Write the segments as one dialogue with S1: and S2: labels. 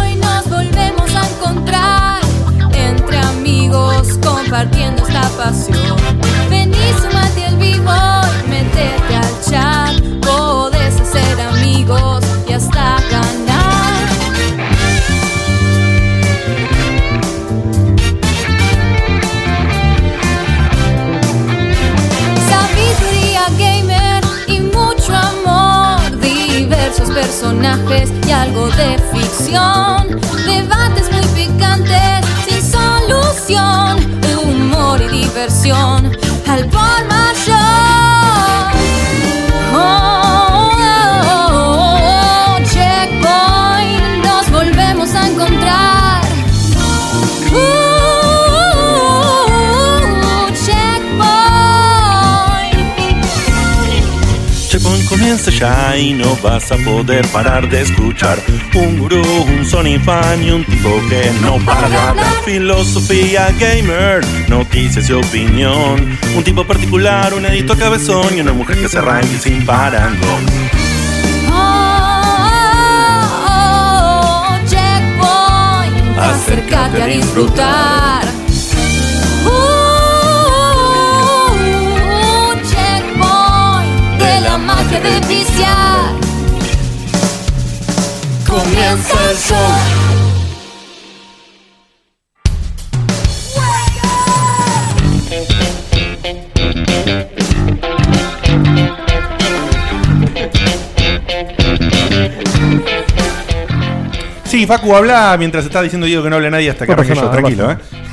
S1: Hoy nos volvemos a encontrar entre amigos compartiendo esta pasión. Vení, sumate al vivo y metete al chat. Podés hacer amigos y hasta ganar. Sabiduría gamer y mucho amor, diversos personajes y algo de ficción, debates muy picantes sin solución, humor y diversión al por mayor. Oh, oh, oh, oh, checkpoint, nos volvemos a encontrar. Uh, checkpoint.
S2: Checkpoint comienza ya y no vas a poder parar de escuchar Un gurú, un Sony fan y un tipo que no para de hablar Filosofía gamer, noticias y opinión Un tipo particular, un editor cabezón y una mujer que se arranque sin parangón
S1: Oh, oh, oh, checkpoint. Acércate a disfrutar. Oh, Uh, checkpoint de la magia de viciar. Comienza el show.
S3: Sí, Facu, habla mientras está diciendo Diego que no hable nadie hasta que
S4: No pasa
S3: arranque yo,
S4: nada, no
S3: tranquilo, ¿eh?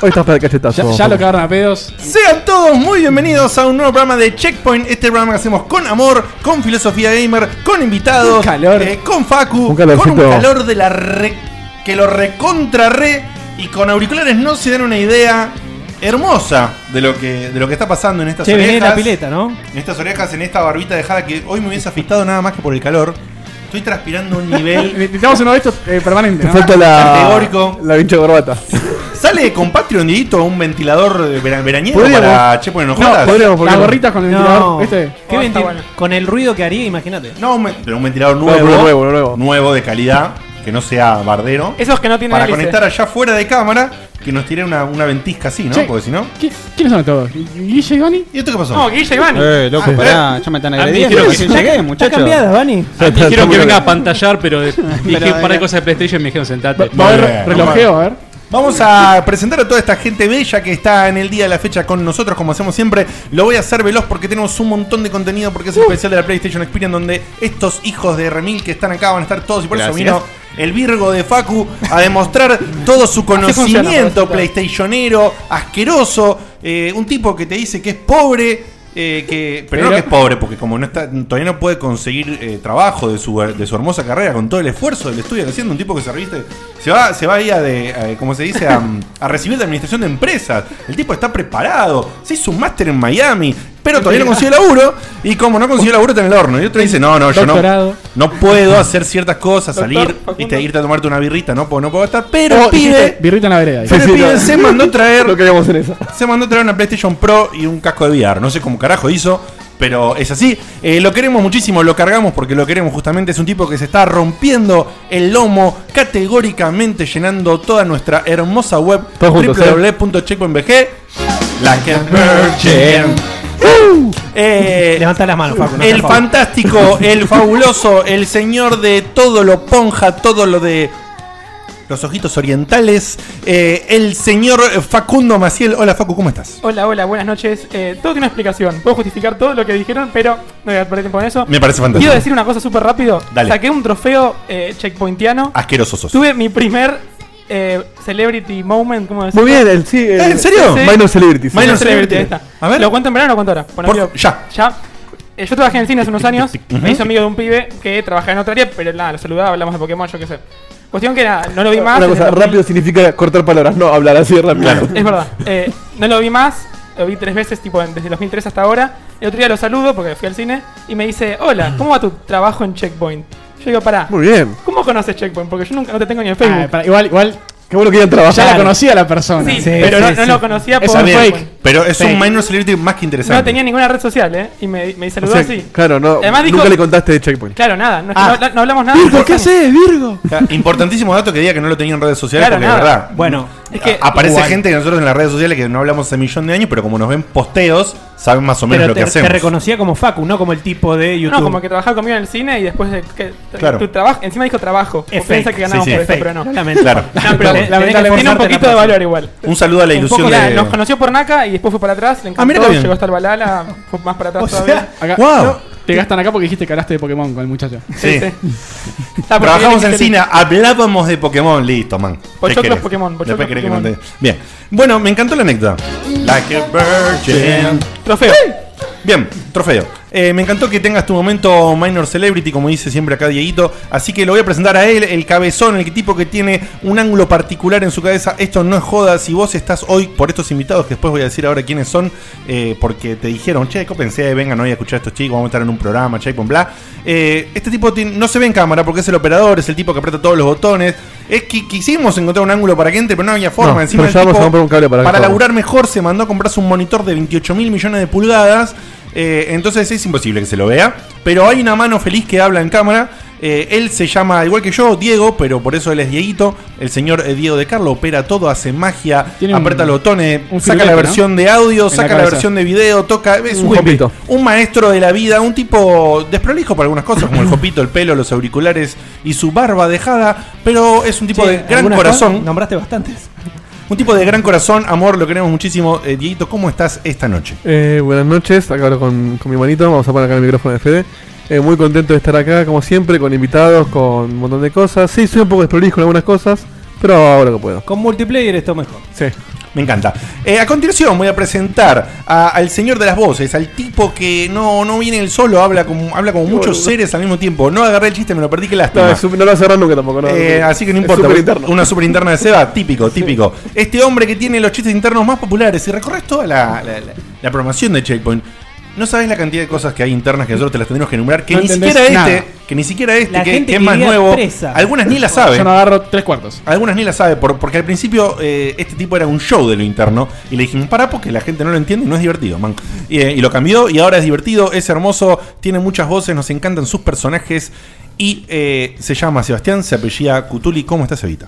S4: Hoy estás para el
S5: Ya,
S4: cachetazo.
S5: ya lo cagaron a pedos.
S3: Sean todos muy bienvenidos a un nuevo programa de Checkpoint. Este programa que hacemos con amor, con filosofía gamer, con invitados,
S5: Un calor.
S3: eh, con Facu,
S4: Un
S3: con
S4: calorcito.
S3: un calor de la re, que lo recontra re y con auriculares no se dan una idea hermosa de lo que de lo que está pasando en estas
S5: Che, venía en
S3: orejas.
S5: la pileta, ¿no?
S3: En estas orejas, en esta barbita dejada que hoy me hubiese afeitado nada más que por el calor. Estoy transpirando a un nivel
S5: Necesitamos uno de estos eh, permanente,
S4: Te
S5: ¿no?
S4: falta la.
S3: Categórico.
S4: La pinche corbata.
S3: Sale con Patreon, Dieguito, un ventilador eh, vera- veraniego
S4: Podríamos-
S3: para Chepo en
S4: No, podríamos,
S5: Las
S4: porque-
S5: gorritas con el ventilador,
S3: este
S5: ¿viste?
S6: ¿Qué
S5: Oh,
S6: venti-
S5: está bueno.
S6: Con el ruido que haría, imagínate.
S3: No, un, ven- pero un ventilador
S4: No,
S3: nuevo,
S4: pero
S3: nuevo,
S4: nuevo, nuevo.
S3: de calidad, que no sea bardero.
S6: Esos que no tienen
S3: para
S6: hélice.
S3: conectar allá fuera de cámara, que nos tire una, una ventisca así, ¿no?
S5: Sí.
S3: Porque si no.
S5: ¿Qui- ¿Quiénes son todos? ¿Guille y Goni?
S3: ¿Y esto qué pasó?
S6: No, Guille y Vani.
S7: Eh, loco,
S3: Ah,
S7: pará, ya me están agrediendo.
S8: Ah, quiero
S7: recién llegué, muchachos.
S6: cambiadas, Vani.
S8: Antes
S4: Está
S8: quiero
S4: muy
S8: que venga
S4: bien.
S8: a pantallar, pero de- dije un par de cosas de PlayStation y me dijeron
S5: Va
S8: sentate.
S5: a
S3: Muy
S5: haber
S3: bien,
S5: relojeo, a ver.
S3: Vamos a presentar a toda esta gente bella que está en el día de la fecha con nosotros, como hacemos siempre. Lo voy a hacer veloz porque tenemos un montón de contenido, porque es
S5: Uh.
S3: el especial de la PlayStation Experience, donde estos hijos de Remil que están acá van a estar todos, y por eso
S7: Gracias.
S3: vino el Virgo de Facu a demostrar todo su conocimiento
S5: pobrecito.
S3: PlayStationero, asqueroso, eh, un tipo que te dice que es pobre. eh, que, pero, no
S5: Pero-
S3: que es pobre, porque como no está, todavía no puede conseguir eh, trabajo de su, de su hermosa carrera con todo el esfuerzo del estudio que haciendo, un tipo que se reviste, se va, se va a ir a, de, a- como se dice, a, a recibir de administración de empresas. El tipo está preparado, se hizo un máster en Miami, pero todavía no consiguió laburo, y como no consiguió laburo está en el horno. Y otro dice, no, no, yo no,
S5: Doctorado.
S3: no puedo hacer ciertas cosas, salir,
S5: Facundo.
S3: viste, irte a tomarte una birrita, no puedo, no puedo estar, pero
S5: Oh,
S3: pide,
S5: hiciste Birrita en la vereda.
S3: pero
S4: Sí, sí,
S3: pide,
S4: no.
S3: se mandó a traer
S4: No queríamos en esa.
S3: se mandó a traer una PlayStation Pro y un casco de VR. No sé cómo carajo hizo, pero es así. Eh, lo queremos muchísimo, lo cargamos porque lo queremos justamente. Es un tipo que se está rompiendo el lomo categóricamente, llenando toda nuestra hermosa web
S4: Todos juntos, ¿eh?
S3: www.checkpointbg. Like a virgin. Eh,
S6: Levanta las manos, Facu. no
S3: el
S6: seas Facu.
S3: fantástico, el fabuloso, el señor de todo lo ponja, todo lo de los ojitos orientales, eh, el señor Facundo Maciel. Hola Facu, ¿cómo estás?
S6: Hola, hola, buenas noches. Eh, todo tiene una explicación. Puedo justificar todo lo que dijeron, pero no voy a perder tiempo en eso.
S3: Me parece fantástico.
S6: Quiero decir una cosa súper rápido.
S3: Dale.
S6: Saqué un trofeo eh, checkpointiano.
S3: Asqueroso sos.
S6: Tuve mi primer eh, celebrity moment, ¿cómo decirlo?
S4: Muy bien, el sí. el-
S3: ¿En serio?
S6: Sí.
S4: Minor Celebrities.
S6: Minor
S3: Minor celebrity.
S6: celebrity, ahí está.
S3: A ver.
S6: ¿Lo cuento en verano o lo cuento ahora? Bueno,
S3: Por-
S6: amigo,
S3: ya.
S6: Ya. Eh, yo trabajé en el cine hace unos años.
S3: Ujú.
S6: Me hice amigo de un pibe que trabajaba en otra área, pero nada, lo saludaba, hablamos de Pokémon, yo qué sé. Cuestión que nada, no lo vi más.
S4: Una
S6: en
S4: cosa,
S6: el 2000.
S4: rápido significa cortar palabras, no hablar así rápido.
S3: Claro.
S6: Es verdad. Eh, no lo vi más. Lo vi tres veces, tipo, en- desde 2003 hasta ahora. El otro día lo saludo porque fui al cine y me dice, hola, ¿cómo va tu trabajo en Checkpoint? Yo digo, pará,
S4: Muy bien.
S6: ¿cómo conoces Checkpoint? Porque yo nunca no te tengo ni en
S5: Ah,
S6: Facebook.
S5: para- igual, igual,
S4: Qué bueno que iban a trabajar.
S5: Ya la conocía la persona.
S6: Sí, pero no, no lo conocía por fake.
S3: Pero Este es un
S6: Fake.
S3: minor celebrity más que interesante.
S6: No tenía ninguna red social, ¿eh? Y me, me
S4: O
S6: saludó
S4: sea,
S6: así.
S4: Claro, no.
S6: Además dijo-
S4: Nunca le contaste de Checkpoint.
S6: Claro, nada. No, es que
S9: Ah.
S6: no- no hablamos nada. de Roxana.
S4: Virgo?
S3: O sea, Ah, Importantísimo dato que diga que no lo tenía en redes sociales,
S6: Claro,
S3: porque
S6: nada.
S3: es verdad.
S9: Bueno,
S6: Es que
S3: Aparece
S9: igual.
S3: gente que nosotros en las redes sociales que no hablamos hace millón de años, pero como nos ven posteos, saben más o menos
S9: pero
S3: lo
S9: te,
S3: que
S9: te
S3: hacemos.
S9: reconocía como Facu, no como el tipo de YouTube.
S6: No, como que trabajaba conmigo en el cine y después de que
S3: Claro.
S6: tu trabajo, encima dijo trabajo.
S9: Es
S6: Porque piensa
S9: fake.
S6: que ganamos
S3: Sí, sí,
S6: por
S9: es
S6: esto,
S9: fake.
S6: pero no. No,
S9: Lamento.
S6: pero
S9: tenés que
S6: tiene un
S9: esforzarte
S6: poquito
S9: la
S6: de
S9: persona.
S6: valor igual.
S3: Un saludo a la
S6: Un
S3: ilusión
S6: poco,
S3: de.
S6: Nos conoció por Naka y después fue para atrás, le
S3: mira
S6: encantó,
S3: qué bien.
S6: llegó hasta el Balala, fue más para atrás
S3: O
S6: todavía.
S3: sea,
S5: Acá-
S3: wow.
S5: Te gastan acá porque dijiste que hablaste de Pokémon con el muchacho.
S3: Sí.
S6: Ah, porque
S3: Trabajamos
S6: tiene
S3: en
S6: que
S3: cine, hablábamos de Pokémon, listo, man. ¿Qué
S6: Pochoclos
S3: querés?
S6: Pokémon,
S3: Después
S6: pochoclos
S3: querés que
S6: Pokémon.
S3: no te- Bien. Bueno, me encantó la anécdota. Like a virgin.
S6: ser- Trofeo.
S3: Bien, trofeo. Eh, me encantó que tengas tu momento minor celebrity, como dice siempre acá Dieguito. Así que lo voy a presentar a él, el cabezón, el tipo que tiene un ángulo particular en su cabeza. Esto no es joda. Si vos estás hoy por estos invitados, que después voy a decir ahora quiénes son, eh, porque te dijeron, che, pensé, vengan hoy a escuchar a estos chicos, vamos a estar en un programa, che, con bla. Eh, este tipo tiene- no se ve en cámara porque es el operador, es el tipo que aprieta todos los botones. Es que quisimos encontrar un ángulo para que entre, pero no había forma.
S4: No,
S3: Encima
S4: pero
S3: el
S4: ya vamos
S3: tipo,
S4: a comprar un cable para que
S3: para
S4: corra.
S3: laburar comprar mejor, se mandó a comprarse un monitor de 28 mil millones de pulgadas. eh, entonces es imposible que se lo vea. Pero hay una mano feliz que habla en cámara. eh, él se llama, igual que yo, Diego, pero por eso él es Dieguito. El señor eh, Diego de Carlo opera todo, hace magia,
S5: Tiene un-
S3: aprieta los botones,
S5: un
S3: saca la
S5: firulete,
S3: versión de audio,
S5: la
S3: saca la,
S5: cabeza.
S3: versión de video, toca. Es
S4: Un
S3: un, hippie,
S4: jopito.
S3: un maestro de la vida, un tipo desprolijo para algunas cosas, como el copito, el pelo, los auriculares y su barba dejada. Pero es un tipo
S9: Sí,
S3: de gran
S9: algunas
S3: corazón.
S9: cosas Nombraste bastantes.
S3: Un tipo de gran corazón, amor, lo queremos muchísimo. Eh, Dieguito, ¿cómo estás esta noche?
S4: Eh, buenas noches, acá hablo con, con mi manito, vamos a poner acá el micrófono de Fede. Eh, muy contento de estar acá, como siempre, con invitados, con un montón de cosas. Sí, soy un poco desprolijo en algunas cosas, pero hago lo que puedo.
S9: Con multiplayer esto mejor.
S4: Sí.
S3: Me encanta. Eh, a continuación voy a presentar a- al señor de las voces, al tipo que no, no viene él solo, habla como, habla como muchos
S4: boludo.
S3: seres al mismo tiempo. No agarré el chiste, me lo perdí, qué
S4: No,
S3: lástima.
S4: es sup- no lo cerrar nunca tampoco. No,
S3: Eh, así que no importa.
S4: Es superinterno.
S3: Una super interna de Seba, típico, típico. Este hombre que tiene los chistes internos más populares. Si recorres toda la, la, la- la programación de Checkpoint, no sabes la cantidad de cosas que hay internas que nosotros te las tendremos que enumerar. Que
S5: No
S3: ni
S5: entendés
S3: siquiera este,
S5: nada.
S3: que ni siquiera este,
S9: La
S3: que,
S9: gente
S3: que es más
S9: quería
S3: nuevo.
S9: presa.
S3: Algunas ni la sabe.
S5: Yo no agarro tres cuartos.
S3: Algunas ni la sabe, por- porque al principio eh, este tipo era un show de lo interno. Y le dijimos, pará, porque la gente no lo entiende y no es divertido, man. Y, eh, y lo cambió y ahora es divertido, es hermoso, tiene muchas voces, nos encantan sus personajes. Y eh, se llama Sebastián, se apellida Cutuli. ¿Cómo estás, Evita?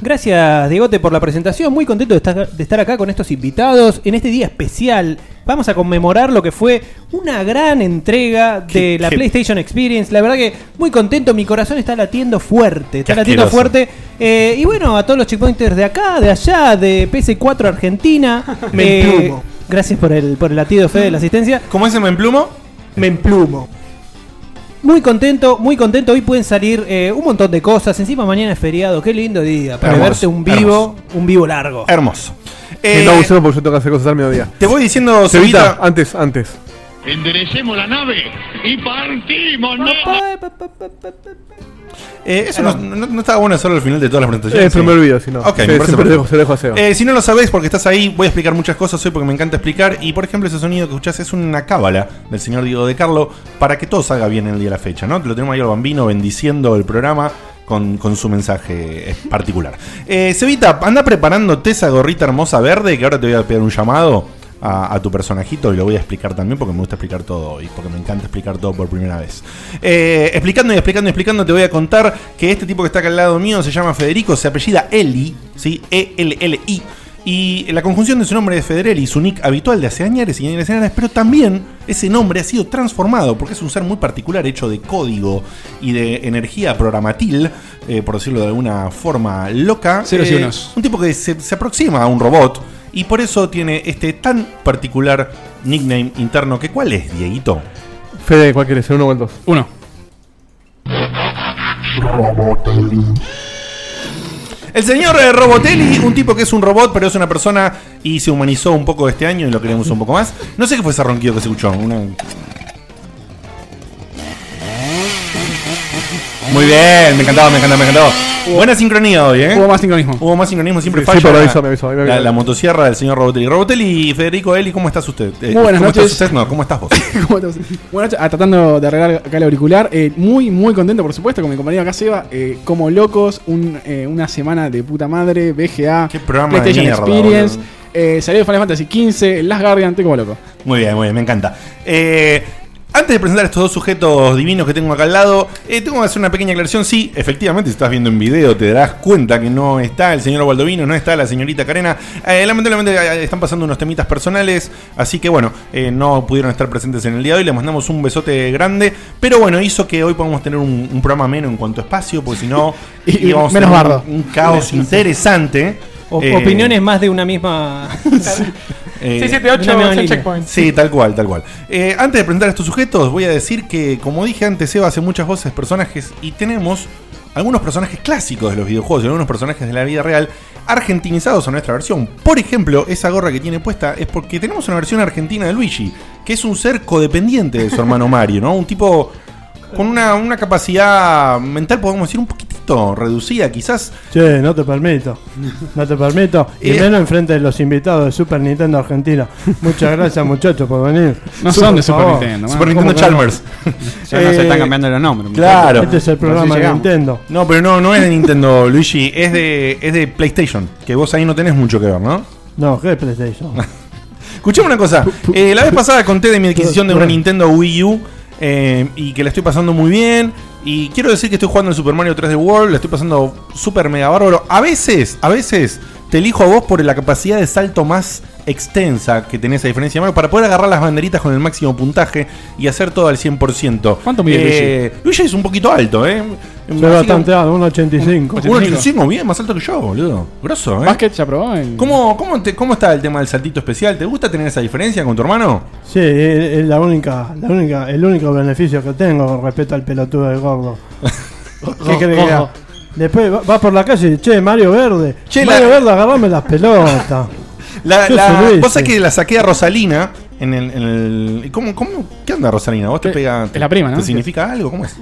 S9: Gracias, Diegote, por la presentación. Muy contento de estar, de estar acá con estos invitados en este día especial. Vamos a conmemorar lo que fue una gran entrega de
S3: Qué-
S9: la
S3: qué-
S9: PlayStation Experience. La verdad que muy contento, mi corazón está latiendo fuerte. Está latiendo
S3: asqueroso.
S9: fuerte. Eh, y bueno, a todos los checkpointers de acá, de allá, de PS4 Argentina.
S10: Me
S9: Eh,
S10: emplumo.
S9: gracias por el, por el latido, Fede, de la asistencia.
S3: ¿Cómo es el emplumo?
S10: Me emplumo.
S9: Muy contento, muy contento. Hoy pueden salir eh, un montón de cosas. Encima mañana es feriado. Qué lindo día para
S3: Hermoso,
S9: verte un vivo, un vivo largo.
S3: Hermoso.
S4: Que
S3: Eh,
S4: no abusemos porque yo tengo que hacer cosas al mediodía.
S3: te voy diciendo,
S4: Cevita,
S3: Cevita,
S4: antes, antes.
S11: Enderecemos la nave y partimos, ¿no?
S3: eh, eso no, no- no estaba bueno hacerlo al final de todas las
S4: Eh,
S3: presentaciones.
S4: pero me
S3: Sí.
S4: olvido, si no.
S3: Ok,
S4: Sí,
S3: me parece
S4: siempre
S3: perfecto.
S4: dejo- se lo dejo a Seba.
S3: Eh, si no lo sabéis porque estás ahí, voy a explicar muchas cosas hoy porque me encanta explicar. Y por ejemplo, ese sonido que escuchás es una cábala del señor Diego de Carlo para que todo salga bien el día de la fecha, ¿no? Lo tenemos ahí al bambino bendiciendo el programa. Con, con su mensaje eh, particular. Eh, Cevita, anda preparándote esa gorrita hermosa verde que ahora te voy a pedir un llamado a, a tu personajito y lo voy a explicar también porque me gusta explicar todo y porque me encanta explicar todo por primera vez. Eh, explicando y explicando y explicando te voy a contar que este tipo que está acá al lado mío se llama Federico, se apellida Eli, ¿sí? E E-L-L-I. Y la conjunción de su nombre es Federelli, su nick habitual de hace años y años y años, pero también ese nombre ha sido transformado porque es un ser muy particular hecho de código y de energía programatil, eh, por decirlo de alguna forma loca.
S7: Ceros y
S3: Eh,
S7: unos.
S3: Un tipo que se, se aproxima a un robot y por eso tiene este tan particular nickname interno que ¿cuál es, Dieguito?
S4: Fede, ¿cuál querés? ¿El uno o el dos?
S7: Uno.
S3: El señor eh, Robotelli, un tipo que es un robot, pero es una persona y se humanizó un poco este año y lo queremos un poco más. No sé qué fue ese ronquido que se escuchó. una- Muy Muy bien, me encantaba, me encantaba, me encantaba. Buena sincronía hoy, ¿eh? Hubo más sincronismo. Hubo más sincronismo, siempre
S4: Sí,
S3: falla.
S4: pero
S3: la-
S4: aviso, me aviso, me aviso.
S3: La, la motosierra del señor Robotelli. Robotelli, Federico Eli, ¿cómo estás usted? Eh,
S5: Muy buenas
S3: ¿Cómo
S5: noches.
S3: estás usted? No, ¿cómo estás vos?
S5: ¿Cómo estás? Buenas noches. Ah, tratando de arreglar acá el auricular. Eh, muy, muy contento, por supuesto, con mi compañero acá Seba. Eh, como locos, un, eh, una semana de puta madre, BGA,
S3: programa de
S5: PlayStation
S3: mierda,
S5: Experience. Eh, salió de Final Fantasy XV, Last Guardian, estoy como loco.
S3: Muy bien, muy bien, me encanta. Eh, antes de presentar a estos dos sujetos divinos que tengo acá al lado, eh, tengo que hacer una pequeña aclaración. Sí, efectivamente, si estás viendo en video, te darás cuenta que no está el señor Baldovino, no está la señorita Carena. Eh, lamentablemente eh, están pasando unos temitas personales, así que bueno, eh, no pudieron estar presentes en el día de hoy. Les mandamos un besote grande, pero bueno, hizo que hoy podamos tener un, un programa menos en cuanto a espacio, porque si no,
S9: Y- y
S3: íbamos a
S9: menos
S3: tener
S9: bardo.
S3: Un, un caos interesante.
S9: O-
S3: Eh,
S9: Opiniones más de una misma.
S3: eh,
S6: 678
S9: Una nueva
S6: son
S9: línea.
S6: checkpoints.
S3: Sí, tal cual, tal cual. Eh, antes de presentar a estos sujetos, voy a decir que, como dije antes, Eva hace muchas voces, personajes, y tenemos algunos personajes clásicos de los videojuegos y algunos personajes de la vida real argentinizados a nuestra versión. Por ejemplo, esa gorra que tiene puesta es porque tenemos una versión argentina de Luigi, que es un ser codependiente de su hermano Mario, ¿no? Un tipo con una, una capacidad mental, podemos decir, un poquitito reducida, quizás.
S10: Che, no te permito. No te permito. Y
S3: Eh.
S10: menos enfrente de los invitados de Super Nintendo Argentina. Muchas gracias, muchachos, por venir.
S5: No son de Super Nintendo, man. Super Nintendo
S3: oh, Chalmers.
S10: Ya
S3: Eh, Claro.
S10: Este es el programa de Nintendo.
S3: No, pero no, no es de Nintendo, Luigi, es de, es de PlayStation, que vos ahí no tenés mucho que ver, ¿no?
S10: No, ¿qué es PlayStation?
S3: Escuchame una cosa, eh, la vez pasada conté de mi adquisición de una Nintendo Wii U eh, y que la estoy pasando muy bien. Y quiero decir que estoy jugando el Super Mario 3D World, la estoy pasando súper mega bárbaro. A veces, a veces te elijo a vos por la capacidad de salto más extensa que tenés a diferencia de Mario para poder agarrar las banderitas con el máximo puntaje y hacer todo al 100%.
S5: ¿Cuánto mide
S3: Eh, Luigi es un poquito alto, ¿eh? Así
S10: Se
S3: que-
S10: va tanteado, un 85.
S3: 1.85, bien, más alto que yo, boludo. Grosso, ¿eh?
S5: Basket ya probó en.
S3: ¿Cómo, cómo, te- ¿Cómo está el tema del saltito especial? ¿Te gusta tener esa diferencia con tu hermano?
S10: Sí, es es la única, la única, el único beneficio que tengo con respecto al pelotudo del gordo. ¿Qué crees que haga? Después va, va por la calle y che, Mario Verde.
S3: Che, la-
S10: Mario Verde, agarrame las pelotas.
S3: La,
S10: Yo
S3: la-
S10: soy Luis,
S3: vos sabés
S10: sí.
S3: que la saqué a Rosalina en el. en el- ¿cómo, cómo, ¿Qué onda, Rosalina? ¿Vos te pega, te,
S5: la prima, ¿no?
S3: ¿Te significa algo? ¿Cómo es?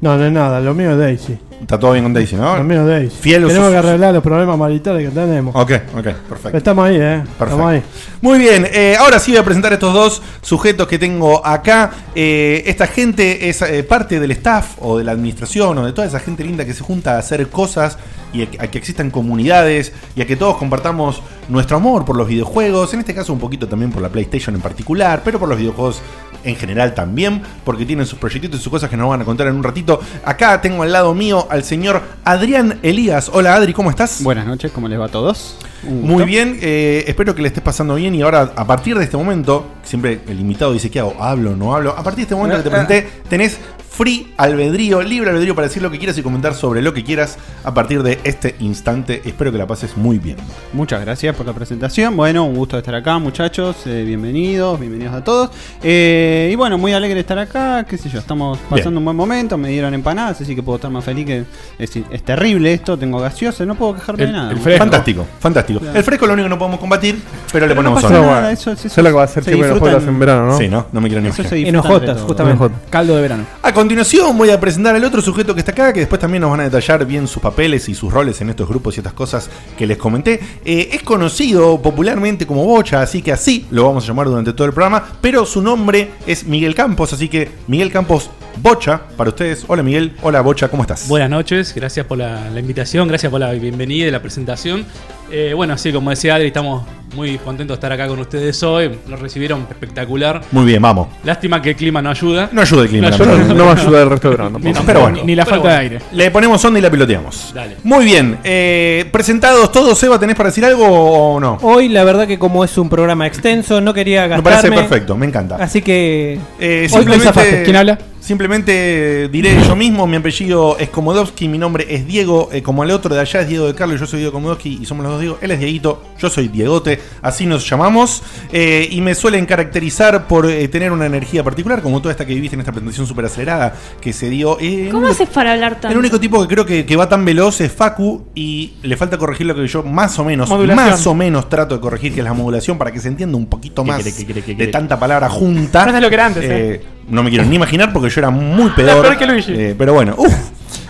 S10: No, no es nada, lo mío es Daisy.
S3: Está todo bien con Daisy,
S10: Lo
S3: ¿no?
S10: mío es Daisy.
S3: Fiel
S10: Tenemos
S3: usuario.
S10: que arreglar los problemas maritales que tenemos.
S3: Ok, ok, perfecto.
S10: Estamos ahí, eh.
S3: Perfecto.
S10: Estamos ahí.
S3: Muy bien, eh, ahora sí voy a presentar a estos dos sujetos que tengo acá. Eh, esta gente es eh, parte del staff o de la administración o de toda esa gente linda que se junta a hacer cosas y a, que- a que existan comunidades y a que todos compartamos nuestro amor por los videojuegos, en este caso un poquito también por la PlayStation en particular, pero por los videojuegos en general también, porque tienen sus proyectitos y sus cosas que nos van a contar en un ratito. Acá tengo al lado mío al señor Adrián Elías. Hola Adri, ¿cómo estás?
S7: Buenas noches, ¿cómo les va a todos? Un
S3: Muy
S7: gusto.
S3: bien, eh, espero que le estés pasando bien y ahora a partir de este momento, siempre el invitado dice, ¿qué hago? ¿Hablo? ¿No hablo? A partir de este momento que te presenté, tenés free albedrío, libre albedrío para decir lo que quieras y comentar sobre lo que quieras a partir de este instante. Espero que la pases muy bien.
S7: Muchas gracias por la presentación. Bueno, un gusto estar acá, muchachos. Eh, bienvenidos, bienvenidos a todos. Eh, y bueno, muy alegre de estar acá. Qué sé yo, estamos pasando
S3: Bien.
S7: un buen momento. Me dieron empanadas, así que puedo estar más feliz. que Es, decir, es terrible esto. Tengo gaseosa, no puedo quejarme de nada.
S3: Fantástico, fantástico. El fresco es lo único que no podemos combatir, pero, le
S7: Pero no
S3: ponemos
S7: pasa
S3: onda.
S7: nada, eso, eso-
S4: Eso es lo que va a hacer
S7: se
S4: siempre los
S7: disfrutan-
S4: juegos en verano, ¿no?
S3: Sí, no, no me quiero ni
S7: Eso
S3: imaginar.
S7: se
S9: En
S7: disfrutan de
S9: hojotas,
S7: todo.
S9: justamente.
S5: Caldo de verano.
S3: A continuación voy a presentar al otro sujeto que está acá, que después también nos van a detallar bien sus papeles y sus roles en estos grupos y estas cosas que les comenté. Eh, es conocido popularmente como Bocha, así que así lo vamos a llamar durante todo el programa, pero su nombre es Miguel Campos, así que Miguel Campos Bocha para ustedes. Hola Miguel, hola Bocha, ¿cómo estás?
S8: Buenas noches, gracias por la, la invitación, gracias por la bienvenida y la presentación. Eh, bueno, sí, como decía Adri, estamos muy contentos de estar acá con ustedes hoy. Nos recibieron espectacular.
S3: Muy bien, vamos.
S8: Lástima que el clima no ayuda.
S3: No ayuda el clima,
S8: No
S3: la
S8: ayuda.
S4: No, no va a ayudar el resto del verano.
S8: Ni-
S3: Pero bueno.
S5: Ni la
S8: Pero
S5: falta
S8: bueno.
S5: de aire.
S3: Le ponemos onda y la piloteamos.
S8: Dale.
S3: Muy bien, eh, presentados todos, Eva, ¿tenés para decir algo o no?
S9: Hoy, la verdad, que como es un programa extenso, no quería
S3: Me
S9: gastarme.
S3: parece perfecto, me encanta.
S9: Así que.
S3: Eh,
S9: Hoy me
S3: simplemente,
S9: zafaste.
S5: ¿Quién habla?
S3: Simplemente diré yo mismo, mi apellido es Komodowski, mi nombre es Diego, eh, como el otro de allá es Diego de Carlos, yo soy Diego Komodowski y somos los dos Diego, él es Dieguito, yo soy Diegote, así nos llamamos, eh, y me suelen caracterizar por eh, tener una energía particular, como toda esta que viviste en esta presentación súper acelerada que se dio. eh, en
S12: ¿Cómo
S3: un-
S12: haces para hablar tanto?
S3: el único tipo que creo que, que va tan veloz es Facu y le falta corregir lo que yo más o menos,
S6: Modulación.
S3: más o menos trato de corregir, que es la modulación, para que se entienda un poquito más
S8: cree, qué cree, qué
S3: de
S8: cree?
S3: tanta palabra junta.
S6: No es lo que era antes, ¿eh?
S3: No me quiero ni imaginar porque yo era muy
S6: Era
S3: peor.
S6: peor que Luigi.
S3: Eh, pero bueno, uff.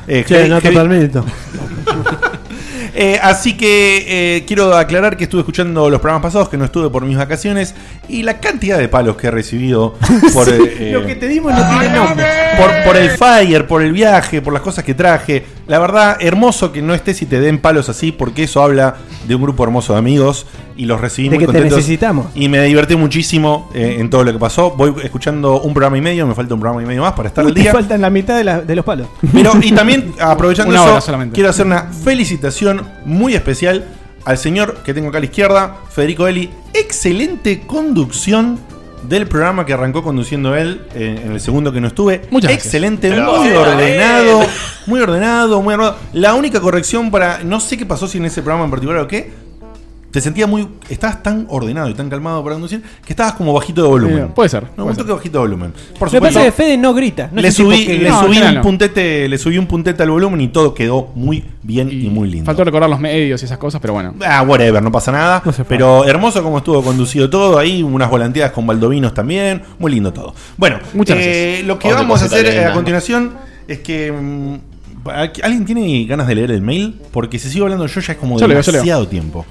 S3: Eh,
S10: Che,
S3: Heavy-
S10: no
S3: Heavy-
S10: totalmente.
S3: Eh, así que eh, quiero aclarar que estuve escuchando los programas pasados, que no estuve por mis vacaciones, y la cantidad de palos que he recibido por, eh,
S9: Lo que te dimos no tiene nombre.
S3: por, por el fire, por el viaje, por las cosas que traje. La verdad, hermoso que no estés y te den palos así, porque eso habla de un grupo hermoso de amigos y los recibí
S9: De
S3: muy
S9: que te
S3: contentos.
S9: necesitamos.
S3: Y me divertí muchísimo eh, en todo lo que pasó. Voy escuchando un programa y medio, me falta un programa y medio más para estar al
S9: Uy, te
S3: día.
S9: faltan la mitad de, la- de los palos.
S3: Pero, y también, aprovechando
S9: Una
S3: eso,
S9: hora solamente.
S3: quiero hacer una felicitación muy especial al señor que tengo acá a la izquierda, Federico Eli. Excelente conducción del programa que arrancó conduciendo él eh, en el segundo que no estuve.
S5: Muchas gracias.
S3: Excelente,
S5: Pero
S3: muy
S5: era
S3: ordenado,
S5: él.
S3: muy ordenado, muy ordenado. La única corrección para. No sé qué pasó si en ese programa en particular o qué. Te sentía muy. Estabas tan ordenado y tan calmado para conducir que estabas como bajito de volumen.
S5: Eh, puede ser.
S3: No, un toque bajito de volumen. Por
S9: Me
S3: supuesto
S9: parece que Fede no grita. No
S3: le
S9: es un tipo
S3: subí,
S9: que-
S3: le subí un puntete, le subí un puntete al volumen y todo quedó muy bien y, muy lindo.
S5: Faltó recordar los medios y esas cosas, pero bueno.
S3: Ah, whatever, no pasa nada.
S5: se puede.
S3: pero hermoso como estuvo conducido todo, ahí unas volanteadas con baldovinos también, muy lindo todo. Bueno,
S5: Muchas
S3: eh,
S5: gracias.
S3: lo que
S5: Otra
S3: vamos a
S5: Oh, cosita
S3: hacer eh,
S5: linda,
S3: a
S5: ¿no?
S3: continuación es que mm, alguien tiene ganas de leer el mail porque si sigo hablando yo ya es como
S5: Yo leo, yo leo.
S3: demasiado tiempo.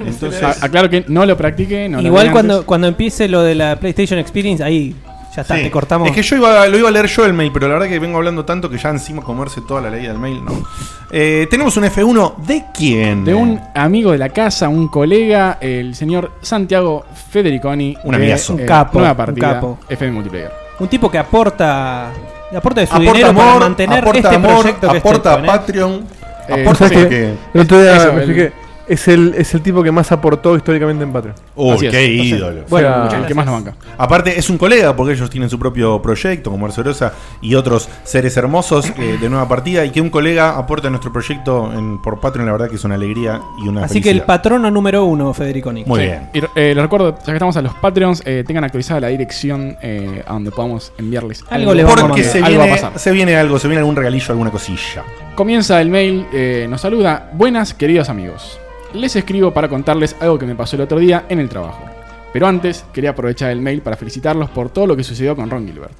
S3: Entonces,
S5: A- aclaro que no lo practiqué. No lo
S9: Igual
S5: vi
S9: cuando,
S5: antes.
S9: cuando empiece lo de la PlayStation Experience, ahí ya está,
S3: Sí.
S9: te cortamos.
S3: Es que yo iba, lo iba a leer yo el mail, pero la verdad que vengo hablando tanto que ya encima comerse toda la ley del mail, no. Eh, tenemos un F1 de quién?
S5: De un amigo de la casa, un colega, el señor Santiago Federiconi.
S3: Un
S5: de,
S3: amigazo.
S5: eh,
S9: Un capo,
S5: Nueva
S9: un
S5: partida.
S9: capo.
S5: FM Multiplayer.
S9: Un tipo que aporta aporta de su
S3: Aporta
S9: dinero para
S3: amor,
S9: mantener
S3: aporta
S9: este
S3: amor,
S9: proyecto que es
S3: aporta
S9: Checkpoint, ¿eh?
S3: Patreon,
S5: Eh,
S4: Por
S5: sí.
S4: cierto, que el otro día
S5: Eso,
S4: me
S5: el-
S4: expliqué, es el, es el tipo que más aportó históricamente en Patreon.
S3: Uy,
S5: Así es.
S3: Oh, qué
S5: Entonces,
S3: ídolo.
S5: fue el- el que más nos banca.
S3: Aparte, es un colega porque ellos tienen su propio proyecto, como Arcerosa y otros seres hermosos eh, de nueva partida. Y que un colega aporte a nuestro proyecto en- por Patreon, la verdad que es una alegría y una
S9: Así que el
S3: felicidad.
S9: patrono número uno, Federico Nick.
S3: Muy
S5: Sí.
S3: bien.
S5: Y eh, les recuerdo, ya que estamos a los Patreons, eh, tengan actualizada la dirección eh, a donde podamos enviarles
S9: Algo le vamos a
S5: porque
S3: Porque se,
S5: algo va a
S3: viene,
S5: pasar.
S3: se viene algo, se viene algún regalillo, alguna cosilla.
S5: Comienza el mail, eh, nos saluda. Buenas, queridos amigos. Les escribo para contarles algo que me pasó el otro día en el trabajo. Pero antes, quería aprovechar el mail para felicitarlos por todo lo que sucedió con Ron Gilbert.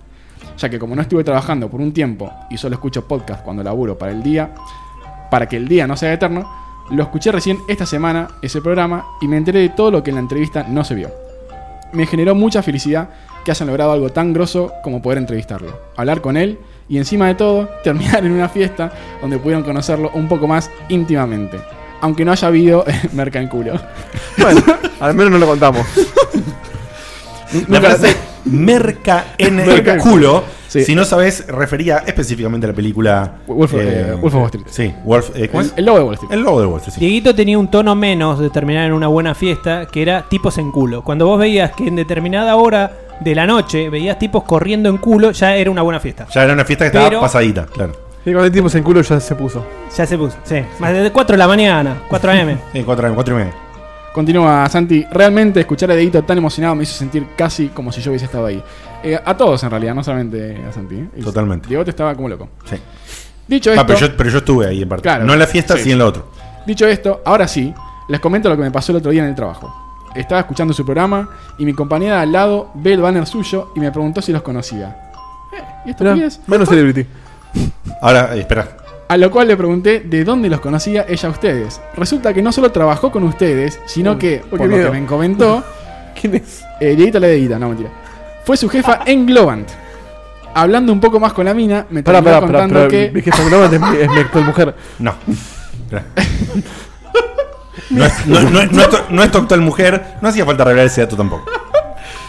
S5: Ya que como no estuve trabajando por un tiempo y solo escucho podcast cuando laburo para el día, para que el día no sea eterno, lo escuché recién esta semana, ese programa, y me enteré de todo lo que en la entrevista no se vio. Me generó mucha felicidad que hayan logrado algo tan grosso como poder entrevistarlo, hablar con él y encima de todo terminar en una fiesta donde pudieron conocerlo un poco más íntimamente. Aunque no haya habido eh, merca en culo.
S4: Bueno, al menos no lo contamos.
S3: La frase merca en el culo.
S5: Sí.
S3: Si no sabes, refería específicamente a la película
S5: Wolf- eh, Wolf of Wall Street.
S3: Sí, Wolf, eh, ¿cómo
S5: El,
S3: es?
S5: el logo de Wall Street.
S3: El lobo de Wall Street, sí.
S9: Dieguito tenía un tono menos de terminar en una buena fiesta, que era tipos en culo. Cuando vos veías que en determinada hora de la noche veías tipos corriendo en culo, ya era una buena fiesta.
S3: Ya era una fiesta que estaba
S9: Pero-
S3: pasadita, claro.
S4: Y cuando el tipo se en culo ya se puso.
S9: Ya se puso, sí. Más de 4 de la mañana, 4 AM.
S3: Sí, cuatro, cuatro y media.
S5: Continúa Santi, realmente escuchar a Deito tan emocionado me hizo sentir casi como si yo hubiese estado ahí. Eh, a todos en realidad, no solamente a Santi. ¿eh?
S3: Totalmente.
S5: Diego te estaba como loco.
S3: Sí.
S5: Dicho esto,
S3: Ah, pero, yo, pero yo estuve ahí en parte.
S5: Claro.
S3: no en la fiesta,
S5: Sí.
S3: sí, en lo otro.
S5: dicho esto, ahora sí, les comento lo que me pasó el otro día en el trabajo. Estaba escuchando su programa y mi compañera de al lado ve el banner suyo y me preguntó si los conocía. Eh, ¿Y esto qué es?
S4: Menos celebrity.
S3: Ahora, eh, espera.
S5: A lo cual le pregunté de dónde los conocía ella a ustedes. Resulta que no solo trabajó con ustedes, sino
S4: Uy,
S5: que,
S4: uy,
S5: por
S4: qué
S5: lo
S4: miedo.
S5: que me comentó,
S4: ¿Quién es?
S5: eh, Dieguito la dedita, no mentira. Fue su jefa en Globant. Hablando un poco más con la mina, me
S4: Pará,
S5: terminó
S4: pará, pará,
S5: contando
S4: pará.
S5: que.
S4: Mi jefa Globant es mi, es mi actual mujer.
S3: No. Espera. No es, no, no es- no es tu- no es tu actual mujer, no hacía falta revelar ese dato tampoco.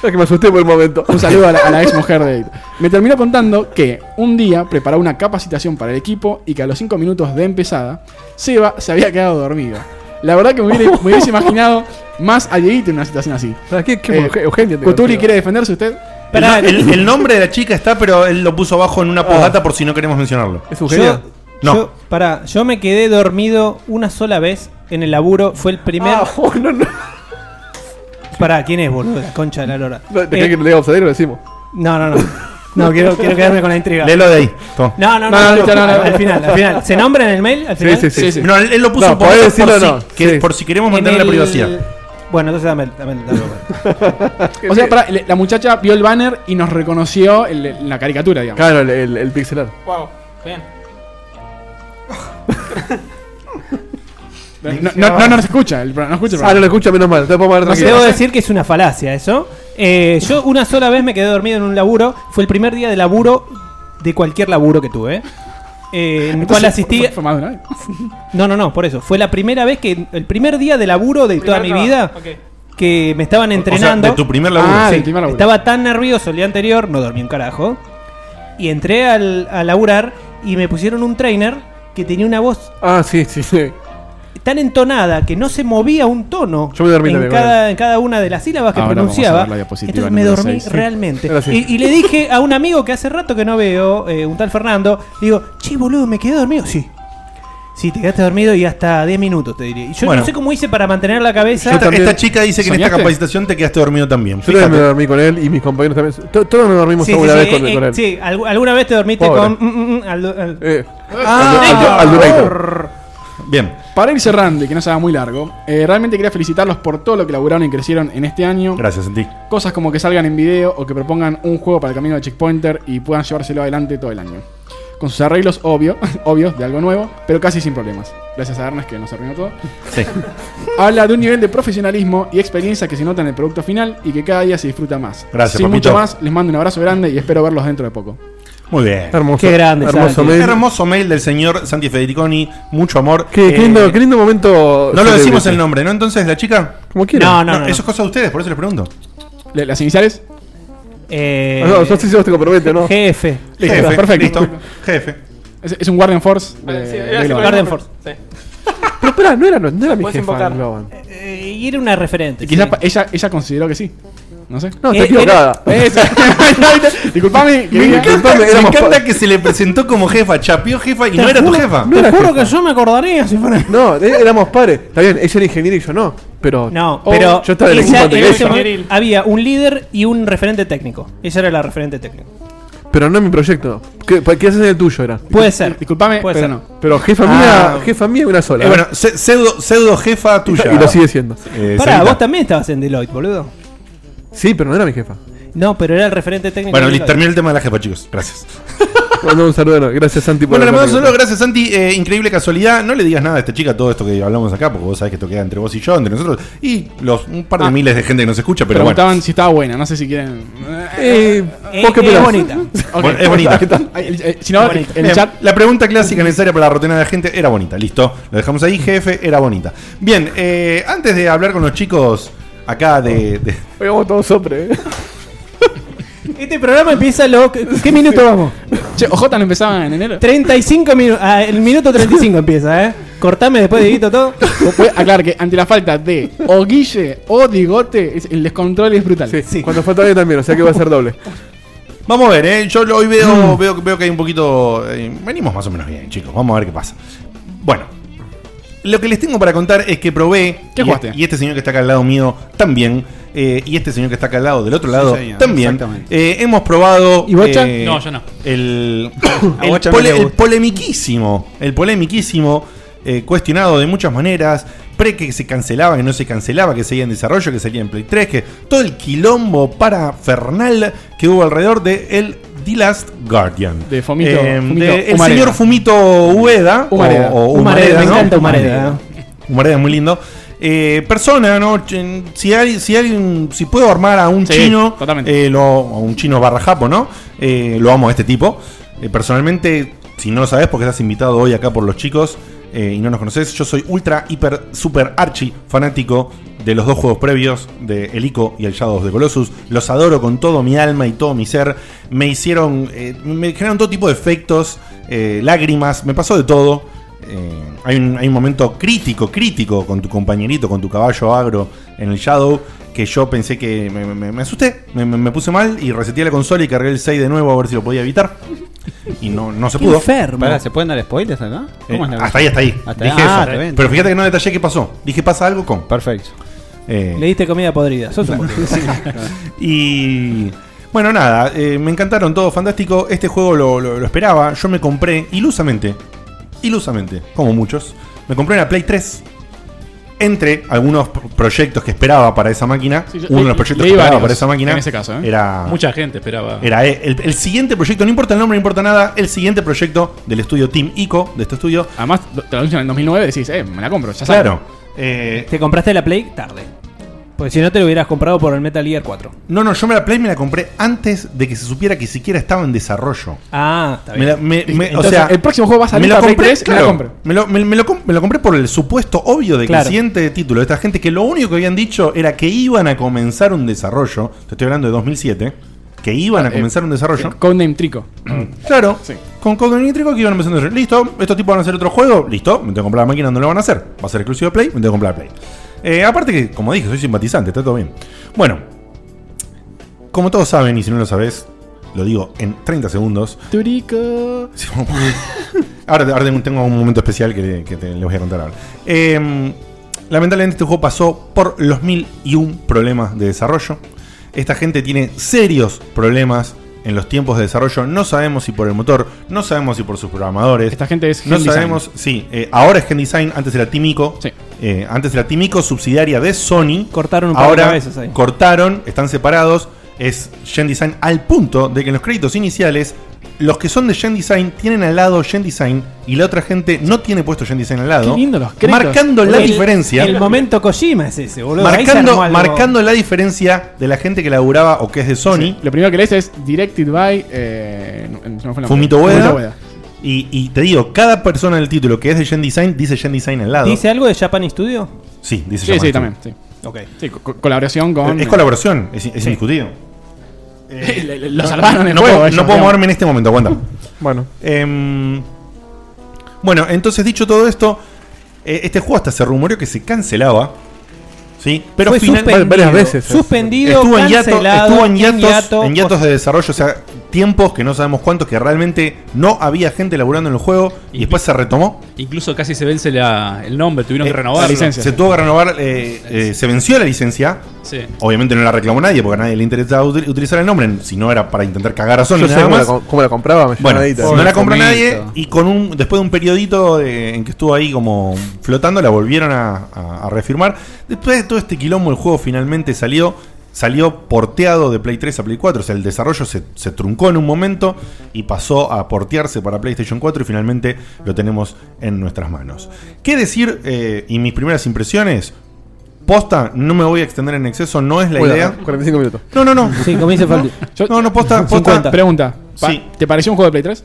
S4: Es que me
S5: Este
S4: asusté por el momento.
S5: Un saludo a la, a la ex mujer de Dieguito. Me terminó contando que un día preparó una capacitación para el equipo y que a los 5 minutos de empezada, Seba se había quedado dormido. La verdad que me hubiera- me hubiese imaginado más a Dieguito en una situación así.
S4: ¿Para qué? qué
S5: Eh,
S4: Euge- Eugenia te
S5: ¿Cutuli
S4: consigo.
S5: quiere defenderse usted? eh,
S3: El, no- el- el nombre de la chica está, pero él lo puso abajo
S5: Ah.
S3: en una postdata por si no queremos mencionarlo.
S4: ¿Es Eugenia?
S3: No.
S9: Ah. Yo, pará, yo me quedé dormido una sola vez en el laburo. Fue el primer.
S4: Ah, oh, no, no.
S9: Pará, ¿quién es, boludo? La concha de la lora.
S4: No, ¿te
S9: Eh,
S4: crees que le vamos a salir o lo decimos?
S9: no, no, no. No, quiero, quiero quedarme con la intriga.
S3: Léelo de ahí. Tom.
S9: No, no, no.
S5: No, no,
S9: no,
S5: no, no, no.
S9: Al final, al final. ¿Se nombra en el mail? Al final.
S5: sí, sí.
S3: No, él él lo puso
S4: No,
S3: por,
S4: podés
S3: por
S4: decirlo
S3: si,
S4: o no.
S3: que-
S4: Sí.
S3: por si queremos
S9: En
S3: mantener la
S9: el-
S3: privacidad.
S9: Bueno, entonces dame, dame, dame. dame.
S5: O sea, pará, le- la muchacha vio el banner y nos reconoció el- la caricatura, digamos.
S4: Claro, el, el, el pixelar.
S6: Wow, bien.
S5: No, no- no nos escucha, el pro- no escucha el
S4: Ah, no lo escucha, menos mal. Te puedo mandar
S9: No sé,
S4: tranquilo.
S9: debo decir que es una falacia eso. Eh, yo una sola vez me quedé dormido en un laburo. Fue el primer día de laburo de cualquier laburo que tuve. Eh, en el
S5: Entonces,
S9: cual asistí.
S5: fue- fue más de una vez.
S9: No, no, no, por eso. Fue la primera vez que. El primer día de laburo de toda mi vida. Que me estaban entrenando.
S3: de tu primer laburo. Ah,
S9: Sí.
S3: del primer laburo.
S9: Estaba tan nervioso el día anterior, no dormí un carajo. Y entré al, a laburar y me pusieron un trainer que tenía una voz.
S4: Ah, sí, sí, sí.
S9: Tan entonada que no se movía un tono
S4: Yo me dormí
S9: en,
S4: también,
S9: cada, en cada una de las sílabas que
S5: Ahora vamos a
S9: pronunciaba.
S5: ver la diapositiva
S9: Entonces me
S5: número
S9: dormí
S5: seis.
S9: realmente.
S5: Ahora sí.
S9: Y, y le dije a un amigo que hace rato que no veo, eh, un tal Fernando, digo, che, boludo, me quedé dormido. Sí. Sí, te quedaste dormido y hasta 10 minutos, te diría. Y yo
S3: Bueno.
S9: no sé cómo hice para mantener la cabeza.
S3: Esta, esta chica dice que en esta capacitación te quedaste dormido también.
S4: Yo también me
S3: Fíjate.
S4: dormí con él y mis compañeros también. To- Todos nos dormimos
S9: Sí, sí,
S4: alguna
S9: sí,
S4: vez
S9: eh,
S4: con,
S9: eh,
S4: con él.
S9: sí, al- alguna vez te dormiste
S4: Pobre. Eh.
S9: con. mm, mm, mm, al- al-
S4: Ah, al- al- al- al-
S3: Bien.
S5: Para ir cerrando y que no se haga muy largo, eh, realmente quería felicitarlos por todo lo que laburaron y crecieron en este año.
S3: Gracias, Santi.
S5: Cosas como que salgan en video o que propongan un juego para el camino de Checkpointer y puedan llevárselo adelante todo el año. Con sus arreglos obvio, obvios de algo nuevo, pero casi sin problemas. Gracias a Ernest que nos arruinó todo.
S3: Sí.
S5: Habla de un nivel de profesionalismo y experiencia que se nota en el producto final y que cada día se disfruta más.
S3: Gracias,
S5: Sin
S3: papito.
S5: mucho más, les mando un abrazo grande y espero verlos dentro de poco.
S3: Muy bien.
S4: Hermoso. Qué grande, Hermoso Santi. mail.
S3: Eh. Hermoso mail del señor Santi Federiconi. Mucho amor.
S4: Qué, qué
S3: Eh,
S4: lindo, qué lindo momento.
S3: No lo
S4: celebre
S3: decimos
S4: ese.
S3: el nombre, ¿no? Entonces, la chica.
S4: Como quieran. No, no, no, no.
S3: Eso es cosa de ustedes, por eso les pregunto.
S5: ¿Las iniciales?
S9: Eh,
S4: Ah, no, yo sí, yo te comprometo, ¿no?
S9: Jefe.
S5: Listo,
S4: Jefe,
S5: perfecto.
S4: listo.
S3: Jefe.
S5: Es, es un Guardian Force. de-
S9: Ah, sí,
S5: de
S9: era así,
S5: Globan.
S9: Guardian Force, sí.
S4: Pero espera, no era, no era mi
S9: Puedes
S4: jefa.
S9: invocar.
S4: Globan.
S9: eh, y era una referente.
S5: Y quizás
S9: sí.
S5: pa- ella, ella consideró que sí. No sé. Eh,
S4: No, está equivocada.
S5: Eso. Disculpame,
S3: Me
S5: querida.
S3: encanta, me
S5: Éramos
S3: encanta que se le presentó como jefa, chapeó jefa y
S4: Te
S3: no era tu
S4: juro-
S3: jefa.
S4: no era jefa.
S9: yo me acordaría si fuera.
S4: No, eh, éramos pares. Está bien, ella era ingeniera y yo no. Pero. Oh,
S9: No, Oh, pero
S4: Yo estaba en el
S9: ella-
S4: equipo
S9: en
S4: anterior.
S9: ese momento había un líder y un referente técnico. Ella era la referente técnica.
S4: Pero no en mi proyecto. ¿Qué, pa- qué haces en el tuyo era?
S9: Puede ser.
S5: Disculpame,
S9: puede
S4: pero
S9: ser. Ah.
S4: no. Pero jefa mía, jefa mía una sola.
S3: Eh, bueno, se- pseudo, pseudo jefa tuya.
S4: Y lo sigue siendo.
S3: Eh,
S9: Pará,
S3: Sarita.
S9: vos también estabas en Deloitte, boludo.
S4: Sí, pero no era mi jefa.
S9: No, pero era el referente técnico.
S3: Bueno,
S9: de
S3: li-
S9: Deloitte.
S3: terminé el tema de la jefa, chicos. Gracias.
S4: Mandamos un saludo. no. Gracias, Santi, por
S3: Bueno, le
S4: la
S3: mando un
S4: anécdota.
S3: saludo, gracias Santi. Eh, increíble casualidad. No le digas nada a esta chica todo esto que hablamos acá, porque vos sabés que esto queda entre vos y yo, entre nosotros. Y los un par de
S5: Ah.
S3: miles de gente que nos escucha, pero bueno.
S5: Preguntaban si estaba buena, no sé si quieren.
S4: Eh,
S5: ¿vos qué opinás? Ok.
S3: Bueno, es bonita.
S5: Ay, eh, Si no, en
S3: Bien,
S5: el chat.
S3: La pregunta clásica necesaria para la rutina de la gente era bonita. Listo. Lo dejamos ahí, jefe, era bonita. Bien, eh, antes de hablar con los chicos acá de. de-
S4: Hoy vamos todos sobre.
S9: Este programa empieza lo. ¿Qué qué minuto vamos?
S5: Che, OJ no empezaba en enero.
S9: 35 minutos. ah, el minuto 35 empieza, ¿eh? Cortame después de todo.
S5: Voy a aclarar que ante la falta de o Guille o Digote, es- el descontrol es brutal. Sí,
S4: Cuando falta alguien también, o sea que va a ser doble.
S3: Vamos a ver, ¿eh? Yo lo- hoy veo,
S5: Mm.
S3: veo, veo que hay un poquito. eh, venimos más o menos bien, chicos. Vamos a ver qué pasa. Bueno, lo que les tengo para contar es que probé.
S5: ¿Qué
S3: y,
S5: jugaste?
S3: y este señor que está acá al lado mío también. eh, y este señor que está acá al lado del otro
S7: Sí,
S3: lado
S7: señor,
S3: también.
S7: exactamente.
S3: Eh, hemos probado.
S7: ¿Y Bocha?
S3: eh,
S7: No, yo no.
S3: El,
S7: A
S3: el,
S7: Bocha no
S3: pole-
S7: le
S3: el
S7: gusta.
S3: polemiquísimo. El polemiquísimo. eh, cuestionado de muchas maneras. Pre que se cancelaba, que no se cancelaba, que seguía en desarrollo, que salía en Play 3, que todo el quilombo para Fernal que hubo alrededor de el The Last Guardian.
S5: De Fomito.
S3: Eh,
S5: Fomito
S3: de el
S5: Humareda.
S3: señor Fumito Ueda.
S5: Humareda.
S3: O, o
S5: Humareda,
S3: Humareda,
S5: me
S3: ¿no?
S5: encanta Humareda.
S3: Humareda es muy lindo. Eh, persona, ¿no? Ch- Si hay, si alguien, si puedo armar a un
S5: Sí,
S3: chino,
S5: totalmente.
S3: eh, lo, a un chino barra japo, ¿no? Eh, lo amo a este tipo. Eh, personalmente, si no lo sabes, porque estás invitado hoy acá por los chicos eh, y no nos conoces, yo soy ultra, hiper, super archi fanático de los dos juegos previos, de El Ico y el Shadows de Colossus. Los adoro con todo mi alma y todo mi ser. Me hicieron, eh, me generaron todo tipo de efectos, eh, lágrimas, me pasó de todo. Eh, hay, un, hay un momento crítico, crítico con tu compañerito, con tu caballo agro en el Shadow, que yo pensé que me, me- me asusté, me, me- me puse mal y reseteé la consola y cargué el 6 de nuevo a ver si lo podía evitar. Y no, no se pudo.
S7: Pará, ¿se pueden dar spoilers acá?
S3: Eh,
S7: ¿Cómo es la cosa?
S3: hasta ahí, hasta ahí.
S7: Hasta
S3: Dije
S7: ahí.
S3: eso.
S7: Ah, está bien.
S3: Pero fíjate que no detallé qué pasó. Dije pasa algo con. Eh,
S7: Perfecto.
S9: Le diste comida podrida. Sos un boludo.
S3: Y bueno, nada, eh, me encantaron todo, fantástico. Este juego lo, lo- lo esperaba, yo me compré ilusamente, ilusamente, como muchos, me compré una Play 3 Entre algunos pro- proyectos que esperaba para esa máquina,
S8: Sí, yo
S3: uno de
S8: le-
S3: los proyectos
S8: leí
S3: que esperaba
S8: varios
S3: para esa máquina
S8: en ese caso, ¿eh?
S3: era.
S8: Mucha gente esperaba.
S3: Era el, el- el siguiente proyecto, no importa el nombre, no importa nada, el siguiente proyecto del estudio Team ICO, de este estudio.
S5: Además, te lo anuncian en 2009 decís, eh, me la compro, ya
S3: Claro. Eh,
S9: Te compraste la Play tarde. Porque si no te lo hubieras comprado por el Metal Gear 4.
S3: No, no, yo me la Play me la compré antes de que se supiera que siquiera estaba en desarrollo.
S9: Ah, está
S3: Me
S9: bien.
S3: la- me- me-
S9: Entonces,
S3: o sea,
S9: el próximo juego va a salir
S3: me la
S9: para Play
S3: compré,
S9: 3, me la
S3: claro,
S9: compro.
S3: me lo, me- me lo com- me lo compré por el supuesto obvio de que
S9: Claro.
S3: el siguiente título de esta gente, que lo único que habían dicho era que iban a comenzar un desarrollo, te estoy hablando de 2007, que iban a
S5: Eh,
S3: comenzar un desarrollo.
S5: Codename Trico.
S3: Claro, con Code Nítrico que iban a empezar a desarrollar. Listo, estos tipos van a hacer otro juego, listo, me tengo que comprar la máquina, no lo van a hacer. Va a ser exclusivo de Play, me tengo que comprar la Play. Eh, aparte que, como dije, soy simpatizante, está todo bien. Bueno, como todos saben, y si no lo sabés, lo digo en 30 segundos.
S5: Turico.
S3: ahora, ahora tengo- tengo un momento especial que, le- que te- les voy a contar ahora. Eh, lamentablemente este juego pasó por los mil y un problemas de desarrollo. Esta gente tiene serios problemas en los tiempos de desarrollo. No sabemos si por el motor, no sabemos si por sus programadores. Esta
S5: gente es
S3: No
S5: Gen Design.
S3: sabemos, sí. eh, ahora es Gen Design, antes era Timico. Eh, antes era Timico, subsidiaria de Sony. Cortaron
S9: un par de
S3: ahora
S9: cabezas ahí.
S3: cortaron, están separados. Es Gen Design al punto de que en los créditos iniciales, los que son de Gen Design tienen al lado Gen Design y la otra gente no tiene puesto Gen Design al lado.
S9: Qué lindo los créditos.
S3: marcando la
S9: Boludo, el-
S3: diferencia.
S9: El momento Kojima es ese, boludo. Ahí se armó
S3: marcando,
S9: algo.
S3: marcando la diferencia de la gente que laburaba o que es de Sony.
S5: Lo primero que lees es Directed by. Eh, no- no fue la-
S3: Fumito Ueda. Y, y te digo, cada persona del título que es de Gen Design dice Gen Design al lado.
S9: ¿Dice algo de Japan Studio?
S3: Sí, dice
S5: Sí,
S3: Yaman
S5: sí,
S3: Studio.
S5: también. Sí. Sí, co- co- colaboración con.
S3: Es colaboración, es, es
S5: Sí.
S3: indiscutido.
S5: Le- le- lo
S3: Eh,
S5: salvaron el
S3: no
S5: juego.
S3: Puedo,
S5: ellos,
S3: no puedo
S5: digamos.
S3: moverme en este momento, aguanta. Em,
S4: bueno.
S3: bueno, entonces dicho todo esto, eh, este juego hasta se rumoreó que se cancelaba. ¿Sí? Pero
S9: Fue
S3: final-
S9: suspendido, Varias veces. suspendido,
S3: estuvo en hiato-
S9: cancelado,
S3: estuvo en
S9: en
S3: hiatos,
S9: hiato,
S3: en hiatos de desarrollo, o sea, tiempos que no sabemos cuántos, que realmente no había gente laburando en el juego y después se retomó.
S8: Incluso casi se vence la- el nombre, tuvieron
S3: Eh,
S8: que renovar.
S3: se- Se tuvo que renovar, eh, eh, se venció la licencia.
S8: Sí.
S3: Obviamente no la reclamó nadie porque a nadie le interesaba util- utilizar el nombre, si no era para intentar cagar a Sony.
S4: Yo sé
S3: nada
S4: cómo la,
S3: más.
S4: co- cómo la compraba, me
S3: Bueno,
S4: llamadita.
S3: no la compró
S4: Fumito.
S3: nadie y con un después de un periodito de- en que estuvo ahí como flotando la volvieron a, a- a reafirmar. Después de todo este quilombo el juego finalmente salió salió porteado de Play 3 a Play 4, o sea, el desarrollo se, se truncó en un momento y pasó a portearse para PlayStation 4 y finalmente lo tenemos en nuestras manos. ¿Qué decir eh, y mis primeras impresiones? Posta, no me voy a extender en exceso, no es la
S4: Bueno,
S3: idea.
S4: 45 minutos.
S3: No, no, no.
S9: Sí, como dice
S3: No,
S9: Faldi.
S3: No, no, Ah, posta, posta.
S5: Pregunta. pa-
S3: Sí.
S5: ¿Te pareció un juego de Play 3?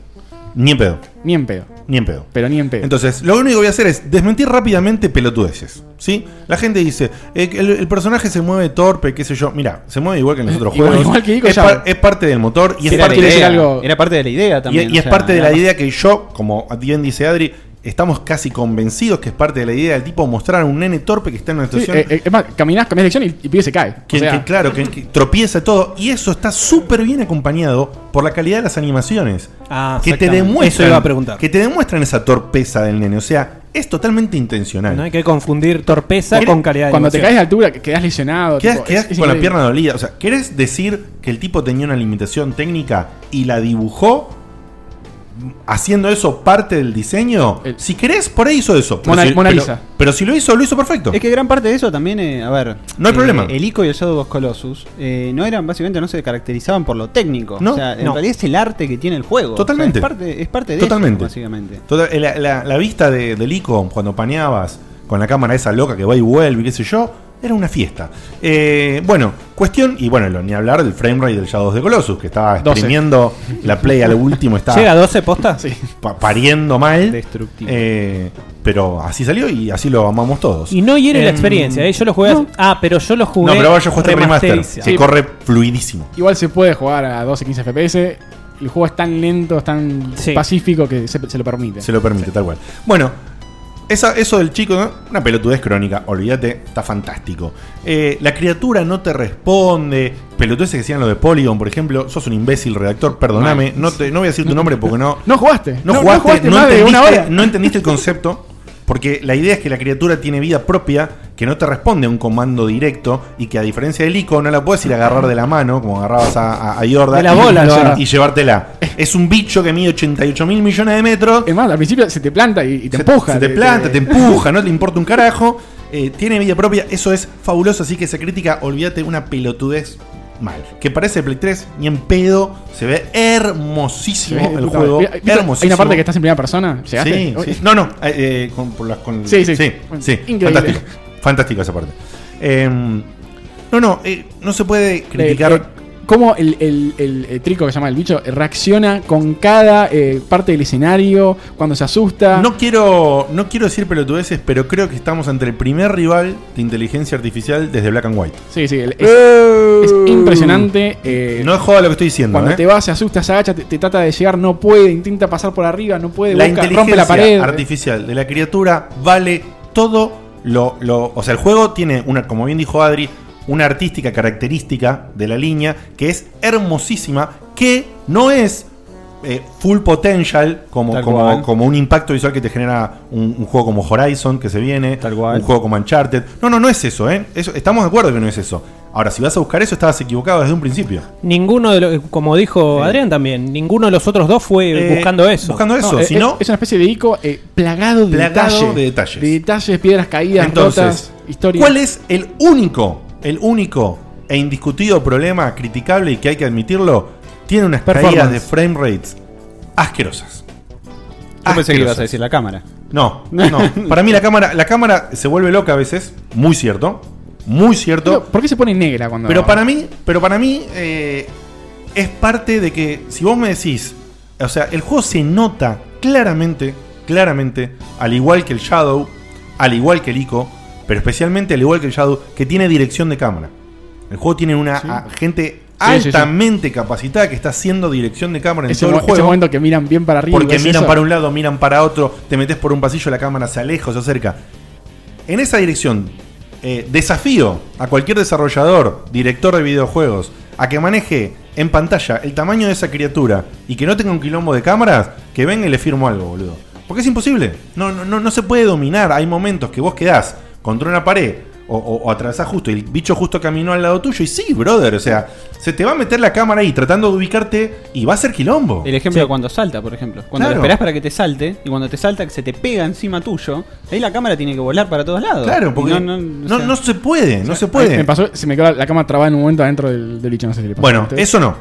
S3: Ni en pedo.
S5: Ni en pedo.
S3: Ni en pedo.
S5: Pero ni en pedo.
S3: Entonces, lo único que voy a hacer es desmentir rápidamente pelotudeces. ¿Sí? La gente dice, eh, que el, el personaje se mueve torpe, qué sé yo. Mira, se mueve igual que en los otros
S7: Igual-
S3: juegos.
S7: igual que Ico
S3: es,
S7: ya.
S3: par- es parte del motor y es
S7: Era
S3: parte
S7: la
S3: de
S7: idea, era parte de la idea también.
S3: Y, y
S7: o
S3: es
S7: sea,
S3: parte de la
S7: era-
S3: idea que yo, como bien dice Adri, estamos casi convencidos que es parte de la idea del tipo mostrar a un nene torpe que está en una
S5: Sí,
S3: situación
S5: eh, eh, es más, caminás, cambiás dirección y, y el pibe se cae. O
S3: que,
S5: sea,
S3: que, claro, que, que tropieza todo. Y eso está súper bien acompañado por la calidad de las animaciones.
S9: Ah,
S3: que te
S9: exactamente.
S3: demuestran.
S9: Eso iba a preguntar.
S3: Que te demuestran esa torpeza del nene. O sea, es totalmente intencional.
S9: No hay que confundir torpeza
S3: Mira,
S9: con calidad de
S5: cuando te caes de
S9: animación.
S5: altura, que quedás lesionado.
S3: Quedás,
S5: tipo,
S3: quedás
S5: es- es
S3: con la
S5: increíble.
S3: pierna dolida. O sea, ¿querés decir que el tipo tenía una limitación técnica y la dibujó haciendo eso parte del diseño? si querés, por ahí hizo eso. Pero
S7: Mona-
S3: si-
S7: Mona
S3: pero-
S7: Lisa.
S3: Pero, si lo hizo, lo hizo perfecto.
S7: Es que gran parte de eso también, eh, a ver.
S3: No hay
S7: eh,
S3: problema.
S7: El ICO y el Shadow of Colossus eh, no eran, básicamente, no se caracterizaban por lo técnico.
S3: No,
S7: o sea, en
S3: no.
S7: realidad es el arte que tiene el juego.
S3: Totalmente.
S7: O sea, es parte, es parte de
S3: Totalmente.
S7: eso, básicamente.
S3: Total- eh, la, la- la vista de, del ICO cuando paneabas con la cámara esa loca que va y vuelve y qué sé yo, era una fiesta. Eh, bueno, cuestión, y bueno, lo- ni hablar del framerate del Shadows de Colossus, que estaba
S9: 12.
S3: exprimiendo la play a lo último, estaba
S9: ¿Llega a 12 postas?
S5: Sí.
S3: pa- pariendo mal. Destructivo. pero así salió y así lo amamos todos.
S9: Y no hiere la
S3: Em,
S9: experiencia, ¿eh? yo lo jugué. Ah, pero yo lo
S3: No,
S9: jugué.
S3: pero vaya, jugaste remaster.
S9: remasterizado.
S3: Se corre fluidísimo.
S5: Igual se puede jugar a 12, 15 FPS. El juego es tan lento, es tan pacífico que se, se lo permite.
S3: Se lo permite, tal cual. Bueno, esa- eso del chico, ¿no? una pelotudez crónica, olvídate, está fantástico. Eh, la criatura no te responde. Pelotudeces que decían lo de Polygon, por ejemplo. Sos un imbécil, redactor, perdóname. No, te, no voy a decir tu nombre porque no.
S5: No jugaste.
S3: No jugaste, no,
S5: más de
S3: entendiste,
S5: una hora.
S3: no entendiste el concepto. Porque la idea es que la criatura tiene vida propia, que no te responde a un comando directo y que a diferencia del ICO no la puedes ir a agarrar de la mano, como agarrabas a, a, a Yorda,
S5: De la
S3: y-
S5: bola,
S3: y,
S5: ya.
S3: y llevártela. Es un bicho que mide 88 mil millones de metros.
S5: Es más, al principio se te planta y, te empuja,
S3: Se te
S5: te-
S3: planta, te
S5: te-
S3: empuja, no te importa un carajo. eh, tiene vida propia, eso es fabuloso, así que esa crítica, olvídate, una pelotudez mal. Que parece Play 3, ni en pedo, se ve hermosísimo
S5: Se ve de
S3: el
S5: puta
S3: juego.
S5: madre. Mira,
S3: Hermosísimo.
S5: Hay una parte que estás en primera persona. ¿Llegaste?
S3: Sí,
S5: Uy.
S3: sí. No, no. eh, eh, con, por las- con-
S5: Sí, sí.
S3: Sí,
S5: Bueno,
S3: sí.
S5: increíble.
S3: Fantástico. Fantástico esa parte. Eh, no, no. eh, no se puede criticar.
S5: Eh, eh, cómo el, el- el, eh, trico que se llama el bicho eh, reacciona con cada eh, parte del escenario, cuando se asusta.
S3: no quiero no quiero decir pelotudeces, pero creo que estamos ante el primer rival de inteligencia artificial desde Black and White. ¡Oh!
S5: Sí, sí. el- Es, es impresionante. eh,
S3: no es joda lo que estoy diciendo.
S5: Cuando
S3: eh.
S5: te vas, se asusta, se agacha, te, te trata de llegar, no puede, intenta pasar por arriba, no puede,
S3: la
S5: busca,
S3: inteligencia
S5: rompe la pared.
S3: artificial de la criatura vale todo lo, lo- O sea, el juego tiene una, como bien dijo Adri, una artística característica de la línea que es hermosísima, que no es eh, full potential como,
S7: Tal
S3: como,
S7: cual.
S3: como un impacto visual que te genera un, un juego como Horizon que se viene, un juego como Uncharted. No, no, no es eso, ¿eh? Eso, estamos de acuerdo que no es eso. Ahora, si vas a buscar eso, estabas equivocado desde un principio.
S9: Ninguno de los, eh, como dijo Adrián también, ninguno de los otros dos fue
S3: Eh,
S9: buscando eso.
S3: buscando eso,
S5: No,
S3: si
S5: es,
S3: no-
S5: es una especie de ico eh, plagado, de,
S3: Plagado
S5: detalle,
S3: de detalles.
S5: De detalles, piedras caídas,
S3: Entonces,
S5: rotas, historias.
S3: ¿Cuál es el único, el único e indiscutido problema criticable y que hay que admitirlo? Tiene unas caídas
S7: Performance.
S3: de frame rates asquerosas.
S7: Yo pensé que
S3: Asquerosas.
S7: ibas a decir la cámara.
S3: No, no. Para mí la cámara, la cámara se vuelve loca a veces, muy cierto, muy cierto.
S5: ¿Por qué se pone negra cuando?
S3: Pero para mí, pero para mí eh, es parte de que si vos me decís, o sea, el juego se nota claramente, claramente, al igual que el Shadow, al igual que el Ico, pero especialmente al igual que el Shadow, que tiene dirección de cámara. El juego tiene una a- gente
S5: Sí, sí, sí.
S3: altamente capacitada que está haciendo dirección de cámara en
S5: ese,
S3: todo
S5: mo-
S3: el
S5: ese
S3: juego.
S5: momento que miran bien para arriba.
S3: Porque
S5: ¿es
S3: miran
S5: eso?
S3: para un lado, miran para otro, te metes por un pasillo, la cámara se aleja o se acerca. En esa dirección, eh, desafío a cualquier desarrollador, director de videojuegos, a que maneje en pantalla el tamaño de esa criatura y que no tenga un quilombo de cámaras, que venga y le firmo algo, boludo. Porque es imposible. No, no, no, no se puede dominar. Hay momentos que vos quedás contra una pared o, o- o atravesás justo y el bicho justo caminó al lado tuyo. Y sí, brother. O sea, se te va a meter la cámara ahí tratando de ubicarte y va a ser quilombo.
S7: El ejemplo de cuando salta, por ejemplo. Cuando
S3: Claro.
S7: lo esperás para que te salte, y cuando te salta, que se te pega encima tuyo, ahí la cámara tiene que volar para todos lados.
S3: Claro, porque
S7: Y
S3: no,
S7: o
S3: no,
S7: sea,
S3: se puede, no se
S5: Ay,
S3: puede.
S5: Me pasó, se me quedó la, la cámara trabada en un momento adentro del, del bicho, no sé si le pasó a
S3: Bueno,
S5: ustedes.
S3: eso no.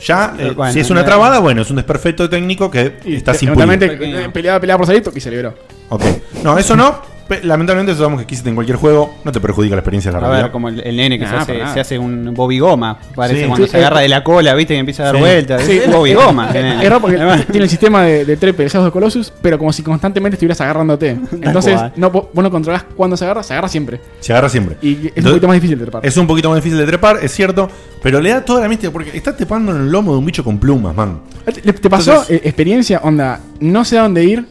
S3: Ya, eh,
S5: Bueno,
S3: si es una
S5: ya.
S3: trabada, bueno, es un desperfecto técnico que está sin pulir.
S5: Lamentablemente, eh, peleaba, peleaba por salir y se liberó.
S3: Ok. No, eso no. Pe- Lamentablemente, eso sabemos que existe en cualquier juego. No te perjudica la experiencia de la
S7: A ver,
S3: realidad.
S7: como el, el nene que se,
S3: Nah, para
S7: hace,
S3: nada.
S7: se hace un bobigoma, parece
S3: Sí.
S7: cuando
S3: Sí,
S7: se
S3: eh,
S7: agarra de la cola, viste, y empieza a dar
S5: Sí.
S7: vueltas.
S5: Sí.
S7: Es un bobigoma. el nene.
S5: Eh, Es raro porque tiene el sistema de, de trepe del Shadow of the Colossus, pero como si constantemente estuvieras agarrándote. Entonces,
S3: cual.
S5: no, vos vos no controlás cuándo se agarra, se agarra siempre.
S3: Se agarra siempre.
S5: Y es un poquito más difícil de trepar.
S3: Es un poquito más difícil de trepar, es cierto. Pero le da toda la mística porque estás trepando en el lomo de un bicho con plumas, man.
S5: ¿Te, te pasó eh, experiencia? Onda, no sé a dónde ir.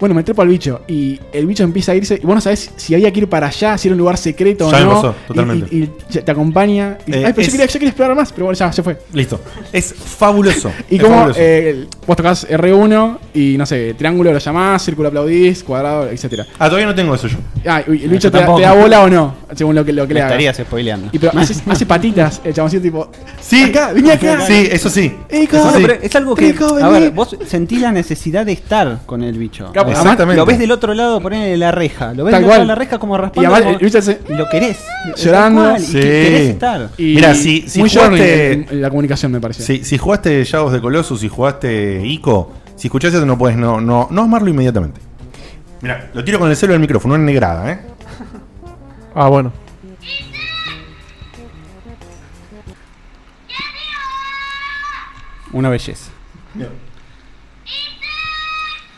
S5: Bueno, me trepo al bicho y el bicho empieza a irse. Y vos no sabés si había que ir para allá, si era un lugar secreto o
S3: Ya me
S5: no.
S3: pasó,
S5: y-
S3: totalmente.
S5: Y, y ya te acompaña. y-
S3: Eh,
S5: Ay, pero
S3: es-
S5: yo, quería, yo quería explorar más, pero bueno, ya se fue.
S3: Listo. Es fabuloso.
S5: Y
S3: Es
S5: como
S3: fabuloso.
S5: eh, el- vos tocás R1 y no sé, triángulo lo llamás, círculo aplaudís, cuadrado, etcétera.
S3: Ah, todavía no tengo eso yo.
S5: Ah, y el
S3: Yo
S5: bicho te, da-
S3: tampoco.
S5: te da bola o no, según lo que, lo que le
S7: Me
S5: hagas.
S7: estarías spoileando.
S5: Y pero hace, hace patitas el chaboncito tipo.
S3: Sí,
S5: acá, vení acá.
S3: Sí, eso sí.
S5: Ico,
S7: Eso sí.
S5: pero
S7: es algo que.
S5: Trico,
S7: a
S5: vení.
S7: ver, vos sentís la necesidad de estar con el bicho.
S5: Claro,
S7: Además,
S5: exactamente.
S7: Lo ves del otro lado, ponele la reja. Lo ves
S5: Tal
S7: del otro lado
S5: cual.
S7: de la reja como raspando.
S5: Y además,
S7: como-
S5: el bicho hace-
S7: y lo querés. Tal
S5: llorando.
S7: cual, y que- querés estar.
S5: Y
S3: Mira, si- si
S5: muy eh, llorando
S3: jugaste-
S5: en- en la comunicación, me pareció.
S3: Si, si jugaste Shadows de Colossus, si jugaste Ico, si escuchás eso no puedes no, no, no amarlo inmediatamente. Mira, lo tiro con el celo del micrófono, una negrada, ¿eh?
S4: Ah, bueno.
S7: Una belleza.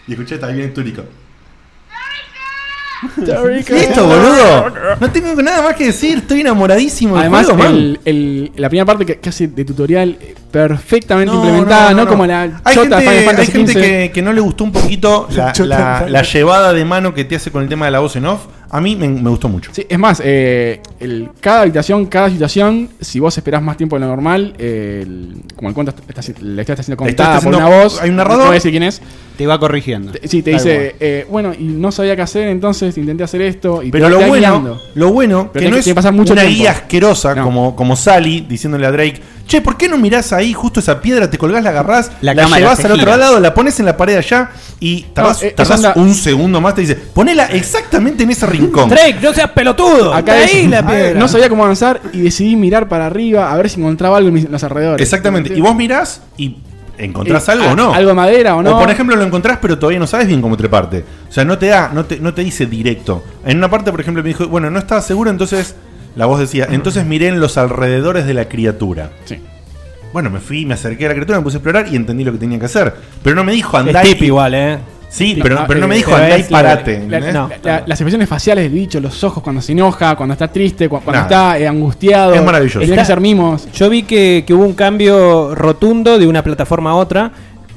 S3: Y escuché también Túrico.
S5: Túrico.
S3: Listo, boludo. No tengo nada más que decir, estoy enamoradísimo del
S5: Además,
S3: juego, man.
S5: el- el- la primera parte que, que hace de tutorial eh, perfectamente
S3: No,
S5: implementada, no,
S3: no.
S5: como la
S3: Hay gente,
S5: chota de Final Fantasy
S3: hay gente
S5: XV.
S3: que, que no le gustó un poquito la,
S5: Chota
S3: la-
S5: Final
S3: la
S5: Fantasy.
S3: llevada de mano que te hace con el tema de la voz en off. A mí me, me gustó mucho.
S5: Sí, es más, eh, el- cada habitación, cada situación, si vos esperás más tiempo de lo normal, eh, el- como el cuento está, está- la historia está siendo
S7: Le está
S5: contada por
S7: haciendo-
S5: una voz,
S7: hay un
S5: no
S7: narrador.
S5: voy a decir quién es.
S7: Te va corrigiendo.
S5: Te- Sí, te
S7: Tal
S5: dice,
S7: cual.
S5: eh, bueno, y no sabía qué hacer, entonces intenté hacer esto. Y
S3: Pero
S5: te
S3: lo
S5: va
S3: bueno,
S5: guiando.
S3: lo bueno,
S5: Pero
S3: que no
S5: tiene
S3: es
S5: que pasar mucho
S3: una
S5: tiempo.
S3: guía asquerosa como, como Sally diciéndole a Drake, che, ¿por qué no mirás ahí justo esa piedra, te colgás, la agarrás,
S7: La
S3: la,
S7: cámara
S3: llevás
S7: se
S3: al otro
S7: gira.
S3: lado, la pones en la pared allá y tardás,
S5: eh, es
S3: tardás
S5: onda-
S3: un segundo más, te dice, ponela exactamente en ese rincón.
S9: Drake, no seas pelotudo.
S5: Acá
S9: Está
S5: es-
S9: ahí la
S5: Ah,
S9: piedra.
S5: No sabía cómo avanzar y decidí mirar para arriba a ver si encontraba algo en mis- en los alrededores.
S3: Exactamente. Y vos mirás y ¿Encontrás
S5: Eh,
S3: algo
S5: a-
S3: o no?
S5: algo de madera o no.
S3: por ejemplo lo encontrás pero todavía no sabes bien cómo treparte. O sea, no te da, no te, no te dice directo. En una parte, por ejemplo, me dijo, bueno, no estaba seguro, entonces la voz decía, entonces miré en los alrededores de la criatura.
S5: Sí.
S3: Bueno, me fui, me acerqué a la criatura, me puse a explorar y entendí lo que tenía que hacer. Pero no me dijo andá
S9: Es
S3: y-
S9: tip igual, ¿eh?
S3: Sí, pero, pero no
S5: eh,
S3: me dijo
S5: pero
S3: andá y
S5: es la-
S3: parate.
S5: la-
S3: ¿entendés?
S5: la- la- las expresiones faciales del bicho, los ojos cuando se enoja, cuando está triste, cu- cuando,
S9: Nada.
S5: está eh, angustiado.
S9: Es maravilloso.
S5: El que
S9: Está-
S5: hacer mimos.
S9: Yo vi que, que hubo un cambio rotundo de una plataforma a otra.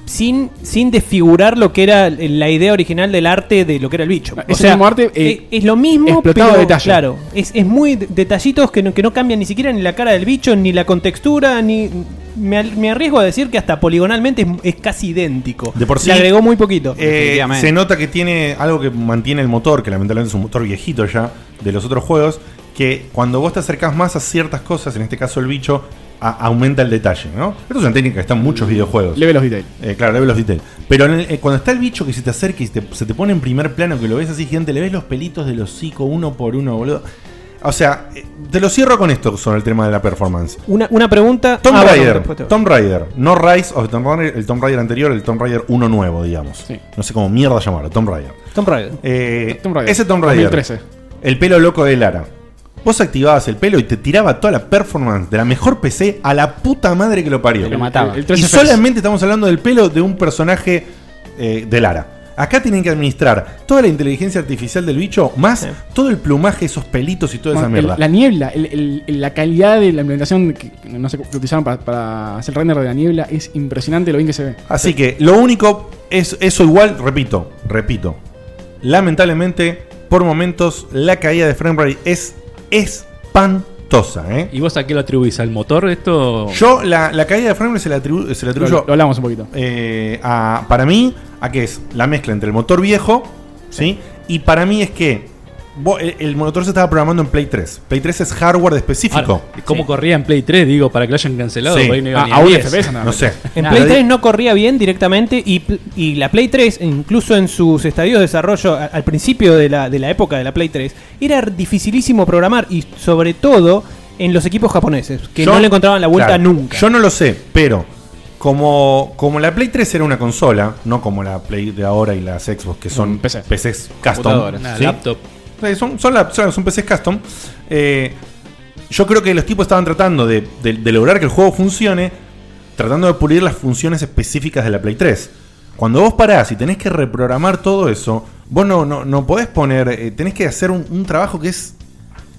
S9: Sin, sin desfigurar lo que era la idea original del arte de lo que era el bicho.
S5: Ese Ah, mismo arte, eh,
S9: es, es lo mismo,
S5: explotado
S9: pero
S5: a detalle.
S9: claro, es, es muy de- detallitos que no, que no cambian ni siquiera ni la cara del bicho, ni la contextura, ni me, al- me arriesgo a decir que hasta poligonalmente es, es casi idéntico.
S3: De por sí.
S9: Le agregó muy poquito.
S3: Eh, se nota que tiene algo que mantiene el motor, que lamentablemente es un motor viejito ya, de los otros juegos, que cuando vos te acercás más a ciertas cosas, en este caso el bicho, a- aumenta el detalle, ¿no? Esto es una técnica que está en muchos videojuegos.
S5: Level of Detail.
S3: Eh, claro, level of detail. Pero en el- eh, cuando está el bicho que se te acerca y se te, se te pone en primer plano, que lo ves así gigante, le ves los pelitos del hocico uno por uno, boludo. O sea, eh, te lo cierro con esto sobre el tema de la performance.
S9: Una, una pregunta.
S3: Tomb
S9: Ah, bueno,
S3: Raider.
S9: después te-
S3: Tomb Raider. No Rise of the Tomb Raider, el Tomb Raider anterior, el Tomb Raider 1 nuevo, digamos. No sé cómo mierda llamarlo, Tomb Raider.
S9: Tomb Raider.
S3: Eh,
S5: Tomb Raider.
S3: Ese Tomb Raider.
S5: 2013.
S3: El pelo loco de Lara. Vos activabas el pelo y te tiraba toda la performance de la mejor PC a la puta madre que lo parió.
S5: Te lo mataba. El- el 13
S3: y
S5: FPS.
S3: solamente estamos hablando del pelo de un personaje eh, de Lara. Acá tienen que administrar toda la inteligencia artificial del bicho, más todo el plumaje, esos pelitos y toda esa
S5: Bueno,
S3: mierda.
S5: el- la niebla, el- el- el- la calidad de la implementación que que no sé que utilizaron para, para hacer el render de la niebla es impresionante lo bien que se ve.
S3: Así que lo único es eso igual, repito, repito. Lamentablemente, por momentos, la caída de frame rate es espantosa, ¿eh?
S8: ¿Y vos a qué lo atribuís? ¿Al motor esto?
S3: Yo la, la caída de frame rate se la, atribu- se la atribuyo...
S8: Lo- lo
S5: hablamos un poquito.
S3: para mí, a que es la mezcla entre el motor viejo, ¿sí? Y para mí es que vo- el, el motor se estaba programando en Play 3. Play 3 es hardware específico.
S8: Ahora, ¿Cómo corría en Play 3? Digo, para que lo hayan cancelado.
S3: Sí.
S8: por ahí no iba
S3: Ah,
S8: ni
S3: a un
S8: 10.
S3: FPS nada más. No sé.
S9: En
S8: Nada.
S9: Play
S8: Pero
S9: 3 no corría bien directamente y, pl- y la Play 3, incluso en sus estadios de desarrollo a- al principio de la, de la época de la Play 3, era dificilísimo programar y sobre todo en los equipos japoneses, que
S3: Yo-
S9: no le encontraban la vuelta
S3: claro,
S9: nunca.
S3: Yo no lo sé, pero como, como la Play 3 era una consola, no como la Play de ahora y las Xbox, que son PCs custom.
S8: Computadoras. Una
S3: ¿sí?
S8: laptop.
S3: Eh, Son, son, lap- son- son PCs custom. Eh, yo creo que los tipos estaban tratando de, de- de lograr que el juego funcione, tratando de pulir las funciones específicas de la Play 3. Cuando vos parás y tenés que reprogramar todo eso, vos no, no, no podés poner, eh, tenés que hacer un, un trabajo que es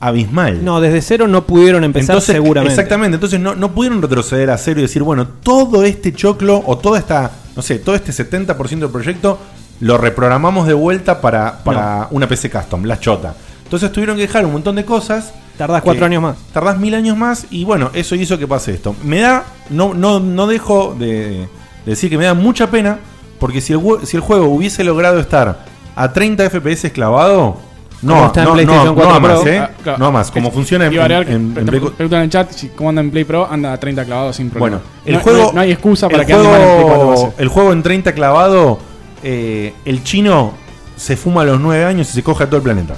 S3: abismal.
S9: No, desde cero no pudieron empezar
S3: Entonces,
S9: seguramente.
S3: Exactamente, entonces no, no pudieron retroceder a cero y decir, bueno, todo este choclo o toda esta, no sé, todo este 70% del proyecto lo reprogramamos de vuelta para, para una PC custom, la chota. Entonces tuvieron que dejar un montón de cosas.
S9: Tardás cuatro años más.
S3: Tardás mil años más y bueno, eso hizo que pase esto. Me da, no, no, no dejo de, de decir que me da mucha pena porque si el, jue- si el juego hubiese logrado estar a 30 FPS clavado,
S5: Como
S3: no,
S5: está en
S3: no, no,
S5: PlayStation
S3: no,
S5: 4
S3: a más,
S5: Pro.
S3: ¿eh?
S5: Ah, claro.
S3: No a más, como
S5: Es-
S3: funciona en,
S5: iba a agregar
S3: en-
S5: que-
S3: en-
S5: pre-
S3: en
S5: pre-
S3: Play
S5: preguntan en el chat si cómo anda en Play Pro, anda a 30 clavados sin problema.
S3: Bueno, el
S5: No-
S3: juego.
S5: no, no hay excusa para
S3: el
S5: que alguien en Play 4 lo
S3: juego,
S5: hace.
S3: el juego en 30 clavado. eh, el chino se fuma a los 9 años y se coge a todo el planeta.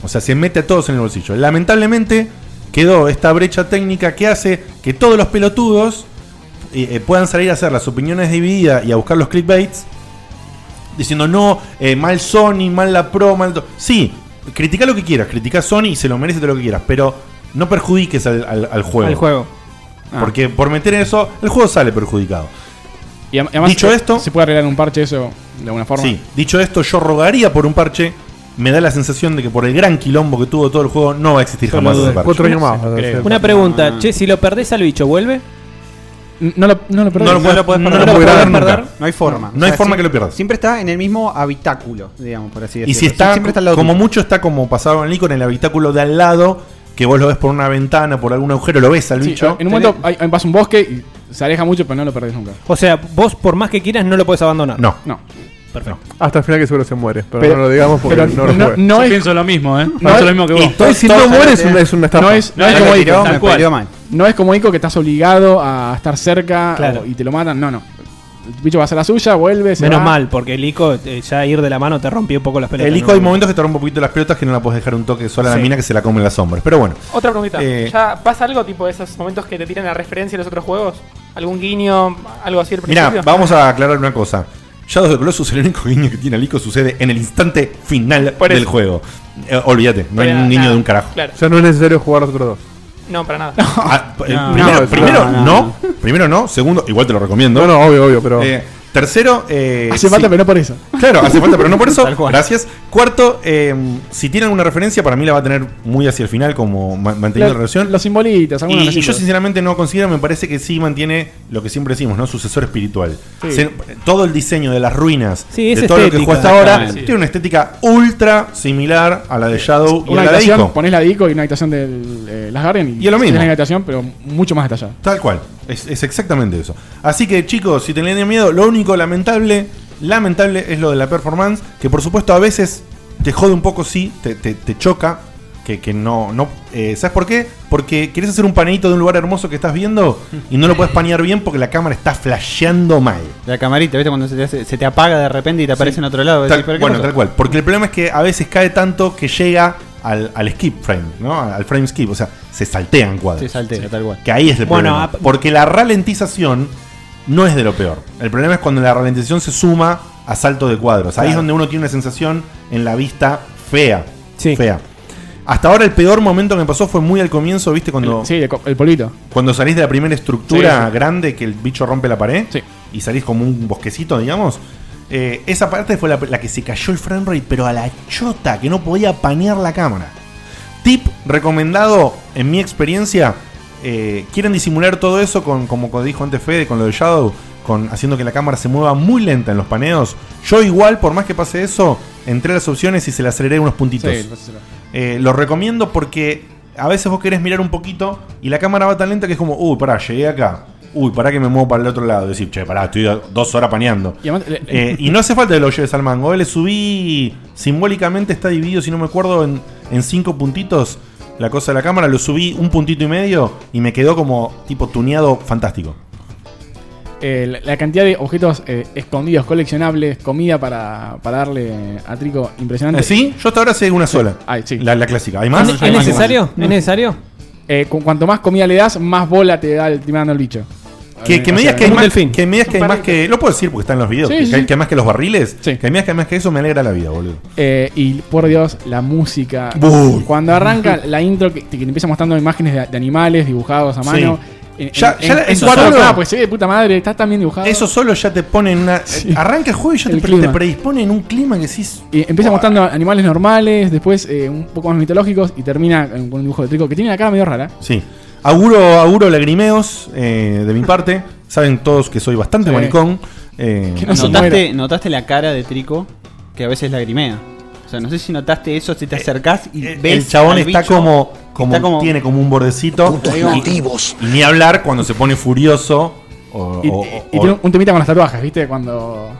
S3: O sea, se mete a todos en el bolsillo. Lamentablemente, quedó esta brecha técnica que hace que todos los pelotudos eh, eh, puedan salir a hacer las opiniones divididas y a buscar los clickbaits diciendo no, eh, mal Sony, mal la Pro, mal. to-". Sí, critica lo que quieras, critica Sony y se lo merece todo lo que quieras, pero no perjudiques al, al- al juego.
S5: Al juego.
S3: Ah. Porque por meter eso, el juego sale perjudicado.
S5: Y am- además,
S3: Dicho
S5: ¿se-
S3: esto-
S5: ¿se puede arreglar un parche eso de alguna forma?
S3: Sí, dicho esto, yo rogaría por un parche. Me da la sensación de que por el gran quilombo que tuvo todo el juego, no va a existir jamás ese parche.
S9: Una pregunta, che, si lo perdés al bicho, ¿vuelve?
S5: No lo, no lo perdés.
S7: No lo puedes- no lo
S5: puedes
S7: puedes
S5: perder
S7: perder.
S5: nunca.
S7: No hay forma.
S3: No hay forma que lo pierdas.
S7: Siempre está en el mismo habitáculo, digamos, por así decirlo.
S3: Y si está,
S7: siempre está al lado
S3: como
S7: tuyo.
S3: mucho está como pasado en el Nico en el habitáculo de al lado, que vos lo ves por una ventana, por algún agujero, lo ves al
S5: Sí,
S3: bicho.
S5: en un momento hay- hay- vas a un bosque y se aleja mucho, pero no lo perdés nunca.
S9: O sea, vos por más que quieras no lo puedes abandonar.
S3: No.
S5: No.
S9: Perfecto.
S4: Hasta el final que seguro se muere. Pero,
S9: Pero-
S4: no lo digamos porque
S9: pero
S4: no lo
S9: no-
S4: juega.
S5: no
S8: Yo pienso lo mismo, ¿eh?
S5: No
S8: No,
S5: es-
S8: lo mismo que vos.
S4: Entonces, si no
S5: eh,
S4: mueres, es una- es una estafa.
S5: No es, no
S8: No,
S5: es
S8: me
S5: como
S8: peleó,
S5: Ico.
S8: me
S5: Tal cual.
S8: peleó mal.
S5: No es como Ico que estás obligado a estar cerca
S9: Claro.
S5: o- y te lo matan. No, no. El bicho va a hacer la suya, vuelve, se
S9: Menos
S5: va.
S9: mal, porque el ICO eh, ya ir de la mano te rompió un poco las pelotas.
S3: el Nico
S9: ¿no?
S3: hay momentos que te rompe un poquito las pelotas que no la puedes dejar un toque sola a la
S9: Sí.
S3: mina que se la comen las sombras. Pero bueno.
S6: Otra preguntita.
S3: Eh,
S6: ¿Ya pasa algo tipo de esos momentos que te tiran la referencia de los otros juegos? ¿Algún guiño? ¿Algo así al principio?
S3: Mira, vamos a aclarar una cosa. Shadow of the Colossus, el único guiño que tiene Alico sucede en el instante final
S6: Por
S3: del
S6: eso.
S3: juego. Eh, olvídate, no hay
S6: Pero,
S3: un guiño
S6: nada,
S3: de un carajo.
S6: claro.
S4: O sea, no es necesario jugar los otros dos.
S6: No, para nada.
S3: Ah, p- eh,
S4: No,
S3: primero,
S4: no,
S3: primero
S4: no,
S3: no,
S4: no,
S3: Primero no. Segundo, igual te lo recomiendo.
S4: No, no, obvio, obvio, pero.
S3: Eh, tercero, eh,
S5: Hace falta,
S3: sí.
S5: pero no por eso.
S3: Claro, hace falta, pero no por eso. Gracias. Cuarto, eh, si tiene alguna referencia, para mí la va a tener muy hacia el final, como ma- manteniendo la,
S5: Lo-
S3: relación.
S5: Los simbolitas,
S3: Y,
S5: algunos
S3: y yo
S5: los símbolos.
S3: sinceramente no considero, me parece que sí mantiene lo que siempre decimos, ¿no? Sucesor espiritual.
S5: Sí.
S3: Se- todo el diseño de las ruinas,
S9: Sí, es
S3: de todo lo que
S9: estética.
S3: juega hasta ahora,
S9: Exactamente.
S3: tiene una estética ultra similar a la de Shadow y
S5: Una
S3: a la de
S5: habitación,
S3: Ico.
S5: pones la de Ico y una habitación eh, de Las Garden.
S3: Y es lo mismo.
S5: una habitación, pero mucho más detallada.
S3: Tal cual, es, es exactamente eso. Así que chicos, si tenían miedo, lo único lamentable, lamentable es lo de la performance, que por supuesto a veces te jode un poco, sí, te, te- te choca, que, que no... no eh, ¿Sabes por qué? Porque querés hacer un paneíto de un lugar hermoso que estás viendo y no lo puedes panear bien porque la cámara está flasheando mal.
S7: La camarita, ¿viste? Cuando se te, hace- se te apaga de repente y te aparece en otro lado.
S3: Tal-
S7: decís, ¿pero qué
S3: bueno,
S7: pasó?
S3: tal cual. Porque el problema es que a veces cae tanto que llega al, al skip frame, ¿no? Al frame skip. O sea, se saltean cuadros.
S7: Se saltea, tal cual.
S3: Que ahí es el
S9: Bueno,
S3: problema.
S5: ah,
S9: ap-
S3: Porque la ralentización no es de lo peor. El problema es cuando la ralentización se suma a salto de cuadros. Ahí es
S9: Claro.
S3: donde uno tiene una sensación en la vista fea. Fea. Hasta ahora el peor momento que me pasó fue muy al comienzo, ¿viste? Cuando,
S5: Sí, el, co- el polito.
S3: cuando salís de la primera estructura
S5: Sí, sí.
S3: grande que el bicho rompe la pared
S5: Sí.
S3: y salís como un bosquecito, digamos. eh, esa parte fue la, la que se cayó el frame rate, pero a la chota, que no podía panear la cámara. Tip recomendado, en mi experiencia, eh, quieren disimular todo eso con, como co- dijo antes Fede, con lo de Shadow, con haciendo que la cámara se mueva muy lenta en los paneos. Yo igual, por más que pase eso, entré a las opciones y se le aceleré unos puntitos.
S5: Sí, pasáselo.
S3: Eh, lo recomiendo porque a veces vos querés mirar un poquito y la cámara va tan lenta que es como, uy, pará, llegué acá. Uy, pará que me muevo para el otro lado. Decir, che, pará, estoy a- dos horas paneando.
S5: Y además, le-
S3: Eh, y no hace falta que lo lleves al mango. eh, Le subí, simbólicamente está dividido, si no me acuerdo, en, en cinco puntitos la cosa de la cámara. Lo subí un puntito y medio y me quedó como tipo tuneado fantástico.
S5: eh, la, la cantidad de objetos eh, escondidos, coleccionables, comida para, para darle a Trico impresionante.
S3: Eh, ¿Sí? Yo hasta ahora sé una sola.
S5: Ay, sí.
S3: La, la clásica. ¿Hay
S9: ¿Es,
S3: más?
S9: es necesario? ¿Es necesario?
S5: Eh, cu- cuanto más comida le das, más bola te, da, el- te va dando el bicho.
S3: Que,
S5: Eh,
S3: que me digas que hay
S9: un
S3: más
S9: delfín.
S3: que me digas que hay
S6: Un
S3: más que. Lo puedo decir porque está en los videos.
S5: Sí,
S3: que,
S5: sí,
S3: hay-
S5: sí.
S3: que hay más que los barriles.
S5: Sí.
S3: Que hay más que hay más que eso me alegra la vida, boludo.
S5: Eh, y por Dios, la música.
S3: Uy.
S5: Cuando arranca la intro, que, que te empieza mostrando imágenes de, de animales dibujados a
S3: Sí.
S5: mano. En,
S3: Ya- ya la- eso
S5: cuatro
S3: solo-
S5: K, pues sí, de puta madre, está tan bien dibujado.
S3: Eso solo ya te pone en una.
S5: Sí.
S3: Arranca el juego y ya te,
S5: El
S3: pre- te
S5: clima.
S3: predispone en un clima que sí. es-
S5: Y empieza mostrando animales normales, después eh, un poco más mitológicos y termina con un dibujo de Trico que tiene la cara medio rara.
S3: Sí. Auguro, auguro lagrimeos eh, de mi parte. Saben todos que soy bastante
S5: Sí.
S3: maricón. eh,
S5: Que no se
S7: ¿Notaste,
S5: muera.
S7: notaste la cara de Trico que a veces lagrimea. O sea, no sé si notaste eso, si te acercás y
S3: el-
S7: ves.
S3: Eh, el chabón
S7: al
S3: está
S7: bicho,
S3: como, como,
S7: está como-
S3: Tiene como un bordecito. Y, y ni hablar cuando se pone furioso. O,
S5: Y,
S3: o-
S5: y-
S3: o-
S5: y tiene un- un temita con las tatuajes, ¿viste? Cuando.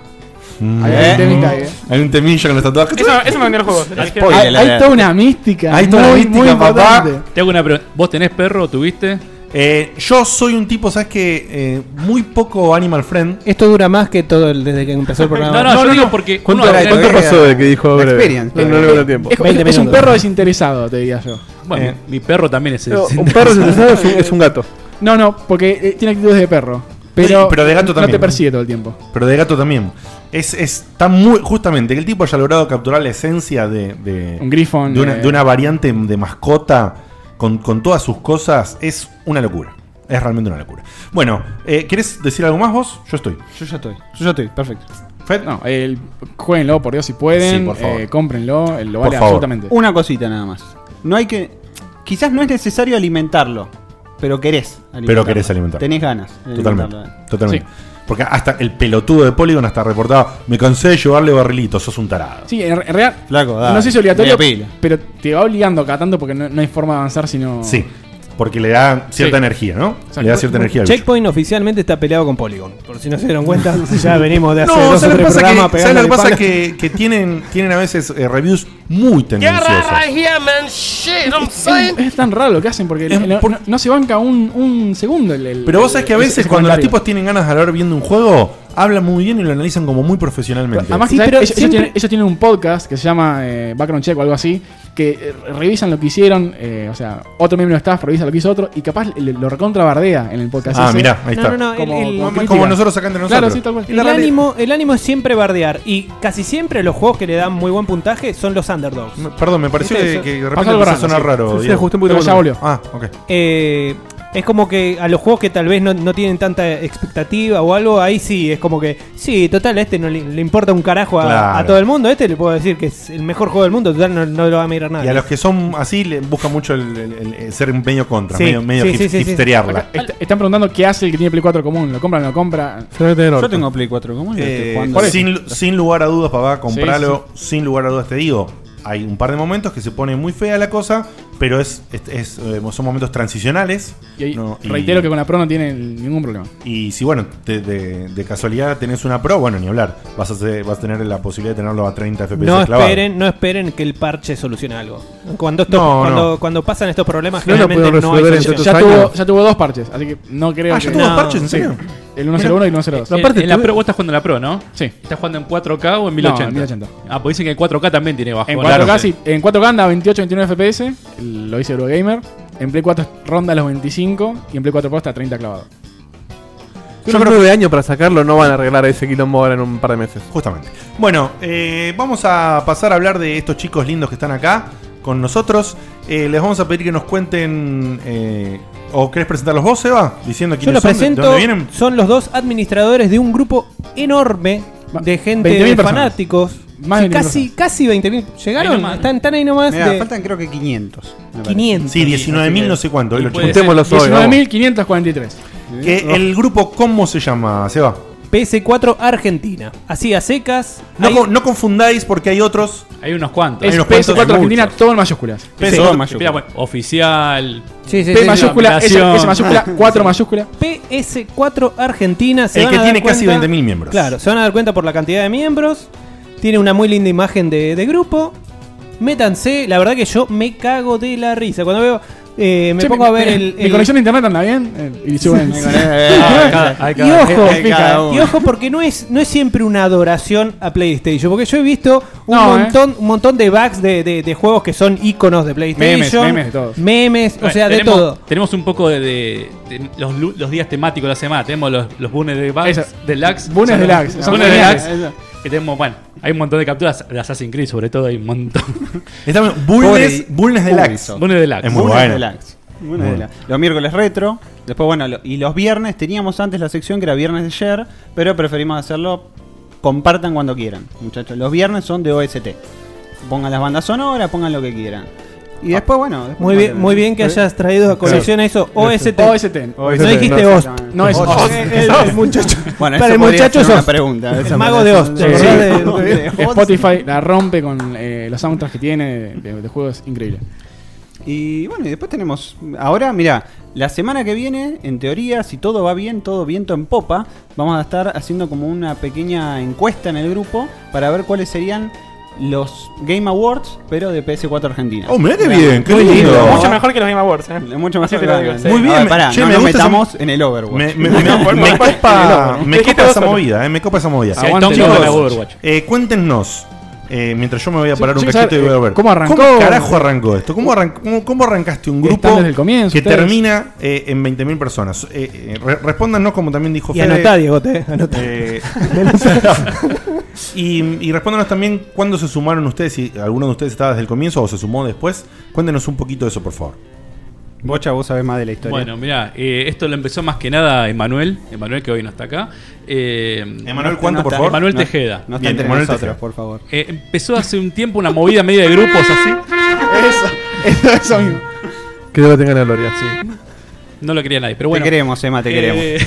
S3: Mm.
S5: Hay un temita ahí, ¿eh?
S3: Hay un temillo con los tatuajes.
S6: Eso, eso me vendió el juego. Dije,
S7: Spoiler.
S5: Hay,
S7: la-
S5: hay
S7: la-
S5: toda una mística.
S3: Hay toda una
S5: muy,
S3: mística,
S5: muy
S3: papá.
S5: importante.
S8: Te hago una pregunta. ¿Vos tenés perro? ¿Tuviste?
S3: Eh, yo soy un tipo, ¿sabes que Muy poco animal friend.
S9: Esto dura más que todo el- desde que empezó el programa.
S8: No, no,
S3: no,
S8: yo
S3: no,
S8: digo
S3: no.
S8: porque.
S4: ¿Cuánto,
S8: uno-
S7: era?
S4: cuánto
S7: eh,
S4: pasó de que dijo
S7: la
S4: breve?
S7: experience.
S4: No, no le dio tiempo.
S5: Es, es-
S9: 20
S5: es un
S9: minutos.
S5: perro desinteresado, te diría yo.
S8: Bueno,
S3: Eh.
S8: mi perro también es.
S4: Pero
S8: es-
S4: Un perro desinteresado es un- es un gato.
S5: No, no, porque eh, tiene actitudes de perro. Pero,
S3: Sí, pero de gato
S5: No
S3: también.
S5: te persigue todo el tiempo.
S3: Pero de gato también. Es, es tan muy. Justamente, que el tipo haya logrado capturar la esencia de. de-
S5: Un grifón.
S3: de una,
S5: eh,
S3: de una variante de mascota con, con todas sus cosas es una locura. Es realmente una locura. Bueno, eh, ¿querés decir algo más vos? Yo estoy.
S7: Yo ya estoy, yo ya estoy, perfecto.
S3: Fed,
S5: No, el, jueguenlo, por Dios, si pueden.
S3: Sí, por favor.
S5: eh, cómprenlo, eh, lo
S3: Por
S5: vale
S3: favor.
S5: absolutamente.
S7: Una cosita nada más. No hay que. Quizás no es necesario alimentarlo. pero querés alimentarla.
S3: Pero querés alimentar.
S7: Tenés ganas. de eh.
S3: Totalmente.
S7: alimentarla.
S3: Totalmente. Porque hasta el pelotudo de Polygon hasta reportaba, me cansé de llevarle barrilitos, sos un tarado.
S5: Sí, en, en realidad.
S7: Flaco,
S5: no sé si obligatorio,
S3: Media pila.
S5: pero te va obligando cada tanto porque no, no hay forma de avanzar si no.
S3: Sí, porque le da cierta energía, ¿no? Le da cierta energía al bicho.
S9: Checkpoint oficialmente está peleado con Polygon. Por si no se dieron cuenta,
S10: Ya venimos de hace dos o
S3: ¿sabes lo
S10: tres
S3: que pasa?
S10: programas
S3: Que- ¿sabes lo
S10: pegándole
S3: que pasa?
S10: palo.
S3: Que, que tienen, tienen a veces eh, reviews muy tendenciosas.
S5: Es, es- es tan raro lo que hacen porque no, no- no se banca un, un segundo el, el-
S3: Pero vos sabés que a
S5: ese-
S3: veces
S5: ese
S3: cuando los
S5: comentario.
S3: tipos tienen ganas de hablar viendo un juego, hablan muy bien y lo analizan como muy profesionalmente.
S5: Además, ¿sabés? ellos, ellos tienen, ellos tienen un podcast que se llama eh, Background Check o algo así, que eh, revisan lo que hicieron, eh, o sea, otro miembro de staff revisa lo que hizo otro y capaz le- lo recontrabardea en el podcast.
S3: Ah,
S5: ese.
S3: mirá, ahí No, está. no, no,
S5: como,
S9: el- el-
S5: como
S9: Como
S5: crítica.
S3: nosotros acá entre
S5: Claro, sí, tal cual.
S9: El ánimo, el ánimo es siempre bardear. Y casi siempre los juegos que le dan muy buen puntaje son los underdogs. Este,
S3: perdón, me pareció que- que de repente Pasó algo empezó a raro, sonar sí. raro, Sí, sí, Diego. ajusté un poquito Pero ya el volumen. volvió. Ah, ok.
S9: Eh, es como que a los juegos que tal vez no, no tienen tanta expectativa o algo, ahí sí, es como que, sí, total, a este no le, le importa un carajo a,
S3: Claro.
S9: a todo el mundo. A este le puedo decir que es el mejor juego del mundo, total, no, no lo va a mirar
S3: Y a
S9: nada.
S3: los que son así, le buscan mucho el, el- el- el ser medio contra,
S9: Sí,
S3: medio, medio
S9: sí,
S3: hip-
S9: sí, sí, sí.
S3: hipsteriarla.
S5: Acá est- están preguntando qué hace el que tiene Play 4 común. ¿Lo compra o no lo compra?
S7: Yo tengo Play 4 común. y lo estoy
S3: Eh,
S7: jugando.
S3: sin, sin lugar a dudas, papá, compralo.
S7: Sí,
S3: Sin lugar a dudas, te digo. Hay un par de momentos que se pone muy fea la cosa, pero es, es- es, eh, son momentos transicionales.
S5: Y ahí
S3: ¿no? Y-
S5: reitero que con la Pro no tiene ningún problema.
S3: Y si, bueno, te- de, de casualidad tenés una pro, bueno, ni hablar. Vas a, ser- vas a tener la posibilidad de tenerlo a 30 FPS
S9: No
S3: clavado.
S9: esperen, no esperen que el parche solucione algo. Cuando, esto-
S3: No,
S9: cuando,
S3: no.
S9: cuando pasan estos problemas,
S5: No lo
S9: generalmente
S5: puedo
S9: no hay
S5: resolver en
S9: solución.
S5: tantos Ya tuvo- años. ya tuvo dos parches, así que no creo
S9: Ah,
S5: que-
S9: ya tuvo dos parches, ¿en
S5: Sí.
S9: serio?
S5: El 101 y el 102.
S8: En- en Eh, la Pro, vos estás jugando en la Pro, ¿no?
S5: Sí.
S8: ¿Estás jugando en 4K o en
S5: No,
S8: 1080?
S5: en 1080.
S8: Ah, pues dicen que en 4K también tiene bajo.
S5: En 4K, sí. En 4K anda 28, 29 FPS. Lo dice Eurogamer. En Play 4 ronda los 25. Y en Play 4 Pro está 30 clavado.
S4: Yo creo que de año para sacarlo no van a arreglar ese quilombo ahora en un par de meses.
S3: Justamente. Bueno, eh, vamos a pasar a hablar de estos chicos lindos que están acá con nosotros. Eh, les vamos a pedir que nos cuenten. eh, ¿O querés presentarlos vos, Seba? Diciendo
S9: Yo
S3: quiénes
S9: lo
S3: son, de- de
S9: presento,
S3: dónde vienen.
S9: son los dos administradores de un grupo enorme de gente,
S3: 20.000
S9: de
S3: personas.
S9: fanáticos.
S3: Más de
S9: Sí,
S3: 20.000
S9: casi casi 20.000.
S7: Ahí
S9: Llegaron,
S7: nomás.
S9: están, están ahí nomás.
S7: Mirá,
S9: de-
S7: faltan creo que 500. me parece.
S9: 500.
S3: Sí, 19.000 no sé cuánto. hoy lo chicos.
S9: Oh.
S5: 19.543.
S3: Que el grupo, ¿cómo se llama, Seba?
S9: PS4 Argentina. Así a secas.
S3: No, co- no confundáis porque hay otros.
S8: Hay unos cuantos.
S3: Hay
S5: Es
S3: unos cuantos,
S5: PS4
S3: hay
S5: Argentina,
S3: muchos.
S5: todo en mayúsculas.
S3: PS4
S8: Todo
S3: en
S8: mayúscula.
S3: mayúscula.
S8: Bueno, oficial.
S9: Sí, sí,
S5: P
S9: sí,
S5: mayúscula,
S9: sí.
S5: S, S mayúscula, 4 mayúscula.
S9: PS4 Argentina. se
S3: El
S9: van
S3: que
S9: a dar
S3: tiene casi
S9: cuenta-
S3: 20.000 miembros.
S9: Claro, se van a dar cuenta por la cantidad de miembros. Tiene una muy linda imagen de, de grupo. Métanse, la verdad que yo me cago de la risa. Cuando veo, eh, me
S5: Che,
S9: pongo a ver
S5: mi-
S9: el.
S5: Mi
S9: el-
S5: conexión de internet anda bien. Eh, Y suben.
S9: y ojo, y ojo porque no es, no es siempre una adoración a PlayStation, porque yo he visto un
S5: No,
S9: montón, un montón de bugs de, de- de juegos que son iconos de PlayStation,
S8: Memes, memes de todos.
S9: memes, o
S8: Bueno,
S9: sea, de
S8: tenemos-
S9: todo.
S8: Tenemos un poco de, de- de los, lu- los días temáticos de la semana. Tenemos los, los bunes de bugs, de lags.
S5: bunes
S8: Son
S5: de
S8: los-
S5: lags,
S8: los
S5: son
S8: bunes de
S5: geniales.
S8: lags. Que tenemos, bueno, hay un montón de capturas de Assassin's Creed, sobre todo, hay un montón.
S3: Estamos, bulnes, bulnes de lags.
S8: Bunes de lags.
S3: Es muy
S7: Lunes
S3: bueno.
S7: de lax. Lunes de
S3: Bueno.
S7: lax. Los miércoles retro. Después, bueno, lo- y los viernes teníamos antes la sección que era viernes de ayer, pero preferimos hacerlo. Compartan cuando quieran, muchachos. Los viernes son de OST. Pongan las bandas sonoras, pongan lo que quieran. Y después, bueno. después
S9: Muy bien,
S7: mandan-
S9: muy bien que hayas traído a colación
S7: Claro.
S9: eso, OST.
S5: OST.
S9: No dijiste OST.
S5: No es
S9: OST.
S5: OST.
S9: El muchacho.
S7: Bueno,
S9: Para
S7: eso
S9: el
S7: podría
S9: muchacho
S7: ser una
S9: sos
S7: pregunta.
S9: el
S7: Esa
S9: mago
S7: podría
S9: de Oz.
S7: ser-
S9: ¿te
S5: Sí.
S9: acordás de- de-
S5: Spotify la rompe con eh, los soundtracks que tiene de, de juegos increíbles.
S7: Y bueno, y después tenemos. Ahora, mirá, la semana que viene, en teoría, si todo va bien, todo viento en popa, vamos a estar haciendo como una pequeña encuesta en el grupo para ver cuáles serían los Game Awards, pero de PS4 Argentina.
S3: Oh, mirá qué bien, qué lindo.
S6: Mucho mejor que los Game Awards, ¿eh?
S7: Mucho mejor
S6: Así
S7: que
S6: te lo
S7: los
S6: digo,
S7: Game
S6: sí.
S7: Awards.
S3: Muy bien,
S7: Ahora, pará,
S3: che,
S7: no
S3: me
S7: nos
S3: gusta esa-
S7: metamos en el Overwatch.
S3: Me, me- me- me copa, este me copa esa movida, eh, me copa esa movida.
S7: Si hay Aguante, tongo,
S3: Chicos,
S7: gana Overwatch.
S3: eh, cuéntenos, eh, mientras yo me voy a
S5: Sí,
S3: parar un
S5: yo quiero
S3: cachito y voy
S5: saber,
S3: a ver.
S5: eh, ¿cómo arrancó?
S3: carajo arrancó esto? ¿Cómo, arran- cómo- cómo arrancaste un grupo
S5: Están desde el comienzo,
S3: que
S5: ustedes.
S3: termina eh, en 20.000 personas? Eh, eh, re- respóndanos como también dijo
S9: Y
S3: Fede.
S9: anotá, Diegote, eh, anotá.
S3: Eh, y, y respóndanos también cuándo se sumaron ustedes, si alguno de ustedes estaba desde el comienzo o se sumó después. Cuéntenos un poquito de eso, por favor.
S7: Bocha, vos sabés más de la historia.
S8: Bueno, mirá, eh, esto lo empezó más que nada Emanuel, Emanuel que hoy no está acá. Eh, Emanuel,
S7: Emanuel, ¿cuánto, por favor?
S8: Emanuel
S7: No-
S8: Tejeda.
S7: no está Bien, entre Emanuel nosotros, Tejeda. por favor.
S8: Eh, empezó hace un tiempo una movida media de grupos así.
S5: Eso, eso mismo.
S4: Que Dios lo tenga en la gloria.
S8: Sí. No lo quería nadie, pero
S7: Te
S8: bueno. Eh,
S7: queremos, Emma, te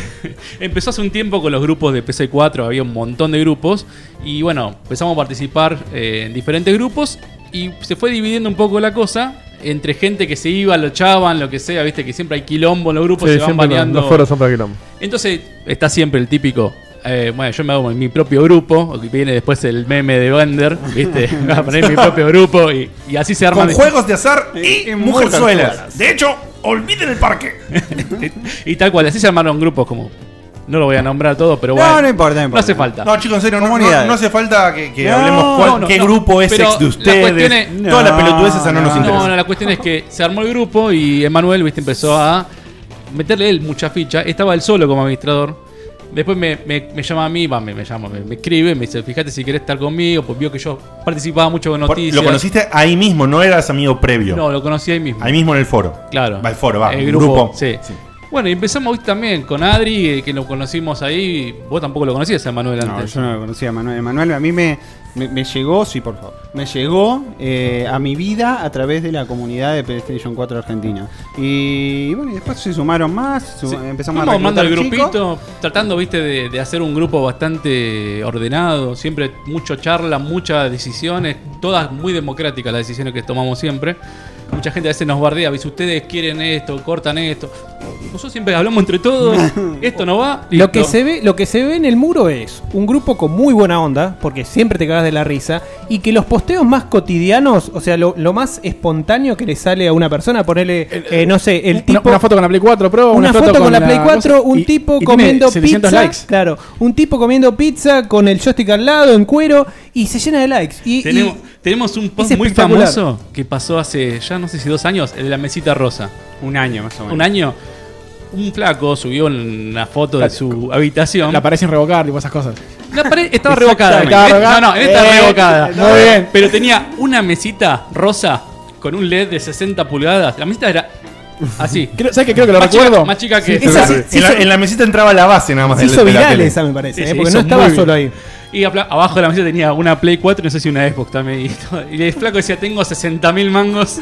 S8: empezó hace un tiempo con los grupos de PC4, había un montón de grupos. Y bueno, empezamos a participar eh, en diferentes grupos y se fue dividiendo un poco la cosa entre gente que se iba, lo echaban, lo que sea, viste que siempre hay quilombo en los grupos, se van
S4: siempre los,
S8: baneando.
S4: los foros son para quilombo.
S8: Entonces está siempre el típico. eh, bueno, yo me hago mi propio grupo. que Viene después el meme de Bender. ¿Viste? Me voy a poner mi propio grupo y, y así se arma.
S3: Con juegos de azar y mujerzuelas. De hecho, olviden el parque.
S8: Y tal cual, así se armaron grupos como. No lo voy a nombrar todo, pero bueno. No hace falta.
S3: No, chicos, en serio, no, no, no hace falta que, que
S8: No,
S3: hablemos cuál-
S8: no,
S3: qué
S8: no.
S3: grupo es
S8: Pero
S3: ex de
S8: la
S3: ustedes.
S8: cuestión es-
S3: Toda la pelotudez esa no, nos interesa.
S8: No, no, la cuestión es que se armó el grupo y Emanuel, viste, empezó a meterle él mucha ficha. Estaba él solo como administrador. Después me, me- me llama a mí, va, me, me llama, me, me escribe, me dice, fíjate si querés estar conmigo, pues vio que yo participaba mucho con
S3: Por-
S8: noticias.
S3: Lo conociste ahí mismo, no eras amigo previo.
S8: No, lo conocí ahí mismo.
S3: Ahí mismo en el foro.
S8: Claro.
S3: Va, el foro, va.
S8: El
S3: el
S8: grupo,
S3: grupo.
S8: sí. Bueno, y empezamos hoy también con Adri, eh, que lo conocimos ahí. Vos tampoco lo conocías a Emanuel
S7: No,
S8: antes.
S7: yo no lo conocía a Manuel. Manuel a mí me, me, me llegó, sí, por favor. Me llegó eh, a mi vida a través de la comunidad de PlayStation 4 Argentina. Y bueno, y después se sumaron más, su- empezamos
S8: Fuimos
S7: a
S8: armando
S7: reclutar
S8: el
S7: chicos.
S8: grupito, tratando, viste, de, de hacer un grupo bastante ordenado, siempre mucho charla, muchas decisiones, todas muy democráticas las decisiones que tomamos siempre. Mucha gente a veces nos bardea, dice, ustedes quieren esto, cortan esto. Nosotros siempre hablamos entre todos, esto no va.
S9: Lo que, se ve, lo que se ve en el muro es un grupo con muy buena onda, porque siempre te cagas de la risa, y que los posteos más cotidianos, o sea, lo, lo más espontáneo que le sale a una persona, ponerle, no sé, el tipo...
S5: Una foto con la Play 4 Pro,
S9: una, foto, con la Play 4,
S5: cosa,
S9: un
S5: y- y
S9: tipo
S5: tiene
S9: comiendo
S5: 700
S9: pizza,
S5: likes.
S9: claro, un tipo comiendo pizza con el joystick al lado en cuero y se llena de likes. Y, y-
S8: Tenemos, tenemos un post
S9: es
S8: muy
S9: espectacular.
S8: famoso que pasó hace ya no sé si dos años, el de la mesita rosa.
S7: Un año más o menos.
S8: Un año. Un flaco subió una foto de su habitación.
S5: La parecen revocar, tipo esas cosas.
S8: La pared estaba revocada.
S5: Estaba revocada.
S8: No, no, estaba
S5: Eh,
S8: revocada.
S5: muy bien.
S8: Pero tenía una mesita rosa con un LED de 60 pulgadas. La mesita era así.
S5: Creo- ¿sabes qué? Creo que lo
S8: Más chica-
S5: recuerdo.
S8: más chica que.
S3: Sí, sí, sí. en, la, en la mesita entraba la base nada más.
S8: Se
S3: del-
S8: hizo
S3: de la
S8: viral
S3: tele.
S8: esa, me
S9: parece,
S8: Sí,
S9: ¿eh?
S8: sí,
S9: porque
S8: hizo
S9: no estaba
S8: muy
S9: solo ahí.
S8: bien. Y apla- abajo de la mesa tenía una Play 4 y no sé si una Xbox también. Y, todo. Y el flaco decía, tengo 60 mil mangos.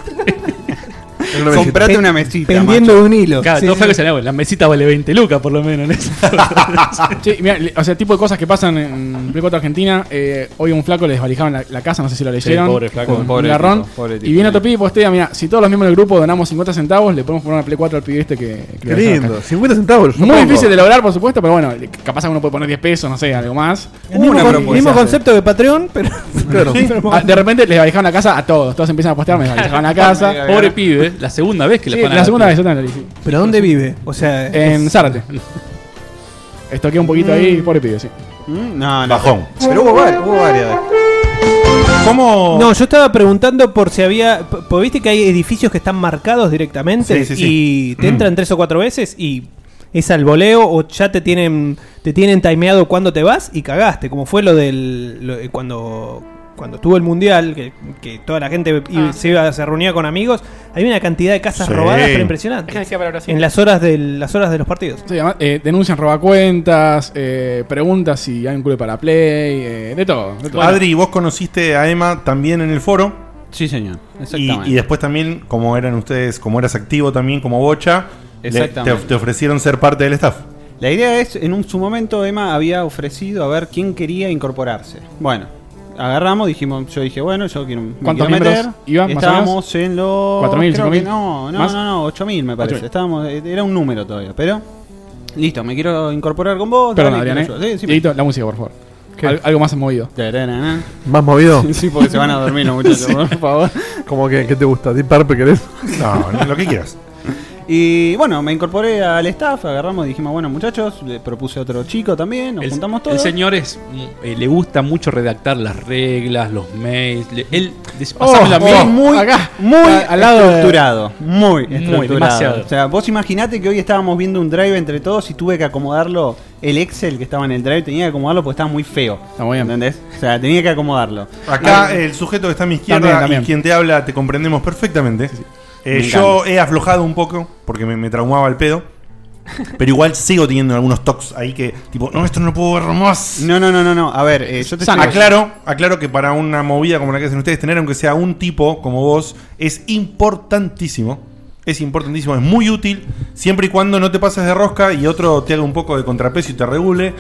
S7: Comprate una mesita.
S9: Pendiendo
S7: macho.
S9: un hilo.
S8: Claro,
S5: Sí,
S8: todo
S5: sí.
S8: flaco decía, "No, la mesita vale 20 lucas por lo menos. en esa".
S5: Che, mirá, le- o sea, tipo de cosas que pasan en Play 4 Argentina. eh, hoy un flaco le desvalijaban la, la casa, no sé si lo leyeron.
S8: pobre flaco.
S5: con
S8: Pobre
S5: un garrón.
S8: tipo, pobre tipo.
S5: y viene otro pibe y postea, mira, si todos los miembros del grupo donamos 50 centavos, le podemos poner una Play 4 al pibe este que... que
S4: Qué
S5: lo dejaba
S4: lindo.
S5: acá.
S4: 50 centavos. yo
S5: Muy
S4: pongo.
S5: difícil de lograr, por supuesto, pero bueno, le- capaz uno puede poner 10 pesos, no sé, algo más.
S9: el mismo, con- mismo concepto de Patreon, pero...
S4: Claro.
S5: Ah, De repente les desvalijaban la casa a todos. Todos empiezan a postear, me desvalijaban la casa.
S8: Pobre pibe, la segunda vez que le
S5: Sí,
S8: paran
S5: la
S8: a-
S5: segunda vez, yo también lo hice.
S9: ¿Pero dónde vive? O sea,
S5: En
S9: es-
S5: Zárate. Estoqué un poquito ahí, pobre pibe, sí.
S7: Mm, No, no.
S3: Bajón.
S7: Pero hubo, var- hubo varias.
S3: ¿Cómo?
S9: No, yo estaba preguntando por si había. p- Porque viste que hay edificios que están marcados
S3: Sí,
S9: directamente
S3: sí, sí.
S9: y te entran tres o cuatro veces y es al voleo o ya te tienen te tienen timeado cuando te vas y cagaste. Como fue lo del. lo- eh, cuando cuando estuvo el mundial, que, que toda la gente iba-
S6: Ah.
S9: se, iba, se reunía con amigos, había una cantidad de casas
S3: Sí.
S9: robadas pero
S6: Es que
S9: impresionante.
S6: decía para Brasil.
S9: En las horas, del, las horas de los partidos.
S5: Sí, además, eh, denuncian robacuentas, eh, preguntas si hay un club para Play, eh, de todo. de todo.
S3: Adri, vos conociste a Emma también en el foro.
S7: Sí, señor.
S3: Y,
S7: Exactamente.
S3: y después también, como eran ustedes, como eras activo también como bocha, le- te,
S7: Exactamente.
S3: te ofrecieron ser parte del staff.
S7: La idea es, en un, su momento Emma había ofrecido a ver quién quería incorporarse. Bueno, agarramos, dijimos, yo dije, bueno, yo quiero, me
S5: ¿Cuántos
S7: quiero meter.
S5: miembros iban, más o
S7: Estábamos en los...
S5: 4.000,
S7: creo que
S5: 5.000,
S7: No, no,
S5: ¿más?
S7: no, no, 8.000 me parece.
S5: 8.000.
S7: Estábamos, eh, era un número todavía, pero... Listo, me quiero incorporar con vos.
S5: Perdón,
S7: dale,
S5: Adrián,
S7: quiero
S5: ¿eh?
S7: yo. Sí, sí,
S5: Dieguito, la música, por favor. Al- algo más movido.
S7: Tararana.
S4: ¿Más movido?
S7: Sí, porque se van a dormir los muchachos, por favor.
S4: Como que, ¿qué te gusta? ¿Deep Purple querés?
S3: No, no, lo que quieras.
S7: Y bueno, me incorporé al staff, agarramos y dijimos, bueno muchachos, le propuse a otro chico también, nos
S8: El,
S7: juntamos
S8: el
S7: todos.
S8: señor es, mm, eh, le gusta mucho redactar las reglas, los mails. le- él dice,
S5: Oh,
S8: "Pásamela a mí".
S5: oh,
S7: es muy,
S5: acá,
S7: muy
S5: a- al lado de-
S7: estructurado. Muy estructurado.
S8: demasiado.
S7: O sea, vos imaginate que hoy estábamos viendo un drive entre todos y tuve que acomodarlo. El Excel que estaba en el drive tenía que acomodarlo porque estaba muy feo.
S5: Está muy bien.
S7: ¿Entendés? O sea, tenía que acomodarlo.
S3: Acá el sujeto que está a mi izquierda
S5: También, también.
S3: y quien te habla te comprendemos perfectamente. Eh,
S7: Me
S3: yo he aflojado un poco porque me, me traumaba el pedo. Pero igual sigo teniendo algunos tocs ahí que, tipo, no, esto no lo puedo ver más.
S7: No, no, no, no, no. A ver, eh, yo te
S5: Sano.
S7: estoy-
S3: Aclaro, aclaro que para una movida como la que hacen ustedes, tener aunque sea un tipo como vos es importantísimo. Es importantísimo, es muy útil, siempre y cuando no te pases de rosca y otro te haga un poco de contrapeso y te regule.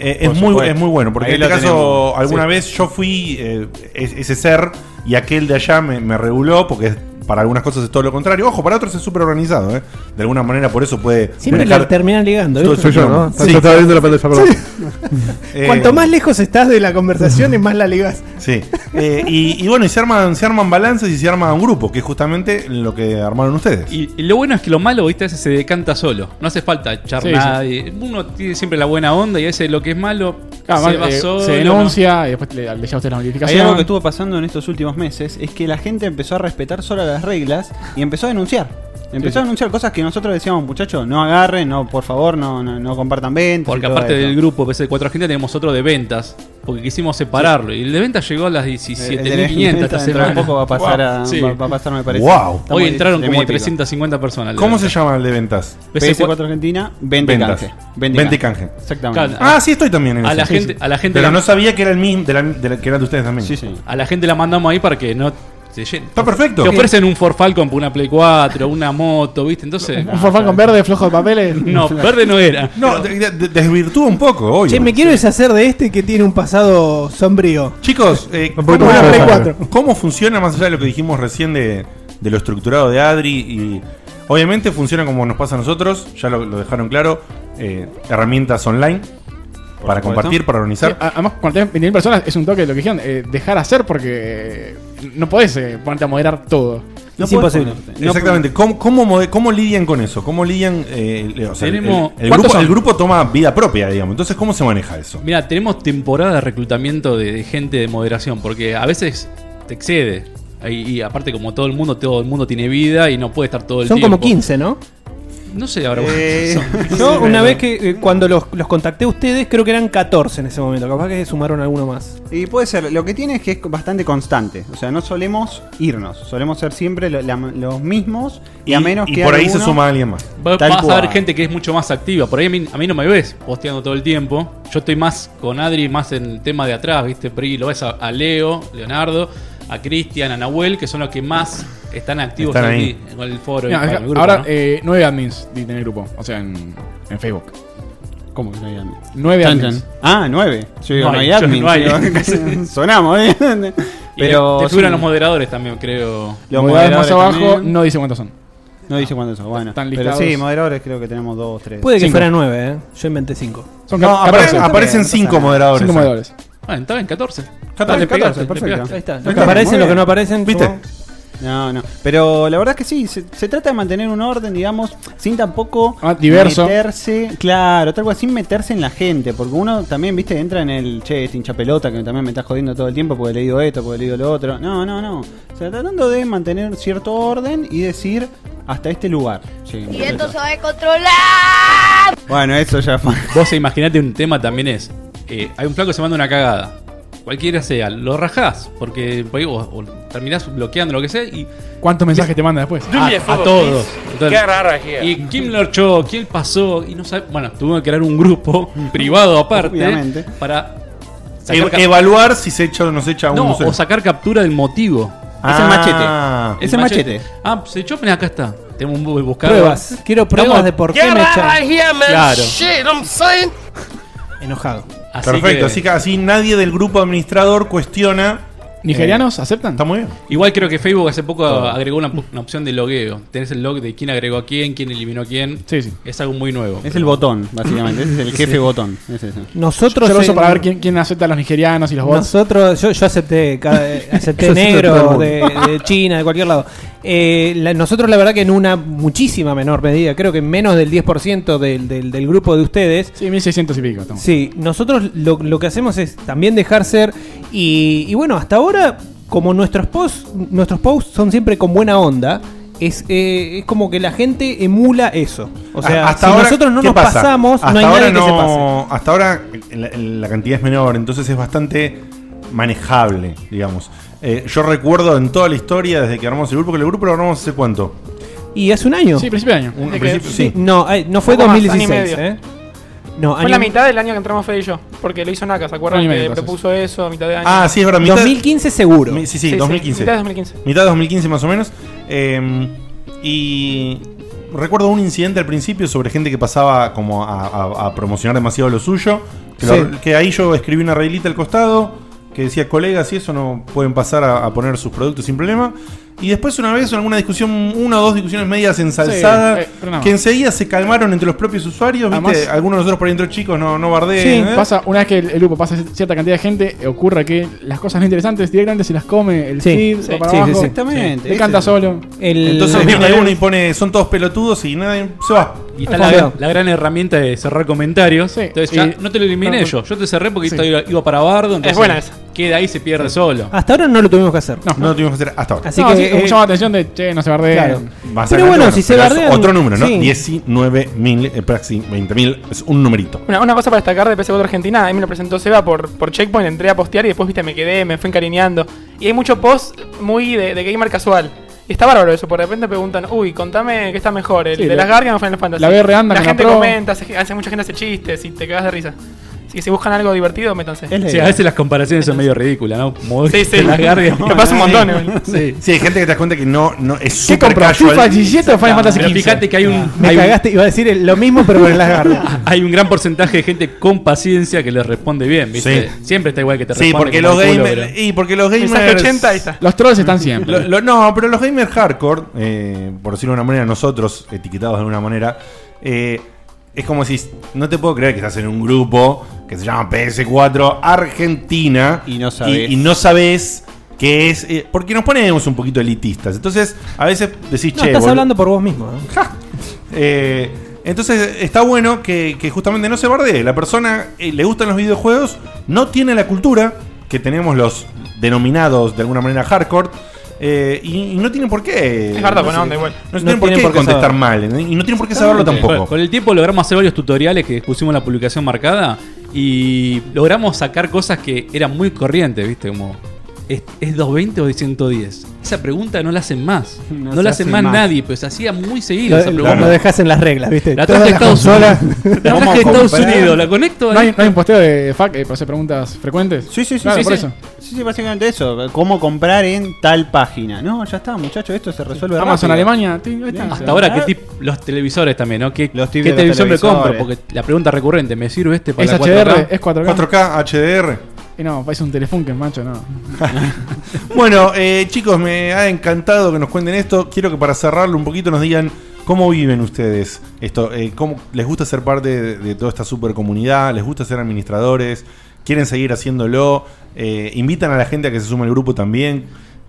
S3: Eh, es,
S2: Por
S3: muy,
S2: supuesto.
S3: es muy bueno, porque
S2: Ahí
S3: en este
S2: lo
S3: caso
S2: tenemos.
S3: alguna
S2: Sí.
S3: vez yo fui eh, es- ese ser y aquel de allá me, me reguló, porque para algunas cosas es todo lo contrario. Ojo, para otros es súper organizado, ¿eh? De alguna manera por eso puede...
S9: Siempre
S3: manejar-
S9: la terminan ligando, ¿eh?
S3: Todo-
S9: Soy yo, ¿no?
S3: Sí.
S9: Yo estaba viendo la
S4: pendeja,
S9: perdón.
S3: Eh,
S13: Cuanto más lejos estás de la conversación y más la ligás.
S3: Sí. Eh, y, y bueno, y se arman, se arman balances y se arma un grupo, que es justamente lo que armaron ustedes.
S8: Y, y lo bueno es que lo malo, viste, a veces se decanta solo. No hace falta charlar.
S5: Sí, sí.
S8: nadie. Uno tiene siempre la buena onda y a veces lo que es malo
S5: Claro,
S8: se
S5: además,
S8: va
S5: eh,
S8: solo.
S5: se denuncia y después le, le llega a usted la
S7: Hay
S5: notificación.
S7: algo que estuvo pasando en estos últimos meses es que la gente empezó a respetar sola las reglas y empezó a denunciar. Empezó
S8: Sí.
S7: a denunciar cosas que nosotros decíamos, muchachos, no agarren, no, por favor, no, no, no compartan ventas.
S8: Porque aparte del grupo PC de 4 gente tenemos otro de ventas. Porque quisimos separarlo. Y el de ventas llegó a las
S7: El de
S8: 17.500
S7: ventas
S8: esta
S7: dentro de
S8: semana.
S7: poco va a pasar a-
S8: Sí.
S7: va- va a pasar, me parece.
S8: Wow.
S7: Está
S8: Hoy
S7: muy-
S8: entraron
S7: de
S8: como
S7: medio pico.
S8: 350 personas.
S3: ¿Cómo se llama el de ventas?
S7: PC4 Argentina, vende y
S3: Ventas.
S7: canje.
S3: Vende y canje.
S8: Claro.
S7: Exactamente.
S3: Ah, sí, estoy también en
S8: A
S3: ese.
S8: la
S3: Sí,
S8: gente-
S3: sí.
S8: a la gente
S3: Pero
S8: la-
S3: no sabía que era el mismo, de la- de la- que era de ustedes también.
S8: A la gente la mandamos ahí para que no se llene. Está
S3: perfecto.
S8: Te ofrecen un Ford Falcon por una Play 4, una moto, ¿viste? Entonces.
S13: Un forfán con verde, flojo de papeles.
S8: No, verde no era.
S3: No, de- de- desvirtúa un poco, obvio.
S13: Che, me quiero deshacer de este que tiene un pasado sombrío.
S3: Chicos, eh,
S13: Una
S3: ¿cómo,
S13: Play 4.
S3: cómo funciona más allá de lo que dijimos recién de, de lo estructurado de Adri? Y obviamente funciona como nos pasa a nosotros, ya lo, lo dejaron claro, eh, herramientas online para
S5: supuesto.
S3: compartir, para organizar.
S5: Sí, a- además, cuando tenés 20.000 personas, es un toque de lo que dijeron. eh, dejar hacer porque eh, no podés eh, ponerte a moderar todo.
S8: ah,
S3: No podés ponerte. Exactamente. ¿Cómo, cómo, mode- cómo lidian con eso? ¿Cómo lidian? eh, el- o sea, el-
S8: Tenemos-
S3: el, el
S8: ¿Cuántos
S3: grupo,
S8: son?
S3: el grupo toma vida propia, digamos. Entonces, ¿cómo se maneja eso?
S8: Mira, tenemos temporada de reclutamiento de, de gente de moderación, porque a veces te excede. Y, y aparte, como todo el mundo, todo el mundo tiene vida y no puede estar todo el
S9: Son
S8: tiempo.
S9: como 15, ¿no?
S8: No sé ahora.
S3: Eh,
S7: Eh,
S9: Yo una vez que eh, cuando los, los contacté a ustedes, creo que eran 14 en ese momento. Capaz que sumaron alguno más.
S7: Y puede ser, lo que tiene es que es bastante constante. O sea, no solemos irnos, solemos ser siempre lo- la- los mismos y, a menos que. alguno-
S8: Va-
S7: Tal
S8: vas a ver
S7: cual.
S8: gente que es mucho más activa. Por ahí a mí, a mí no me ves posteando todo el tiempo. Yo estoy más con Adri, más en el tema de atrás, ¿viste? Por ahí lo ves a, a Leo, Leonardo, a Cristian, a Nahuel, que son los que más están activos
S5: Están
S8: en
S5: ahí.
S8: el- con el foro. y
S5: Mira,
S8: con
S5: acá-
S8: el grupo,
S5: ahora,
S8: ¿no?
S5: eh, nueve admins tiene el grupo. O sea, en, en Facebook.
S7: ¿Cómo que no hay admin?
S5: Nueve
S7: Chan,
S5: admins.
S7: chan. Ah, nueve. Yo digo,
S5: No
S7: no, hay,
S5: hay, yo-
S7: admin.
S5: no hay.
S7: digo, Sonamos, ¿eh?
S8: Y te
S7: Pero.
S8: figuran
S7: sí,
S8: los moderadores también, creo.
S7: los
S5: Moderadores más abajo,
S7: también.
S5: no dice cuántos son.
S7: No dice cuántos son. Bueno,
S5: Están
S7: pero
S5: listados.
S7: sí, moderadores creo que tenemos dos, tres.
S9: Puede que fuera 9, ¿eh? Yo inventé 5.
S7: Son No, apare- 14. aparecen
S9: Está bien, no
S7: cinco
S9: pasa nada.
S7: moderadores. Cinco moderadores.
S8: Bueno, estaba en 14.
S7: 14,
S8: Le pegaste,
S7: 14,
S8: le
S7: perfecto.
S8: pegaste.
S7: Ahí está. Los
S9: Los que aparecen,
S7: Muy
S9: los que
S7: bien.
S9: no aparecen.
S7: ¿Viste?
S9: supongo.
S7: No, no. Pero la verdad es que sí, se, se trata de mantener un orden, digamos, sin tampoco
S5: diverso.
S7: meterse, claro, tal cual, sin meterse en la gente, porque uno también, viste, entra en el, che, este hincha pelota que también me está jodiendo todo el tiempo porque le digo esto, porque le digo lo otro. No, no, no. O sea, tratando de mantener cierto orden y decir, hasta este lugar. Sí,
S14: Y esto se va a controlar.
S7: Bueno, eso ya fue.
S8: Vos imaginate un tema también es. eh, hay un flaco que se manda una cagada. Cualquiera sea, lo rajás, porque por ahí vos- o terminás bloqueando lo que sea y
S5: ¿Cuántos mensajes te manda después?
S8: Ah, a, a todos. Entonces,
S5: Qué raro aquí.
S8: ¿Y quién lo archó? ¿Quién pasó? Y no sabe, bueno, tuvimos que crear un grupo privado aparte
S3: Obviamente.
S8: para
S3: Ev-
S8: cap-
S3: E- evaluar si se echa o no se echa
S8: no,
S3: uno. solo.
S8: o sacar captura del motivo.
S3: Es el Ah. machete.
S8: Es el machete. Ah, se echó, mirá, acá está. Tengo un bu- buscador.
S9: Pruebas. Quiero pruebas
S8: Estamos-
S9: de por
S11: Get
S9: qué me
S11: out of
S9: echaron.
S11: here, man.
S8: Claro.
S11: Shit, I'm saying.
S9: Enojado.
S3: Perfecto, así que así nadie del grupo administrador cuestiona. eh,
S5: ¿Nigerianos aceptan?
S3: Está muy bien.
S8: Igual creo que Facebook hace poco agregó una, una opción de logueo. Tenés el log de quién agregó a quién, quién eliminó a quién.
S5: Sí, sí.
S8: Es algo muy nuevo.
S7: Es el botón, básicamente. Ese es el jefe
S8: Sí.
S7: botón. Es ese.
S9: Nosotros
S5: Yo lo uso
S9: en-
S5: para ver quién, quién acepta a los nigerianos y los bots.
S9: Nosotros, yo, yo acepté, ca- acepté
S5: Yo acepto todo el
S9: negro
S5: mundo.
S9: de, de China, de cualquier lado. Eh, la- nosotros, la verdad, que en una muchísima menor medida, creo que menos del 10% del, del, del grupo de ustedes.
S5: Sí, 1600 y pico.
S9: Sí, nosotros lo, lo que hacemos es también dejar ser. Y, y bueno, hasta ahora, como nuestros posts, nuestros posts son siempre con buena onda. Es, eh, es como que la gente emula eso. O sea,
S3: A- Ah, hasta
S9: si
S3: ahora,
S9: nosotros no
S3: ¿qué
S9: nos
S3: pasa?
S9: pasamos,
S3: Hasta
S9: no hay
S3: ahora
S9: nadie que se pase.
S3: no- Hasta ahora la, la cantidad es menor, entonces es bastante manejable, digamos. Eh, yo recuerdo en toda la historia, desde que armamos el grupo, que el grupo lo armamos hace cuánto.
S9: Y hace un año.
S5: Sí, principio de año.
S3: Un- al principio, sí.
S9: No, eh, no fue
S6: Poco más, año y
S9: 2016,
S6: medio.
S9: ¿eh? No,
S6: Fue la mitad del año que entramos Fede y yo, porque lo hizo Naka, ¿se acuerdan?
S9: Año y medio,
S6: que
S9: entonces.
S6: propuso eso a mitad de año.
S3: Ah, sí, es verdad. mitad-
S9: seguro.
S3: Mi- Sí, sí,
S6: Sí, sí,
S3: 2015.
S6: mitad de 2015.
S3: Mitad de 2015 más o menos. Eh, Y recuerdo un incidente al principio sobre gente que pasaba como a, a- a promocionar demasiado lo suyo. Que, lo-
S15: Sí.
S3: que ahí yo escribí una reglita al costado que decía, colegas, y eso no pueden pasar a, a poner sus productos sin problema. Y después una vez, en alguna discusión, una o dos discusiones medias ensalzadas,
S5: Sí, eh, pero nada más.
S3: que enseguida se calmaron entre los propios usuarios. ¿viste?
S5: Además-
S3: Algunos de nosotros por ahí entre chicos no, no bardeen.
S5: Sí,
S3: ¿eh?
S5: pasa, una vez que el, el grupo pasa cierta cantidad de gente, eh, ocurre que las cosas no interesantes directamente se las come el
S3: Sí.
S5: feed,
S3: Sí.
S5: va para
S3: Sí, sí,
S5: abajo,
S3: sí. Exactamente,
S5: le canta
S3: ese-
S5: solo.
S3: Entonces viene uno y pone, son todos pelotudos y nadie se va.
S8: Y está la, la gran herramienta de cerrar comentarios. Entonces ya
S3: Y-
S8: no te lo eliminé yo. Yo te cerré porque
S3: Sí.
S8: esto iba, iba para Bardo. Entonces
S5: buena esa.
S8: Queda ahí, se pierde solo.
S9: Hasta ahora no lo tuvimos que hacer.
S3: No, no lo tuvimos que hacer hasta ahora.
S9: Así
S5: no,
S9: que.
S5: sí, como
S9: eh,
S5: llama la atención de, che, no se bardeen.
S9: Claro.
S3: Más
S9: Pero
S3: adelante,
S9: bueno, si se
S3: pero es
S9: bardean-
S3: Otro número, ¿no?
S9: sí.
S3: 19.000, eh, casi 20.000, es un numerito.
S6: Una, una cosa para destacar de PS4 Argentina, a mí me lo presentó Seba por, por Checkpoint, entré a postear y después, viste, me quedé, me fui encariñando. Y hay mucho post muy de, de gamer casual. Y está bárbaro eso, por de repente preguntan, uy, contame qué está mejor, el
S5: Sí,
S6: de
S5: la-
S6: las Guardian o Final Fantasy.
S5: la VR anda
S6: La
S5: con la
S6: gente
S5: Pro.
S6: comenta, hace, hace- mucha gente hace chistes y te cagas de risa. Así que si buscan algo divertido, métanse.
S8: Sí, a veces las comparaciones son medio ridículas, ¿no? Como
S6: Sí, sí.
S8: las Guardian.
S6: Me pasa un montón, eh.
S3: Sí. sí, hay gente que te das cuenta que no, no es
S8: ¿Qué
S3: súper
S8: compró?
S3: casual.
S8: ¿FIFA 17 o Final Fantasy
S3: Pero
S8: 15? Fíjate que hay un.
S9: Ah. Me
S8: hay un-
S9: cagaste, iba a decir eh, lo mismo, pero con las garras.
S8: Hay un gran porcentaje de gente con paciencia que les responde bien, ¿viste?
S3: Sí.
S8: Siempre está igual que te
S3: Sí,
S8: responde.
S3: porque
S8: como
S3: los
S8: el culo,
S3: gamers.
S8: pero-
S3: Y porque los
S8: Mensaje
S3: gamers.
S8: 80
S6: está.
S5: Los trolls están siempre.
S3: Lo- lo- no, pero los gamers hardcore, eh, por decirlo de una manera, nosotros, etiquetados de alguna manera, eh, es como si no te puedo creer que estás en un grupo que se llama PS4 Argentina y no
S7: sabés.
S3: Y, no sabés qué es. eh, porque nos ponemos un poquito elitistas. Entonces, a veces decís,
S9: No,
S3: che,
S9: estás
S3: boludo".
S9: hablando por vos mismo. ¿eh?
S3: Eh, entonces está bueno que, que justamente no se bardee. La persona eh, le gustan los videojuegos, no tiene la cultura que tenemos los denominados de alguna manera hardcore. eh, y, y no tiene por qué.
S6: Es verdad,
S3: no
S6: buena
S3: sé,
S6: onda igual.
S3: No,
S8: No
S3: tienen por
S8: tienen
S3: qué
S8: por qué
S3: contestar
S8: saber.
S3: mal. ¿eh? Y no tienen por qué saberlo
S8: Con,
S3: tampoco.
S8: con el tiempo logramos hacer varios tutoriales que pusimos en la publicación marcada y logramos sacar cosas que eran muy corrientes, ¿viste? Como, ¿es, es 220 o de 110? Esa pregunta no la hacen más. No,
S9: se
S8: la hacen
S9: hace
S8: más,
S9: más.
S8: nadie, pero se hacía muy seguido
S9: Lo,
S5: Eh,
S8: esa
S9: lo-
S8: pregunta.
S9: lo dejas en las reglas, ¿viste?
S8: La
S9: Todas
S8: traje de
S9: las
S8: Estados
S9: consolas-
S8: Unidos. La traje de Estados Unidos, la conecto
S5: ¿No hay,
S8: ahí.
S5: no hay un posteo de FAQ eh, para hacer preguntas frecuentes?
S7: Sí, sí, sí.
S5: Claro,
S7: sí,
S5: por
S7: sí.
S5: eso.
S7: Sí, sí, básicamente eso. Cómo comprar en tal página. No, ya está, muchachos, esto se resuelve
S5: Amazon
S7: rápido.
S5: Alemania. ti, ahí está.
S8: Hasta ahora,
S5: Ah.
S8: ¿qué tip- los televisores también, ¿no? ¿Qué,
S7: tips
S8: qué
S7: de los
S8: televisión me
S7: televisores.
S8: compro? Porque la pregunta recurrente, ¿me sirve este para
S5: ¿Es
S8: la
S5: HDR?
S8: 4K?
S5: ¿Es 4K?
S3: 4K, HDR.
S5: Y no, es un telefunken, macho, no.
S3: Bueno, eh, chicos, me ha encantado que nos cuenten esto. Quiero que para cerrarlo un poquito nos digan cómo viven ustedes esto. eh, cómo, ¿Les gusta ser parte de, de toda esta super comunidad? ¿Les gusta ser administradores? ¿Quieren seguir haciéndolo? Eh, ¿Invitan a la gente a que se sume al grupo también?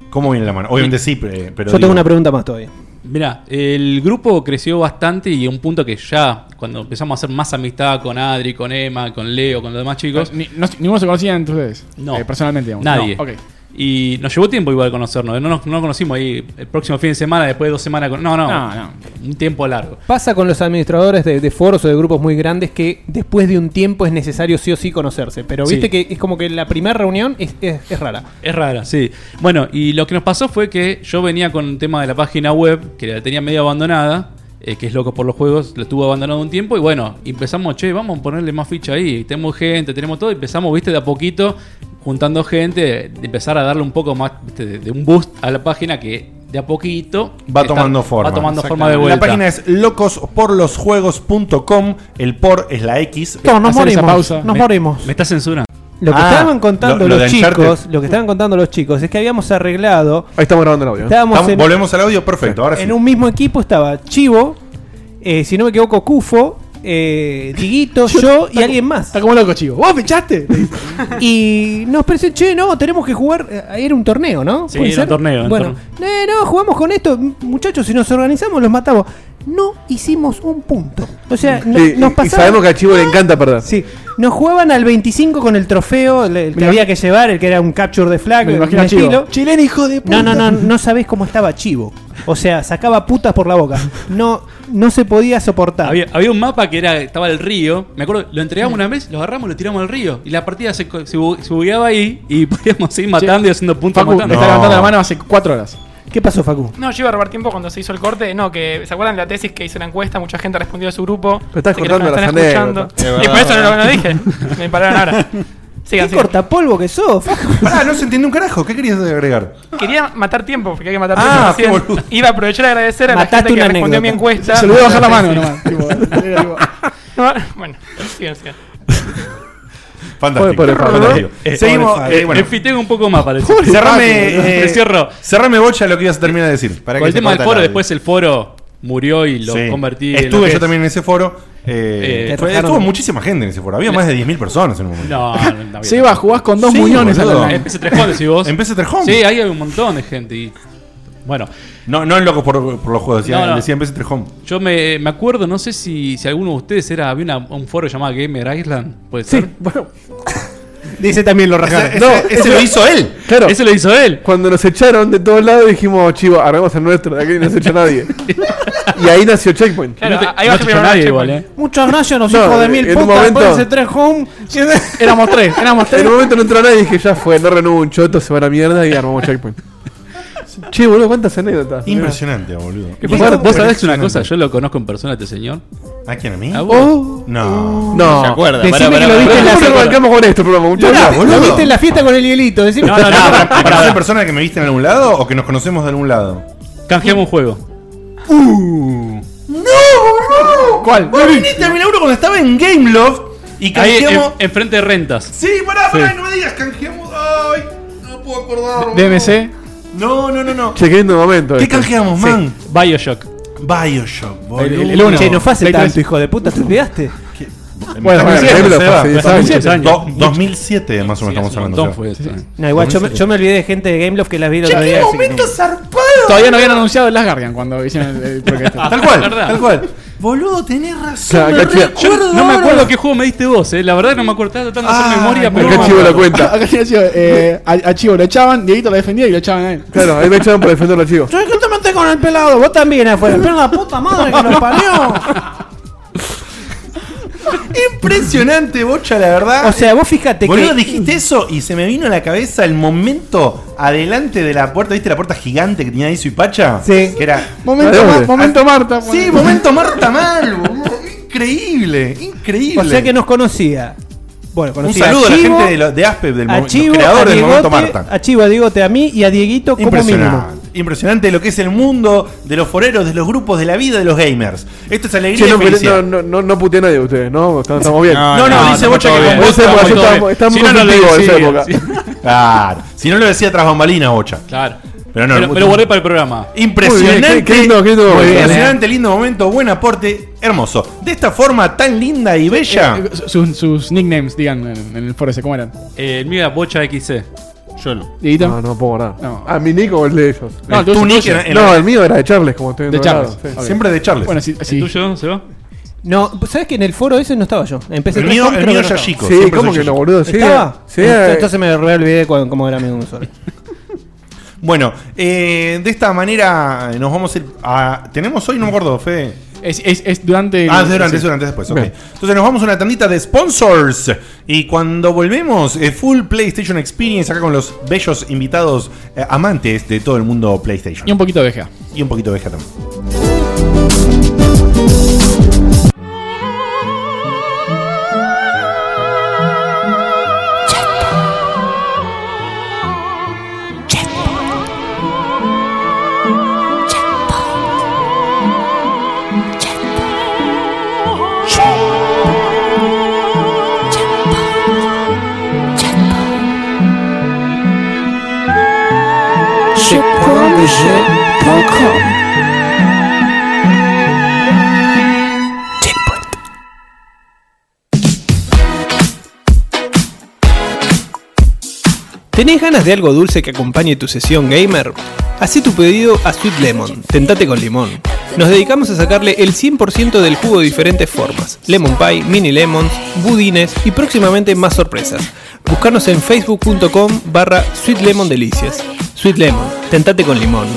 S3: ¿Cómo viene la mano? Obviamente sí, pre- pero.
S9: Yo tengo
S3: digo,
S9: una pregunta más todavía.
S8: Mirá, el grupo creció bastante y a un punto que ya, cuando empezamos a hacer más amistad con Adri, con Emma, con Leo, con los demás chicos,
S5: Ni- no- ninguno se conocía entre ustedes.
S8: No.
S5: Eh, personalmente, digamos.
S8: Nadie.
S5: No, ok.
S8: Y nos llevó tiempo igual conocernos. eh, No nos, no nos conocimos ahí el próximo fin de semana, después de dos semanas. Con... No, no,
S5: No, no.
S8: Un tiempo largo.
S9: Pasa con los administradores de, de foros o de grupos muy grandes que después de un tiempo es necesario sí o sí conocerse. Pero viste
S8: Sí.
S9: que es como que la primera reunión es, es- es rara.
S8: Es rara, sí. Bueno, y lo que nos pasó fue que yo venía con un tema de la página web, que la tenía medio abandonada, eh, que es loco por los juegos, lo estuvo abandonado un tiempo, y bueno, empezamos, che, vamos a ponerle más ficha ahí, tenemos gente, tenemos todo, y empezamos, viste, de a poquito, juntando gente, de empezar a darle un poco más, viste, de, de un boost a la página que de a poquito
S3: Va
S8: está-
S3: tomando forma.
S8: Va tomando forma de vuelta.
S3: La página es locosporlosjuegos.com. El por es la X.
S9: No, nos
S3: Hacer esa
S9: morimos,
S3: pausa.
S9: nos
S3: Me-
S9: morimos.
S8: Me está censurando.
S9: Lo que
S3: Ah,
S9: estaban contando
S3: lo- lo
S9: los
S3: de Uncharted.
S9: chicos, lo que estaban contando los chicos es que habíamos arreglado.
S4: Ahí estamos grabando el audio. ¿eh?
S9: Estábamos
S3: Estamos-
S9: en-
S3: volvemos al audio, perfecto. Ahora sí.
S9: En un mismo equipo estaba Chivo, eh, si no me equivoco, Cufo, eh, Diguito, yo y alguien más. Está
S5: como loco, Chivo. ¡Vos pinchaste!
S9: y nos pareció, che, no, tenemos que jugar. eh, Era un torneo, ¿no?
S8: Sí,
S9: ¿Puede
S8: era un
S9: ser?
S8: torneo, un
S9: Bueno, "Eh, no, jugamos con esto. M- Muchachos, si nos organizamos, los matamos. No hicimos un punto. O sea, no-
S4: Sí,
S9: nos
S4: y, y
S9: pasaron.
S4: sabemos que a Chivo le encanta perder.
S9: Sí. Nos jugaban al 25 con el trofeo el, el que había que llevar, el que era un capture de flag,
S5: Me
S9: un
S5: imagino a Chivo.
S9: estilo.
S13: Chileno, hijo de
S9: No, no, no, no sabés cómo estaba Chivo. O sea, sacaba putas por la boca. No, no se podía soportar.
S8: Había, había un mapa que era estaba el río. Me acuerdo, lo entregamos una vez, lo agarramos, lo tiramos al río. Y la partida se, co- se, bu- se bugueaba ahí y podíamos seguir matando y haciendo puntos
S5: Facu,
S8: matando.
S5: me está levantando la mano hace cuatro horas.
S9: ¿Qué pasó, Facu?
S6: No, yo iba a robar tiempo cuando se hizo el corte. No, que ¿se acuerdan de la tesis que hizo la encuesta? Mucha gente respondió de su grupo.
S4: estás
S6: Así que los que
S4: cortando
S6: nos
S4: las
S6: están escuchando-
S4: anécdotas. Es
S6: Y
S4: verdad,
S6: por eso no lo,
S4: verdad.
S6: no lo dije. Me pararon ahora. Sigan,
S1: ¿Qué
S6: sigan.
S1: cortapolvo que sos?
S3: Pará, no se entiende un carajo. ¿Qué querías agregar?
S6: Quería matar tiempo, porque hay que matar
S3: Ah,
S6: tiempo.
S3: qué boludo.
S6: recién. Iba a aprovechar a agradecer a
S1: Mataste
S6: la gente que
S1: una
S6: respondió a mi
S1: anécdota.
S6: encuesta.
S1: Se lo voy a bajar la mano
S6: nomás. bueno, sigan, sigan.
S3: Fantástico.
S8: Pobre, pobre, pobre.
S3: fantástico.
S8: Eh,
S3: Seguimos.
S8: pobre,
S3: eh, bueno.
S8: enfiteo un poco más, parece.
S3: Cerrame, eh,
S8: Me cierro.
S3: cerrame bocha lo que ibas a terminar de decir. Para
S8: Con el tema del foro, después el foro murió y lo
S3: Sí.
S8: convertí en lo
S3: Estuve
S8: que
S3: yo
S8: es.
S3: también en ese foro. eh,
S8: Eh,
S3: fue-
S8: te
S3: estuvo
S8: rajaron-
S3: muchísima gente en ese foro. Había
S8: Le-
S3: más de 10.000 personas en un momento.
S8: No, no, no había.
S5: Seba, jugás con dos muñones a la
S8: En PC3 Home decís vos.
S3: En PC3 Home.
S8: Sí, ahí hay un montón de gente. Y... Bueno.
S3: No, no en locos por, por los juegos. Decía,
S8: No, no.
S3: decía en PC3 Home.
S8: Yo me, me acuerdo, no sé si, si alguno de ustedes era. Había una- un foro llamado Gamer Island. ¿Puede ser?
S1: bueno. Dice también lo rajaron.
S4: Claro.
S8: Ese lo hizo él.
S4: Cuando nos echaron de todos lados dijimos, chivo, armamos el nuestro, de aquí no se echa nadie. y ahí nació Checkpoint.
S6: Claro, No te- ahí va no te a echó nadie igual, eh.
S9: Muchas gracias, los
S4: No,
S9: hijos de mil
S4: en un
S9: putas,
S4: momento-
S9: por ese tres home.
S5: Éramos tres, éramos
S4: En un momento no entró nadie y dije, ya fue, no renuevo un choto, se va a la mierda y armamos Checkpoint. che, boludo, cuántas anécdotas.
S3: Impresionante, boludo.
S8: ¿Qué pasa? ¿Vos sabés una cosa? Yo lo conozco en persona, este señor.
S3: ¿A quién? ¿A mí?
S8: ¿A vos?
S3: No.
S4: No.
S8: ¿Se acuerda?
S4: Decime
S8: Pará,
S4: que
S8: pará, pará.
S4: lo viste en la
S8: ¿Cómo
S4: secu-
S8: lo
S4: arrancamos con esto, programa, muchachos?
S3: Pará,
S9: Lo
S3: boludo.
S9: viste en la fiesta con el hielito. Decime.
S3: No,
S8: Ah,
S3: no, no. ¿Conoces personas que me viste en algún lado o que nos conocemos de algún lado?
S8: Canjeamos un juego.
S3: Uh. ¡No! ¿Cuál? Vos viniste a Milagro cuando estaba en Gameloft y
S8: Ahí, en-
S3: canjeamos.
S8: enfrente de rentas.
S3: Sí, pará, pará,
S8: Sí.
S3: no me digas, canjeamos. Ay, no puedo acordar.
S5: DMC.
S3: No, no, no, no.
S4: Che, qué lindo momento.
S3: ¿Qué
S4: este.
S3: canjeamos, man?
S8: Bioshock.
S3: Bioshock, boludo.
S9: Che, no fue hace
S3: Play
S9: tanto,
S3: tres.
S9: hijo de puta, ¿te olvidaste?
S3: Bueno,
S9: Bueno,
S3: Seba,
S9: bueno,
S3: Seba,
S9: fue hace
S3: Seba,
S9: 17
S3: Seba,
S9: años.
S3: do- 2007 más o menos estamos hablando. Seba.
S9: No, igual yo me, yo me olvidé de gente de Gameloft que las vi el otro día. así que no.
S3: zarpado!
S5: Todavía no habían anunciado el Last Guardian cuando hicieron el, el proyecto.
S3: Tal cual, tal cual. Boludo, tenés razón. me
S8: Yo
S3: recuerdo
S8: no me
S3: ahora.
S8: acuerdo qué juego me diste vos, eh. La verdad que no me acuerdo, estaba tratando de
S3: Ah,
S8: hacer memoria, pero.
S4: Acá
S8: no me
S4: Chivo lo
S8: acuerdo.
S4: cuenta.
S5: Acá tenía sido, eh, a, a Chivo lo echaban, Dieguito lo defendía y lo echaban a él.
S4: Claro, ahí me echaron para defenderlo, chicos.
S9: Yo justamente con el pelado, vos también eh, afuera. Pero la puta madre que nos parió.
S3: Impresionante, bocha, la verdad.
S9: O sea, vos fíjate
S3: Boludo,
S9: que.
S3: dijiste eso y se me vino a la cabeza el momento adelante de la puerta. ¿Viste la puerta gigante que tenía ahí su Pacha?
S9: Sí.
S3: Que era.
S5: Momento, Ma- momento Marta.
S3: Sí, momento Marta mal, boludo. Increíble, increíble.
S9: O sea que nos conocía. Bueno,
S3: Un
S9: conocía
S3: saludo
S9: a
S3: a la
S9: Chivo,
S3: gente de, lo- de Aspep, del
S9: a
S3: mo- los
S9: Chivo, a
S3: creadores del momento
S9: Diegote,
S3: Marta.
S9: a Chivo, a Diegote, a mí y a Dieguito como mínimo.
S3: Impresionante. Impresionante lo que es el mundo de los foreros, de los grupos, de la vida de los gamers. Esto es alegría
S4: Che, no,
S3: y felicidad.
S4: no, no, no, no puteé a nadie de ustedes, ¿no? Estamos estamos bien.
S3: No, no, dice
S4: estamos
S3: Bocha
S4: todo
S3: que
S4: bien.
S3: con vos
S4: Esa época
S3: estamos
S4: yo
S3: todo bien.
S4: estaba- estaba
S3: Si
S4: muy
S3: no, no le
S4: positivo en esa
S3: decía,
S4: época.
S3: Claro. Si no lo decía tras bambalinas, bocha.
S8: Claro.
S3: Pero no,
S8: Me lo-
S3: no-
S8: me lo guardé para el programa.
S3: Impresionante.
S4: Muy bien, qué- qué lindo, qué lindo
S3: Muy
S4: momento.
S3: impresionante, lindo momento, buen aporte, hermoso. De esta forma tan linda y bella.
S5: Eh, Sus, sus nicknames, digan en, en el foro ese, ¿cómo eran?
S8: Eh, el mío era Bocha XC.
S16: Yo no.
S5: Dieguito.
S4: No, no puedo guardar.
S5: No.
S4: A mi Nico o el de ellos.
S5: No, el tuyo,
S3: Tu nick
S5: tuyo.
S3: era- era-
S4: No, el mío era de Charles, como estoy
S5: De
S4: viendo
S5: Charles.
S4: ahora, sí.
S5: Ok.
S3: Siempre de Charles.
S5: Bueno, sí, sí.
S8: ¿El tuyo se va?
S9: No, ¿sabes que en el foro ese no estaba yo? Empecé
S3: El mío- el mío ya chico.
S4: Sí,
S3: siempre
S4: ¿cómo
S3: soy
S4: que
S3: yo.
S4: no, boludo? Sí,
S9: ¿Estaba?
S4: sí.
S9: Entonces,
S4: eh,
S9: entonces me re olvidé cu- cómo era mi usuario.
S3: Bueno, eh, de esta manera eh, nos vamos a ir a. ¿Tenemos hoy? No me acuerdo, Fede.
S5: Es, es, es durante. el-
S3: Ah, es durante,
S5: sí.
S3: es durante, es después. ok.
S4: Bien.
S3: Entonces nos vamos a una tandita de sponsors. Y cuando volvemos, eh, full PlayStation Experience acá con los bellos invitados eh, amantes de todo el mundo PlayStation.
S5: Y un poquito de VGA.
S3: Y un poquito de Jatán.
S9: ¿Tenés ganas de algo dulce que acompañe tu sesión gamer? Hacé tu pedido a Sweet Lemon, tentate con limón. Nos dedicamos a sacarle el 100% del jugo de diferentes formas: lemon pie, mini lemons, budines y próximamente más sorpresas. Buscarnos en facebook.com barra Sweet Lemon Delicias. Sweet Lemon, tentate con limón.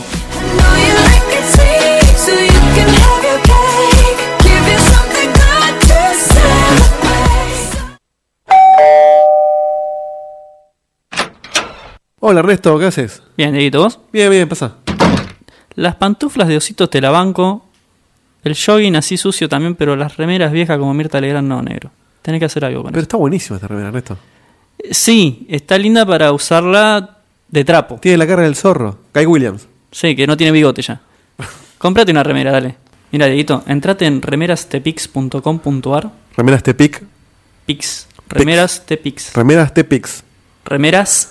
S4: Hola, Ernesto, ¿qué haces?
S15: Bien, Dieguito, vos.
S4: Bien, bien, pasa.
S15: Las pantuflas de ositos te la banco. El jogging así sucio también, pero las remeras viejas como Mirta Legrand no, negro. Tenés que hacer algo con
S4: Pero
S15: eso. Eh,
S4: está buenísimo esta remera, Ernesto.
S15: Sí, está linda para usarla de trapo.
S17: Tiene la cara del zorro. Kai Williams.
S15: Sí, que no tiene bigote ya. Cómprate una remera, dale. Mira, Dieguito, entrate en remerastepix.com.ar.
S17: Remeras
S4: este
S17: Tepic.
S15: Pix. Remeras Tepix.
S17: Remeras Tepix.
S15: Remeras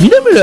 S3: Mirámelo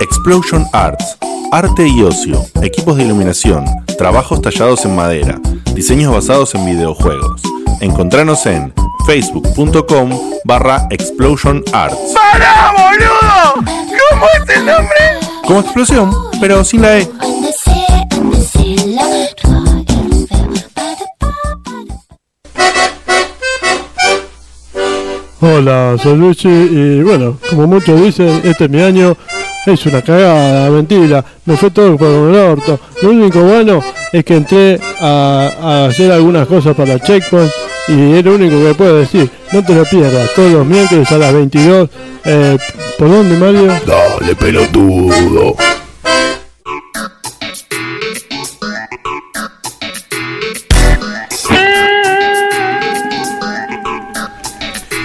S3: Explosion Arts. Arte y ocio, equipos de iluminación, trabajos tallados en madera, diseños basados en videojuegos. Encontranos en facebook.com barra explosion arts.
S11: ¡Para, boludo! ¿Cómo es el nombre?
S3: Como explosión, pero sin la E.
S10: Hola, soy Luigi y bueno, como muchos dicen, este es mi año. Es una cagada, mentira. Me fue todo por el orto. Lo único bueno es que entré a, a hacer algunas cosas para Checkpoint y es lo único que puedo decir. No te lo pierdas, todos los miércoles a las 22. Eh, ¿Por dónde, Mario?
S11: Dale, pelotudo.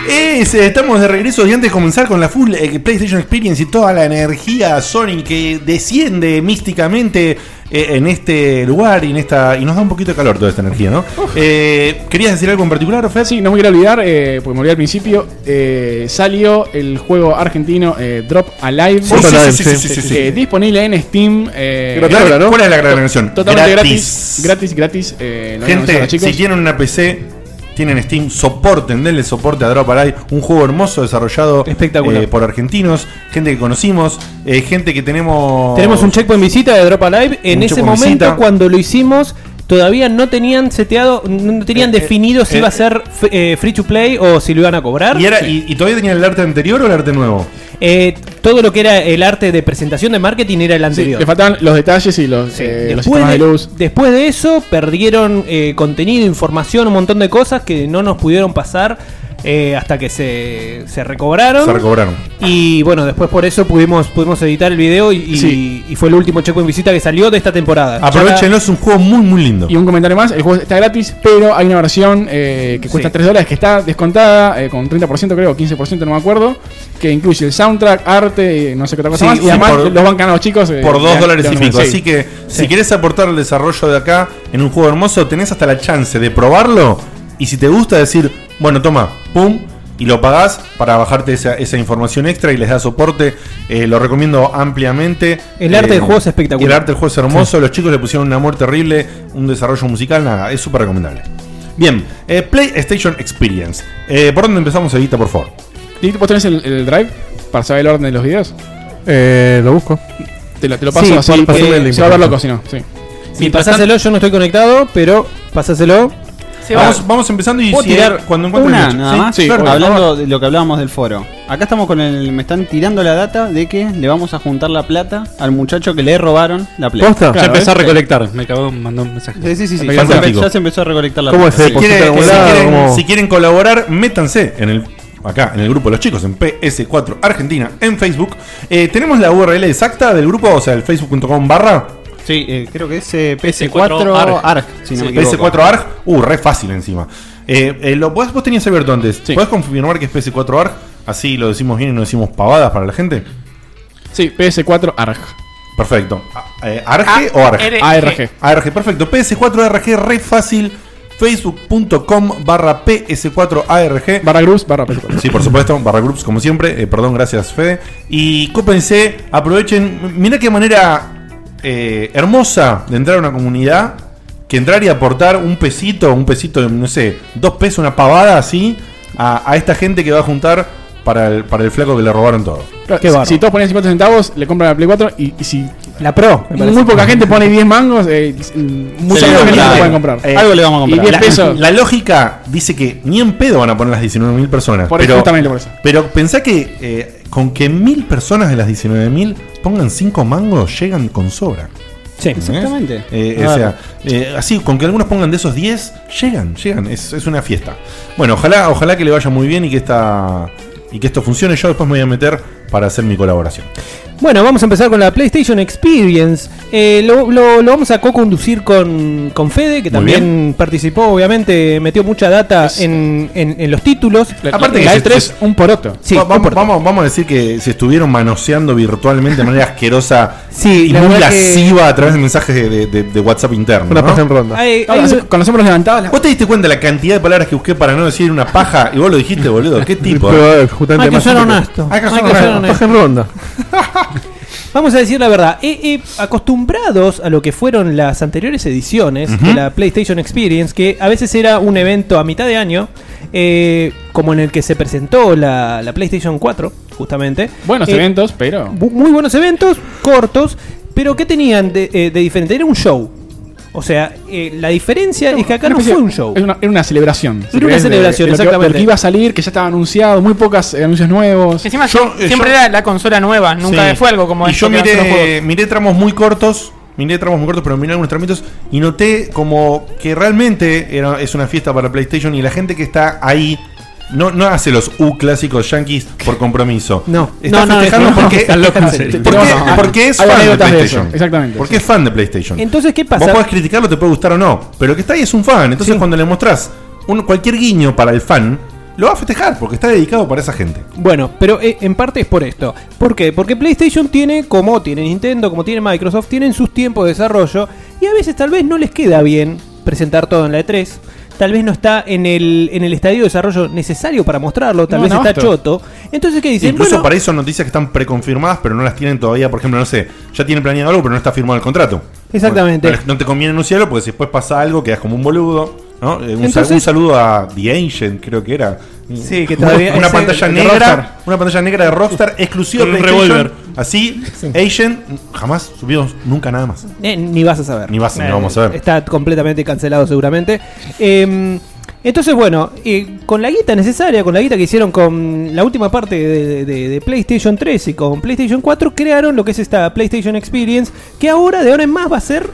S3: Es, eh, estamos de regreso y antes de comenzar con la full eh, PlayStation Experience y toda la energía Sony que desciende místicamente eh, en este lugar y en esta y nos da un poquito de calor toda esta energía, ¿no? Eh, ¿Querías decir algo en particular, Fred?
S5: Sí, no me quiero olvidar, eh, porque me olvidé al principio, eh, salió el juego argentino eh, Drop Alive,
S3: Sí, sí, sí, sí, sí, sí, sí, sí.
S5: Eh, disponible en Steam. eh,
S3: Gratis,
S5: ¿no?
S3: ¿Cuál es la gran versión?
S5: Totalmente
S3: Gratis.
S5: gratis. Gratis, gratis. eh, lo voy a anunciar
S3: Gente,
S5: a los chicos.
S3: si tienen una PC, tienen Steam, soporten, denle soporte a Drop Alive, un juego hermoso desarrollado
S9: Espectacular.
S3: eh, por argentinos, gente que conocimos, eh, gente que tenemos...
S9: Tenemos un checkpoint visita de Drop Alive. En
S3: Un
S9: ese
S3: checkpoint
S9: momento,
S3: visita.
S9: cuando lo hicimos, todavía no tenían seteado, no tenían definido si
S3: eh,
S9: iba a ser f- eh, free to play o si lo iban a cobrar.
S3: ¿Y, era, y, y todavía tenían el arte anterior o el arte nuevo?
S9: Eh, todo lo que era el arte de presentación de marketing era el
S5: Sí,
S9: anterior.
S5: le faltaban los detalles y los, eh, los
S9: Después
S5: sistemas
S9: de,
S5: de luz.
S9: después de eso perdieron eh, contenido, información, un montón de cosas que no nos pudieron pasar eh, hasta que se, se recobraron.
S3: Se recobraron.
S9: Y bueno, después por eso pudimos, pudimos editar el video y, y- y fue el último checo en visita que salió de esta temporada.
S3: Aprovechenlo, es un juego muy, muy lindo.
S5: Y un comentario más, el juego está gratis, pero hay una versión eh, que cuesta
S9: Sí.
S5: 3 dólares, que está descontada, eh, con 30% creo, 15% no me acuerdo, que incluye el soundtrack, arte, y no sé qué otra cosa
S3: Sí,
S5: más,
S3: sí,
S5: y además
S3: por-
S5: los bancan a los chicos. eh,
S3: Por
S5: le
S3: dos
S5: dan-
S3: dólares
S5: le
S3: y
S5: dan-
S3: pico.
S5: sí.
S3: Así que si querés aportar al desarrollo de acá en un juego hermoso, tenés hasta la chance de probarlo. Y si te gusta, decir, bueno, toma, pum, y lo pagás para bajarte esa, esa información extra y les da soporte. Eh, lo recomiendo ampliamente.
S9: El arte
S3: Eh,
S9: del juego es espectacular.
S3: El arte del juego es hermoso. Los chicos le pusieron un amor terrible, un desarrollo musical, nada, es súper recomendable. Bien, eh, PlayStation Experience. Eh, ¿Por dónde empezamos, Evita, por favor?
S5: ¿Y vos tenés el, el drive para saber el orden de los videos?
S4: Eh, lo busco.
S5: Te lo, te lo paso así, eh, se va a ver loco si no. Sí.
S9: Sí, pasáselo, yo no estoy conectado, pero pasáselo.
S6: Sí,
S3: vamos, vamos empezando y
S9: ¿Puedo
S3: si-
S9: tirar
S3: cuando encuentres
S18: Una,
S3: el hecho.
S18: nada
S3: Sí,
S18: más.
S3: sí, claro.
S18: hablando de lo que hablábamos del foro. Acá estamos con el. Me están tirando la data de que le vamos a juntar la plata al muchacho que le robaron la plata.
S8: Ya empezó a recolectar. Me acabó, mandó un mensaje.
S18: Sí, sí, sí. sí. Ya, se
S3: Fantástico.
S18: empe- ya se empezó a recolectar la plata.
S3: Si quieren, si quieren- si quieren colaborar, métanse en el, acá en el grupo de los chicos, en PS4 Argentina, en Facebook. Eh, ¿Tenemos la URL exacta del grupo? O sea, el facebook.com barra.
S18: Sí, eh, creo que es eh, PS4 ARC, si no me equivoco.
S3: PS4 ARG, uh, re fácil encima. Eh, eh, lo, vos, vos tenías abierto antes. ¿Podés confirmar que es PS4 ARG? Así lo decimos bien y no decimos pavadas para la gente.
S5: Sí, PS4 ARG.
S3: Perfecto. A- Ah, eh, ¿ARG o ARG?
S5: ARG.
S3: ARG, perfecto. PS4 ARG, re fácil. facebook.com barra ps4arg.
S5: Barra groups, barra ps4.
S3: Sí, por supuesto, barra groups como siempre. Eh, perdón, gracias Fede. Y cópense, aprovechen. Mirá qué manera eh, hermosa de entrar a una comunidad. Que entrar y aportar un pesito, un pesito, no sé, dos pesos, una pavada así, a, a esta gente que va a juntar para el, para el flaco que le robaron todo.
S5: Claro,
S3: Qué
S5: si-
S3: bárbaro.
S5: si todos ponen 50 centavos, le compran la Play 4 y, y si.
S9: La Pro.
S5: Muy poca gente pone 10 mangos, eh, mucha
S3: le
S5: gente
S3: compra.
S5: lo pueden comprar.
S3: Eh,
S5: Y 10
S3: la,
S5: pesos.
S3: La lógica dice que ni en pedo van a poner las 19.000 personas.
S5: Por eso,
S3: pero,
S5: justamente por eso.
S3: pero pensá que eh, con que mil personas de las 19.000 pongan 5 mangos, llegan con sobra.
S9: Sí,
S18: Exactamente.
S3: Eh, o sea, eh, así, con que algunos pongan de esos 10, llegan, llegan. Es, es una fiesta. Bueno, ojalá, ojalá que le vaya muy bien y que esta. Y que esto funcione, yo después me voy a meter para hacer mi colaboración.
S9: Bueno, vamos a empezar con la PlayStation Experience. Eh, lo, lo- lo vamos a co-conducir con, con Fede, que
S3: Muy
S9: también participó, obviamente, metió mucha data en, en- en los títulos.
S3: Aparte
S9: la E
S3: que
S9: E3,
S3: se- se-
S5: un poroto.
S9: Sí,
S3: Va- vamos, vamos, vamos a decir que se estuvieron manoseando virtualmente de manera asquerosa
S9: Sí,
S3: y
S9: la
S3: muy
S9: verdad que-
S3: lasciva a través de mensajes de, de- de- de WhatsApp interno.
S4: Una
S3: ¿no?
S4: paja en ronda.
S9: Hay- hay un-
S5: con los hombros levantados.
S3: ¿Vos te diste cuenta de la cantidad de palabras que busqué para no decir una paja? Y vos lo dijiste, boludo. ¿Qué tipo?
S4: Pero,
S3: eh?
S4: eh, justamente Hay que más ser simple. honesto.
S3: Hay que
S4: Hay
S3: ser
S4: que ser
S3: honesto.
S4: honesto. Paja en ronda.
S9: Vamos a decir la verdad, eh, eh, acostumbrados a lo que fueron las anteriores ediciones de la PlayStation Experience, que a veces era un evento a mitad de año, eh, como en el que se presentó la, la PlayStation 4, justamente.
S5: Buenos
S9: Eh,
S5: eventos, pero.
S9: bu- Muy buenos eventos, cortos, pero ¿qué tenían de, eh, de diferente? Era un show. O sea, eh, la diferencia es que acá
S5: Una
S9: no
S5: especie-
S9: fue un show.
S5: Era una, era una celebración.
S9: Era una celebración,
S5: De lo que-
S9: exactamente.
S5: de lo que iba a salir, que ya estaba anunciado, muy pocos anuncios nuevos.
S6: Encima
S3: eh,
S6: siempre era la consola nueva, nunca
S3: Sí.
S6: fue algo como
S3: Y
S6: esto
S3: yo
S6: que lanzan los juegos.
S3: miré, miré tramos muy cortos. Miré tramos muy cortos, pero miré algunos tramitos y noté como que realmente era- es una fiesta para PlayStation y la gente que está ahí no, no hace los U clásicos yankees por compromiso.
S9: No.
S3: está
S9: No, no,
S3: festejando
S9: no,
S3: porque,
S9: están locos en serio.
S3: porque-
S9: No, no.
S3: porque es
S9: Hay
S3: fan de
S9: anécdotas de eso,
S3: PlayStation.
S5: exactamente.
S3: Porque es fan de PlayStation.
S9: Entonces, ¿qué pasa?
S3: Vos podés criticarlo, te puede gustar o no, pero el que está ahí es un fan. Entonces, cuando le mostrás un, cualquier guiño para el fan, lo va a festejar porque está dedicado para esa gente.
S9: Bueno, pero eh, en parte es por esto. ¿Por qué? Porque PlayStation tiene, como tiene Nintendo, como tiene Microsoft, tienen sus tiempos de desarrollo y a veces tal vez no les queda bien presentar todo en la E3. Tal vez no está en el, en el estadio de desarrollo necesario para mostrarlo, tal
S3: No,
S9: vez
S3: no,
S9: está
S3: esto.
S9: choto. Entonces, ¿qué dicen?
S3: Incluso
S9: Bueno,
S3: para eso noticias que están preconfirmadas, pero no las tienen todavía. Por ejemplo, no sé, ya tienen planeado algo, pero no está firmado el contrato.
S9: Exactamente.
S3: Bueno, no te conviene anunciarlo porque si después pasa algo, quedas como un boludo. ¿no? Eh, Un, sal-
S9: Entonces-
S3: un saludo a The Ancient, creo que era.
S9: Sí, que todavía-
S3: Una
S9: ese-
S3: pantalla
S9: de
S3: negra.
S9: Rockstar.
S3: Una pantalla negra de Rockstar exclusiva
S9: Con un
S3: PlayStation.
S9: revólver.
S3: Así, Ancient, jamás subimos nunca nada más.
S9: Eh, ni vas a saber.
S3: Ni vas- ni vamos a ver.
S9: Está completamente cancelado seguramente. Eh, entonces, bueno, eh, con la guita necesaria, con la guita que hicieron con la última parte de, de- de PlayStation 3 y con PlayStation 4, crearon lo que es esta PlayStation Experience, que ahora, de ahora en más, va a ser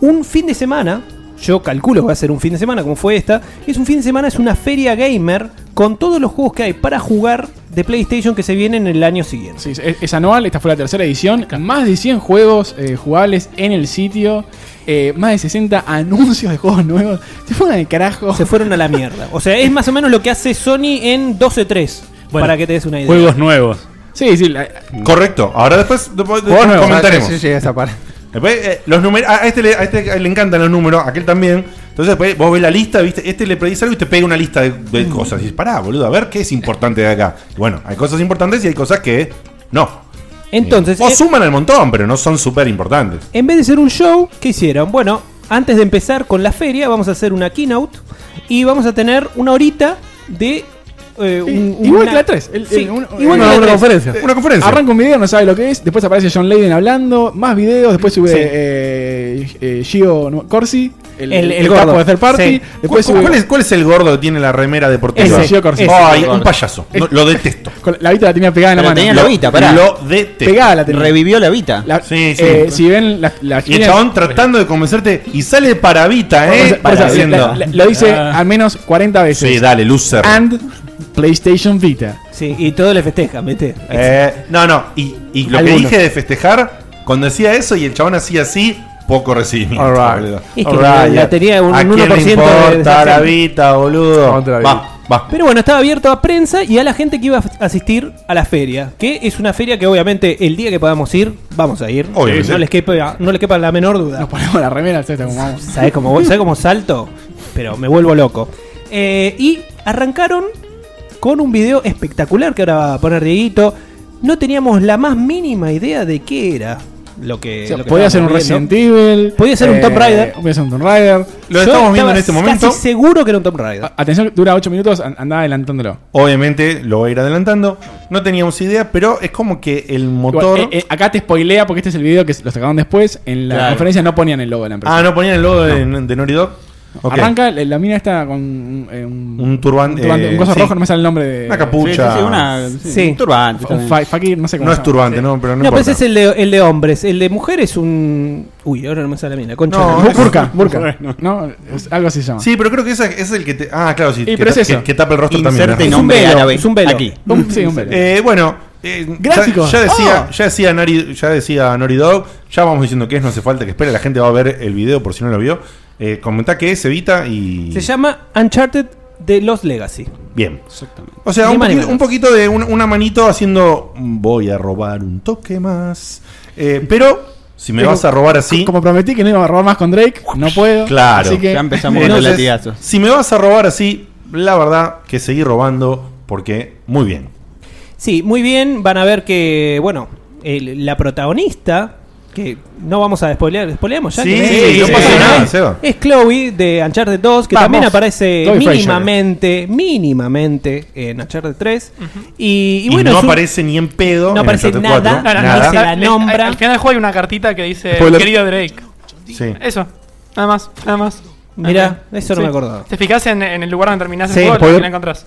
S9: un fin de semana. Yo calculo que va a ser un fin de semana, como fue esta. Es un fin de semana, es una feria gamer con todos los juegos que hay para jugar de PlayStation que se vienen el año siguiente.
S5: Sí, es, es anual, esta fue la tercera edición. Más de 100 juegos eh, jugables en el sitio. eh, más de 60 anuncios de juegos nuevos. Se fueron al carajo. Se
S9: fueron a la mierda. O sea, es más o menos lo que hace Sony en 12.3.
S5: Bueno,
S9: para que te des una idea.
S8: nuevos.
S5: Sí, sí.
S3: Correcto. Ahora después, después
S9: Juegos nuevos.
S3: comentaremos.
S9: Sí, sí,
S18: esa parte.
S3: Después, eh, los números, a a este, le, a este le encantan los números, a aquel también. Entonces después vos ves la lista, viste, este le pedís algo y te pega una lista de, de
S5: Mm.
S3: cosas. Y dices, pará, boludo, a ver qué es importante de acá. Y bueno, hay cosas importantes y hay cosas que no.
S9: Entonces,
S3: Eh, o suman al montón, pero no son súper importantes.
S5: em,
S9: En vez de ser un show, ¿qué hicieron? Bueno, antes de empezar con la feria, vamos a hacer una keynote y vamos a tener una horita de. eh, un-
S5: Igual
S9: una-
S5: que la 3. el- el-
S9: Sí,
S5: un-
S9: igual que la
S5: tres.
S9: 3.
S5: Eh,
S3: Una conferencia.
S5: Arranca un video, no sabe lo que es. Después aparece John Layden hablando. Más videos. Después sube
S3: Sí.
S5: eh, eh, Gio no, Corsi. El,
S3: El-
S5: el,
S3: el
S5: capo
S3: gordo.
S5: de hacer party.
S3: Sí.
S5: Después
S3: ¿Cu- cu-
S5: sube-
S3: cuál es- cuál es el gordo que tiene la remera deportiva?
S5: Ese, Gio Corsi.
S3: Ay,
S5: Ese.
S3: un payaso. No, lo detesto.
S5: Con la- La Vita la tenía pegada en la
S3: Pero
S5: mano.
S3: tenía la Vita, pará. Ah, Lo detesto.
S5: Pegada la tenía.
S3: Revivió
S18: la Vita.
S5: La-
S3: Sí, sí.
S5: eh, si ven la,
S3: Y el chabón tratando de convencerte y sale paravita,
S5: O
S3: ¿eh?
S5: sea, o sea,
S3: Haciendo-
S5: la- la- lo dice
S3: Ah.
S5: al menos 40 veces.
S3: Sí, dale, loser.
S5: And PlayStation Vita.
S9: Sí, y todo le festejan, ¿viste?
S3: Eh, no, no. Y, y lo
S5: Algunos.
S3: que dije de festejar, cuando decía eso y el chabón hacía así, poco recibimiento. boludo.
S9: Es que
S3: Alright,
S9: la-
S3: ya.
S9: la tenía un
S3: ¿A quién le
S9: 1% de
S3: importa la
S9: desacción?
S3: vita, boludo?
S9: Contra la
S3: Va, va.
S9: Pero bueno, estaba abierto a prensa y a la gente que iba a asistir a la feria. Que es una feria que obviamente el día que podamos ir, vamos a ir.
S5: Obviamente.
S9: No les quepa, no les quepa la menor duda. Nos
S5: ponemos la remera, ¿Sabes
S9: ¿Sabés cómo, voy? ¿Sabés cómo salto? pero me vuelvo loco. Eh, y arrancaron con un video espectacular que ahora va a poner Dieguito. No teníamos la más mínima idea de qué era lo
S6: eh,
S9: que.
S5: O sea,
S9: lo que
S5: podía ser un
S9: estábamos
S5: Resident
S9: viendo.
S5: Evil. eh,
S9: Podía ser un Tomb Raider.
S5: Podía ser un Tomb Raider.
S9: Lo Yo estamos viendo en estaba este momento. casi seguro que era un Tomb Raider.
S5: Atención, dura 8 minutos, an- andá adelantándolo.
S3: Obviamente lo voy a ir adelantando. No teníamos idea, pero es como que el motor.
S5: Igual, eh, eh, acá te spoilea porque este es el video que s- lo sacaron después. En la
S3: Claro.
S5: conferencia no ponían el logo de la empresa.
S3: ah, no ponían el logo de, de Naughty Dog. Ok.
S5: eh, Arranca la la mina esta con un, eh, un,
S3: Un turbante.
S5: un turbante, un coso
S3: sí.
S5: rojo, no me sale el nombre de.
S3: Una capucha. Sí, sí, sí, una- sí, un turbante
S5: Un
S3: también.
S5: fa- fakir, no sé cómo
S3: No
S5: se
S3: es
S5: llama.
S3: turbante, no, pero no,
S9: No, pero
S3: importa.
S9: ese es el de, el de hombres. El de mujeres un. Uy, ahora no me sale a mí la concha.
S3: No,
S9: de la-
S3: es- Burka, burka.
S5: Bueno, No, es- algo así se llama.
S3: Sí, pero creo que ese ese es el que te. Ah, claro, sí.
S5: Y
S3: que,
S5: pero es
S3: ta-
S5: eso.
S3: que- que tapa el rostro
S5: Inserte
S3: también.
S5: nombre Es un velo, árabe. es un velo. Aquí. Un- sí, un velo.
S3: Eh, bueno. eh,
S5: Gráficos.
S3: Ya, ya decía,
S5: Ah.
S3: ya decía Nari- ya decía Naughty Dog, ya vamos diciendo que es, no hace falta que espere, la gente va a ver el video por si no lo vio. Eh, comentá que es, Evita y.
S9: Se llama Uncharted de Los Legacy.
S3: Bien. O sea,
S9: Ni
S3: un,
S9: más ni
S3: poqui-
S9: menos.
S3: un poquito de un- una manito haciendo. Voy a robar un toque más. Eh, pero, si me
S5: Pero-
S3: vas a robar así.
S5: Como prometí que no iba a robar más con Drake, no puedo.
S3: Claro.
S5: Así que
S3: Entonces, Si me vas a robar así, la verdad que seguí robando porque muy bien.
S9: Sí, muy bien. Van a ver que, bueno, el- la protagonista, que no vamos a despolear, despoleamos ya.
S3: Sí,
S9: que-
S3: sí, no pasa nada,
S9: es,
S3: Seba.
S9: es Chloe de Uncharted 2, que
S3: Vamos.
S9: también aparece
S3: Chloe Fraser.
S9: mínimamente, mínimamente en Uncharted 3. y, y
S3: Y,
S9: bueno,
S3: no
S9: es un-
S3: aparece ni en pedo.
S9: no
S3: en
S9: aparece
S3: Uncharted
S9: nada,
S3: 4,
S9: no, no, no,
S3: nada.
S9: dice la
S6: Le-
S9: nombra.
S6: Al final del juego hay una cartita que dice
S3: Spoiler.
S6: querido Drake.
S3: Sí.
S6: Eso, nada más, nada más.
S9: Mirá,
S6: Ok.
S9: eso no me acordaba.
S6: Te fijas en, en el lugar donde terminás
S9: Sí,
S6: el juego
S9: spoiler.
S6: y la encontrás.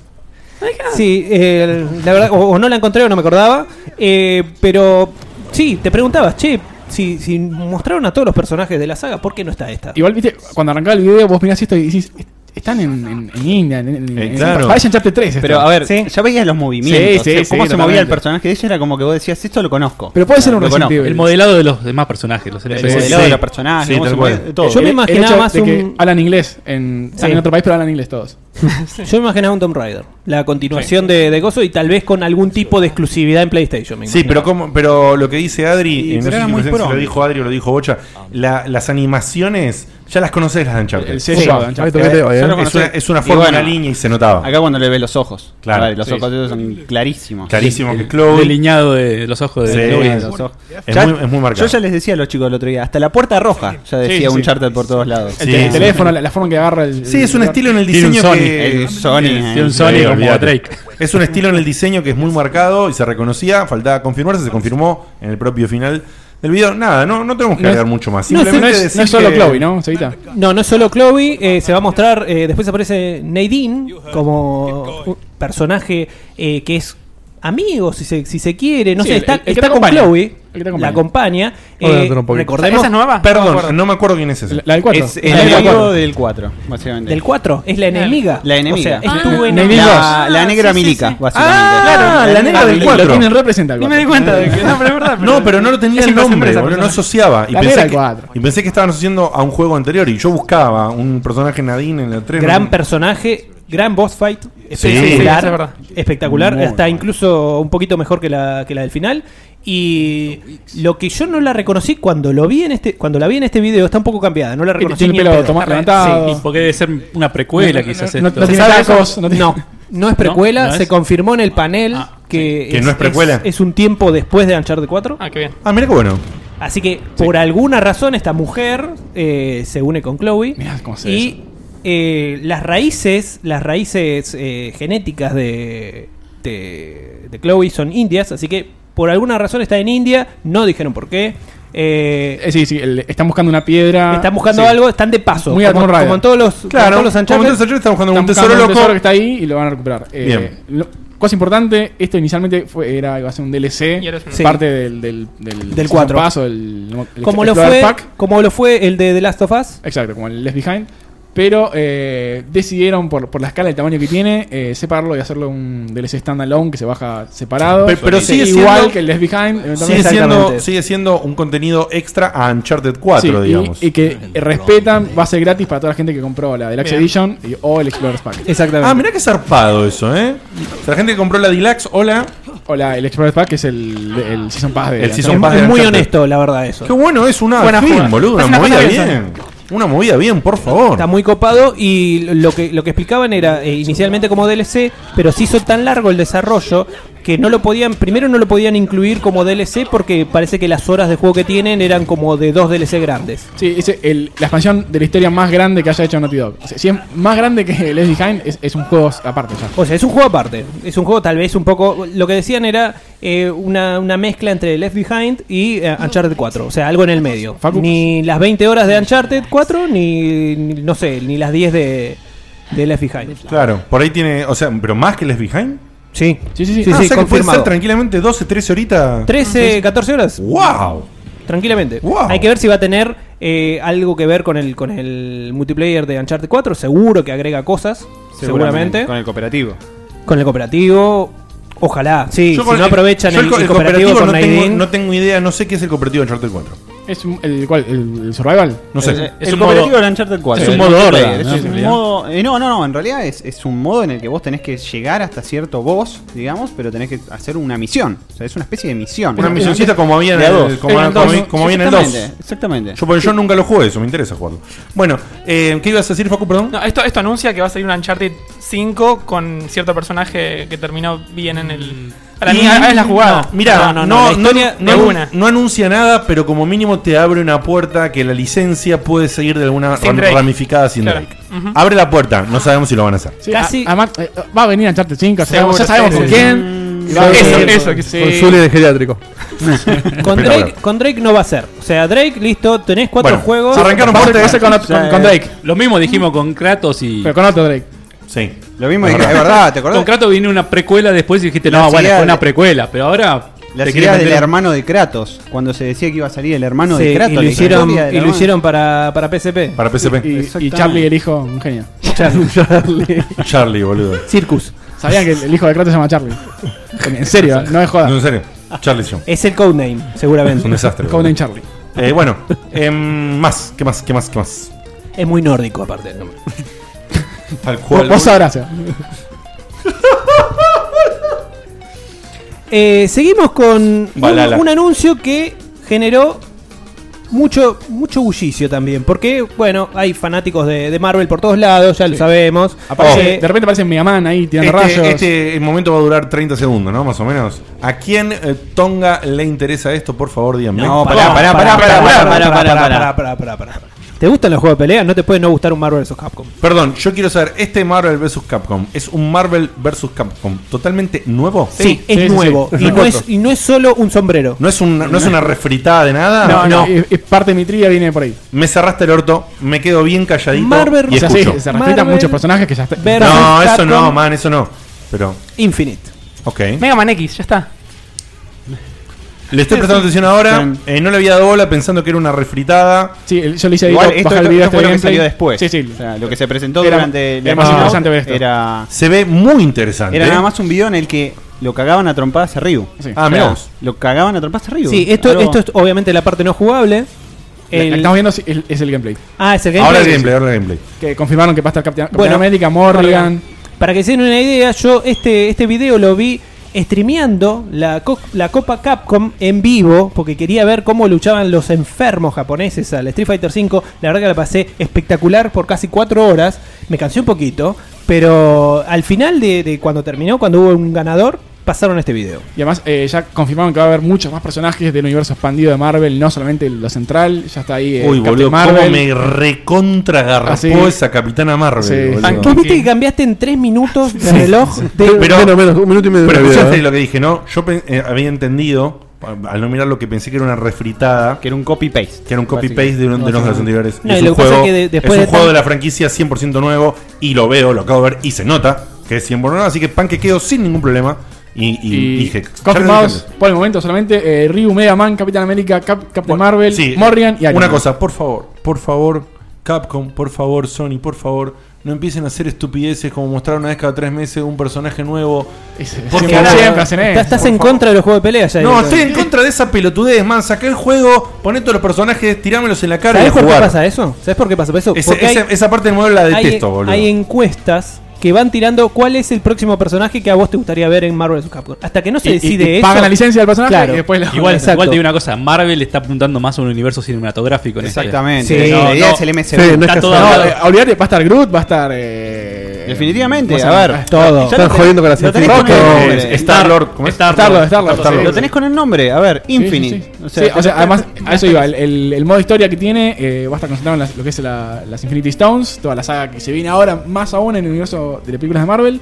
S9: Sí, eh, la verdad, o, o no la encontré o no me acordaba. eh, pero sí, te preguntabas, che, si, si mostraron a todos los personajes de la saga, ¿por qué no está esta?
S5: Igual, viste, cuando arrancaba el video, vos mirás esto y decís, "Est- están en, en- en India, en, en-
S3: Eh,
S5: en-
S18: claro.
S5: parece Uncharted 3. esto.
S18: Pero a ver,
S5: Sí.
S18: ya veías los movimientos,
S5: Sí, sí,
S18: o sea, cómo
S5: sí,
S18: se movía el
S5: totalmente.
S18: personaje de ella, era como que vos decías, esto lo conozco.
S5: Pero puede ser un
S18: Lo
S5: Resident
S18: conozco.
S5: Evil.
S8: El modelado de los demás personajes, los
S18: El
S8: NPCs.
S18: modelado de los personajes, Sí, cómo tal se mueve, cual. todo.
S5: Yo me imaginaba más
S9: un-
S5: que hablan inglés. En, están
S9: Sí.
S5: en otro país, pero hablan inglés todos.
S9: Yo me imaginaba un Tomb Raider. La continuación de, de Gozo y tal vez con algún tipo de exclusividad en PlayStation. me
S3: Sí,
S9: imagino.
S3: pero como, pero lo que dice Adri,
S9: Sí,
S3: eh, no
S9: pero
S3: sé
S9: era
S3: si
S9: muy
S3: recién se
S9: pro.
S3: lo dijo Adri o lo dijo Bocha,
S18: Ah.
S3: la- las animaciones ya las conoces las de Uncharted.
S18: El sello de Uncharted.
S3: Eh,
S18: Ya lo
S3: Es,
S18: conocés.
S3: una, es una
S18: Y
S3: forma,
S18: bueno,
S3: una línea y se notaba.
S18: Acá cuando le ve los ojos.
S3: Claro.
S18: Vale, los
S3: Sí.
S18: ojos de ellos son clarísimos.
S3: Clarísimo
S18: El-
S3: que Chloe-
S8: Delineado de los ojos de
S18: Sí,
S8: Chloe.
S18: de los ojos.
S8: Es
S18: Ya-
S8: muy- es muy marcado.
S18: Yo ya les decía a los chicos el otro día, hasta la puerta roja ya
S5: Sí,
S18: decía
S5: sí.
S18: un charter por todos lados.
S5: El, te- el teléfono, la, la forma en que agarra el.
S3: Sí, es un
S5: el-
S3: estilo en el
S5: Tiene un
S3: diseño
S5: Sony.
S3: que.
S18: El Sony, Tiene eh. un Sony
S3: Sí,
S18: como
S3: olvídate.
S18: Drake.
S3: Es un estilo en el diseño que es muy marcado y se reconocía. Faltaba confirmarse, se confirmó en el propio final del video. Nada, no, no tenemos que
S9: No es-
S3: agregar mucho más.
S9: no es-
S3: Simplemente
S9: no es-
S3: decir
S9: no es solo
S3: que-
S9: Chloe,
S5: ¿no? Sevita.
S9: No, no es solo Chloe, eh, se va a mostrar, eh, después aparece Nadine como un personaje eh, que es amigo, si se, si se quiere, no
S5: Sí,
S9: sé,
S5: el-
S9: está,
S5: el que
S9: está
S5: te
S9: con
S5: acompaña.
S9: Chloe,
S5: El que te acompaña.
S9: la acompaña.
S5: Hola,
S9: eh,
S5: Antonio Paulino.
S9: recordemos,
S5: ¿Esa es nueva? No me
S3: Perdón,
S5: acuerdo.
S3: no me acuerdo quién es ese.
S5: La- la del cuatro.
S18: Es el
S5: La del
S18: amigo
S5: cuatro.
S18: del 4, básicamente.
S9: Del 4, es la enemiga.
S18: La enemiga.
S9: O sea, estuvo en
S18: La- la, negra milica, básicamente.
S9: Ah,
S18: Claro,
S9: la negra del
S18: milica.
S3: cuatro. Lo tienen
S5: representado.
S18: Ni me di cuenta de que- no, pero es verdad, pero-
S3: No, pero no lo tenía
S18: Es
S3: el nombre,
S18: impresentable
S3: boludo,
S18: esa
S3: no asociaba. Y
S18: La negra
S3: pensé,
S18: del
S3: que,
S18: cuatro.
S3: y pensé que estaban asociando a un juego anterior. Y yo buscaba un personaje Nadine en la 3.
S9: Gran personaje, gran boss fight,
S3: Sí,
S9: espectacular,
S3: sí, es verdad.
S9: espectacular,
S3: Muy
S9: hasta incluso un poquito mejor que la, que la del final. Y lo que yo no la reconocí cuando lo vi en este, cuando la vi en este video está un poco cambiada, no la reconocí.
S8: Tiene
S9: ni
S8: el
S9: en
S8: pelo
S9: pedo.
S8: tomado, levantado. Sí, porque debe ser una precuela,
S9: No, no,
S8: quizás.
S9: no, no,
S8: esto.
S9: no tiene
S8: ¿Se sabe
S9: tacos,
S8: eso?
S9: no tiene- No es precuela,
S8: ¿No? ¿No
S9: se
S8: es?
S9: confirmó en el panel que,
S3: Que no es precuela.
S9: Es, un tiempo después de Uncharted 4. Ah,
S6: qué bien.
S3: Ah, mira qué bueno.
S9: Así que por alguna razón esta mujer eh, se une con Chloe
S5: se ve
S9: y eh, las raíces, las raíces eh, genéticas de, de, de Chloe son indias, así que por alguna razón está en India, no dijeron por qué. Eh,
S5: Eh, sí, sí, el- están buscando una piedra.
S9: están buscando
S5: sí.
S9: algo, están de paso.
S5: Muy a
S9: como,
S5: Tomb Raider.
S9: como en todos los, como
S5: Claro,
S9: en todos los
S5: como en
S9: Uncharted.
S5: todos los Uncharted
S3: están buscando
S5: Están
S3: un tesoro
S5: buscando
S3: loco.
S5: un tesoro que está ahí y lo van a recuperar. Eh, lo- cosa importante, esto inicialmente fue, era, iba a ser un DLC,
S9: Sí.
S5: parte del, del, del,
S9: Del cuatro.
S5: paso, del, el
S9: como lo
S5: Explorer
S9: fue,
S5: Pack.
S9: como lo fue el de The Last of Us.
S5: Exacto, como el Left Behind. Pero eh, decidieron, por, por la escala y el tamaño que tiene, eh, separarlo y hacerlo un DLC standalone que se baja separado.
S3: Pe- pero
S5: Y
S3: sigue
S5: igual
S3: siendo-
S5: que el Left Behind. eventualmente-
S3: Sigue siendo, sigue siendo un contenido extra a Uncharted 4,
S5: Sí, y-
S3: digamos.
S5: Y, que respetan, va a ser gratis para toda la gente que compró la Deluxe
S3: Bien.
S5: Edition y- o el Explorer's Pack.
S9: Exactamente.
S3: Ah, mirá qué zarpado eso, ¿eh? O sea, la gente que compró la Deluxe, hola.
S5: Hola, el Explorer's Pack es el, el Season Pass de
S3: El
S5: la-
S3: Season Pass de
S9: muy
S3: Uncharted.
S9: honesto, la verdad, eso.
S3: Qué bueno, es una
S9: Buena
S3: fin,
S9: jugada.
S3: boludo,
S9: Es
S3: una
S9: una
S3: movida
S9: cosa que
S3: bien. Una movida bien, por favor.
S9: Está muy copado y lo que, lo que explicaban era eh, inicialmente como DLC, pero se hizo tan largo el desarrollo que no lo podían, primero no lo podían incluir como DLC porque parece que las horas de juego que tienen eran como de dos DLC grandes.
S5: Sí, es el- la expansión de la historia más grande que haya hecho Naughty Dog. O sea, si es más grande que Left Behind, es, es un juego aparte ya.
S9: O sea, es un juego aparte. Eh, Es un juego tal vez un poco... Lo que decían era eh, una, una mezcla entre Left Behind y eh, Uncharted 4. O sea, algo en el medio. Ni las 20 horas de Uncharted 4, ni, ni- no sé, ni las 10 de, de Left Behind.
S3: Claro, por ahí tiene, o sea, pero más que les behind.
S9: Sí,
S5: sí,
S9: sí.
S3: ah,
S9: Sí,
S3: o
S9: sí,
S3: sea que puede
S9: confirmado.
S3: ser tranquilamente 12, 13 horitas.
S9: 13, 14 horas.
S3: ¡Wow!
S9: Tranquilamente. Hay que ver si va a tener eh, algo que ver con el, con el multiplayer de Uncharted 4. Seguro que agrega cosas. Seguramente.
S18: Con el cooperativo.
S9: Con el cooperativo. Ojalá. Sí,
S3: Yo
S9: si
S3: con
S9: no
S3: el-
S9: aprovechan
S3: yo
S9: el,
S3: co-
S9: el cooperativo, con
S3: no
S9: Raiden,
S3: tengo, no tengo idea, no sé qué es el cooperativo de Uncharted 4.
S5: ¿Es un- el cuál? ¿El, el Survival?
S3: No sé.
S5: El-
S18: el cooperativo de Uncharted 4.
S5: Es un
S18: el
S5: modo
S18: multiplayer,
S5: horda,
S18: es
S5: ¿no?
S18: un
S5: En realidad.
S18: modo- eh, no, no, no. En realidad es, es un modo en el que vos tenés que llegar hasta cierto boss, digamos, pero tenés que hacer una misión. O sea, es una especie de misión.
S3: Una
S18: Eh,
S3: misioncita como había en
S18: de a
S3: el-
S18: dos.
S3: como-
S18: Eran
S3: como-
S18: dos.
S3: como había en el
S18: Exactamente,
S3: dos.
S18: Exactamente.
S3: Yo, porque yo nunca lo jugué, eso me interesa jugarlo. Bueno, eh, ¿qué ibas a decir, Facu, perdón?
S6: No, esto, esto anuncia que va a salir un Uncharted 5 con cierto personaje que terminó bien en el. Para mí, ah, es la jugada.
S3: Mira, Mm. no, no, no,
S6: de
S3: no-
S6: una.
S3: no anuncia nada, pero como mínimo te abre una puerta que la licencia puede seguir de alguna
S5: Sin
S3: ram-
S5: Drake.
S3: ramificada sin
S5: Claro.
S3: Drake.
S5: Ujú.
S3: Abre la puerta, no sabemos si lo van a hacer.
S5: Sí, a- además, eh, va a venir Uncharted 5,
S3: Seguro,
S5: ya sabemos
S3: sí,
S5: con
S3: sí.
S5: quién.
S3: Mm,
S5: Y va a
S3: eso,
S5: venir-
S3: eso, que sí. Con Zulia de geriátrico.
S9: con,
S3: Espectacular.
S9: Drake, con Drake no va a ser. O sea, Drake, listo, tenés cuatro
S8: Bueno,
S9: juegos.
S8: se arrancaron
S9: Vas a-
S8: fuerte.
S9: vas a-
S5: con- con- con Drake.
S8: Lo mismo dijimos con Kratos y.
S5: Pero con otro Drake.
S3: Sí.
S18: Lo mismo
S8: Es
S18: dije, es verdad, ¿te acordás?
S8: Con Kratos vino una precuela después y dijiste,
S18: La
S8: no, bueno,
S18: idea
S8: fue una
S18: de-
S8: precuela, pero ahora.
S18: La
S8: te
S18: idea
S8: querés
S18: del
S8: meter-
S18: hermano de Kratos, cuando se decía que iba a salir el hermano
S9: Sí,
S18: de Kratos.
S9: y lo
S18: la
S9: hicieron,
S18: historia del
S9: y lo
S18: hermano.
S9: hicieron para, para PSP.
S3: Para PSP.
S5: Y- Y, Charlie, el hijo, un genio.
S9: Charlie.
S3: Charlie, boludo.
S9: Circus.
S5: Sabían que el el hijo de Kratos se llama Charlie. En serio, no es joda.
S3: No, en serio. Charlie John.
S9: Es el codename, seguramente.
S3: Es un desastre.
S5: Codename Charlie.
S3: Eh, bueno, em, más, ¿qué más? ¿Qué más? ¿Qué más?
S9: Es muy nórdico, aparte.
S3: Tal
S5: Vos,
S3: cual.
S5: vos sabrás. eh.
S9: Eh, seguimos con un,
S3: Balala.
S9: un anuncio que generó mucho, mucho bullicio también. Porque, bueno, hay fanáticos de, de Marvel por todos lados, ya lo sabemos.
S5: Aparece-
S9: Eh,
S5: De repente aparece Mega Man ahí tirando rayos.
S3: Este, este momento va a durar 30 segundos, ¿no? Más o menos. ¿A quién eh, Tonga le interesa esto? Por favor, díganme.
S9: No, pará, pará, pará, pará, pará, pará, pará, pará, pará. ¿Te gustan los juegos de pelea? No te puede no gustar un Marvel vs. Capcom.
S3: Perdón, yo quiero saber, ¿este Marvel vs. Capcom es un Marvel vs. Capcom totalmente nuevo?
S9: Sí, es nuevo. Y, no es, y no es solo un sombrero.
S3: ¿No es, una, ¿No es una refritada de nada?
S5: No, no, es- es parte de mi trivia viene por ahí.
S3: Me cerraste el orto, me quedo bien calladito
S5: Marvel
S3: y
S5: o sea, sí,
S3: escucho.
S5: se respetan muchos personajes que ya está-
S3: No, eso no,
S5: Capcom.
S3: man, eso no. Pero,
S9: Infinite.
S3: ok.
S6: Mega Man X, ya está.
S3: Le estoy prestando atención ahora. eh, no le había dado bola pensando que era una refritada.
S5: Sí, el- yo le hice ahí,
S18: Igual,
S5: lo-
S18: esto,
S5: bajar
S18: esto
S5: el video
S18: fue lo
S5: este
S18: que
S5: gameplay.
S18: salió después.
S5: Sí, sí.
S18: O sea, lo que se presentó
S5: Era-
S18: durante
S5: era más interesante ver esto.
S18: Era,
S3: Se ve muy interesante. ¿eh?
S18: era nada más un video en el que lo cagaban a trompadas a Ryu.
S5: Sí.
S9: Ah, mirá vos.
S18: Lo cagaban a trompadas a Ryu.
S9: Sí, esto,
S18: Algo-
S9: esto es obviamente la parte no jugable.
S5: La- la
S9: El-
S5: que estamos viendo es el, es el gameplay.
S9: ah, es el gameplay.
S3: Ahora el gameplay, ahora el gameplay.
S5: Que confirmaron que va a estar Capitán,
S9: Bueno,
S5: Capitán América, Morgan.
S9: Para que se den una idea, yo este, este video lo vi streameando la, co- la Copa Capcom en vivo, porque quería ver cómo luchaban los enfermos japoneses al Street Fighter V. La verdad que la pasé espectacular por casi cuatro horas. Me cansé un poquito, pero al final de, de cuando terminó, cuando hubo un ganador, pasaron este video.
S5: Y además eh, ya confirmaron que va a haber muchos más personajes del universo expandido de Marvel, no solamente lo central, ya está ahí eh,
S3: Uy,
S5: Captain
S3: boludo, cómo
S5: Marvel.
S3: me recontragarrapó
S5: Ah, sí.
S3: esa Capitana Marvel.
S5: Sí.
S3: boludo.
S9: ¿Vos viste que cambiaste en tres minutos de reloj? De,
S3: Pero,
S4: un minuto y medio
S3: pero
S4: de
S3: escuchaste
S4: video, ¿eh?
S3: lo que dije, ¿no? Yo pen- eh, había entendido, a- al no mirar lo que pensé que era una refritada. Que
S18: era un copy-paste.
S3: Que era un copy-paste de, uno de los de los anteriores.
S9: No,
S3: es
S9: y lo
S3: un
S9: que pasa
S3: juego,
S9: es que de-
S3: es un
S9: después de
S3: juego
S9: tan-
S3: de la franquicia 100% nuevo y lo veo, lo acabo de ver y se nota que es 100% nuevo. Así que panquequeo sin ningún problema. Y, y
S5: Y
S3: dije,
S5: confirmados por el momento solamente eh, Ryu, Mega Man, Capitán América, Cap- Captain Marvel,
S3: Sí,
S5: Morgan y Iron
S3: Eh, Una
S5: Man.
S3: cosa, por favor, por favor, Capcom, por favor, Sony, por favor, no empiecen a hacer estupideces como mostrar una vez cada tres meses un personaje nuevo.
S5: siempre-
S3: ahora-
S5: siempre hacen eso,
S9: Estás, estás en contra de los juegos de pelea ya.
S3: No, estoy
S9: directamente.
S3: en contra de esa pelotudez, man. Saqué el juego, poné todos los personajes, tirámelos en la cara y
S9: ¿Sabés
S3: a
S9: por qué
S3: jugar.
S9: pasa eso? ¿Sabes por qué pasa eso?
S3: Ese-
S9: Porque
S3: ese- esa parte del modelo la detesto,
S9: hay,
S3: boludo.
S9: Hay encuestas que van tirando cuál es el próximo personaje que a vos te gustaría ver en Marvel vs. Capcom. Hasta que no se
S8: Y- y-
S9: decide
S8: y
S9: eso.
S8: pagan la licencia del personaje
S9: Claro.
S8: y después la- Igual,
S9: Exacto.
S8: igual te digo una cosa, Marvel está apuntando más a un universo cinematográfico en este.
S18: Exactamente.
S8: Sí.
S18: La
S8: No,
S18: idea
S8: no.
S18: es el MCU.
S8: Sí, no es
S18: Está
S8: que
S18: todo
S8: sea-
S18: hablado.
S8: No,
S5: Eh, olvidate, va a estar Groot, va a estar. eh,
S18: Definitivamente,
S5: ¿cómo se
S18: a
S5: llama?
S18: ver.
S5: Todo.
S18: Ya lo
S5: Están
S18: tenés-
S5: jodiendo con la
S18: lo tenés
S5: ciencia
S18: con el
S5: ficción.
S18: nombre.
S5: Star- Star-Lord, ¿cómo es? Star-Lord, Star-Lord, Star-Lord.
S18: Lo tenés con el nombre, a ver, Infinite.
S5: Sí, sí, sí. Sí, o sea, además, a eso iba. El, el- el modo historia que tiene eh, va a estar concentrado en las- lo que es la- las Infinity Stones, toda la saga que se viene ahora, más aún en el universo de las películas de Marvel.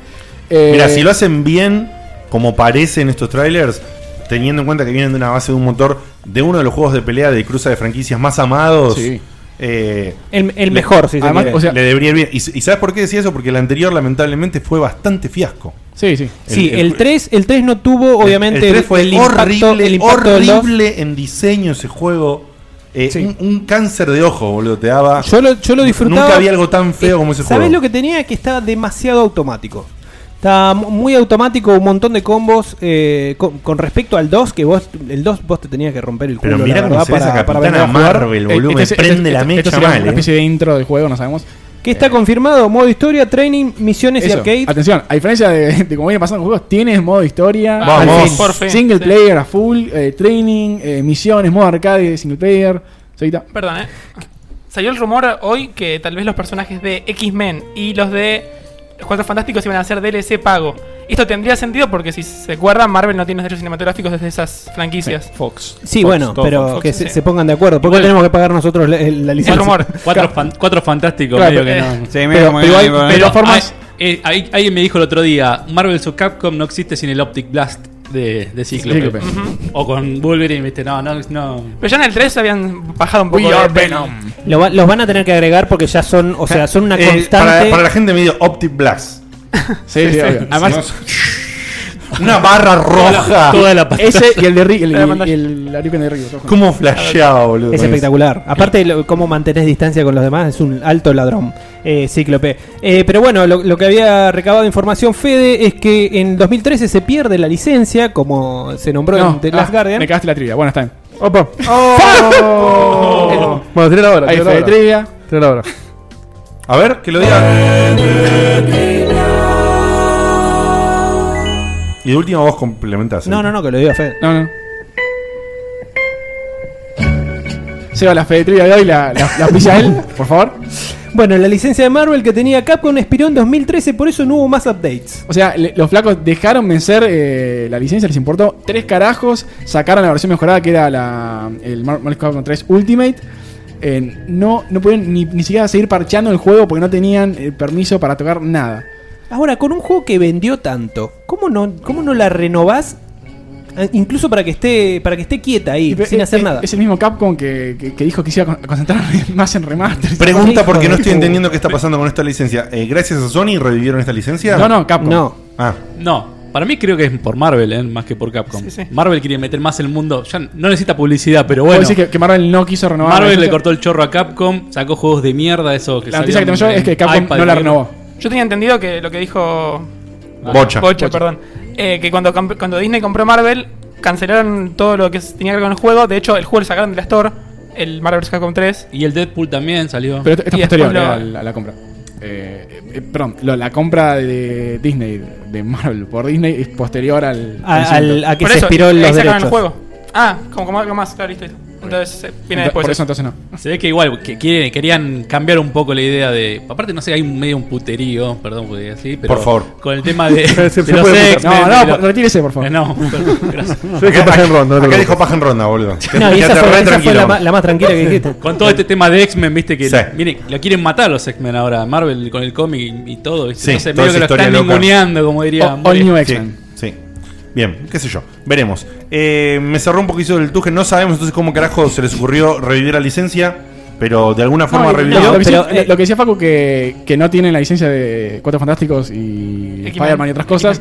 S5: Eh,
S3: Mira, si lo hacen bien, como parece en estos trailers, teniendo en cuenta que vienen de una base de un motor de uno de los juegos de pelea de cruza de franquicias más amados.
S8: Sí.
S3: eh,
S9: El- el
S3: le-
S9: mejor, si se
S3: además,
S9: quiere.
S3: o sea, le debería ir bien. Y, y sabes por qué decía eso? Porque el anterior, lamentablemente, fue bastante fiasco.
S5: Sí, sí.
S9: Sí, el, 3, el 3 no tuvo, obviamente,
S3: El 3 fue horrible,
S9: el impacto del dos.
S3: horrible en diseño ese juego. Eh, un, un cáncer de ojo, boludo, te daba.
S9: Yo lo, yo lo disfrutaba.
S3: Nunca había algo tan feo
S9: Eh,
S3: como ese
S9: ¿sabés
S3: juego.
S9: lo que tenía? Que estaba demasiado automático. Estaba mu- muy automático, un montón de combos eh, con, con respecto al 2, que vos el dos vos te tenías que romper el culo.
S3: Pero mirá
S9: la
S3: cómo
S9: verdad,
S3: se ve esa
S9: venir
S3: Capitana
S9: a jugar.
S3: Marvel, boludo. Me
S5: este es-
S3: prende
S5: este-
S3: la
S5: esto
S3: mecha
S5: sería
S3: mal,
S5: Una
S3: eh.
S5: especie de intro del juego, no sabemos.
S9: Que está confirmado, modo historia, training, misiones y
S5: Eso.
S9: arcade.
S5: Atención, a diferencia de, de como viene pasando en los juegos, tienes modo historia,
S9: Vamos.
S5: al fin.
S9: Por fin,
S5: single
S9: sí.
S5: player a full, eh, training, eh, misiones, modo arcade, single player. Seguita.
S6: Perdón, eh. Salió el rumor hoy que tal vez los personajes de X-Men y los de los Cuatro Fantásticos iban a hacer DLC pago. Esto tendría sentido porque si se acuerdan, Marvel no tiene los derechos cinematográficos desde esas franquicias. Fox.
S9: Sí, bueno, pero que se, se pongan de acuerdo. ¿Por qué tenemos que pagar nosotros la, el- la licencia?
S8: Cuatro, fan- cuatro fantásticos, medio
S9: Claro,
S8: que
S9: eh,
S8: no.
S9: sí, medio Pero- como que pero no hay- hay- problema.
S8: pero
S9: de todas formas-
S8: hay- eh, hay- alguien me dijo el otro día: Marvel vs. Capcom no existe sin el Optic Blast de, de Cíclope.
S5: Cíclope.
S8: Ujú. O con Wolverine, viste. No, no, no.
S6: Pero ya en el 3 habían bajado un poco.
S8: We
S6: de-
S8: are Venom.
S9: Lo va- los van a tener que agregar porque ya son, o sea, son una
S3: Eh,
S9: constante.
S3: para, para la gente medio Optic Blast.
S5: Sí, sí, obvio. Además-
S3: Si no, una barra roja.
S5: Ese y el de Ri- el-
S3: Toda la
S5: y-
S3: pantalla.
S5: y el Ariuken de Río.
S3: ¿Cómo flasheaba, boludo?
S9: Es
S3: con
S9: espectacular. Aparte, lo- cómo mantenés distancia con los demás es un alto ladrón, eh, Cíclope. Eh, pero bueno, lo, lo que había recabado información Fede es que en 2013 se pierde la licencia, como se nombró en The Last
S5: ah,
S9: Guardian.
S5: Me cagaste la trivia. Bueno, está bien.
S4: Opa.
S5: Oh.
S4: Bueno, tiré la hora.
S5: Ahí
S4: tirá la
S5: fue de
S4: hora.
S5: trivia.
S4: Tirá la hora.
S3: eso. A ver, que lo diga. Y de última vos complementás. ¿eh?
S9: No, no, no, que lo diga Fede.
S5: No, no. Seba, la fe de trivia de hoy la, la, la auspicia él, por favor.
S9: Bueno, la licencia de Marvel que tenía Capcom expiró en 2013, por eso no hubo más updates.
S5: O sea, le- los flacos dejaron vencer eh, la licencia, les importó tres carajos. Sacaron la versión mejorada que era la, el Mar- Marvel Capcom 3 Ultimate. Eh, no, no pudieron ni, ni siquiera seguir parcheando el juego porque no tenían eh, permiso para tocar nada.
S9: Ahora, con un juego que vendió tanto, ¿cómo no, cómo no la renovás? eh, Incluso para que esté, para que esté quieta ahí, sin
S5: Eh,
S9: hacer
S5: eh,
S9: nada.
S5: Es el mismo Capcom que, que- que dijo que se iba a con- a concentrar más en remaster.
S3: Pregunta porque no estoy entendiendo qué está pasando con esta licencia. Eh, gracias a Sony revivieron esta licencia.
S8: No, no, Capcom. No.
S3: Ah.
S8: No, para mí creo que es por Marvel, eh, más que por Capcom. Marvel quiere meter más el mundo. Ya no necesita publicidad, pero
S5: Vos
S8: bueno.
S5: decís que, que Marvel no quiso renovar. la
S8: Marvel le
S5: licencia.
S8: cortó el chorro a Capcom, sacó juegos de mierda, eso que
S5: La noticia que
S8: salieron
S5: tengo yo
S8: en
S5: es que Capcom
S8: iPad,
S5: no la
S8: ¿no?
S5: renovó.
S6: Yo tenía entendido que lo que dijo.
S8: Bocha.
S6: Bocha,
S8: Bocha.
S6: perdón. Eh, que cuando, comp- cuando Disney compró Marvel, cancelaron todo lo que tenía que ver con el juego. De hecho, el juego lo sacaron de la Store, el Marvel vs. Capcom 3.
S8: Y el Deadpool también salió.
S5: Pero esto esto
S6: Y
S5: es posterior
S6: después
S5: a,
S6: lo-
S5: la, a la compra. Eh, eh, perdón, lo- la compra de Disney, de Marvel por Disney, es posterior al.
S9: A- al- a que
S6: Por
S9: se
S6: eso,
S9: expiró
S6: ahí
S9: los
S6: sacaron el
S9: derechos.
S6: juego. Ah, como, como algo más, claro, listo, listo. Entonces eh, viene después.
S8: Se ve que igual que quieren- querían cambiar un poco la idea de. Aparte, no sé, hay un- medio un puterío, perdón, podría decir, pero.
S3: Por favor.
S8: Con el tema de.
S3: Se- se
S8: de los
S3: puede
S8: X-Men,
S3: putear. No, no,
S8: de los-
S5: retírese, por favor.
S8: Eh, No, perdón, gracias.
S3: Acá, acá dijo paja en ronda, boludo.
S8: No, y esa
S3: Quédate re
S8: fue- esa fue
S3: tranquilo.
S8: la ma-
S9: La más tranquila que dijiste.
S8: Con todo este tema de X-Men, viste que
S3: Sí.
S8: mire, lo quieren matar a los X-Men ahora, Marvel con el cómic y, y todo, viste.
S3: Sí, toda
S8: Entonces medio que
S3: esa
S8: lo
S3: historia
S8: están
S3: loca.
S8: ninguneando, como diría.
S3: O-
S8: More.
S3: Sí, Sí, Bien, qué sé yo. Veremos. Eh, me cerró un poquito el tuje. No sabemos entonces cómo carajo se les ocurrió revivir la licencia. Pero de alguna forma
S5: No,
S3: revivió.
S5: lo, que decía,
S6: eh,
S5: lo que decía Facu que, que no tienen la licencia de Cuatro Fantásticos y Spider-Man y otras cosas.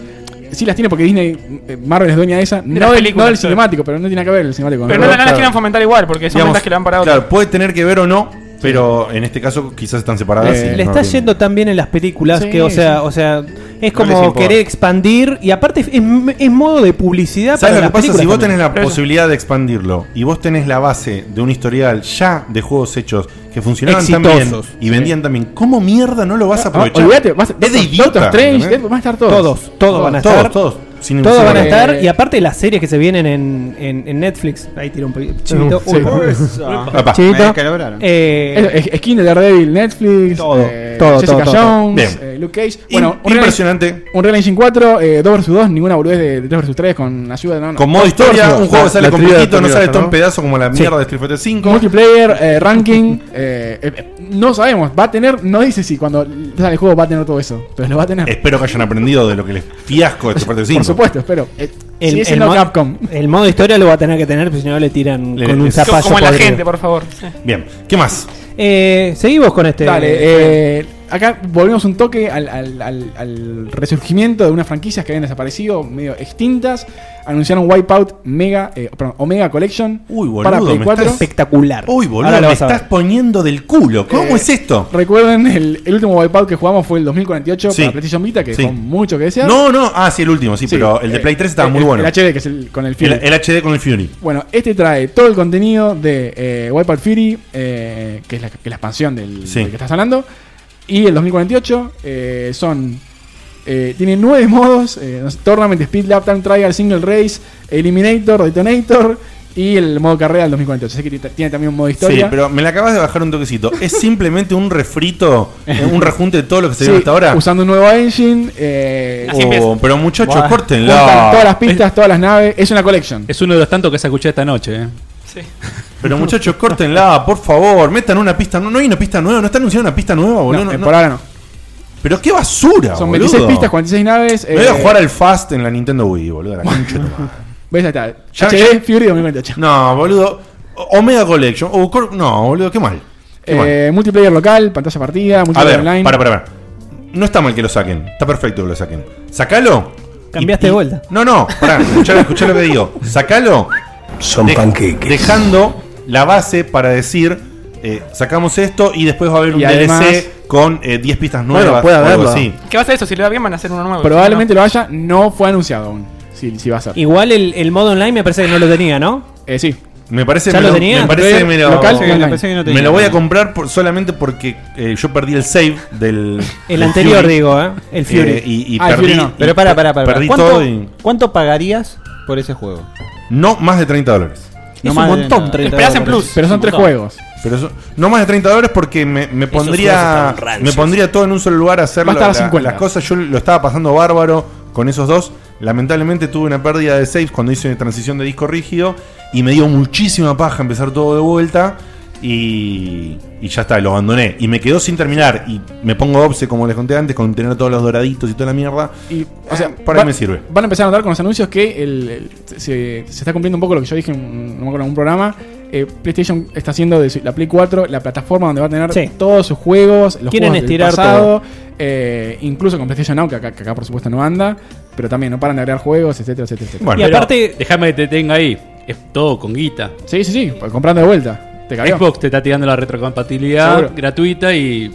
S5: Sí las tiene porque Disney, eh, Marvel es dueña de esa.
S6: las
S5: no, del,
S6: películas,
S5: no del
S6: claro.
S5: cinemático, pero no tiene nada que ver el cinemático.
S6: Pero no, no las quieren fomentar igual, porque son ventas que le dan para
S3: Claro, puede tener que ver o no Pero en este caso quizás están separadas. y
S9: Eh, Le
S3: no
S9: está
S3: tienen-
S9: yendo tan bien en las películas
S3: Sí,
S9: que, o sea,
S3: sí.
S9: o sea, es
S3: No les
S9: como
S3: importa.
S9: querer expandir y aparte es, es modo de publicidad
S3: ¿Sabes
S9: para
S3: lo que
S9: las
S3: pasa?
S9: películas
S3: Si vos
S9: también.
S3: tenés la
S9: Pero-
S3: posibilidad de expandirlo y vos tenés la base de un historial ya de juegos hechos que funcionaban tan bien
S9: Exitosos.
S3: y vendían también, ¿cómo mierda no lo vas a aprovechar?
S5: Ah, olvídate, vas a-
S3: es de
S5: Doctor
S3: idiota.
S5: Strange, van a estar todos.
S9: Todos, todos, van a estar.
S3: Todos, todos. Sin
S9: Todos
S3: ningún
S9: van a
S3: problema.
S9: estar, y aparte las series que se vienen en, en, en Netflix. Ahí tira un poquito. Chivito.
S5: Sí.
S9: Uy,
S5: Papá.
S9: Chivito.
S5: Me descalabraron.
S9: Eh,
S5: Es- es- Skin de Daredevil, Netflix, todo,
S9: todo,
S5: Jessica
S9: todo, todo.
S5: Jones,
S9: Bien.
S5: eh, Luke Cage.
S9: In- impresionante.
S5: Un Real Engine 4, eh, 2 vs 2, ninguna boludez de 3 vs 3 con ayuda. No, no.
S3: Con modo
S5: Dos
S3: historia,
S5: versus
S3: un
S5: dos.
S3: juego que sale completito, no sale todo en
S5: ¿no?
S3: pedazo como la
S5: Sí.
S3: mierda de este Street Fighter 5.
S5: Multiplayer, eh, ranking, eh, eh, eh, no sabemos, va a tener, no dice si cuando sale el juego va a tener todo eso, pero lo va a tener.
S3: Espero que hayan aprendido de lo que les fiasco de Street Fighter 5.
S5: Por supuesto, espero. Eh,
S9: El,
S5: sigue
S9: el
S5: siendo
S9: mo-
S5: Capcom.
S9: el modo historia lo va a tener que tener, porque si no le tiran
S3: Le-
S9: con un
S3: es-
S9: zapallo.
S3: Como la gente,
S6: por favor.
S3: Bien, ¿qué más?
S9: Eh, seguimos con este.
S5: Dale, eh, acá volvemos un toque al, al- al- al resurgimiento de unas franquicias que habían desaparecido, medio extintas. Anunciaron Wipeout Mega, eh, perdón, Omega Collection Uy,
S3: boludo,
S5: para Play
S3: me
S5: 4.
S3: estás-
S9: Espectacular.
S3: Uy, boludo,
S5: Ahora lo
S3: me
S5: vas a ver. Eh,
S3: estás poniendo del culo. ¿Cómo es esto?
S5: Recuerden, el, el último Wipeout que jugamos fue el 2048
S3: Sí.
S5: para PlayStation Vita, que
S3: Sí.
S5: con mucho que desear.
S3: No, no, ah, sí, el último, sí,
S5: Sí,
S3: pero el de
S5: eh,
S3: Play 3 estaba
S5: el-
S3: muy bueno.
S5: el HD, que es el- con el Fury.
S3: El, el HD con el Fury.
S5: Bueno, este trae todo el contenido de eh, Wipeout Fury, eh, que, es la, que es la expansión del,
S3: Sí.
S5: del que estás hablando. Y el 2048 eh, son. eh, tiene nueve modos: eh, no sé, Tournament, Speed Lap, Time Trial, Single Race, Eliminator, Detonator y el modo carrera del 2048. Así que t- tiene también un modo historia.
S3: Sí, pero me la acabas de bajar un toquecito. Es simplemente un refrito, eh, un rejunte de todo lo que se
S5: Sí,
S3: vio hasta ahora.
S5: Usando un nuevo engine. eh,
S3: Así empieza. pero muchachos,
S5: Buah.
S3: córtenlo.
S5: Juntan Todas las pistas, todas las naves. Es una collection.
S8: Es uno de los tantos que se escuché esta noche. ¿eh?
S3: Pero muchachos, córtenla, por favor. Metan una pista. No, no hay una pista nueva. No están anunciando una pista nueva, boludo.
S5: No, eh, por ahora no.
S3: Pero qué basura,
S5: Son
S3: boludo.
S5: 26 pistas, 46 naves.
S3: Me voy a
S5: eh,
S3: jugar al Fast en la Nintendo Wii, boludo. La concha de tu madre.
S5: ¿Ves? Ahí está.
S3: Ya-
S5: HD
S3: ya-
S5: Fury 2048.
S3: No, boludo. O- Omega Collection. o Cor- no, boludo, qué mal. Qué mal.
S5: Eh, multiplayer local, pantalla partida,
S3: A
S5: multiplayer
S3: ver,
S5: online.
S3: para, para, para. No está mal que lo saquen. Está perfecto que lo saquen. Sacalo.
S9: Cambiaste de vuelta.
S3: No, no, pará. Escuchá, escuchá lo que digo. Sacalo. Son panqueques. Dejando la base para decir, eh, sacamos esto y después va a haber un
S5: Y además-
S3: DLC con eh, 10 pistas
S5: Bueno,
S3: nuevas.
S5: puede
S3: o algo
S5: haberlo.
S3: así.
S6: ¿Qué va a ser eso? Si le va bien, van a hacer uno nuevo.
S5: Probablemente lo haya, no fue anunciado aún. Si, si va a ser.
S9: Igual el, el modo online me parece que no lo tenía, ¿no?
S5: Eh, sí.
S3: Me parece,
S9: ¿Ya
S3: me
S9: lo
S3: lo,
S9: tenía?
S3: me parece que me lo,
S9: Local,
S3: sí,
S9: online.
S3: me parece que no tenía. Me lo voy a comprar por- solamente porque eh, yo perdí el save del.
S9: El
S3: del
S9: anterior,
S3: Fury.
S9: digo, ¿eh? El Fury.
S3: y y
S9: Ah, el
S3: perdí.
S9: Fury no.
S3: y
S7: Pero para, para, para.
S3: Perdí
S7: ¿Cuánto,
S3: todo y.
S7: cuánto pagarías por ese juego?
S3: No más de 30 dólares.
S7: No más de nada.
S5: Pero son
S7: Un
S5: tres
S7: montón.
S5: juegos.
S3: Pero eso- no más de 30 dólares porque me, me
S5: juegos
S3: pondría
S5: están rancios.
S3: me pondría todo en un solo lugar a hacer
S5: Va a estar a
S3: la-
S5: 50.
S3: las cosas. Yo lo estaba pasando bárbaro con esos dos. Lamentablemente tuve una pérdida de saves cuando hice transición de disco rígido y me dio muchísima paja empezar todo de vuelta. Y, y ya está, lo abandoné. Y me quedó sin terminar. Y me pongo obse, como les conté antes, con tener todos los doraditos y toda la mierda.
S5: Y, o sea,
S3: para
S5: va-
S3: mí me sirve.
S5: Van a empezar a notar con los anuncios que el- el- se, se está cumpliendo un poco lo que yo dije en, un- no me acuerdo, en un programa. Eh, PlayStation está haciendo de su- la Play 4 la plataforma donde va a tener
S9: Sí.
S5: todos sus juegos, los
S9: Quieren
S5: juegos del
S9: estirar
S5: pasado, eh, incluso con PlayStation Now, que acá, que acá por supuesto no anda, pero también no paran de agregar juegos, etcétera, etcétera, etcétera.
S8: Pero Déjame que te tenga ahí. Es todo con guita.
S5: Sí, sí, sí, comprando de vuelta. Te cagó.
S8: Xbox te está tirando la retrocompatibilidad
S5: Seguro.
S8: gratuita y.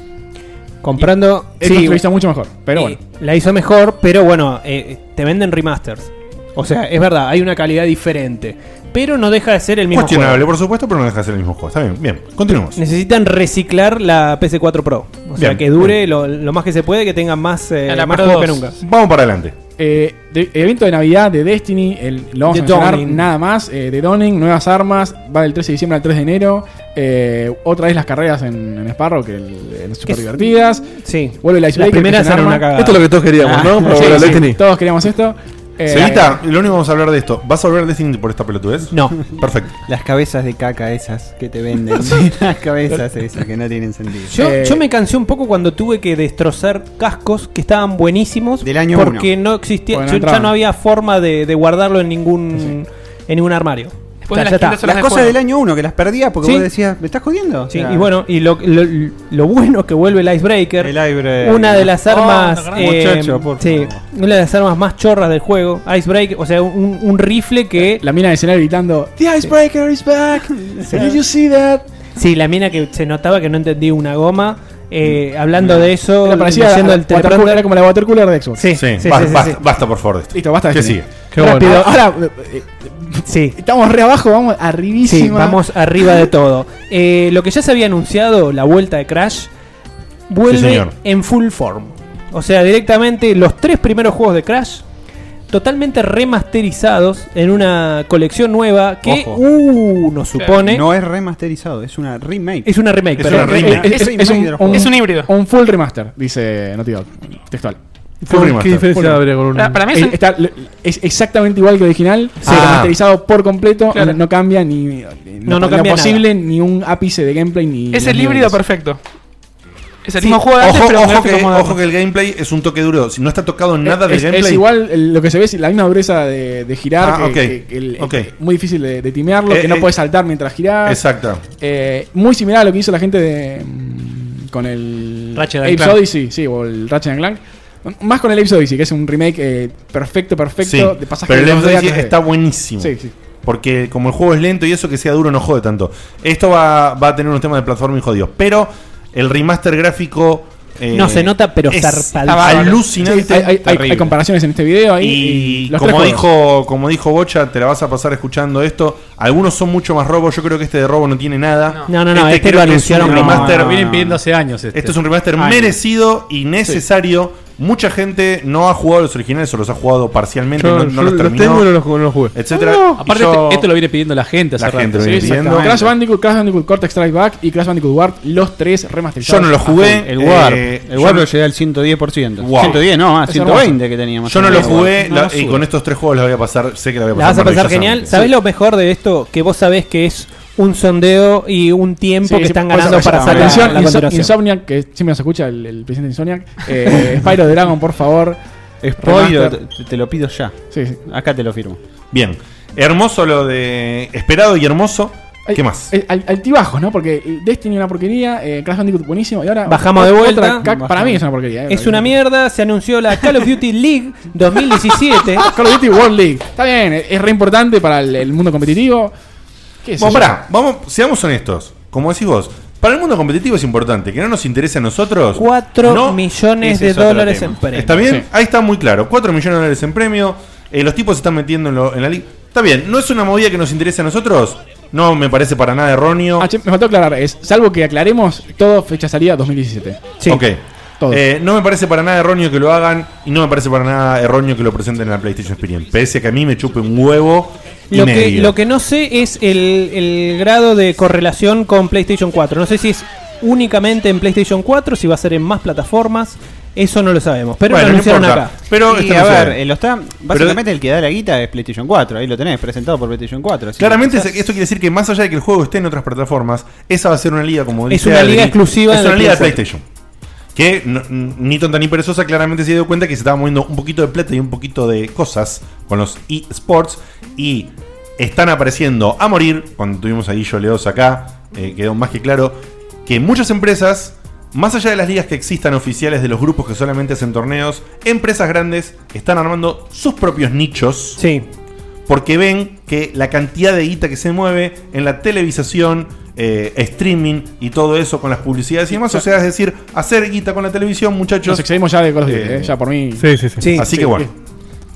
S9: Comprando.
S8: Y- Xbox lo hizo
S5: mucho mejor, pero
S9: bueno. La hizo mejor, pero bueno, eh, te venden remasters. O sea, es verdad, hay una calidad diferente. Pero no deja de ser el mismo
S3: Cuestionable,
S9: juego.
S3: por supuesto, pero no deja de ser el mismo juego. Está bien, bien. Continuemos.
S9: Necesitan reciclar la PC4 Pro. O sea,
S3: Bien,
S9: que dure lo, lo más que se puede, que tenga más, eh, más juegos que nunca.
S3: Vamos para adelante.
S5: Eh, de- evento de Navidad de Destiny, el, lo vamos
S9: The
S5: a mencionar
S9: Dawning.
S5: nada más. eh, de Dawning, nuevas armas, va del 13 de diciembre al 3 de enero. eh, otra vez las carreras en, en Sparrow, que el- el- súper
S9: Es-
S5: divertidas.
S9: Sí.
S5: Vuelve la
S9: Las primeras eran una cagada. Ah, Esto es lo que todos queríamos, ¿no? Para volver a Destiny.
S5: Todos queríamos esto. Eh,
S3: Seguita, lo único que vamos a hablar de esto. ¿Vas a volver a Destiny por esta pelotudez?
S9: No.
S3: Perfecto.
S7: Las cabezas de caca esas que te venden. Las cabezas esas que no tienen sentido.
S9: Yo,
S7: Eh,
S9: yo me cansé un poco cuando tuve que destrozar cascos que estaban buenísimos
S7: Del año
S9: porque
S7: uno.
S9: no existía,
S7: Porque
S9: yo- ya
S7: no entraban.
S9: no había forma de, de guardarlo en ningún en ningún armario. O sea, ya está.
S7: Las cosas del año 1 que las perdías porque
S9: Sí.
S7: vos decías, ¿me estás jodiendo?
S9: Sí, y bueno, y lo, lo, lo bueno que vuelve el Icebreaker, una de las
S7: Oh,
S9: armas, eh,
S7: no, muchacho, por
S9: sí, una de las armas más chorras del juego, Icebreaker, o sea, un, un rifle que
S5: la mina de escenario gritando, The Icebreaker is back. Did you see that?
S9: Sí, la mina que se notaba que no entendía una goma. eh, hablando de eso,
S5: Era parecida a
S9: leyendo
S5: la
S9: el
S5: water
S9: teleprompter.
S5: cooler, era como la water cooler de Xbox.
S9: Sí,
S3: Sí,
S9: sí,
S3: ba-
S9: sí, sí,
S3: basta,
S9: sí.
S3: basta, por favor. de esto.
S5: Listo, basta de
S3: ¿Qué
S5: este.
S3: sigue?
S5: Rápido. Ahora, eh, eh,
S9: Sí.
S5: estamos re abajo, vamos arribísima.
S9: Sí, vamos arriba de todo. Eh, lo que ya se había anunciado, la vuelta de Crash,
S3: Sí,
S9: vuelve
S3: señor.
S9: en full form. O sea, directamente los tres primeros juegos de Crash totalmente remasterizados en una colección nueva que uh,
S7: Ojo.
S9: uno supone
S7: No es remasterizado, es una remake.
S9: Es una remake, pero-
S7: Es,
S5: Es, es
S7: remake de
S5: un,
S7: los juegos.
S5: un híbrido. Un full remaster, dice Naughty Dog. Textual.
S4: Full ¿Qué remaster. diferencia
S5: Full
S4: habría con un- Para- para mí es
S5: Eh,
S4: un-
S5: está- le- es exactamente igual que el original,
S4: Sí.
S3: Ah.
S5: remasterizado por completo, no- no cambia ni, ni-
S6: No, no
S5: lo
S6: cambia
S5: posible, ni un ápice de gameplay, ni...
S6: Es
S5: ni
S6: el híbrido
S5: niveles.
S6: perfecto. Es el
S5: Sí.
S6: mismo juego de
S5: Ojo,
S6: antes, pero con
S3: Ojo
S6: gráficos
S3: que,
S6: modernos.
S3: ojo que el gameplay es un toque duro. Si no está tocado nada de
S5: es, es
S3: gameplay.
S5: igual el- lo que se ve, es la misma dureza de, de girar.
S3: Ah,
S5: que-
S3: ok,
S5: que el-
S3: ok.
S5: es Muy difícil de, de timearlo,
S3: Eh,
S5: que no
S3: eh,
S5: puedes saltar mientras girás.
S3: Exacto.
S5: Eh, muy similar a lo que hizo la gente de, mm, con el
S8: Ratchet and
S5: Apes
S8: Clank.
S5: Odyssey, sí, o el Ratchet and Clank. M- Más con el Apes Odyssey, que es un remake eh, perfecto, perfecto.
S3: Sí,
S5: de pasaje
S3: pero el
S5: de
S3: Left
S5: 2D a
S3: 2D
S5: 3D.
S3: está buenísimo.
S5: Sí, sí.
S3: Porque como el juego es lento y eso que sea duro no jode tanto. Esto va, va a tener unos temas de plataforma y jodidos. Pero el remaster gráfico. eh,
S9: No, se nota, pero
S3: es
S9: zarpadísimo.
S3: alucinante.
S5: Sí, hay- hay- hay,
S3: terrible.
S5: comparaciones en este video ahí.
S3: Y
S5: los
S3: como
S5: tres
S3: dijo, como dijo Bocha, te la vas a pasar escuchando esto. Algunos son mucho más robos. Yo creo que este de robo no tiene nada.
S9: No, no, no, este
S3: creo
S9: lo
S3: que es un
S9: anunciaron como-
S3: remaster-
S9: No, no, no.
S8: Vienen pidiendo hace años este.
S3: Esto es un remaster
S8: Años.
S3: merecido y necesario. Mucha gente no ha jugado los originales o los ha jugado parcialmente.
S8: Yo-
S3: no, no
S8: yo
S3: los
S8: los
S3: terminó.
S8: tengo y no los
S4: jugué.
S3: Etcétera.
S5: No.
S3: Y
S8: Aparte,
S3: yo-
S8: este- esto lo viene pidiendo la gente hace
S3: La
S8: rato.
S3: gente lo
S8: Sí,
S5: juegos.
S8: exacto.
S5: Exactamente. Crash Bandicoot, Crash Bandicoot Cortex Strike Back y Crash Bandicoot Warp, los tres remasterizados.
S3: Yo no lo jugué.
S7: El War.
S3: eh,
S7: el War
S3: yo-
S7: lo llegué al 110%.
S3: Wow.
S7: 110, no, a
S3: Es
S7: 120
S3: hermoso.
S7: que teníamos.
S3: Yo no lo jugué
S7: No, no
S3: la- y
S7: sube.
S3: con estos tres juegos la voy a pasar. Sé que la voy a
S9: La
S3: pasar.
S9: vas a pasar
S3: maravillosamente.
S9: genial. ¿Sabés lo mejor de esto? Que vos sabés que es un sondeo y un tiempo
S5: Sí,
S9: que
S5: sí,
S9: están
S5: por eso,
S9: ganando para
S5: ya,
S9: sacar
S5: atención,
S9: la
S5: Inso-
S9: continuación.
S5: Insomniac, que siempre nos escucha el, el presidente de Insomniac. Eh, Spyro Dragon, por favor.
S7: Spoiler,
S5: Remaster.
S7: te, te lo pido ya.
S5: Sí, sí.
S7: Acá te lo firmo.
S3: Bien. Hermoso lo de. Esperado y hermoso. ¿Qué
S5: Al-
S3: más?
S5: al- al- altibajos, ¿no? Porque eh, Destiny una porquería, eh, Crash Bandicoot buenísimo y ahora
S9: Bajamos de
S5: otra
S9: vuelta.
S5: caca- para mí es una porquería. eh,
S9: Es
S5: para
S9: una
S5: mí.
S9: mierda. Se anunció la Call of Duty League 2017.
S5: Call of Duty World League. Está bien, es es re importante para el, el mundo competitivo. ¿Qué es
S3: Bueno, pará, vamos, seamos honestos. Como decís vos, para el mundo competitivo es importante. Que no nos interese a nosotros.
S9: 4
S3: no
S9: millones de dólares en premio.
S3: ¿Está bien? Ahí está muy claro. 4 millones de dólares en premio. eh, los tipos se están metiendo en, lo- en la liga. Está bien, no es una movida que nos interese a nosotros. No me parece para nada erróneo.
S5: Ah, che, me faltó aclarar, es salvo que aclaremos todo fecha salida 2017.
S3: Ok.
S5: Todo.
S3: Eh, no me parece para nada erróneo que lo hagan y no me parece para nada erróneo que lo presenten en la PlayStation Experience. Pese a que a mí me chupe un huevo y
S9: Lo que,
S3: medio.
S9: lo que no sé es el, el grado de correlación con PlayStation 4. No sé si es únicamente en PlayStation 4, si va a ser en más plataformas. Eso no lo sabemos. Pero
S7: Bueno,
S9: lo
S7: no
S9: anunciaron
S7: importa.
S9: acá.
S3: Pero
S7: Y
S3: esto
S7: a
S3: no
S7: ver,
S3: sé.
S7: eh, lo está, básicamente el que da la guita es PlayStation 4. Ahí lo tenés, presentado por PlayStation 4. así que
S3: Claramente
S7: quizás-
S3: se- esto quiere decir que más allá de que el juego esté en otras plataformas, esa va a ser una liga como
S7: Es una liga exclusiva
S3: Es
S7: de
S3: una liga de PlayStation.
S7: PlayStation.
S3: Que no- n- ni tonta ni perezosa claramente se dio cuenta que se estaba moviendo un poquito de plata y un poquito de cosas con los eSports y están apareciendo a morir. Cuando tuvimos a Guillo Leos acá, eh, quedó más que claro que muchas empresas, más allá de las ligas que existan oficiales de los grupos que solamente hacen torneos, empresas grandes están armando sus propios nichos.
S9: Sí.
S3: Porque ven que la cantidad de guita que se mueve en la televisación, eh, streaming y todo eso con las publicidades y demás. O sea, es decir, hacer guita con la televisión, muchachos.
S5: Nos excedimos ya de Call of Duty,
S3: Eh,
S5: eh, ya por mí.
S3: sí, sí, sí. Así que bueno.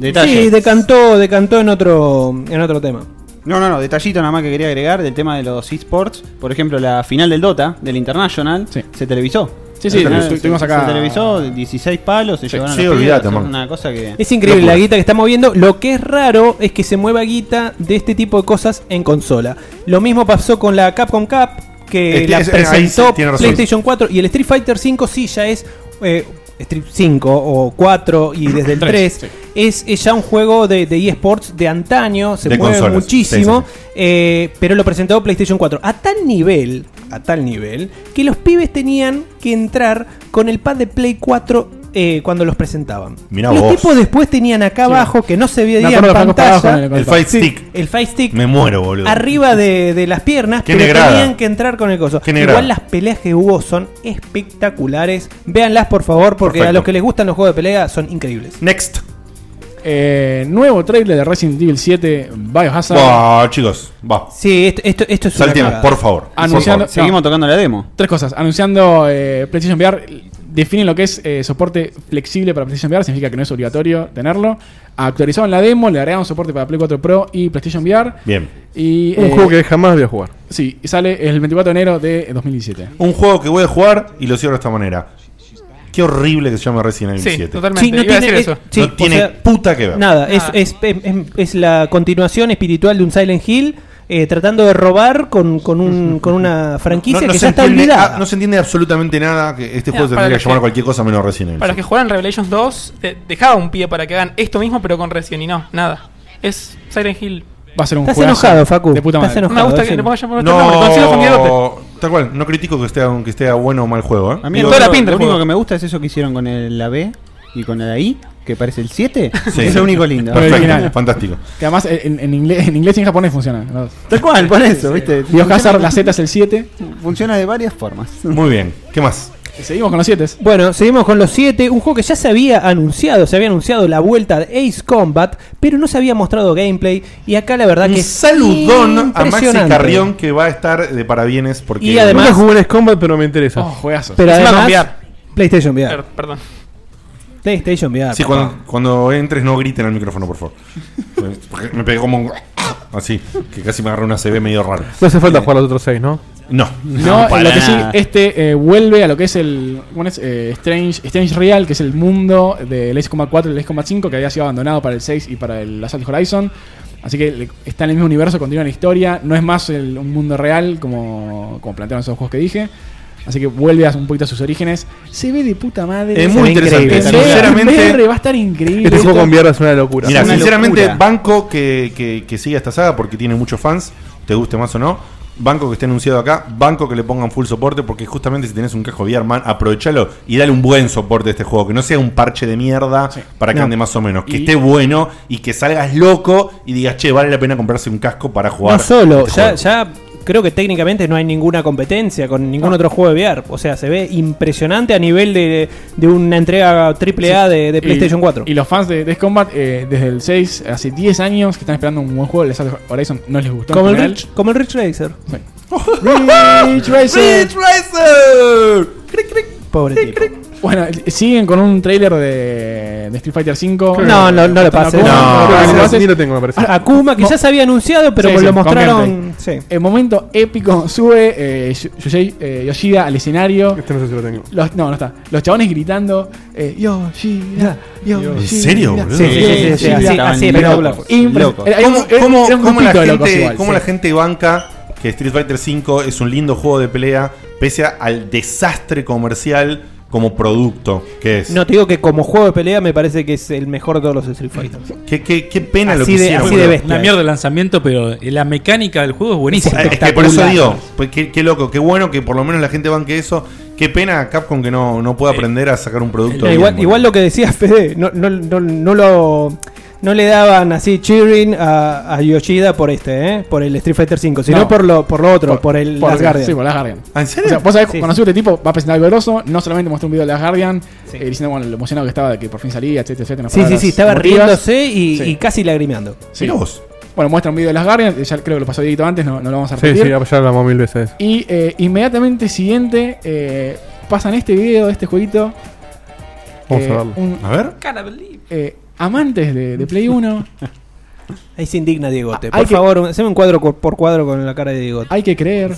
S9: Sí, decantó, decantó en otro, en otro tema.
S7: No, no, no, detallito nada más que quería agregar del tema de los esports. Por ejemplo, la final del Dota, del International, se televisó.
S5: Sí, sí,
S7: Se
S5: lo
S7: televisó,
S5: estuvimos
S7: se-
S5: acá.
S7: Se televisó 16 palos, se llevaron
S9: sí,
S7: las
S9: olvídate,
S7: piedras,
S9: man.
S7: Una cosa que.
S9: Es increíble la guita que está moviendo. Lo que es raro es que se mueva guita de este tipo de cosas en consola. Lo mismo pasó con la Capcom Cup, que
S3: Este-
S9: la
S3: es- ahí sí,
S9: presentó
S3: tiene razón.
S9: PlayStation 4 y el Street Fighter 5 sí ya es eh, Street 5 o 4 y desde el 3.
S3: Tres,
S9: Es, es ya un juego de, de eSports de antaño, se
S3: De
S9: mueve
S3: consolas,
S9: muchísimo, eh, pero lo presentó PlayStation 4 a tal nivel, a tal nivel, que los pibes tenían que entrar con el pad de Play 4 eh, cuando los presentaban.
S3: Mirá
S9: los
S3: vos.
S9: tipos después tenían acá abajo que no se veía
S3: Me
S9: en
S3: acuerdo que
S9: pantalla.
S3: abajo con el- con el El Fight pad. Stick.
S9: Sí, El Fight Stick.
S3: Me muero, boludo.
S9: Arriba de, de las piernas,
S3: Qué
S9: pero
S3: negrada.
S9: tenían que entrar con el coso.
S3: Qué negrada.
S9: Igual las peleas que hubo son espectaculares. Véanlas por favor, porque
S3: Perfecto.
S9: a los que les gustan los juegos de pelea son increíbles.
S3: Next.
S5: Eh, nuevo trailer de Resident Evil 7 Biohazard.
S3: Buah, chicos, va.
S9: Sí, esto, esto, esto es una
S3: Saltemos,
S9: cagada.
S3: por favor.
S5: Anunciando,
S3: Por favor.
S5: no. Tres cosas. Anunciando eh, PlayStation VR, definen lo que es eh, soporte flexible para PlayStation VR, significa que no es obligatorio tenerlo. Actualizado en la demo, le agregaron soporte para Play 4 Pro y PlayStation VR.
S3: Bien.
S5: Y,
S4: Un
S5: eh,
S4: juego que jamás voy a jugar.
S5: Sí, y sale el 24 de enero de 2017.
S3: Un juego que voy a jugar y lo cierro de esta manera. Qué horrible que se llame Resident Evil
S6: Sí,
S3: 7.
S6: totalmente.
S9: Sí, no
S6: Iba a decir
S9: tiene, eh,
S6: eso. Ah.
S9: sí,
S3: No
S9: o
S3: tiene
S9: sea,
S3: puta que ver.
S9: Nada, es, es, es- es- es la continuación espiritual de un Silent Hill eh, tratando de robar con, con, un, con una franquicia que
S3: se
S9: ya está
S3: entiende,
S9: olvidada.
S3: ah, no se entiende absolutamente nada. Que este
S6: No,
S3: juego se
S6: para
S3: tendría
S6: los
S3: que llamar
S6: que-
S3: cualquier cosa menos Resident Evil.
S6: Para los que juegan Revelations 2, te- dejaba un pie para que hagan esto mismo, pero con Resident y no, nada. Es Siren Hill.
S5: Va a ser
S9: Estás enojado, Facu.
S5: De puta
S9: Estás
S5: madre.
S9: enojado.
S6: Me gusta que
S9: sí.
S6: le pongas ya por otro nombre, conocido fundidote.
S3: No, tal cual, no critico que esté, aunque esté bueno o mal juego. ¿eh?
S6: A
S3: Digo,
S6: toda la
S3: no, lo
S6: pinta el
S7: Lo único
S3: único
S7: que me gusta es eso que hicieron con el, la B y con la I, que parece el 7.
S3: Sí.
S7: Es lo único lindo.
S3: Perfecto,
S5: Original.
S3: fantástico.
S5: Que además eh, en, en inglés, en inglés y en japonés funciona.
S7: Tal cual, por eso, ¿viste?
S5: Biohazard, la Z es el 7.
S3: Ah,
S7: Funciona de varias formas.
S3: Muy bien, ¿qué más?
S5: Seguimos con los 7.
S9: Bueno, seguimos con los 7, un juego que ya se había anunciado, se había anunciado la vuelta de Ace Combat, pero no se había mostrado gameplay y acá la verdad que es
S3: Saludón a Maxi
S9: impresionante.
S3: Carrión que va a estar de parabienes porque
S9: Y además-
S4: Nunca jugué en Combat, pero me interesa.
S5: Oh, juegazo.
S9: Pero
S6: Encima
S9: además,
S6: con VR.
S9: PlayStation VR.
S6: Per- Perdón.
S9: PlayStation VR.
S3: Sí,
S9: Ah, papá.
S3: cuando, cuando entres no griten al micrófono, por favor. Porque me pegué como un... Así, que casi me agarré una CB medio raro. Eh,
S4: No hace
S5: Eh,
S4: falta jugar los otros seis, ¿no?
S3: No.
S5: No,
S3: para
S5: lo que sí,
S3: nada.
S5: este eh, vuelve a lo que es el ¿cómo es? Eh, Strange, Strange Real, que es el mundo del Ace Combat 4 y el Ace Combat 5, que había sido abandonado para el 6 y para el Assault Horizon. Así que le- está en el mismo universo, continúa la historia. No es más el- un mundo real como, como plantearon esos juegos que dije. Así que vuelve a un poquito a sus orígenes. Se ve de puta madre.
S3: Es
S5: Se
S3: muy
S5: ve
S3: interesante.
S5: increíble. Se ve
S3: Sinceramente-
S5: en VR, va a estar increíble.
S4: Este juego
S5: Esto-
S4: con VR es una locura.
S3: Mira,
S4: Una
S3: sinceramente,
S4: locura.
S3: banco que, que, que siga esta saga porque tiene muchos fans, te guste más o no. Banco que esté anunciado acá, banco que le pongan full soporte, porque justamente si tenés un casco VR, man, aprovechalo y dale un buen soporte a este juego, que no sea un parche de mierda para que
S4: No.
S3: ande más o menos, que
S4: Y-
S3: esté bueno y que salgas loco y digas, che, vale la pena comprarse un casco para jugar.
S9: No solo,
S3: este
S9: ya,
S3: juego".
S9: ya creo que técnicamente no hay ninguna competencia con ningún otro juego de VR. O sea, se ve impresionante a nivel de, de una entrega AAA de, de
S5: Y-
S9: PlayStation 4.
S5: Y los fans de Death Combat, eh, desde el 6, hace 10 años que están esperando un buen juego, el Assault Horizon no les gustó. en
S9: Como el,
S5: general.
S9: Rich, como el Rich Racer.
S5: Rich Racer.
S9: Pobre tipo.
S5: Bueno, eh, siguen con un tráiler de, de Street Fighter V.
S9: No, no, no
S5: Con
S9: lo pases.
S5: Akuma.
S9: No,
S5: Creo que
S9: no,
S5: lo
S9: no,
S5: pases.
S9: ni lo tengo, me parece. Akuma, que ya se había anunciado, pero lo
S5: con
S9: mostraron-
S5: gameplay. El momento épico sube eh, Yu- Yuji- eh, Yoshida al escenario.
S4: Este no sé si lo tengo.
S5: Los, no, no está. Los chabones gritando eh, Yoshida, Yoshida.
S3: ¿En serio, boludo?
S9: Sí, sí, sí, sí, sí, así-
S3: Estaban
S9: así, pero-
S3: locos,
S5: impres-
S3: locos.
S5: era- era un-
S3: ¿Cómo,
S5: era un
S3: cómo-
S5: grupito
S3: cómo la
S5: de
S3: gente,
S5: locos igual,
S3: cómo
S5: sí.
S3: la gente banca que Street Fighter V es un lindo juego de pelea, pese a- al desastre comercial como producto que es?
S9: No te digo que como juego de pelea me parece que es el mejor de todos los Street Fighters.
S3: Qué, qué- qué pena lo que
S9: Así de-
S3: hicieron,
S9: así de
S3: boludo.
S9: bestia.
S8: Una mierda de lanzamiento, pero la mecánica del juego es buenísima.
S3: Es que por eso digo, pues, qué, qué loco, qué bueno que por lo menos la gente banque eso. Qué pena Capcom que no, no pueda aprender a sacar un producto.
S9: Eh, No,
S3: bien,
S9: igual,
S3: boludo.
S9: igual lo que decía Fede, no, no, no, no lo. No le daban así cheering a, a Yoshida por este, ¿eh? por el Street Fighter 5, sino
S5: No.
S9: por lo por lo otro, por, el
S5: por
S9: Last Guardian.
S5: Sí, por Last Guardian.
S4: Ah,
S3: ¿En
S5: O sea, vos sabés,
S9: Sí,
S5: cuando sube este tipo, va a presentar algo grosso, no solamente mostró un video de Last Guardian, eh, diciendo bueno, lo emocionado que estaba de que por fin salía, etcétera, etcétera. unas
S9: Sí, sí,
S5: palabras
S9: sí, estaba
S5: emotivas.
S9: riéndose y,
S5: Sí.
S9: y casi lagrimeando.
S5: Sí. Bueno, muestra un video de Last Guardian, eh, ya creo que lo pasó Dieguito antes, no, no lo vamos a
S4: Sí,
S5: repetir.
S4: sí, ya lo hablamos mil veces.
S5: Y eh, inmediatamente siguiente eh, pasan este video de este jueguito.
S4: Vamos
S5: eh,
S4: a verlo.
S5: un-
S3: A ver.
S5: eh, amantes de, de Play 1,
S9: Ahí se indigna Diegote.
S5: Ah,
S9: Por
S5: hay que-
S9: favor, haceme un cuadro cu- por cuadro con la cara de Diegote.
S5: hay que creer.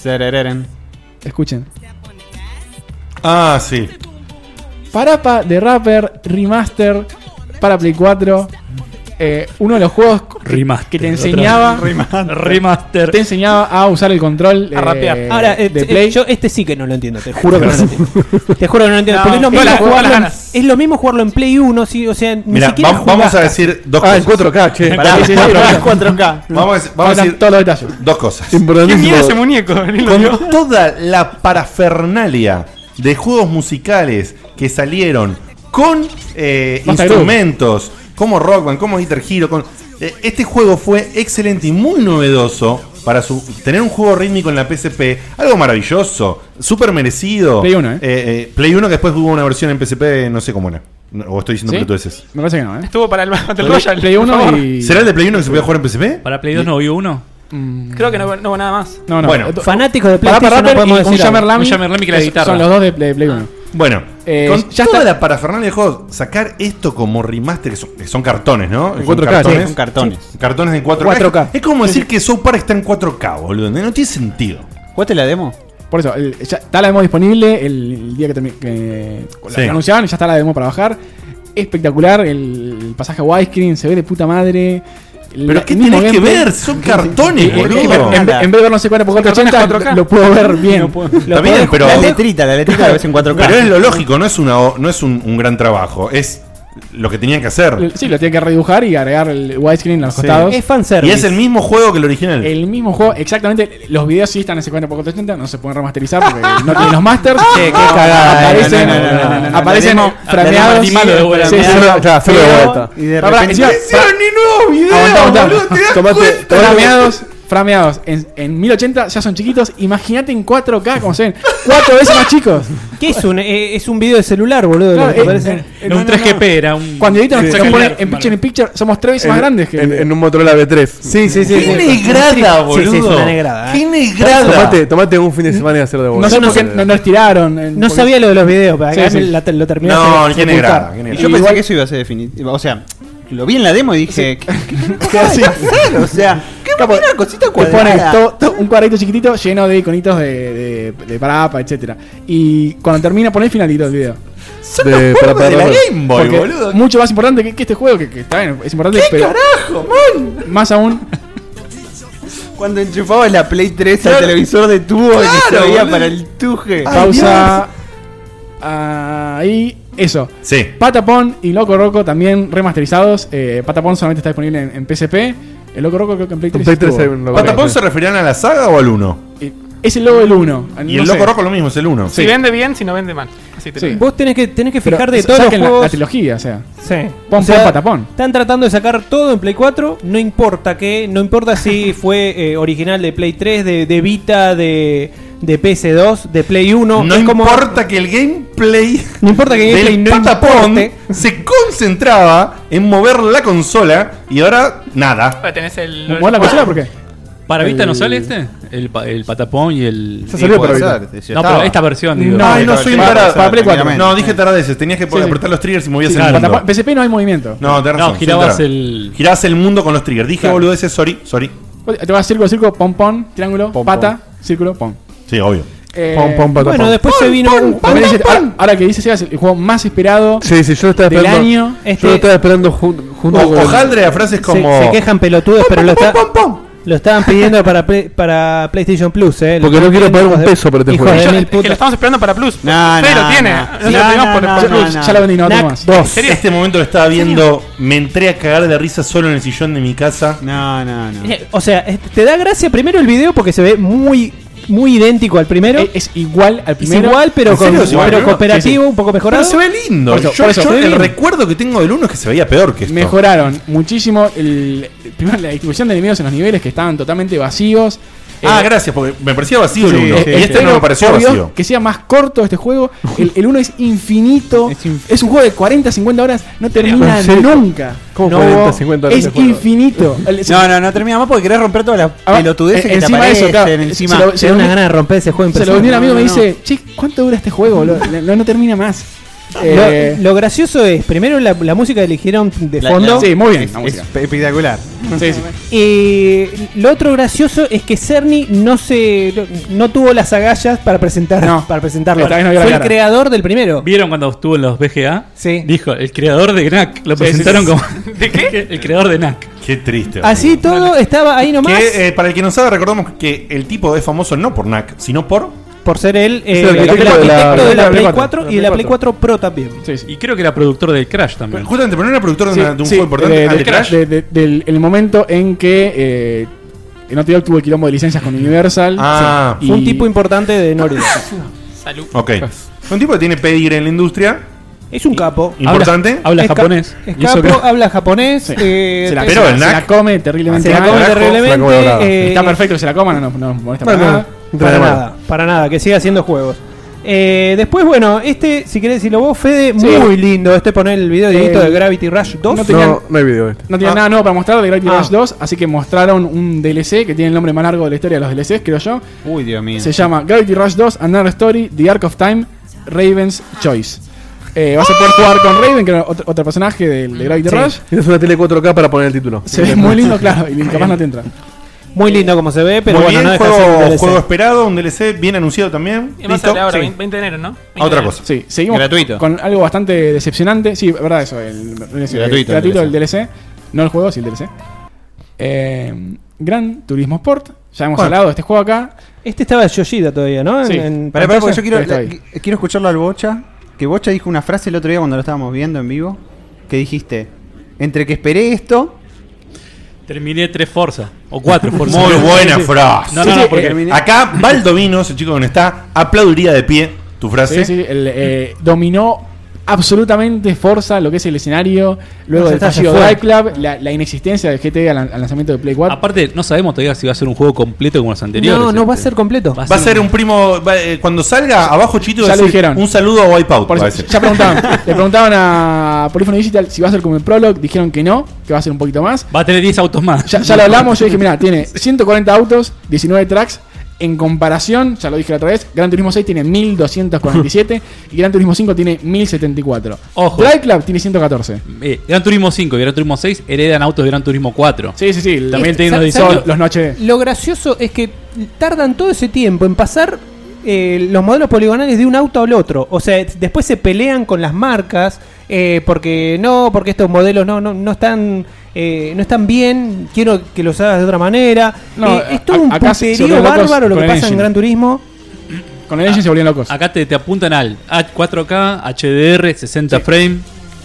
S5: Escuchen.
S3: Ah, sí.
S5: Parapa de Rapper Remaster para Play 4. eh, uno de los juegos que-
S8: Remaster,
S5: que te enseñaba
S8: otra vez. Remaster.
S5: te enseñaba a usar el control eh,
S9: A rapear. Ahora, eh,
S5: de
S9: eh,
S5: Play
S9: yo este sí que no lo entiendo, te juro que no lo entiendo. te juro que no lo entiendo.
S6: No,
S9: porque es, lo
S6: no
S9: mismo
S6: la jugó
S9: jugarlo
S6: las
S9: en-
S6: ganas.
S9: es lo mismo jugarlo en Play 1, sí, o sea, ni
S3: Mira,
S9: siquiera
S3: vam- vamos
S9: jugás.
S3: a decir dos
S4: Ah, en
S3: cosas.
S4: 4K, che.
S3: Pará,
S5: Sí, sí, sí,
S3: 4K.
S5: cuatro.
S3: Vamos a, vamos a
S5: Faltan
S3: decir
S5: todos los detalles.
S3: dos cosas.
S6: muñeco?
S3: Con toda la parafernalia de juegos musicales que salieron con eh,
S5: Basta,
S3: instrumentos como Rock Band, como Guitar Hero, con, eh, este juego fue excelente y muy novedoso para su, tener un juego rítmico en la PSP, algo maravilloso, súper merecido.
S5: Play uno, ¿eh?
S3: Eh, eh, Play 1 que después hubo una versión en PSP, no sé cómo era. No, o estoy diciendo
S5: ¿Sí?
S3: pelotudeces.
S5: Me parece que no, ¿eh?
S6: Estuvo para el Battle
S5: Play-
S6: Royale.
S5: Play
S6: por
S5: 1
S6: favor.
S5: y- Mm.
S3: ¿Será el de Play 1 que se podía jugar en PCP?
S8: ¿Para Play 2 no vio uno?
S6: Creo que no, no hubo nada más.
S5: No, no.
S3: Bueno.
S5: Eh,
S9: Fanáticos de
S5: Pará,
S9: PlayStation
S5: pará,
S9: no
S5: pará,
S9: podemos
S5: y un
S9: decir
S5: Hammer
S9: algo.
S5: Lamy,
S9: Un Hammer Lamy que la
S5: es-
S9: guitarra.
S5: Son los dos de Play, Play 1.
S3: Bueno,
S5: Eh,
S3: con
S5: ya
S3: toda
S5: está.
S3: la parafernalia de juegos, sacar esto como remaster, que son, que son cartones, ¿no?
S5: En
S3: Son
S5: 4K,
S3: cartones.
S5: sí, son cartones.
S3: Sí. Cartones en 4K.
S5: 4K.
S3: Es como decir que South Park está en 4K, boludo. No tiene sentido.
S18: ¿Cuál te la demo?
S5: Por eso, el- ya está la demo disponible el, el día que, termi- que la
S3: Sí.
S5: anunciaban, ya está la demo para bajar. Espectacular, el, el pasaje a widescreen se ve de puta madre. El-
S3: Pero ¿qué
S5: el mismo
S3: tenés que
S5: gameplay.
S3: ver? Son cartones,
S5: Eh, eh,
S3: boludo.
S5: En, en- en- en vez de ver no sé 480, lo puedo ver bien. Lo
S3: Está
S5: puedo
S3: bien,
S5: ver-
S3: pero.
S5: La
S18: la letrita la ves en 4K.
S3: Pero es lo lógico, no es, una, o- no es un, un gran trabajo. Es lo que tenían que hacer.
S5: Sí, lo tiene que redibujar y agregar el widescreen a los
S3: Sí.
S5: costados. Eh,
S3: Es fanservice. Y es el mismo juego que el original.
S5: El mismo juego, exactamente. Los videos sí están en 50x480, no se pueden remasterizar porque no tienen los masters.
S18: Che, qué cagada, eh,
S5: Aparecen,
S18: no, no, no, no, no, no,
S5: aparecen
S18: la demo- la demo
S5: frameados.
S18: es malo de vuelta.
S5: Sí, sí,
S18: Claro,
S5: sí.
S18: claro, hacerlo de vuelta.
S5: Y de
S18: Pará,
S5: repente-
S18: encima-
S5: pará. Aguantá, aguantá. Tomate- Frameados, frameados. En, en 1080 ya son chiquitos. Imagínate en 4K como se ven. Cuatro veces más chicos.
S9: ¿Qué es un, eh, es un video de celular, boludo?
S5: Claro,
S9: lo que
S5: eh,
S9: parece?
S5: eh, Era un no, no, 3GP, no.
S8: era un.
S5: Cuando editan
S4: Sí.
S5: nos ponen en picture in picture, somos tres veces más
S4: En-
S5: grandes que.
S4: en, en un Motorola B3. Sí,
S5: sí, sí,
S4: Tiene
S5: sí. Sí, sí,
S4: boludo.
S5: es una negrada, eh.
S4: Tomate, tomate un fin de semana y hacerlo de vuelta.
S5: No sé por qué no nos tiraron. en-
S9: No
S5: porque-
S9: sabía lo de los videos, pero acá
S5: Sí, sí.
S9: me la- lo terminé.
S5: No,
S9: de-
S5: ¿quién
S9: de
S5: es
S9: ocultar.
S5: grave? ¿Quién
S18: Y
S5: es
S18: yo
S5: grave?
S18: pensé
S5: Igual-
S18: que eso iba a ser definitivo. O sea, lo vi en la demo y dije, ¿qué, qué, qué acaba de pasar? O sea, ¿qué una cosita
S5: Te ponen
S18: cuadrada?
S5: to- to- un cuadradito chiquitito lleno de iconitos de, de, de parapa, etc. Y cuando termina, poné el finalito del video.
S4: Son los De- juegos para- para- de la para- Game Boy,
S5: Porque
S4: boludo.
S5: Mucho más importante que, que este juego, que, que está bien, es importante, pero
S18: carajo, man?
S5: más aún.
S18: Cuando enchufabas la Play 3 al
S5: Claro.
S18: televisor de tubo y se
S5: Claro,
S18: veía
S5: boludo.
S18: para el tuje.
S5: pausa. Ahí, eso.
S3: Sí.
S5: Patapon y Loco Roco también remasterizados. Eh, Patapon solamente está disponible en, en PSP. El Loco Roco creo que en Play 3. estuvo.
S3: ¿Patapón se referían a la saga o al 1?
S5: Es el logo del 1.
S3: Y el Loco Roco lo mismo, es el 1.
S6: Si vende bien, si no vende mal. Así te lo digo.
S9: Vos tenés que, tenés que
S5: Pero
S9: fijar de
S5: sa-
S9: todos los
S5: saquen la-
S9: juegos.
S5: La, trilogía, o sea.
S9: Sí.
S5: Pon,
S9: O sea,
S5: pon, patapón.
S9: Están tratando de sacar todo en Play 4. No importa qué. No importa si fue eh, original de Play 3, de, de Vita, de, de PS2, de Play 1.
S3: No
S9: Es como-
S3: importa que el gameplay.
S9: No importa que el gameplay
S3: del
S9: no
S3: patapón
S9: importe.
S3: se concentraba en mover la consola y ahora nada.
S6: Ahora tenés el.
S5: ¿Mover la consola por qué?
S8: ¿Para
S3: El-
S8: Vita no sale este? El, pa- el patapón y el.
S3: Ya salió Sí, para puede Vita. ser, ya
S8: No,
S3: estaba.
S8: pero esta versión, digo.
S3: Ay, no soy un tarado.
S8: Para Play cuatro.
S3: No, dije taradeces. Tenías que poder
S8: Sí, sí.
S3: apretar los triggers y movías
S8: Sí,
S3: el
S8: claro.
S3: mundo.
S5: Patapón- PSP no hay movimiento.
S3: No, tenés razón. soy un
S8: girabas
S3: tarado.
S8: el-
S3: Girabas el mundo con los triggers. Dije boludeces, sorry, sorry.
S5: Te vas círculo, círculo, pon, pon, triángulo, pata, círculo, pon.
S3: Sí, obvio.
S5: Eh,
S4: Pon, pon, pata,
S5: bueno,
S4: pon.
S5: después se
S4: Pon,
S5: vino.
S4: pon,
S5: un-
S4: pon,
S5: también
S4: pon,
S5: es el- ahora, ahora que dice Sega es el juego más esperado.
S4: Sí, sí, yo lo estaba
S5: Del
S4: esperando.
S5: año, este-
S4: Yo lo estaba esperando jun- junto
S5: O-
S4: con.
S3: Hojaldre a frases como.
S9: Se, se quejan pelotudos, pero lo, está- lo estaban pidiendo para, Play- para PlayStation Plus. Eh,
S4: Porque no quiero pagar un peso por este
S9: Hijo
S4: juego.
S9: de
S4: Yo-
S9: mil
S4: es que
S9: putas.
S6: Que lo estamos esperando para Plus.
S18: No,
S6: Fede
S18: no,
S6: lo tiene.
S18: no.
S6: Nosotros lo
S18: No,
S6: tenemos
S18: no,
S6: por-
S18: no,
S6: por
S18: no,
S6: Plus.
S18: no.
S5: Ya lo vendí, no,
S18: Nac
S5: no más.
S18: dos.
S5: ¿En serio?
S3: Este momento lo estaba viendo, me entré a cagar de risa solo en el sillón de mi casa.
S18: No, no, no.
S9: Eh, O sea, es- te da gracia primero el video porque se ve muy muy idéntico al primero.
S5: Es, igual al primero.
S9: Es igual, pero,
S3: ¿En
S9: con,
S3: serio es igual al
S9: pero
S3: primero?
S9: cooperativo,
S3: Sí, sí.
S9: un poco mejorado.
S3: Pero se ve lindo.
S5: Por eso,
S3: yo,
S5: por eso,
S3: yo
S5: se ve
S3: el
S5: bien.
S3: recuerdo que tengo del uno es que se veía peor que esto.
S5: Mejoraron muchísimo el, primero la distribución de enemigos en los niveles que estaban totalmente vacíos.
S3: Ah,
S5: Eh,
S3: gracias, porque me parecía vacío
S5: Sí,
S3: el 1.
S5: eh,
S3: y
S5: eh,
S3: este no me
S5: espero,
S3: pareció
S5: por Dios,
S3: vacío.
S5: Que sea más corto este juego. El, el uno es infinito. Es, un juego de 40, 50 horas. No termina
S4: ¿En serio?
S5: nunca.
S4: ¿Cómo
S5: No,
S4: 40, 50 horas
S5: Es
S4: de juego?
S5: infinito. El-
S18: No, no, no termina más porque querés romper todas las
S5: Ah,
S18: pelotudeces
S5: eh,
S18: que te
S5: encima de eso,
S18: aparecen.
S5: claro,
S18: encima.
S5: se lo- se lo-
S9: Una gana de romper ese juego en
S5: Se lo
S9: persona.
S5: vendió un amigo y me
S9: No, no,
S5: dice, che, ¿cuánto dura este juego? boludo? No, no termina más. Eh,
S9: Lo, lo gracioso es, primero la, la música que eligieron de
S5: La-
S9: fondo.
S5: la- sí, muy bien, la
S18: Es
S5: música.
S18: espectacular.
S5: Sí, sí.
S9: Eh, lo otro gracioso es que Cerny no se no tuvo las agallas para presentar para presentarlo.
S8: Esta vez no dio la
S9: Fue el
S8: cara.
S9: creador del primero.
S8: ¿Vieron cuando estuvo en los BGA?
S9: Sí.
S8: Dijo, el creador de Knack. Lo
S9: Sí,
S8: presentaron
S9: sí, sí.
S8: como. ¿De qué? El creador de Knack.
S3: Qué triste.
S9: Así todo estaba ahí nomás.
S3: Que, eh, para el que no sabe, recordamos que el tipo es famoso no por Knack, sino por.
S9: Por ser él
S3: Es el
S9: eh, el
S3: arquitecto
S9: arquitecto
S3: de la-
S9: de
S3: de
S9: la
S3: la
S9: Play
S3: Play
S9: 4 y de la Play 4 Pro también.
S8: Y creo que era productor del Crash también. Eh,
S3: Justamente, pero no era productor de, una- de un
S5: Sí,
S3: juego importante.
S5: de-
S3: ah,
S5: de-
S3: de Crash.
S5: de- de- del el momento en que eh, Naughty Dog tuvo el quilombo de licencias con Universal.
S3: Ah.
S5: Sí.
S9: Fue
S5: Y-
S9: un tipo importante de Norte.
S6: Salud.
S3: Ok. Un tipo que tiene pedigre en la industria.
S9: Es un capo.
S3: Importante.
S9: Es ca- Es capo, habla japonés. eh,
S5: Se la,
S3: Pero el
S5: se la-
S3: Knack-
S5: se la come terriblemente.
S9: Se la
S5: mal.
S9: come terriblemente,
S5: Se la come dorada.
S9: eh,
S5: Está perfecto que se la coma, no nos no, nos molesta
S9: Bueno,
S5: para nada.
S9: para nada, para nada, que siga haciendo juegos. Eh, después, bueno, este, si querés decirlo vos, Fede, muy lindo. Este poner el video directo
S5: Eh,
S9: de Gravity Rush 2.
S5: no tenían- No,
S4: no hay video este.
S5: No tiene
S9: Ah.
S5: nada nuevo para mostrar de Gravity
S9: Ah.
S5: Rush 2, así que mostraron un DLC que tiene el nombre más largo de la historia de los DLCs, creo yo.
S18: Uy, Dios mío.
S5: Se llama Gravity Rush 2, Another Story, The Arc of Time, Raven's Choice. Eh, vas a poder jugar con Raven, que era otro, otro personaje del de Gravity Rush.
S4: Esta es una tele 4K para poner el título.
S5: Se ve muy lindo, claro, y capaz no te entra.
S9: Muy lindo como se ve,
S5: pero
S3: Muy
S5: bueno,
S3: bien,
S5: no deja de ser un
S3: juego,
S5: DLC.
S3: juego esperado, un DLC bien anunciado también.
S6: Y además
S3: Listo.
S6: sale ahora,
S3: Sí.
S6: 20 de enero, ¿no?
S3: A otra cosa.
S5: Sí, seguimos
S3: Gratuito.
S5: con algo bastante decepcionante. Sí, verdad eso, el, el- el-
S18: Gratuito,
S5: gratuito
S18: el
S5: el DLC. No el juego, sí el DLC. Eh, Gran Turismo Sport. Ya hemos
S9: Bueno.
S5: hablado de este juego acá.
S9: Este estaba Yoshida todavía, ¿no? En-
S5: Sí.
S9: en
S5: Pará, pará,
S9: pantalla.
S5: porque
S18: Yo quiero,
S5: Está
S18: la-
S5: ahí.
S18: quiero escucharlo al Bocha. Que Bocha dijo una frase el otro día cuando lo estábamos viendo en vivo. Que dijiste: Entre que esperé esto.
S8: Terminé tres Forza. O cuatro Forza.
S3: Muy buena frase.
S8: No, no, no, porque
S3: Eh, Acá Baldovino, ese chico que no está, aplaudiría de pie tu frase.
S5: Sí, sí, el, eh, dominó absolutamente Forza lo que es el escenario. Luego
S8: No, ya
S5: del
S8: está,
S5: fallido
S8: ya fue.
S5: Drive Club, la, la inexistencia del GTA al, al lanzamiento de Play 4.
S8: Aparte, no sabemos todavía si va a ser un juego completo como los anteriores.
S9: va a ser completo.
S3: Va a ser un primo. va, eh, cuando salga, abajo Chito va a
S5: Ya lo
S3: decir,
S5: dijeron.
S3: Un saludo a Wipeout.
S5: Por
S3: va a
S5: eso,
S3: decir.
S5: ya preguntaban, le preguntaban a Polyphony Digital si va a ser como el Prologue, dijeron que no, que va a ser un poquito más.
S8: Va a tener 10 autos más.
S5: Ya, ya lo hablamos, yo dije, mira, tiene 140 autos, 19 tracks. En comparación, ya lo dije la otra vez, Gran Turismo 6 tiene 1247 y Gran Turismo 5 tiene 1074.
S8: Ojo.
S5: Drive Club tiene 114.
S8: Eh, Gran Turismo 5 y Gran Turismo 6 heredan autos de Gran Turismo 4.
S5: Sí, sí, sí.
S8: También
S9: Este,
S8: tienen los
S9: ¿sabes-
S8: diseños.
S9: sabes lo- Lo gracioso es que tardan todo ese tiempo en pasar eh, los modelos poligonales de un auto al otro. O sea, después se pelean con las marcas eh, porque no, porque estos modelos no, no, no están. eh, no están bien, quiero que los hagas de otra manera.
S5: No,
S9: Eh, es todo
S5: a-
S9: un
S5: acá se- se
S9: puterío
S5: volvieron locos
S9: bárbaro lo
S5: con
S9: que
S5: el
S9: pasa en
S5: engine.
S9: Gran Turismo.
S5: Con el engine se volvían locos.
S8: Ah, Acá te, te apuntan al a 4K, HDR, 60 frame.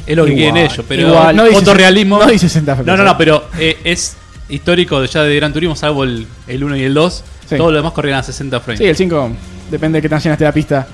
S8: Es lo que
S5: Igual,
S8: quieren ellos. Pero
S5: igual. No dice-
S8: fotorrealismo.
S5: no dice 60 frames.
S8: No, no, no, pero eh, es histórico ya de Gran Turismo, salvo el, el 1 y el 2.
S5: Sí.
S8: Todo lo demás corrían a 60 frames.
S5: Sí, el 5 depende de qué tan llena esté la pista.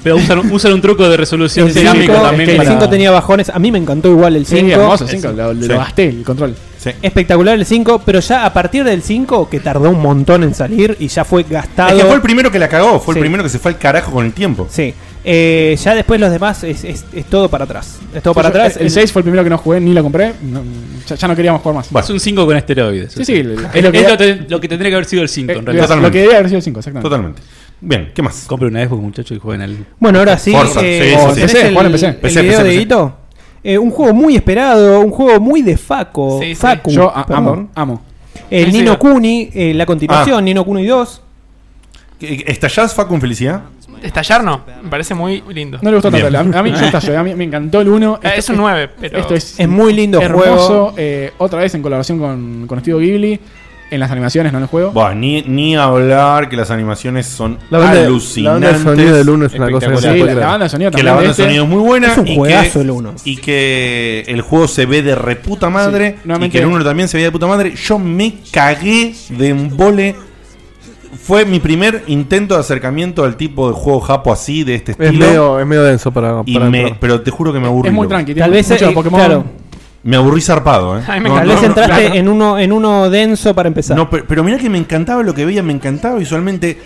S8: Pero usan, usan un truco de resolución
S5: El
S8: dinámica
S5: cinco,
S8: también.
S5: es que el
S8: para-
S5: cinco
S9: tenía bajones. A mí me encantó igual el
S5: Sí,
S9: 5.
S5: hermoso, el cinco, lo- lo Sí. gasté, el control.
S9: Espectacular el 5, pero ya a partir del 5, que tardó un montón en salir y ya fue gastado.
S3: Es que fue el primero que la cagó, fue
S9: Sí.
S3: el primero que se fue al carajo con el tiempo.
S9: Sí. Eh, ya después los demás es, es- es todo para atrás. Es todo para
S3: eh,
S5: Yo-
S9: atrás.
S5: El, el 6 fue el primero que no jugué, ni lo compré. no, ya, ya no queríamos jugar más.
S8: Es un 5 con esteroides.
S5: Sí, sí,
S8: Es,
S5: lo-
S8: es lo,
S5: lo que- Eh,
S8: te- lo que tendría que haber sido el 5, en realidad.
S5: Lo que debía haber sido el 5, exactamente.
S3: Totalmente. Bien, ¿qué más?
S8: Compre una Xbox, muchachos, y jueguen al.
S9: Bueno, ahora sí.
S8: Forza,
S9: eh,
S8: sí, sí, sí.
S9: ¿tenés
S8: PC,
S9: el,
S8: jugar en PC.
S9: el
S8: PC,
S9: video
S8: PC.
S9: de Hito? Eh, un juego muy esperado, un juego muy de Faco.
S5: Sí, sí.
S9: Facu,
S5: Yo a-
S9: perdón.
S5: amo, amo.
S9: El
S5: Sí, sí,
S9: Nino
S5: lo-
S9: Kuni, eh, la continuación,
S3: Ah.
S9: Nino Kuni 2.
S3: ¿Estallás Facu en felicidad?
S6: Estallar no, me parece muy lindo.
S5: No le gustó
S3: Bien.
S5: tanto. A, a mí yo estallé, a mí me encantó el 1.
S6: Eh, es un nueve, pero-
S5: Esto es,
S6: Es muy lindo
S5: hermoso,
S6: juego.
S5: eh, otra vez en colaboración con, con Studio Ghibli. En las animaciones, no en el juego.
S3: Buah, ni, ni hablar que las animaciones son
S5: La banda-
S3: alucinantes.
S5: la banda de sonido del
S4: uno es una cosa
S5: Espectacular. Sí, la- la banda de sonido
S3: Que
S5: también
S3: la banda
S5: de
S3: de
S5: este.
S3: sonido es muy buena.
S5: Es un
S3: y
S5: juegazo
S3: que,
S5: el uno.
S3: Y que el juego se ve de reputa madre. y
S5: nuevamente-
S3: que el uno también se veía de puta madre. Yo me cagué de un vole. Fue mi primer intento de acercamiento al tipo de juego japo así, de este
S4: Es
S3: estilo.
S4: medio, es medio denso para,
S3: y
S4: para
S3: me-
S4: entrar.
S3: pero te juro que me aburrí.
S5: Es muy
S3: loco.
S5: tranqui, tiene Tal vez, mucho eh, Pokémon. claro.
S3: Me aburrí zarpado, ¿eh? No,
S9: Tal
S3: no,
S9: vez
S3: no,
S9: entraste
S3: no.
S9: en uno en uno denso para empezar.
S3: No, pero, pero mirá que me encantaba lo que veía, me encantaba visualmente.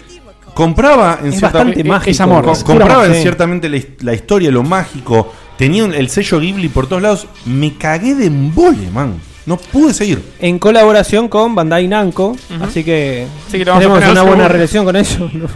S3: Compraba en
S9: Es
S3: cierta
S9: bastante
S3: es-
S9: mágico,
S3: es amor.
S9: es puro
S3: compraba
S9: amor,
S3: en
S9: sí.
S3: ciertamente la, his- la historia, lo mágico. Tenía un- el sello Ghibli por todos lados. Me cagué de embole, man. No pude seguir.
S9: En colaboración con Bandai Namco, así que,
S6: Así que lo vamos a
S9: tenemos
S6: poner
S9: una
S6: al
S9: buena
S6: segundo.
S9: relación con ellos.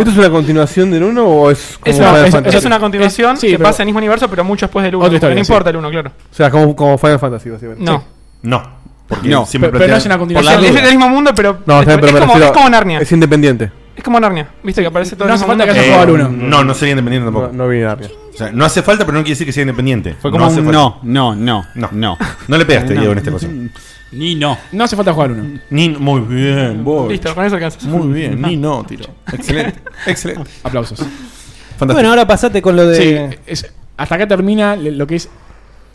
S4: ¿Esto es una continuación del 1 o es como
S6: Es una,
S4: Final
S6: es-
S4: Fantasy?
S6: es una continuación
S4: sí,
S6: que
S4: pero-
S6: pasa en el mismo universo, pero mucho después del 1.
S4: Otra historia,
S6: no
S4: sí.
S6: importa el 1, claro.
S4: O sea, como, como Final Fantasy, básicamente.
S6: No.
S3: No. Porque
S4: No.
S3: siempre
S4: Pero- pero
S3: plantean-
S4: no es una continuación.
S3: Por la
S6: Es
S3: duda.
S6: del mismo mundo, pero.
S4: No, está bien, pero
S6: es,
S4: me
S6: como,
S4: refiero-
S6: es como Narnia.
S4: Es independiente.
S6: Es como Narnia. Viste que aparece todo
S5: No
S6: el
S5: hace
S6: mismo
S5: falta que
S6: mundo.
S5: haya jugado al uno.
S3: Eh, No, no sería independiente tampoco. No,
S4: vi
S3: O sea, no hace falta, pero no quiere decir que sea independiente.
S18: Fue como
S3: hace
S18: un
S3: falta.
S18: no, no, no,
S3: no.
S18: No.
S3: No le pegaste,
S18: No.
S3: Diego, en esta ocasión.
S8: Ni no.
S5: No hace falta jugar uno.
S3: Ni, muy bien, vos.
S6: Listo, con eso alcanzas.
S3: Muy bien, ni
S5: Ah.
S3: no, tiro. Excelente, excelente.
S5: Aplausos.
S3: Fantástico.
S9: Bueno, ahora pasate con lo de-
S5: Sí, es- hasta acá termina le- lo que es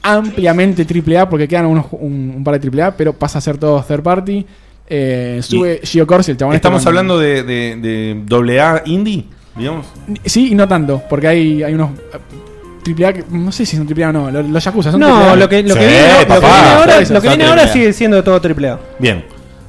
S5: ampliamente AAA, porque quedan unos, un, un par de AAA, pero pasa a ser todo third party. Eh, sube Gio Corsi, el chabón. este
S3: Estamos
S5: con-
S3: hablando de, de, de doble A indie, digamos.
S5: Sí y no tanto, porque hay, hay unos. AAA que. No sé si son AAA o no. Los, los Yakuza son
S9: No,
S5: AAA.
S9: lo que, lo que viene, lo que viene ahora, lo que viene ahora sigue siendo todo triple A.
S3: Bien.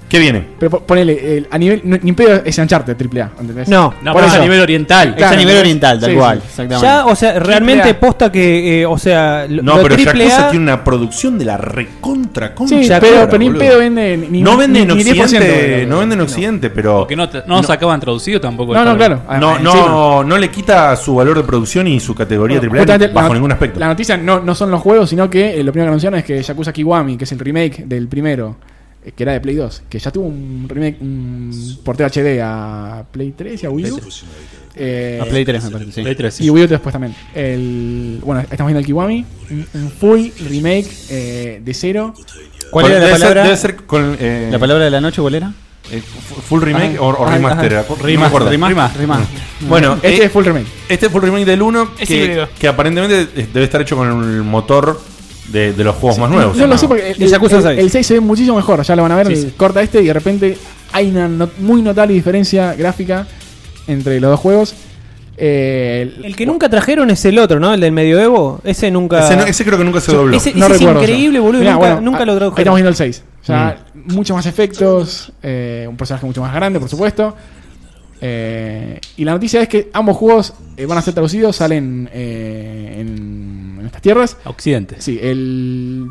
S3: ¿Qué viene?
S5: Pero po- ponele, el- a nivel. no- ni pedo es Uncharted AAA, ¿entendés?
S9: No.
S5: Por
S8: pero es
S5: eso.
S8: a nivel oriental.
S5: Claro, ¿entendés? Sí, sí.
S9: Ya, o sea, realmente
S5: AAA.
S9: posta que, eh, o sea, lo,
S3: No,
S9: lo
S3: pero
S9: triple
S3: Yakuza
S9: A-
S3: tiene una producción de la recontra concha.
S5: Sí,
S3: de
S5: pero-
S3: lora,
S5: pero ni
S3: boludo.
S5: pedo vende ni-
S3: No vende en
S5: ni- ni 10%
S3: Occidente, eh,
S5: de-
S3: no vende en Occidente, pero
S8: Que no, tra- no, se acaban traducido tampoco. el Star Wars.
S5: ah,
S3: No, no, no le quita su valor de producción y su categoría
S5: Bueno,
S3: triple A
S5: justamente
S3: bajo
S5: la-
S3: ningún aspecto.
S5: La noticia no, no son los juegos, sino que eh, lo primero que anunciaron es que Yakuza Kiwami, que es el remake del primero, eh, que era de Play 2, que ya tuvo un remake un porteo HD a Play 3 y a Wii U. Eh,
S18: A Play 3, me parece, sí. Play 3, sí.
S5: Y Wii U después también. El, bueno, estamos viendo el Kiwami, un- un full remake eh, de cero.
S18: ¿Cuál era la
S5: Debe ser-
S18: palabra?
S5: debe ser
S3: con, eh,
S18: ¿La palabra de la noche cuál era? Ah,
S3: ¿Full remake o, o remaster? era? No me acuerdo. Bueno,
S5: Este es full remake.
S3: Este es full remake del 1
S5: Es
S3: que,
S5: híbrido.
S3: que aparentemente debe estar hecho con el motor de, de los juegos más nuevos.
S5: No
S3: ¿no?
S5: lo sé porque el,
S3: De Yakuza
S5: el-
S3: 6.
S5: el 6 se ve muchísimo mejor. Ya lo van a ver.
S3: Sí,
S5: el-
S3: sí.
S5: Corta este y de repente hay una no- muy notable diferencia gráfica entre los dos juegos. Eh, el-
S9: El que nunca trajeron es el otro, ¿no? El del medioevo. Ese nunca.
S5: Ese no- ese creo que nunca se dobló.
S9: Ese,
S5: No
S9: ese es
S5: recuerdo yo.
S9: increíble, boludo.
S5: Mirá,
S9: nunca
S5: bueno,
S9: nunca
S5: ah,
S9: lo tradujeron. Mm.
S5: ahí estamos viendo el 6. Ya,
S3: Mm.
S5: muchos más efectos. eh, un personaje mucho más grande, por supuesto. Eh, y la noticia es que ambos juegos eh, van a ser traducidos, salen eh, en, en estas tierras.
S8: Occidente.
S5: Sí, el,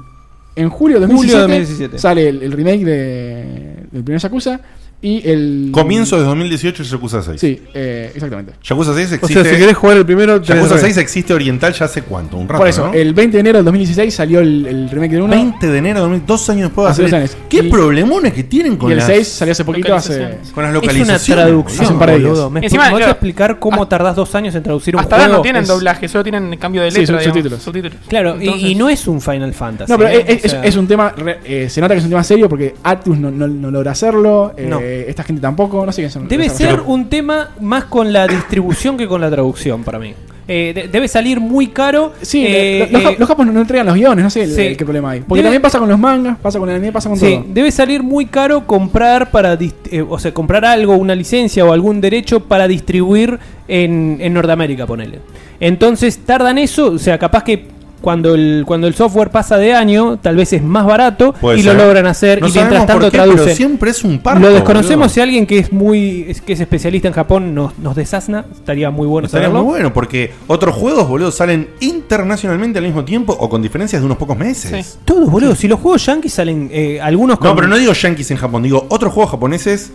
S5: en julio de
S9: Julio de
S5: 2017,
S9: 2017.
S5: sale el, el remake de, del primer Yakuza y el...
S3: Comienzo de 2018 es Yakuza 6.
S5: Sí, eh, exactamente.
S3: Yakuza 6
S5: O sea,
S3: existe.
S5: si querés jugar el primero, te
S3: Yakuza 6
S5: lo sabés.
S3: existe oriental ya hace cuánto, un rato.
S5: Por eso,
S3: ¿no?
S5: el 20 de enero del 2016 salió el, el remake del 1.
S3: 20 de enero de 2000, dos años después va a
S5: Hace dos
S3: salir.
S5: años.
S3: ¿Qué
S5: Y-
S3: problemones que tienen con
S5: y el
S3: las-
S5: 6 salió hace poquito, hace...
S3: Con las localizaciones.
S9: Es una traducción,
S3: Hace un par de días.
S9: boludo. Me
S6: Encima,
S9: expli- ¿me vas a
S6: claro,
S9: explicar cómo tardás dos años en traducir un
S6: Eh, Hasta ahora
S9: juego.
S6: no tienen
S9: Es-
S6: doblaje, solo tienen cambio de
S9: Sí,
S6: letra.
S9: son
S6: digamos,
S9: subtítulos. Claro, y- y,
S6: Entonces-
S9: no es un Final Fantasy.
S5: No, pero
S9: ¿eh?
S5: es, es-
S9: O sea,
S5: es un tema. re- eh, se nota que es un tema serio porque Atlus no, no- no logra hacerlo. eh,
S9: No.
S5: Esta gente tampoco. No sé quién son.
S9: Debe
S5: los
S9: ser
S5: desarrolladores.
S9: un tema más con la distribución que con la traducción para mí. Eh, de- debe salir muy caro.
S5: Sí,
S9: eh,
S5: lo- los,
S9: eh,
S5: ja- los japos no, no entregan los guiones. No sé el-
S9: sí.
S5: el- qué problema hay. Porque
S9: Debe-
S5: también pasa con los mangas, pasa con el anime, pasa con
S9: Sí,
S5: todo.
S9: debe salir muy caro comprar para dis- eh, o sea, comprar algo, una licencia o algún derecho para distribuir en, en Norteamérica, ponele. Entonces tardan eso, o sea, capaz que cuando el cuando el software pasa de año, tal vez es más barato
S3: Puede
S9: y
S3: ser.
S9: lo logran hacer
S3: No
S9: y
S3: sabemos
S9: mientras
S3: por
S9: tanto
S3: qué,
S9: traducen.
S3: Pero siempre es un parto.
S9: lo desconocemos
S3: boludo.
S9: si alguien que es muy es- que es especialista en Japón nos, nos desazna, estaría muy bueno
S3: Estaría
S9: saberlo.
S3: muy bueno porque otros juegos, boludo, salen internacionalmente al mismo tiempo o con diferencias de unos pocos meses.
S9: Todos, boludo, si los juegos yankees salen eh, algunos
S3: No,
S9: con-
S3: pero no digo yankees en Japón, digo otros juegos japoneses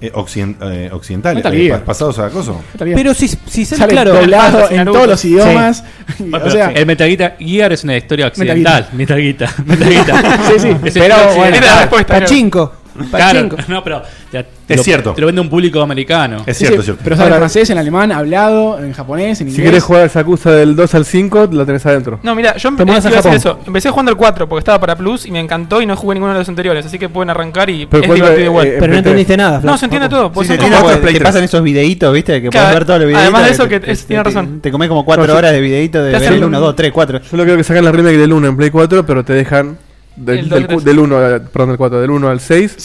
S3: eh, occiden- eh, occidentales,
S9: Metal
S3: eh,
S9: Gear.
S3: pa- pasados a acoso.
S9: Pero si, si sale,
S5: Sale
S9: claro,
S5: doblado
S9: Fantasy,
S5: en
S9: Naruto.
S5: todos los idiomas.
S4: Ah,
S8: Bueno,
S5: o sea-
S8: el Metal Gear- Gear es una historia
S5: Metal
S8: occidental. Metal Gear. Metal Gear.
S5: Sí, sí,
S8: Es
S5: pero
S8: historia
S5: bueno,
S8: occidental.
S5: la respuesta, claro. Pachinko,
S8: Claro,
S5: pachinko.
S8: no, pero te-
S3: Es
S8: lo-
S3: cierto.
S8: Te lo vende un público americano.
S3: Es
S5: Sí, Pero sale en francés, en alemán, hablado, en japonés, en inglés.
S4: Si querés jugar al Yakuza del 2 al 5, la tenés adentro.
S6: No, mira, yo
S4: Te
S6: empecé,
S4: mudás a Japón.
S6: eso. empecé jugando el 4 porque estaba para Plus y me encantó y no jugué ninguno de los anteriores, así que pueden arrancar y
S4: Pero
S6: es
S4: ¿cuál,
S6: divertido
S4: eh,
S6: igual.
S4: eh, Pero no entendiste
S18: nada,
S6: No,
S18: Flaco.
S6: se entiende todo. pues
S18: Sí,
S6: son
S18: sí,
S6: como-
S18: como que te pasan esos videitos, ¿viste? Que
S6: Claro,
S18: puedes ver todos los videitos.
S6: además de eso
S18: te-
S6: que
S18: te-
S6: es-
S18: te-
S6: tiene
S18: te-
S6: razón.
S18: Te comés como 4
S4: No, yo-
S18: horas de videitos de
S4: Te
S18: ver
S4: hacen
S18: el
S4: un-
S18: 1, 2, 3, 4.
S4: Yo lo creo que sacan la remake del 1 en Play 4, pero te dejan
S5: El
S4: del,
S5: dos,
S4: del, cu-
S5: tres.
S4: del 1, al- perdón, del 4, del 1 al 6.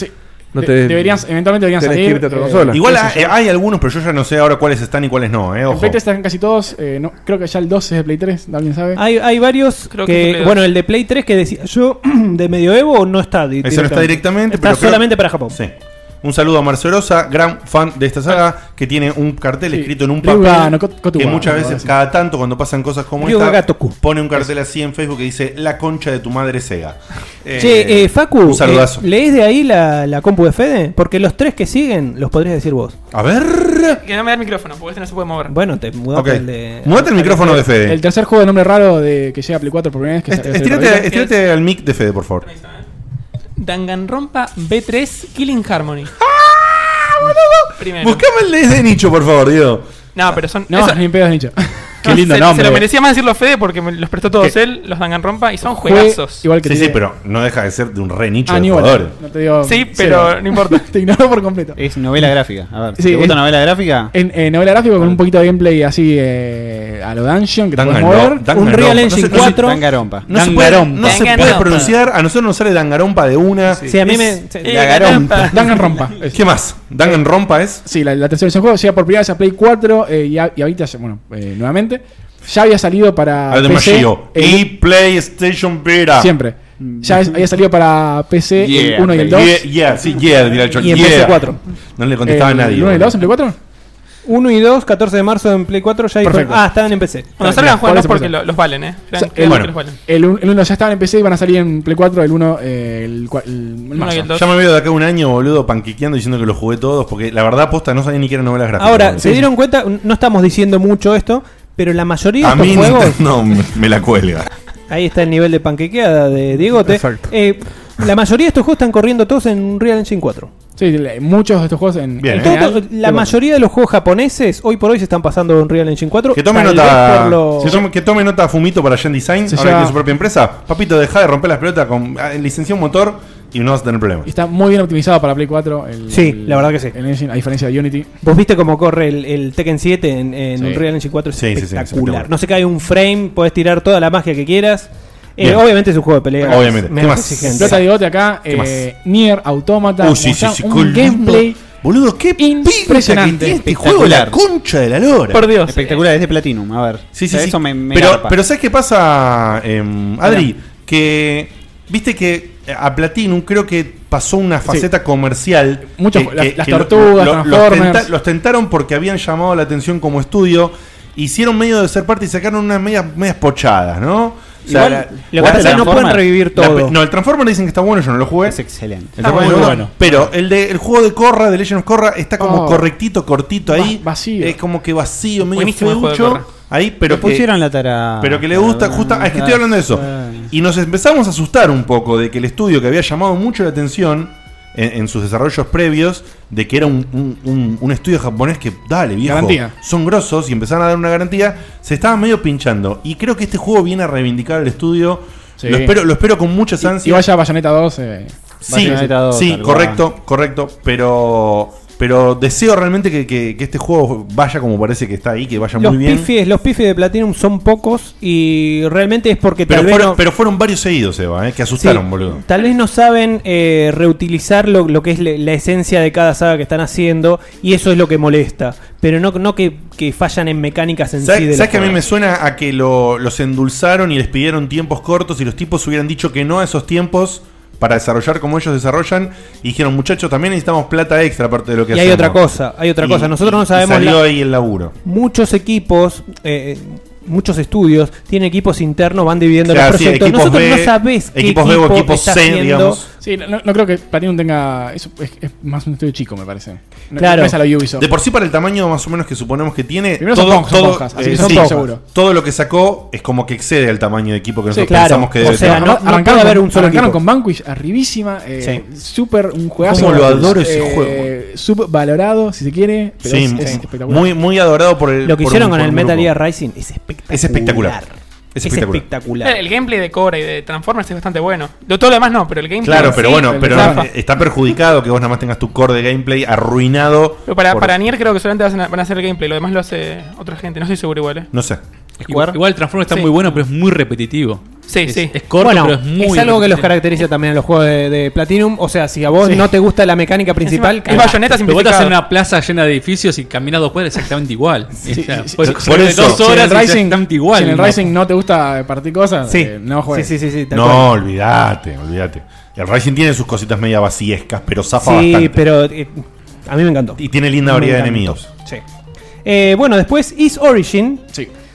S4: No
S5: De-
S4: te,
S5: deberían- eventualmente deberían
S4: tenés que
S5: salir,
S4: irte a otra
S5: eh,
S4: consola.
S3: Igual ah, eh, hay algunos, pero yo ya no sé ahora cuáles están y cuáles no, eh,
S5: En
S3: ojo.
S5: Play 3 están casi todos. eh, no, creo que ya el 12 es de Play 3, alguien sabe.
S9: Hay, Eh, hay varios
S5: Creo
S9: que,
S5: que es Play
S9: bueno,
S5: 2.
S9: el de Play 3 que decía yo, de Medioevo no está di-
S3: Ese no está directamente,
S9: Está
S3: pero creo-
S9: solamente para Japón.
S3: Sí. Un saludo a Marcelo Rosa, gran fan de esta
S9: Ah.
S3: saga, que tiene un cartel escrito en un papel.
S5: Ryuga no Kot- Kotuba,
S3: que muchas
S5: algo
S3: veces,
S5: así.
S3: cada tanto, cuando pasan cosas como
S9: Ryuga
S3: esta,
S9: Gatoku.
S3: pone un cartel así en Facebook que dice La concha de tu madre Sega. Eh,
S9: Che, eh, Facu,
S3: Un saludazo.
S9: eh, ¿lees de ahí la, la compu de Fede? Porque los tres que siguen los podrías decir vos.
S3: A ver.
S6: Que no me da el micrófono, porque este no se puede mover.
S9: Bueno, te mudaste
S3: Ok.
S9: el de.
S3: Mudate el micrófono de Fede. Este,
S5: El tercer juego de nombre raro de que llega a Play 4 por primera vez. Que
S3: Est-
S5: sale-
S3: Estirate, estirate este al mic de Fede, por favor.
S6: Danganronpa B3 Killing Harmony. Primero.
S3: ¡Ah, Buscame el de- de nicho, por favor, Diego.
S6: No, pero son.
S5: No,
S6: eso-
S5: ni pedo, nicho.
S6: no, se, Se lo merecía más decirlo Fede porque me los prestó todos él, los Danganronpa, y son
S5: Jue-
S6: juegazos.
S5: igual que
S3: sí, sí,
S5: tiene-
S3: pero no deja de ser de un re nicho
S5: Ah,
S3: de
S5: ni bola.
S3: jugadores.
S5: No te digo
S6: Sí,
S5: cero.
S6: pero no importa.
S5: te ignoro por completo.
S18: Es novela gráfica. A ver,
S5: Sí,
S18: ¿te gusta
S5: es-
S18: novela gráfica?
S5: En eh, novela gráfica con un poquito de gameplay así eh, a lo dungeon que te puedes
S3: Danganro-
S5: mover.
S3: Danganronpa. No se- no se-
S18: Dangarompa.
S3: No se puede,
S18: Dangarompa.
S3: no se puede
S5: Dangarompa.
S3: pronunciar. A nosotros nos sale Dangarompa de una.
S5: Sí, a mí
S3: Es-
S5: me- sí.
S3: Dangarompa.
S5: Danganronpa.
S3: ¿Qué más? ¿Danganronpa es?
S5: Sí, la, la tercera versión del juego llega por primera vez a Play 4 eh, y, a- y ahorita, ya- bueno, eh, nuevamente. Ya había salido para.
S3: Al de
S5: PC,
S3: Machio.
S5: el-
S3: Y PlayStation Vera.
S5: Siempre. Ya es- había salido para PC el 1 y el 2.
S3: Yeah, yeah, sí, yeah, dirá el chon.
S9: Y en
S3: Yeah.
S9: PS4.
S3: Eh, No le contestaba a
S5: Eh, El-
S3: nadie.
S5: el uno y el
S3: boludo.
S5: dos en Play 4?
S9: 1 y 2, 14 de marzo en Play 4 ya hay
S5: Perfecto.
S9: Ah, estaban en PC.
S6: Cuando salgan, juegos porque lo- los valen, ¿eh?
S5: O
S6: Eran-
S5: sea,
S6: eran
S5: el,
S6: los que los valen.
S5: el un- el uno ya estaba en PC y van a salir en Play 4, el 1 eh, el, cua- el- el marzo.
S3: Ya me veo de acá un año, boludo, panquiqueando diciendo que lo jugué todos, porque la verdad, posta, no sabía ni que eran novelas gráficas.
S9: Ahora,
S3: boludo.
S9: se dieron cuenta, no estamos diciendo mucho esto, pero la mayoría
S3: A
S9: de
S3: mí
S9: estos juegos.
S3: no me, me la cuelga.
S9: Ahí está el nivel de panquequeada de Diegote.
S5: Exacto.
S9: Eh, la mayoría de estos juegos están corriendo todos en Real Engine 4.
S5: Sí, le- muchos de estos juegos en. en
S9: Todo-
S5: general,
S9: la
S5: pero-
S9: mayoría de los juegos japoneses hoy por hoy se están pasando en Real Engine 4.
S3: Que tome,
S9: tal vez
S3: nota,
S9: por lo-
S3: que tome- que tome nota Fumito para Gen Design, ahora que
S9: Se llama-
S3: tiene su propia empresa. Papito, deja de romper las pelotas con ah, licencia un motor y no vas a tener problemas.
S5: y Está muy bien optimizado para Play 4. El,
S9: Sí,
S5: el-
S9: la verdad que sí.
S5: El engine, a diferencia de Unity.
S9: Vos viste cómo corre el, el Tekken 7 en, en
S5: Sí.
S9: Real Engine 4. Es
S5: Sí, sí, sí,
S9: espectacular.
S5: espectacular.
S9: no se cae un frame, podés tirar toda la magia que quieras. Eh,
S5: Bien.
S9: obviamente es un juego de pelea.
S5: Obviamente.
S9: menos
S5: ¿Qué más?
S9: exigente.
S5: Plata de bigote acá.
S9: ¿Qué
S5: Eh, Nier Automata.
S3: Uh, sí, sí,
S5: mostraba
S3: sí,
S5: un
S3: con-
S5: gameplay.
S3: Boludo, qué
S5: impresionante.
S3: pinta que tiene este juego, la concha de la lora. Por Dios.
S18: Espectacular, es de Platinum, a ver.
S3: Sí, sí,
S18: O sea,
S3: sí.
S18: Eso me, me
S3: pero,
S18: garpa.
S3: pero ¿sabes qué pasa, em, Adri? Que viste que eh, a Platinum creo que pasó una faceta comercial.
S5: Muchos-
S3: que-
S5: las-
S3: que-
S5: las
S3: que lo-
S5: tortugas,
S3: los,
S5: Transformers.
S3: tenta- los tentaron porque habían llamado la atención como estudio. Hicieron medio de ser parte y sacaron unas medias, medias pochadas, ¿no? O sea,
S18: Igual,
S3: la-
S18: lo que pasa es que no
S3: Transformer-
S18: pueden revivir
S3: la pe-
S18: todo.
S3: no, el Transformer dicen que está bueno, yo no lo jugué. Es
S18: excelente.
S3: El Transformer
S18: muy
S3: es
S18: bueno.
S3: Pero el, de, el juego de Corra, de Legend of Corra, está como
S18: Oh.
S3: correctito, cortito ahí.
S5: Vacío.
S3: Es como que vacío, medio
S18: Buenísimo el juego de
S3: feucho.
S18: Corra.
S3: Ahí, pero
S18: Le
S3: que-
S18: pusieron la tara-
S3: Pero que le gusta, justo. ah, es que estoy hablando de eso. Y nos empezamos a asustar un poco de que el estudio que había llamado mucho la atención en, en sus desarrollos previos, de que era un, un- un- un estudio japonés que, dale, viejo,
S5: Garantía.
S3: son grosos y empezaron a dar una garantía, se estaban medio pinchando. Y creo que este juego viene a reivindicar al estudio.
S5: Sí.
S3: Lo, espero, lo espero con muchas
S5: Y-
S3: ansias.
S5: Y vaya Bayonetta 2. eh,
S3: Sí, sí, correcto, correcto. Pero, pero deseo realmente que, que- que este juego vaya como parece que está ahí, que vaya
S9: Los
S3: muy bien.
S9: pifies, los pifies de Platinum son pocos y realmente es porque
S3: Pero
S9: tal vez
S3: fueron,
S9: no-
S3: pero fueron varios seguidos, Eva, eh, que asustaron,
S9: Sí.
S3: boludo.
S9: Tal vez no saben eh, reutilizar lo, lo que es le- la esencia de cada saga que están haciendo y eso es lo que molesta. Pero no, no que, que fallan en mecánicas en sí.
S3: ¿Sabes,
S9: de los
S3: sabes que a mí me
S9: juegos.
S3: suena a que lo- los endulzaron y les pidieron tiempos cortos y los tipos hubieran dicho que no a esos tiempos para desarrollar como ellos desarrollan y dijeron, muchachos, también necesitamos plata extra aparte de lo que
S9: Y hay
S3: hacemos.
S9: otra cosa, hay otra cosa. Nosotros no sabemos
S3: salió
S9: la-
S3: ahí el laburo.
S9: Muchos equipos, eh, muchos estudios, tienen equipos internos, van dividiendo
S3: Claro,
S9: los
S3: sí,
S9: proyectos.
S3: equipos
S9: Nosotros
S3: B,
S9: no sabés qué
S3: equipos B o
S9: equipo
S3: equipos
S9: está
S3: C,
S9: haciendo.
S3: digamos.
S5: Sí, no, no creo que Platinum tenga. eso es, es más un estudio chico, me parece. No-
S3: Claro.
S5: no es a la Ubisoft.
S3: De por sí para el tamaño más o menos que suponemos que tiene, eh,
S5: Primero son ponjas, son ponjas, así que son ponjas, seguro.
S3: todo lo que sacó es como que excede al tamaño de equipo que
S5: Sí,
S3: nosotros
S5: claro.
S3: pensamos que
S5: O
S3: debe
S5: sea,
S3: tener.
S5: no- arrancaron,
S9: haber
S5: con-
S9: un solo
S5: arrancaron
S9: equipo.
S5: con Vanquish arribísima, eh, súper un juegazo.
S3: Cómo lo adoro ese
S5: Eh,
S3: juego.
S5: Subvalorado, si se quiere, pero
S3: Sí,
S5: es, es
S3: sí.
S5: espectacular.
S3: muy, muy adorado por el
S9: Lo que
S3: por
S9: hicieron
S3: un-
S9: con
S3: por
S9: el
S3: un
S9: Metal
S3: grupo.
S9: Gear Rising es espectacular.
S3: Es espectacular. Es
S9: Es espectacular.
S3: espectacular.
S6: Eh, El gameplay de Cobra y de Transformers es bastante bueno. Lo- todo lo demás no, pero el gameplay.
S3: Claro,
S6: en
S3: pero
S6: sí,
S3: bueno,
S6: el
S3: pero
S6: zafa.
S3: está perjudicado que vos nada más tengas tu core de gameplay arruinado.
S6: Pero para,
S3: por-
S6: para Nier creo que solamente van a, van a hacer el gameplay, lo demás lo hace otra gente, no estoy seguro igual. ¿eh?
S3: No sé.
S8: Igual, igual el Transformer está
S6: Sí.
S8: muy bueno, pero es muy repetitivo.
S6: Sí,
S8: es,
S6: sí.
S8: Es corto,
S9: Bueno,
S8: pero es muy.
S9: es algo que los
S8: repetitivo.
S9: caracteriza también a los juegos de, de Platinum. O sea, si a vos no te gusta la mecánica principal,
S8: Pero
S9: cagaste.
S8: vos estás en una plaza llena de edificios y caminas dos cuadras exactamente igual. O sea, puedes
S3: sí, por
S8: correr
S3: eso.
S5: Pues,
S8: dos horas
S5: Si en el Rising,
S8: exactamente igual.
S5: si en el
S8: ¿no?
S5: Rising no te gusta partir cosas,
S8: Sí.
S5: eh, no juegues.
S8: Sí, sí, sí, sí, tal
S3: No, olvídate, olvídate. El Rising tiene sus cositas media vacíescas, pero zafa
S9: Sí,
S3: bastante.
S9: pero eh, a mí me encantó.
S3: Y tiene linda
S9: Me
S3: variedad de
S9: encantó.
S3: enemigos.
S9: Sí. Eh, bueno, después Is Origin.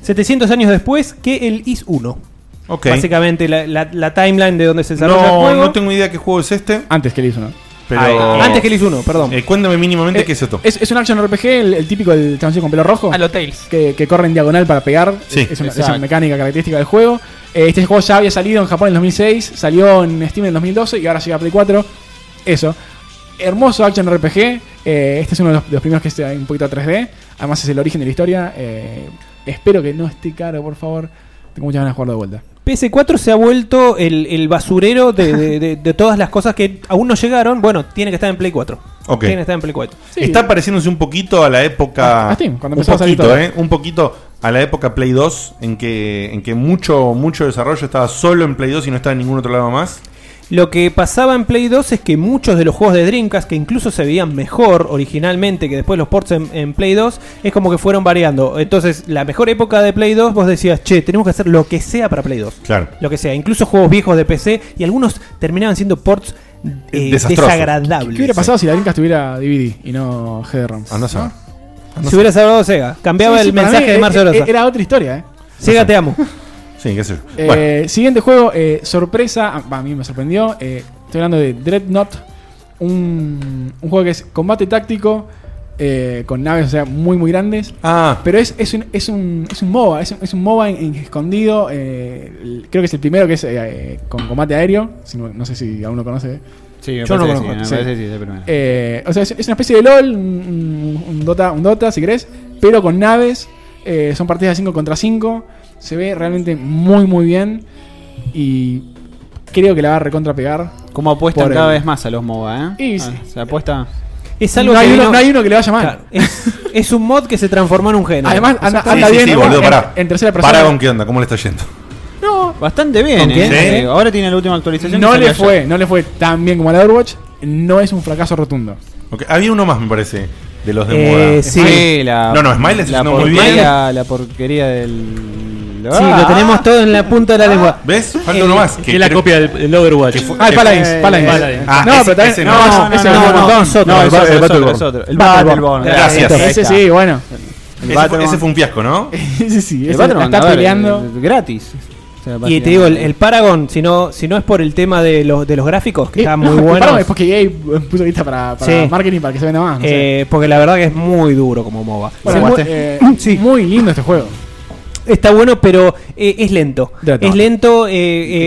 S9: 700 años después que el Is 1.
S3: Ok.
S9: Básicamente la, la- la timeline de donde se desarrolla el
S3: No,
S9: juego.
S3: no tengo idea qué juego es este.
S5: Antes que el IS 1.
S3: Pero...
S9: Antes que el Is 1, perdón.
S3: Eh, cuéntame mínimamente
S5: Eh,
S3: qué es esto.
S5: Es, es un action RPG, el, el típico del chaboncito con pelo rojo. A los
S6: Tails.
S5: Que, que corre en diagonal para pegar.
S3: Sí.
S5: es, una, es una
S3: Exacto.
S5: mecánica característica del juego. Eh, este juego ya había salido en Japón en 2006, salió en Steam en 2012 y ahora llega a Play 4. Eso. Hermoso action RPG. eh, este es uno de los, de los primeros que está un poquito a 3D. Además es el origen de la historia. eh, espero que no esté caro, por favor. Tengo muchas ganas de jugarlo de vuelta.
S9: PS4 se ha vuelto el, el basurero de, de- de- de todas las cosas que aún no llegaron. Bueno, tiene que estar en Play 4.
S3: Ok.
S9: Tiene que estar en Play 4.
S3: Está pareciéndose un poquito a la época.
S9: Ah, A Steam, cuando
S3: un
S9: empezó a salir
S3: poquito,
S9: todo.
S3: eh, Un poquito a la época Play 2, en que, en que mucho, mucho desarrollo estaba solo en Play 2 y no estaba en ningún otro lado más.
S9: Lo que pasaba en Play 2 es que muchos de los juegos de Dreamcast, que incluso se veían mejor originalmente que después los ports en, en Play 2, es como que fueron variando. Entonces, la mejor época de Play 2, vos decías, che, tenemos que hacer lo que sea para Play 2.
S3: Claro.
S9: Lo que sea, incluso juegos viejos de PC, y algunos terminaban siendo ports eh,
S5: Desastroso.
S9: desagradables.
S5: ¿Qué hubiera pasado si la Dreamcast tuviera DVD y no GD-ROM?
S3: Andá a saber.
S9: Si hubiera salvado Sega, cambiaba el mensaje de Marcio Rosa.
S5: e- Era otra historia, ¿eh?
S9: Sega, te amo.
S3: Sí, qué sé yo.
S5: Eh,
S3: Bueno,
S5: Siguiente juego, eh, sorpresa, a, a mí me sorprendió. eh, estoy hablando de Dreadnought, un, un juego que es combate táctico eh, con naves, o sea, muy, muy grandes.
S3: Ah.
S5: Pero es, es, un, es, un, es un MOBA, es un, es un MOBA en- en escondido. eh, el- creo que es el primero que es eh, eh, con combate aéreo. si no, no sé si aún lo conoce.
S18: Sí, me
S5: Yo no
S18: parece que
S5: conozco.
S18: sí, me parece que sí, es el primero.
S5: Eh, o sea, es, es una especie de LOL, un, un- un Dota, un Dota, si querés, pero con naves. eh, son partidas 5 contra 5. Se ve realmente muy, muy bien. Y creo que la va a recontra pegar.
S18: Como apuestan
S5: Por
S18: cada
S5: el-
S18: vez más a los MOBA, ¿eh?
S5: Y
S18: Ah,
S5: sí.
S18: se apuesta.
S9: Es algo
S5: no,
S9: que
S5: hay uno,
S9: vino-
S5: no hay uno que le vaya mal.
S9: Claro, es, es un mod que se transformó en un género.
S5: Además, anda-
S3: sí,
S5: anda
S3: sí,
S5: bien
S3: sí,
S5: en-
S3: boludo,
S5: en-
S3: pará.
S5: en tercera persona.
S3: Pará con qué onda, ¿cómo le está yendo?
S5: No,
S18: bastante bien,
S5: ¿Con quién?
S18: ¿eh?
S5: Sí.
S18: Ahora tiene la última actualización.
S5: No
S18: que
S5: le
S18: salió
S5: fue,
S18: ayer.
S5: no le fue tan bien como al Overwatch. No es un fracaso rotundo.
S3: Ok, Había uno más, me parece, de los de
S5: Eh,
S3: moda.
S5: sí.
S3: Smile.
S5: Sí, la-
S3: no, no, Smile está
S5: la
S3: yendo muy
S5: porquería
S3: bien.
S18: La, la porquería del.
S9: Sí,
S5: Ah.
S9: lo tenemos todo en la punta de la lengua. Eh,
S3: ¿Ves? Falta uno más.
S8: Que es la copia del, del Overwatch.
S5: Ah, el Paladins, Paladins. Ah, no, pero también. No, no, ese no, no, no, es otro,
S18: No, es otro,
S5: es otro,
S18: es otro,
S5: Battleborn.
S18: es otro. El
S5: Battleborn.
S18: Battleborn.
S3: Gracias.
S5: Ese sí, bueno.
S3: Ese fue, ese fue un fiasco, ¿no?
S5: ese sí,
S18: El
S5: ese la
S18: Battleborn,
S5: está
S18: a ver,
S5: peleando.
S18: eh, Gratis. O sea,
S9: Y te digo, el, el Paragon, si no, si no es por el tema de los, de los gráficos,
S8: Eh,
S9: que está muy bueno.
S5: Pará, es porque EA puso guita para, para
S9: Sí.
S5: marketing para que se venda más. No sé.
S9: eh, porque la verdad que es muy duro como MOBA.
S5: Bueno,
S9: Es muy-
S5: eh, Muy lindo este juego.
S9: Está bueno, pero eh, es lento. Es lento, eh,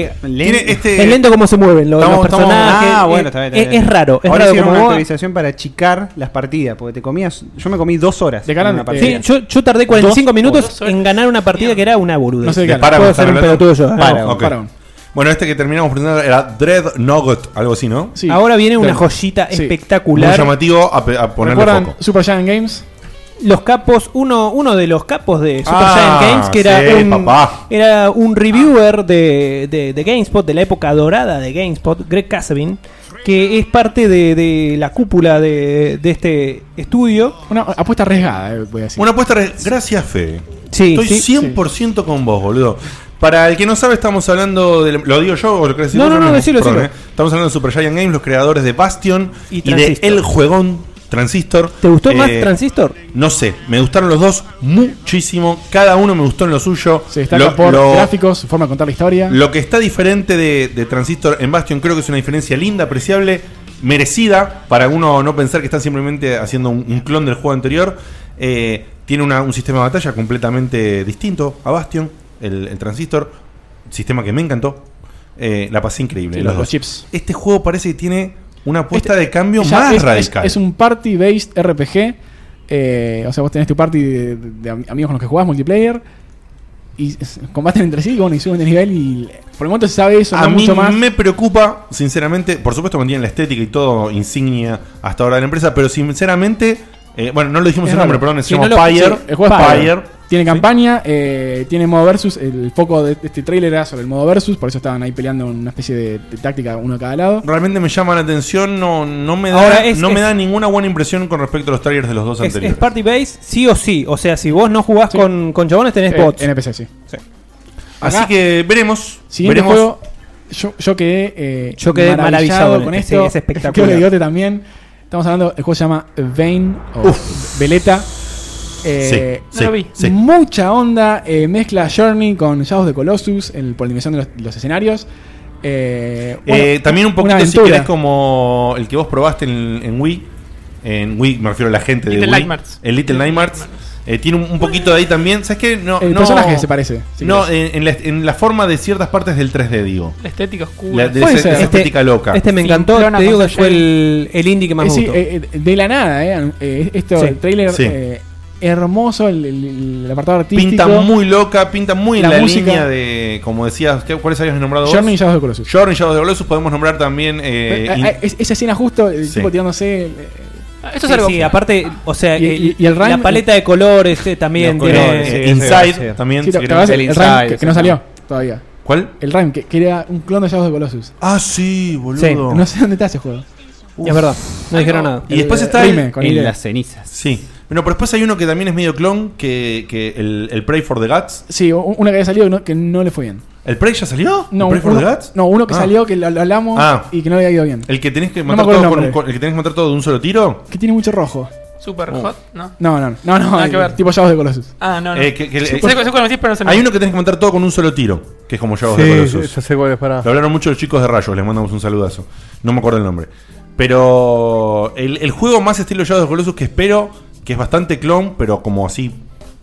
S9: eh,
S18: Tiene este-
S9: es lento como se mueven los,
S18: Estamos-
S9: los
S18: estamos-
S9: personajes.
S18: Ah,
S9: eh,
S18: bueno, está bien, está
S9: es-
S18: bien.
S9: Es raro, es
S18: Ahora
S9: raro
S18: hicieron
S9: como
S18: una
S9: MOBA.
S18: actualización para achicar las partidas, porque te comías. Yo me comí dos horas.
S9: De
S18: en una
S9: Sí,
S18: partida.
S9: yo, yo tardé 45 minutos en ganar una partida que era una burda.
S3: No sé de qué hablan.
S9: Puedo
S3: Paragon,
S9: ser
S3: ¿están
S9: un
S3: hablando?
S9: pelotudo yo. ¿no?
S3: Paragon, ok. Bueno, este que terminamos presentando era Dread Nugget, algo así, ¿no?
S9: Ahora viene una joyita espectacular.
S3: Muy llamativo a, pe- a ponerle
S9: ¿Recuerdan?
S3: foco.
S5: Super Giant Games.
S9: Los capos, uno, uno de los capos de Super
S3: Ah,
S9: Giant Games, que
S3: sí,
S9: era, un,
S3: papá.
S9: era un reviewer de, de, de GameSpot, de la época dorada de GameSpot, Greg Casabin, que es parte de, de la cúpula de, de este estudio.
S5: Una apuesta arriesgada, eh, voy a decir.
S3: Una apuesta. re- Gracias, Fede.
S9: Sí,
S3: Estoy
S9: sí,
S3: 100% con vos, boludo. Para el que no sabe, estamos hablando de. ¿Lo digo yo o lo crees ¿eh?
S9: No, no, no, decilo, decilo.
S3: Estamos hablando de Super Giant Games, los creadores de Bastion y, de
S9: Transistor.
S3: El Juegón Transistor.
S9: ¿Te gustó más
S3: Eh,
S9: Transistor?
S3: No sé, me gustaron los dos muchísimo. Cada uno me gustó en lo suyo.
S5: Se destaca
S3: lo,
S5: por
S3: lo-
S5: gráficos, su forma de contar la historia.
S3: lo que está diferente de, de Transistor en Bastion creo que es una diferencia linda, apreciable, merecida, para uno no pensar que están simplemente haciendo un, un clon del juego anterior. Eh, tiene una- un sistema de batalla completamente distinto a Bastion, el, el Transistor, sistema que me encantó. Eh, la pasé increíble.
S5: Sí,
S3: los
S5: los-
S3: dos.
S5: los chips.
S3: Este juego parece que tiene una apuesta de cambio
S5: Este Ya
S3: más
S5: es, es-
S3: radical.
S5: Es, un party-based RPG. eh, o sea, vos tenés tu party de, de am- amigos con los que jugás, multiplayer. Y s- combaten entre sí, y bueno, y suben de nivel. Y por el momento se sabe eso,
S3: A
S5: no
S3: mí
S5: mucho más.
S3: me preocupa, sinceramente, por supuesto mantienen la estética y todo insignia hasta ahora de la empresa, pero sinceramente, eh, bueno, no lo dijimos
S5: Es
S3: el nombre,
S5: raro.
S3: perdón,
S5: Si
S3: se llama
S5: no lo-
S3: Pyre.
S5: sí, el juego es
S3: Pyre.
S5: Pyre. Tiene campaña, eh, tiene modo versus. El foco de este trailer era sobre el modo versus, por eso estaban ahí peleando una especie de, de táctica uno a cada lado.
S3: Realmente me llama la atención, no, no me da,
S9: Ahora es-
S3: no me
S9: es-
S3: da ninguna buena impresión con respecto a los trailers de los dos
S9: Es, es
S3: anteriores.
S9: Party Base, sí o sí. O sea, si vos no jugás con, con chabones, tenés
S5: Eh,
S9: bots.
S5: NPC, sí.
S3: Así
S5: Acá-
S3: que veremos.
S5: Siguiente
S3: veremos.
S5: juego, yo, yo quedé, eh,
S9: Yo quedé maravillado
S5: con
S9: con
S5: esto.
S9: este, es espectacular.
S5: Creo que Diote también. Estamos hablando, el juego se llama Vane o Veleta. Eh,
S3: Sí, No lo sí, vi. sí.
S5: Mucha onda, eh, mezcla Journey con Shadows de Colossus, el, por la dimensión de los, los escenarios. Eh, bueno,
S3: Eh, también un
S5: una
S3: poquito, si
S5: aventura.
S3: querés, como el que vos probaste en, en Wii. En Wii me refiero a la gente de
S5: Little
S3: Wii.
S5: Nightmares.
S3: El Little Nightmares. Eh, tiene un, un poquito de ahí también. ¿Sabes qué? No,
S5: El
S3: no-
S5: personaje se parece, si
S3: no, en, en la, en la forma de ciertas partes del 3D, digo.
S6: La estética oscura.
S3: La, de
S9: Puede
S3: esa-
S9: ser.
S3: esa
S9: Este-
S3: estética loca.
S9: este me encantó, te digo que fue el, el indie que más
S5: Eh,
S9: me
S5: sí,
S9: gustó.
S5: eh, eh, de la nada, eh, eh, esto,
S9: Sí.
S5: el trailer
S3: Sí.
S5: eh, hermoso, el, el- el apartado artístico.
S3: Pinta muy loca, pinta muy
S5: La
S3: en la
S5: música.
S3: línea de, como decías, ¿qué- ¿cuáles habías nombrado
S5: Journey y
S3: vos?
S5: Shadows de Colossus.
S3: Journey y Shadows de Colossus podemos nombrar también... eh,
S5: Eh,
S3: in-
S5: eh, es- esa escena justo, el
S3: Sí.
S5: tipo tirándose. eh,
S9: Sí, sí, aparte, o sea,
S5: Y-
S9: el-
S5: y- y el
S9: la
S5: rhyme-
S9: paleta de colores eh, también
S3: Los colores,
S9: tiene-
S3: eh, Inside también,
S5: Sí,
S3: si
S5: ¿te
S3: queremos.
S5: acordás? El, Rhyme que, que no salió todavía.
S3: ¿Cuál?
S5: El Rime, que, que era un clon de Shadows de Colossus.
S3: Ah, sí, boludo.
S5: Sí, no sé dónde está ese juego.
S9: Es verdad, no dijeron nada.
S3: Y después está el-
S5: Ah, Rime, con
S3: el-
S5: Y.
S3: las
S18: cenizas.
S3: Sí. Bueno, pero después hay uno que también es medio clon, que, que el, el Prey for the Guts.
S5: Sí, u- una que había salido y no- que no le fue bien.
S3: ¿El Prey ya salió?
S5: No,
S3: ¿El Prey for
S5: uno,
S3: the Guts?
S5: no, uno que
S3: Ah.
S5: salió, que lo, lo hablamos
S3: Ah.
S5: y que no le había ido bien.
S3: ¿El que tenés que
S5: No
S3: matar
S5: me acuerdo
S3: todo
S5: el
S3: con un
S5: nombre.
S3: co- el que tenés que matar todo de un solo tiro?
S5: Que tiene mucho rojo.
S6: Super
S3: Oh.
S6: hot, ¿no?
S5: No, no, no, no, no,
S6: Nada que
S5: eh,
S6: ver.
S5: tipo Shadows de Colossus.
S6: Ah, no, no.
S3: Eh, que- que-
S6: Sí,
S3: eh,
S6: sé cuál- sé cuál decís, pero no se me-
S3: Hay uno que tenés que matar todo con un solo tiro, que es como Shadows
S4: Sí,
S3: de Colossus.
S4: ya sé cuál es, pará.
S3: Lo hablaron mucho los chicos de Rayos, les mandamos un saludazo. No me acuerdo el nombre. Pero el, el juego más estilo Shadows de Colossus que espero, que es bastante clon, pero como así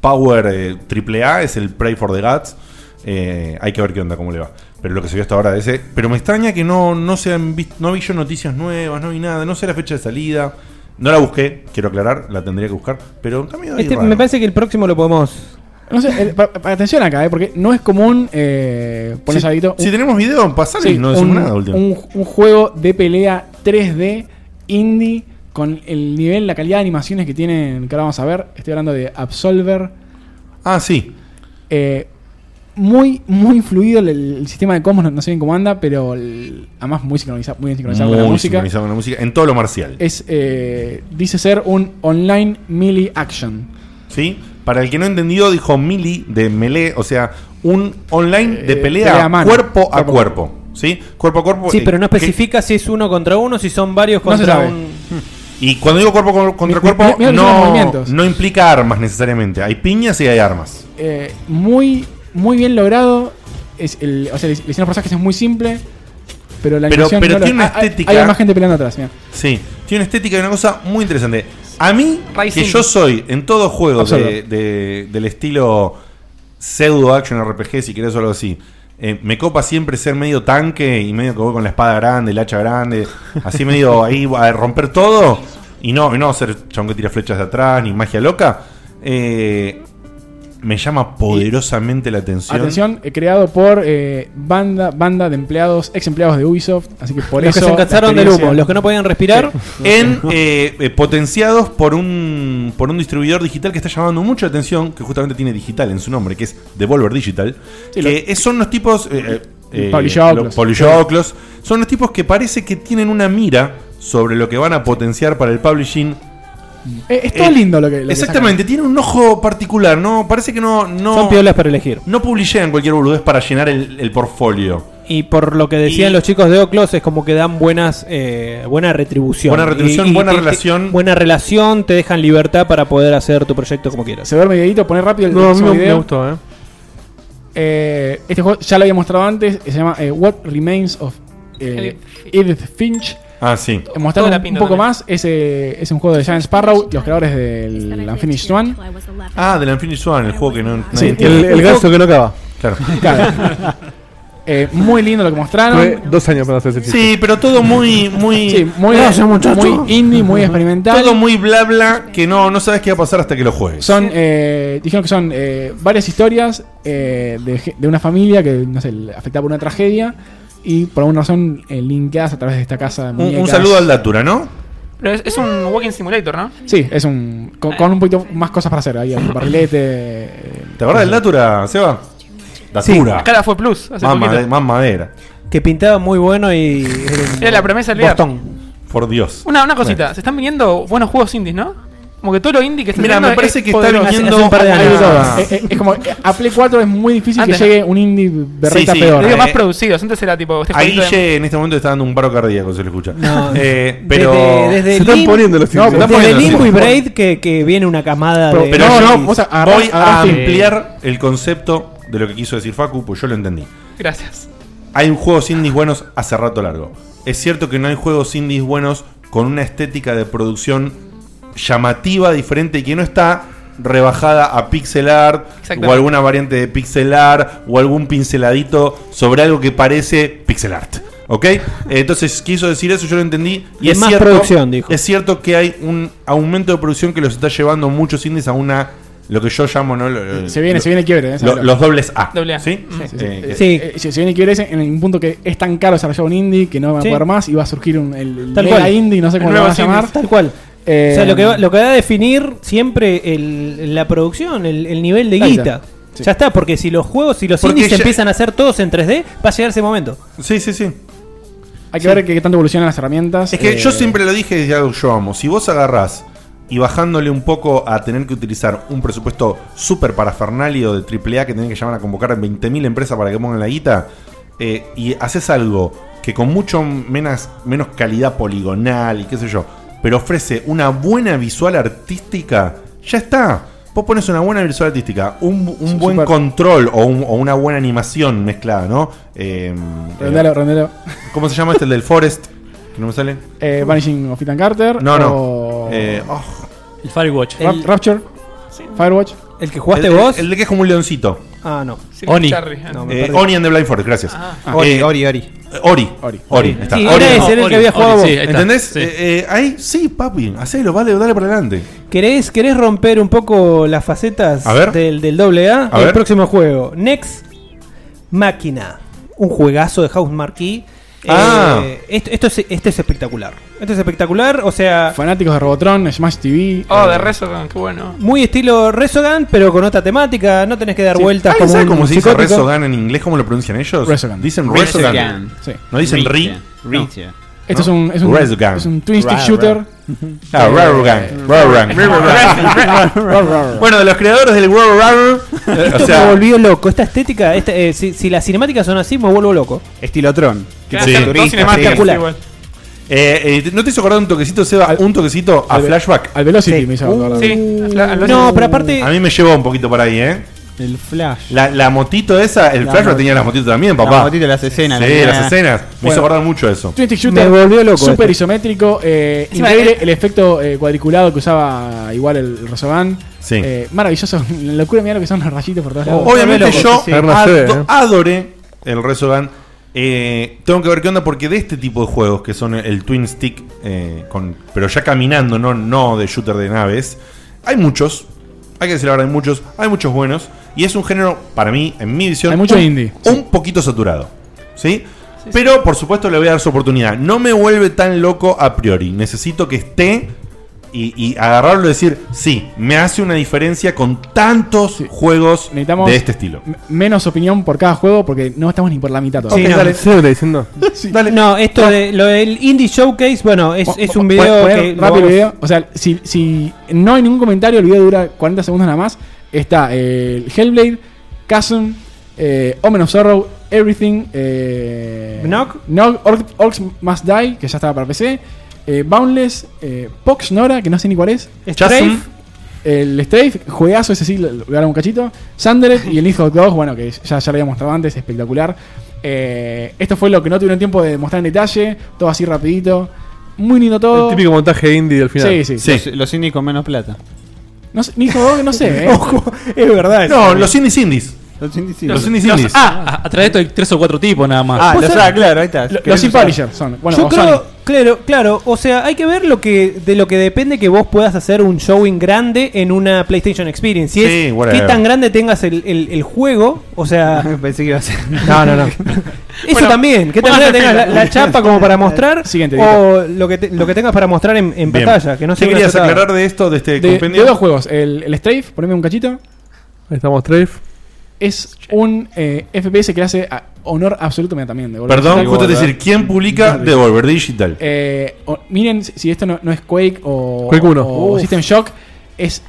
S3: power eh, triple A, es el Pray for the Gods. Eh, hay que ver qué onda, cómo le va. Pero lo que se vio hasta ahora de ese. Pero me extraña que no, no se han visto. No vi yo noticias nuevas, no vi nada. No sé la fecha de salida. No la busqué, quiero aclarar, la tendría que buscar. Pero está medio ahí
S9: Este,
S3: raro.
S9: me parece que el próximo lo podemos.
S5: No sé, el- pa- pa- atención acá, eh, porque no es común eh, poner
S3: Si-
S5: sabadito
S3: si tenemos video, pasale, no decimos
S5: un,
S3: nada, último.
S5: un, un juego de pelea 3D indie con el nivel, la calidad de animaciones que tienen, que ahora vamos a ver. Estoy hablando de Absolver. Eh,
S3: Ah, sí.
S5: muy, muy fluido el, el sistema de combos, no, no sé bien cómo anda, pero el- además muy sincronizado, muy bien sincronizado con la
S3: Muy
S5: música.
S3: sincronizado con la música. En todo lo marcial.
S5: Es, eh, dice ser un online melee action.
S3: ¿Sí? Para el que no entendió, dijo melee de melee, o sea, un online de
S9: Eh,
S3: pelea,
S9: pelea a mano.
S3: cuerpo a
S9: Cuerpo a
S3: cuerpo. ¿Sí? Cuerpo a cuerpo.
S9: Sí,
S3: eh,
S9: pero no
S3: que-
S9: especifica si es uno contra uno, si son varios
S3: No se
S9: contra
S3: sabe. Hmm.
S9: un.
S3: Y cuando digo cuerpo con- contra cuerpo,
S5: mira que son los
S3: no,
S5: movimientos.
S3: no implica armas necesariamente. Hay piñas y hay armas.
S5: Eh, muy, muy bien logrado. Es el, o sea, el diseño de personajes es muy simple. Pero la
S3: Pero-
S5: animación
S3: pero
S5: no lo-
S3: tiene una
S5: Ah, hay-
S3: estética-
S5: Hay, más gente peleando atrás, mira.
S3: Sí, tiene una estética y una cosa muy interesante. A mí,
S5: Rising.
S3: que yo soy en todo juego de,
S5: Absolver.
S3: de- del estilo pseudo action RPG, si querés o algo así, eh, me copa siempre ser medio tanque y medio que voy con la espada grande, el hacha grande, así medio ahí a romper todo y no, y no ser chabón que tira flechas de atrás ni magia loca. Eh, me llama poderosamente la atención.
S5: Atención, eh, creado por eh, banda, banda de empleados, ex empleados de Ubisoft. Así que por
S9: Los que
S5: eso.
S9: se encazaron
S5: la
S9: del
S5: experiencia-
S9: humo, los que no podían respirar.
S3: en eh, eh, potenciados por un por un distribuidor digital que está llamando mucha atención, que justamente tiene digital en su nombre, que es Devolver Digital, que es- son los tipos eh, eh,
S5: Publisher
S3: lo-
S5: Oculus.
S3: Publisher Oculus, son los tipos que parece que tienen una mira sobre lo que van a potenciar para el publishing.
S5: Eh, es todo lindo lo que. lo que
S3: Exactamente, tiene un ojo particular, no parece que no no
S9: Son piolas para elegir.
S3: No publishean cualquier boludez para llenar el, el portfolio.
S9: Y por lo que decían
S3: Y-
S9: los chicos de Oclos, es como que dan buenas eh, buena retribución.
S3: Buena retribución, buena
S9: te- te-
S3: relación.
S9: buena relación, te dejan libertad para poder hacer tu proyecto como quieras.
S5: Se duerme videito, poner rápido el
S9: No, a mí
S5: próximo
S9: me- me
S5: video.
S9: gustó, eh.
S5: Eh, este juego ya lo había mostrado antes, se llama eh, What Remains of eh, Edith Finch.
S3: Ah, sí.
S5: Eh,
S3: Toda
S5: Mostraron
S3: la
S5: un
S3: pinta
S5: poco
S3: también.
S5: más, es, eh, es un juego de Giant Sparrow, los creadores del Unfinished Swan.
S3: Ah, del Infinity Swan, el juego que no nadie
S5: Sí,
S3: entiende.
S5: el- el ganso que no acaba.
S3: Claro.
S5: Claro. Eh, muy lindo lo que mostraron.
S4: Fue dos años para hacer ese chiste.
S3: Sí, pero todo muy, muy.
S5: Sí, muy,
S4: Gracias, muchacho.
S5: muy indie, muy experimental.
S3: Todo muy bla bla que no, no sabes qué va a pasar hasta que lo juegues.
S5: Son, eh, dijeron que son eh, varias historias eh, de, ge- de una familia que, no sé, le afectada por una tragedia y por alguna razón eh, linkeadas a través de esta casa de
S3: Un- Un,
S5: muñecas.
S3: saludo al Datura, ¿no?
S6: Pero es, es un walking simulator, ¿no?
S5: Sí, es un. Con, con un poquito más cosas para hacer. Ahí, un barrilete.
S3: ¿Te acordás del Datura, Seba? Datura.
S6: Acá la fue plus. Hace
S3: más,
S6: poquito.
S3: made- más madera.
S9: Que pintaba muy bueno y.
S6: Era la promesa del VR.
S3: Por Dios.
S6: Una, una cosita, se están viniendo buenos juegos indies, ¿no? Como que todo lo indie que está
S3: Mira, me parece que está viniendo-
S5: Hace un
S6: Ah,
S5: par de
S3: Ahí
S5: años.
S3: va.
S5: Eh, eh, es como. eh, A Play 4 es muy difícil
S6: Antes
S5: que
S6: no.
S5: llegue un indie berreta
S3: Sí, sí.
S5: peor.
S3: Digo, más Eh,
S6: producidos. Antes era tipo. Este
S3: A
S6: jueguito de-
S3: Guille en este momento está dando un paro cardíaco, se lo escucha.
S9: No.
S3: Eh, pero.
S9: Lim- No,
S3: Se están
S9: desde
S3: poniendo los
S9: Limbo y
S3: indies.
S9: Braid que, que viene una camada de.
S3: Pero
S9: No,
S3: yo
S9: y-
S3: voy a ampliar el concepto de lo que quiso decir Facu, pues yo lo entendí.
S6: Gracias.
S3: Hay un juegos indies buenos hace rato largo. Es cierto que no hay juegos indies buenos con una estética de producción llamativa, diferente y que no está rebajada a pixel art
S6: Exactamente.
S3: o alguna variante de pixel art o algún pinceladito sobre algo que parece pixel art. ¿Ok? Eh, Entonces quiso decir eso, yo lo entendí. Y
S9: Y
S3: es
S9: más
S3: cierto,
S9: producción, dijo.
S3: Es cierto que hay un aumento de producción que los está llevando muchos indies a una. Lo que yo llamo, ¿no? Lo- lo-
S5: Se viene, se viene el quiebre, ¿eh?
S3: lo-
S5: Sabelo.
S3: los dobles A. ah,
S6: Doble A.
S3: ¿Sí?
S6: Mm.
S5: Sí, sí,
S3: Eh, que-
S5: sí. Eh, si- si viene el quiebre ese en un punto que es tan caro desarrollar un indie que no va a
S9: Sí.
S5: poder más y va a surgir un, el, el
S9: Tal
S5: mega
S9: cual.
S5: indie, no sé cómo lo van a llamar.
S9: Tal cual.
S5: Eh,
S9: o sea, lo que, va, lo que va a definir siempre el- la producción, el, el nivel de
S5: Ahí
S9: guita.
S5: está.
S9: Ya está, porque si los juegos, si los
S5: Porque
S9: indies
S5: ya-
S9: empiezan a ser todos en 3D, va a llegar ese momento.
S3: Sí, sí, sí.
S5: Hay que
S3: Sí.
S5: ver qué tanto evolucionan las herramientas.
S3: Es que
S5: eh,
S3: yo siempre lo dije desde algo que yo amo. Si vos agarrás y bajándole un poco a tener que utilizar un presupuesto súper parafernalio de AAA que tienen que llamar a convocar a 20.000 empresas para que pongan la guita, eh, y haces algo que con mucho menos, menos calidad poligonal y qué sé yo, pero ofrece una buena visual artística, ya está. Vos pones una buena visual artística, un, un buen
S5: súper.
S3: control o, un- o una buena animación mezclada, ¿no? Eh,
S5: Rendelo, rendelo.
S3: ¿Cómo se llama este? El del Forest. Que no me sale.
S5: eh, Vanishing of Ethan Carter.
S3: No, no.
S5: o-
S3: Eh, oh.
S8: El Firewatch.
S5: Ra- Rapture. Firewatch.
S9: ¿El que
S3: El- el- El, de que es como un leoncito.
S9: Ah, no.
S3: Oni.
S9: ah, No, me
S3: Eh,
S9: perdí.
S3: Oni and the Blind Forest, gracias. Eh,
S9: Ah. Ori,
S3: Ori, Ori. Ori. Ori. Ori. ahí está.
S9: Sí, era ese, era el que había jugado vos.
S3: ¿Entendés? Eh, eh, ahí sí, papi. Hacelo, vale, dale para adelante.
S9: ¿Querés, ¿Querés romper un poco las facetas
S3: A ver.
S9: del, del doble A?
S3: A
S9: el
S3: ver.
S9: próximo juego. Next Máquina. Un juegazo de House Marquee. Eh,
S5: Ah.
S9: esto, esto es, esto es espectacular. Esto es espectacular, o sea.
S5: Fanáticos de Robotron, Smash eh, TV.
S6: Oh, de Resogun, qué bueno.
S9: Muy estilo Resogan, pero con otra temática. No tenés que dar vueltas
S3: ¿Alguien
S9: como
S3: sabe
S9: un
S3: cómo se dice
S9: psicótico.
S3: Resogan en inglés? ¿Cómo lo pronuncian ellos?
S5: Resogun.
S3: Dicen
S5: Resogun.
S3: Resogan.
S5: Sí.
S3: No dicen Ri.
S5: Ri.
S3: No.
S5: Esto
S9: Este
S5: es un, es un,
S3: Resogun.
S5: es un twin stick
S3: Ra-
S5: shooter.
S3: Ah,
S5: Eh,
S3: Rarugan. Rarugan.
S5: eh,
S3: Rarugan. Bueno, de los creadores del Rarugan. eh,
S9: Esto
S3: O sea,
S9: me volvió loco. Esta estética, esta- eh, si, si las cinemáticas son así, me vuelvo loco.
S18: Estilotron.
S3: Sí.
S9: espectacular.
S3: Eh, eh, ¿No te hizo acordar un toquecito, Seba? Un toquecito a
S5: Al ve-
S3: flashback.
S5: Al Velocity me hizo acordar.
S9: No, pero aparte.
S3: A mí me llevó un poquito por ahí, ¿eh?
S18: El flash.
S3: La, la motito esa, el
S18: La
S3: flash
S18: mot-
S3: tenía las motitos también, papá.
S18: La motito, las escenas,
S3: Sí,
S18: la-
S3: las escenas. Me
S5: Bueno.
S3: hizo acordar mucho eso.
S5: Twin Stick Shooter.
S9: Me volvió loco
S5: Super
S9: esto.
S5: isométrico. eh,
S9: Encima
S5: increíble el efecto eh, cuadriculado que usaba igual el Rosoban.
S3: Sí.
S5: Eh, maravilloso. La locura, mira lo que son los rayitos
S9: Oh,
S5: por todos lados.
S3: Obviamente
S5: Oh, Loco,
S3: yo
S5: sí.
S3: ado-
S5: ¿eh?
S3: adoré el Resogan. Eh, tengo que ver qué onda porque de este tipo de juegos que son el Twin Stick, eh, con, pero ya caminando, no, no de shooter de naves, hay muchos. Hay que decir la verdad, hay muchos. Hay muchos buenos. Y es un género, para mí, en mi visión,
S5: Hay mucho
S3: un,
S5: indie.
S3: un poquito saturado. ¿Sí? Pero por supuesto le voy a dar su oportunidad. No me vuelve tan loco a priori. Necesito que esté y, y agarrarlo y decir, sí, me hace una diferencia con tantos juegos
S5: Necesitamos
S3: de este estilo.
S5: m- Menos opinión por cada juego porque no estamos ni por la mitad todavía.
S9: Sí, no.
S4: diciendo.
S9: No, esto de lo del Indie Showcase, bueno, es, es un video eh,
S5: Poner
S9: que.
S5: rápido el
S9: lo vamos-
S5: video. O sea, si, si no hay ningún comentario, el video dura 40 segundos nada más. Está eh, el Hellblade, Chasm, eh, Omen of Sorrow, Everything, eh,
S9: Knock.
S5: Orc- Orcs Must Die, que ya estaba para PC, eh, Boundless, eh, Pox Nora, que no sé ni cuál es,
S9: Strafe. Chasm.
S5: el Strafe, juegazo, ese sí, lo lo voy a dar un cachito, Sundered y el Need for Speed 2, bueno, que ya, ya lo había mostrado antes, espectacular. Eh, esto fue lo que no tuvieron tiempo de mostrar en detalle, todo así rapidito. Muy lindo todo.
S4: El típico montaje indie del final.
S5: Sí, sí.
S18: Los, los indies con menos plata.
S5: No sé, Need for Speed, no sé, ¿eh?
S9: es verdad.
S3: No, los indies indies.
S18: Los indies
S8: Los-
S18: indies.
S8: los- ah, a, a través de esto hay tres o cuatro tipos nada más.
S18: Ah,
S9: Vos
S18: los-
S9: sabés-
S18: ah, claro, ahí está.
S5: pues Lo-
S18: Querés
S5: Los
S18: usar.
S5: Impublishers son. Bueno,
S9: Yo
S5: o
S9: creo,
S5: Sony.
S9: claro, claro, o sea, hay que ver lo que de lo que depende que vos puedas hacer un showing grande en una PlayStation Experience.
S3: Sí,
S9: Si es
S3: whatever.
S9: qué tan grande tengas el, el- el juego, o sea,
S18: Pensé que iba a ser.
S9: No, no, no. eso también, qué tan grande tengas la, la chapa como para mostrar
S5: Siguiente,
S9: o lo que te- lo que tengas para mostrar en, en
S3: Bien.
S9: pantalla, que no sea
S3: ¿Qué
S9: una
S3: querías
S9: chotada.
S3: aclarar de esto, de este
S5: de,
S3: compendio?
S5: de dos juegos. El, el Strafe, poneme un cachito.
S4: Ahí estamos, Trafe.
S5: Es un eh, FPS que le hace a- honor absoluto mira, también. de Golden
S3: Perdón,
S5: State.
S3: justo decir, ¿quién publica Devolver Digital?
S5: Eh, o- miren si- si esto no, no es Quake o,
S3: Quake uno.
S5: o
S3: Uf.
S5: System Shock. Es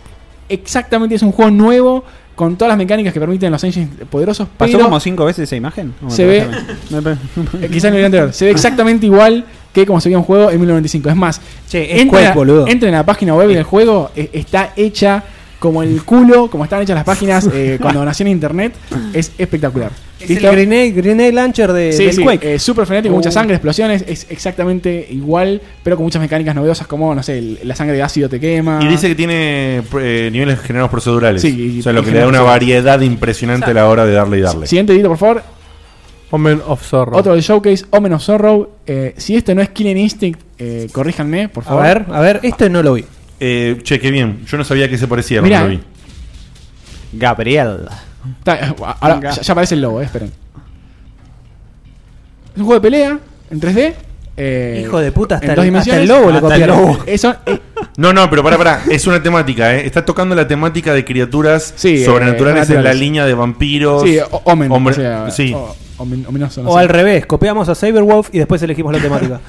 S5: exactamente, es un juego nuevo con todas las mecánicas que permiten los engines poderosos,
S18: ¿Pasó
S5: pero
S18: como cinco veces esa imagen? ¿O me
S5: Se
S18: parece
S5: ve-
S18: a mí? Me parece-
S5: eh, quizás en el video anterior.
S18: Ah.
S5: Se ve exactamente igual que como se veía un juego en 1995. Es más,
S9: Che, es
S5: entren,
S9: Quake, boludo.
S5: a, entren a la página web del juego, e- está hecha como el culo, como están hechas las páginas eh, cuando nació en internet. Es espectacular.
S9: Es el grenade, grenade launcher de,
S5: Sí,
S9: del
S5: sí,
S9: Quake.
S5: eh, súper frenético,
S9: Oh.
S5: mucha sangre, explosiones, es exactamente igual, pero con muchas mecánicas novedosas como, no sé, el- la sangre de ácido te quema.
S3: Y dice que tiene eh, niveles generados procedurales.
S5: ah. Sí, y-
S3: o sea, lo
S5: y
S3: que le da una
S5: generados-
S3: variedad impresionante a la hora de darle y darle.
S5: Siguiente edito, por favor.
S4: Omen of Sorrow.
S5: Otro del showcase, Omen of Sorrow. Eh, si esto no es Killing Instinct, eh, corríjanme, por
S9: A
S5: favor.
S9: ver, a ver, este no lo vi.
S3: Eh, che, qué bien. Yo no sabía que se parecía
S5: Mirá.
S3: cuando lo vi.
S18: Gabriel.
S5: Está- ahora, ya, ya aparece el logo, eh, esperen. Es un juego de pelea en 3D. eh,
S9: Hijo de puta, hasta
S5: en dos
S9: el- hasta el
S5: dimensiones.
S9: lobo le Hasta el copiaron. lobo.
S5: Eso, eh,
S3: No, no, pero pará, pará. Es una temática, ¿eh? Está tocando la temática de criaturas
S5: Sí,
S3: sobrenaturales
S5: eh,
S3: en la
S5: naturales.
S3: línea de vampiros.
S5: sí, o- Omen.
S3: hombre-
S5: o sea,
S3: sí.
S5: o- omen- ominoso, no
S9: O
S5: sé.
S9: al revés, copiamos a Cyberwolf y después elegimos la temática.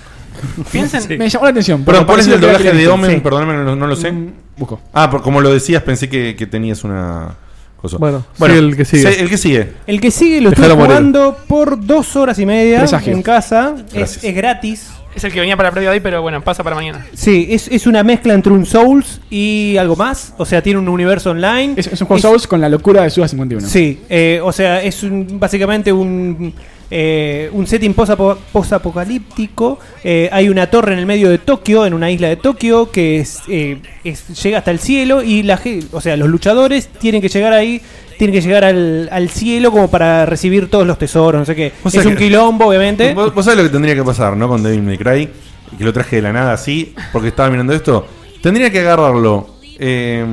S6: Piensen- Sí.
S5: Eh, Me llamó la atención.
S3: Perdón,
S5: porque
S3: ¿cuál es
S5: pareció
S3: el
S5: que
S3: doblaje
S5: había
S3: de
S5: visto.
S3: Omen?
S5: Sí. Mm,
S3: Perdóname, no, no lo sé.
S5: busco.
S3: Ah, por como lo decías, pensé que, que tenías una cosa.
S4: Bueno, sí, el que sigue.
S3: se- El que sigue.
S9: El que sigue lo estoy
S3: Dejalo morir.
S9: jugando por dos horas y media
S3: Presagio.
S9: en casa. Es,
S3: Gracias.
S9: es gratis.
S6: Es el que venía para el predio de hoy, pero bueno, pasa para mañana.
S9: Sí, es, es una mezcla entre un Souls y algo más. O sea, tiene un universo online.
S5: Es, es un juego Souls con la locura de Suda 51.
S9: Sí, eh, o sea, es un- básicamente un, eh, un setting posapo- posapocalíptico. Eh, hay una torre en el medio de Tokio, en una isla de Tokio, que es, eh, es- llega hasta el cielo y la, ge- o sea, los luchadores tienen que llegar ahí. Tienen que llegar al, al cielo como para recibir todos los tesoros, no sé qué.
S3: O sea
S9: es un
S3: que-
S9: quilombo, obviamente.
S3: ¿Vos, vos sabés lo que tendría que pasar, ¿no? Con Devil May Cry, que lo traje de la nada así, porque estaba mirando esto. Tendría que agarrarlo. eh,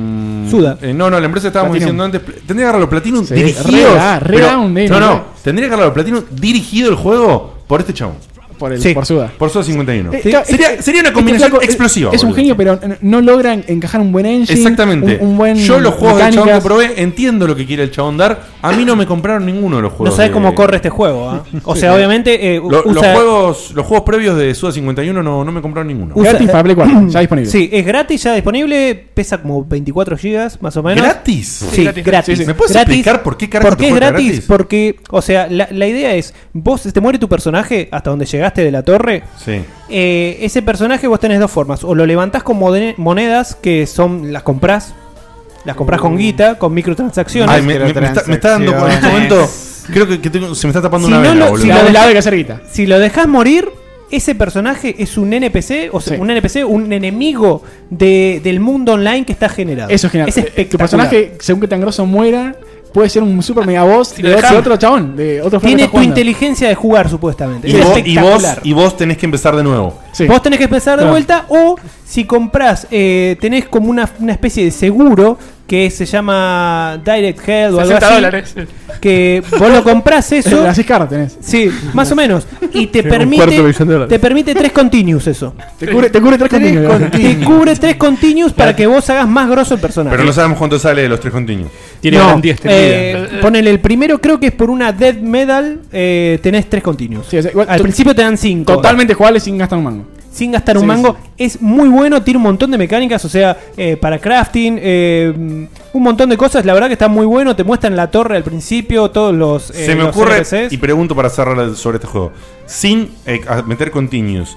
S9: Suda.
S3: eh, no, no, la empresa estábamos
S5: Platinum.
S3: diciendo antes. pl- Tendría que agarrarlo Platinum
S5: Sí,
S3: dirigido.
S5: re da- re
S3: pero-
S5: da un Devil
S3: no,
S5: May
S3: no. Tendría que agarrarlo Platinum dirigido el juego por este chabón.
S5: Por, el,
S3: Sí.
S5: por Suda.
S3: Por Suda 51.
S5: Eh,
S3: Sí.
S5: claro,
S3: sería,
S5: este-
S3: sería una
S5: este
S3: combinación
S5: flaco es-
S3: explosiva.
S5: Es, un
S3: boludo.
S5: genio, pero n- no logra en- encajar un buen engine.
S3: Exactamente.
S5: Un, un buen
S3: Yo los juegos del chabón que
S5: mecánicas.
S3: probé entiendo lo que quiere el chabón dar. A mí no me compraron ninguno de los
S9: No
S3: juegos.
S9: sabes
S3: de-
S9: cómo corre este juego. ¿ah? O
S3: Sí.
S9: sea, obviamente. eh,
S3: Lo- los,
S9: usa-
S3: juegos, los juegos previos de Suda 51 no, no me compraron ninguno.
S9: Usa-
S5: ya disponible.
S9: Sí, es gratis, ya disponible. Pesa como 24 gigas, más o menos.
S3: ¿Gratis?
S9: Sí,
S3: Sí,
S9: gratis.
S3: gratis. Sí, sí. ¿Me puedes
S9: Gratis.
S3: explicar por qué carajo
S9: ¿Por
S3: te
S9: qué es
S3: cuesta
S9: gratis?
S3: gratis?
S9: Porque, o sea, la, la idea es: vos te muere tu personaje hasta donde llegaste de la torre.
S3: Sí.
S9: Eh, ese personaje vos tenés dos formas. O lo levantás con mode- monedas, que son las comprás. Las comprás
S3: Uh.
S9: con guita, con microtransacciones.
S3: Ay, me, me- me está, me está dando en este momento. Creo que, que tengo- se me está tapando una vena, boludo.
S9: Si lo dejas morir, ese personaje es un NPC, o sea, un NPC, un enemigo de- del mundo online que está generado.
S5: Eso es genial.
S9: Es
S5: Eh, tu
S9: espectacular.
S5: personaje, según que tan grosso muera, puede ser un super mega boss
S9: lo
S5: de otro,
S9: dejamos.
S5: otro chabón. De eh, otro flaco que
S9: Tiene
S5: está
S9: tu
S5: jugando.
S9: inteligencia de jugar, supuestamente.
S3: Y
S9: Es
S3: vos, y, vos,
S9: espectacular.
S3: y vos tenés que empezar de nuevo.
S9: Vos tenés que empezar de
S3: Claro.
S9: vuelta o si comprás, eh, tenés como una, una especie de seguro que se llama Direct Health o algo
S6: 60
S9: así.
S6: dólares.
S9: Que vos lo comprás eso.
S5: Las escaras tenés.
S9: Sí, más o menos. Y te
S5: Sí, un cuarto de millón de
S9: permite,
S5: dólares.
S9: te permite tres continues eso.
S5: Te cubre- te cubre tres continues.
S9: con- te cubre tres continues para que vos hagas más grosso el personaje.
S3: Pero no sabemos cuánto sale de los tres continuos.
S9: No,
S5: este
S9: eh, ponele el primero, creo que es por una Death Medal, eh, tenés tres continues. Al principio te dan cinco.
S5: Totalmente jugable sin gastar un mango.
S9: sin gastar un
S5: Sí,
S9: mango. Es muy bueno, tiene un montón de mecánicas, o sea, eh, para crafting, eh, un montón de cosas. La verdad que está muy bueno, te muestran la torre al principio, todos los... eh,
S3: se me
S9: los
S3: ocurre,
S9: NPCs.
S3: y pregunto para cerrar sobre este juego: sin eh, a- meter continuos,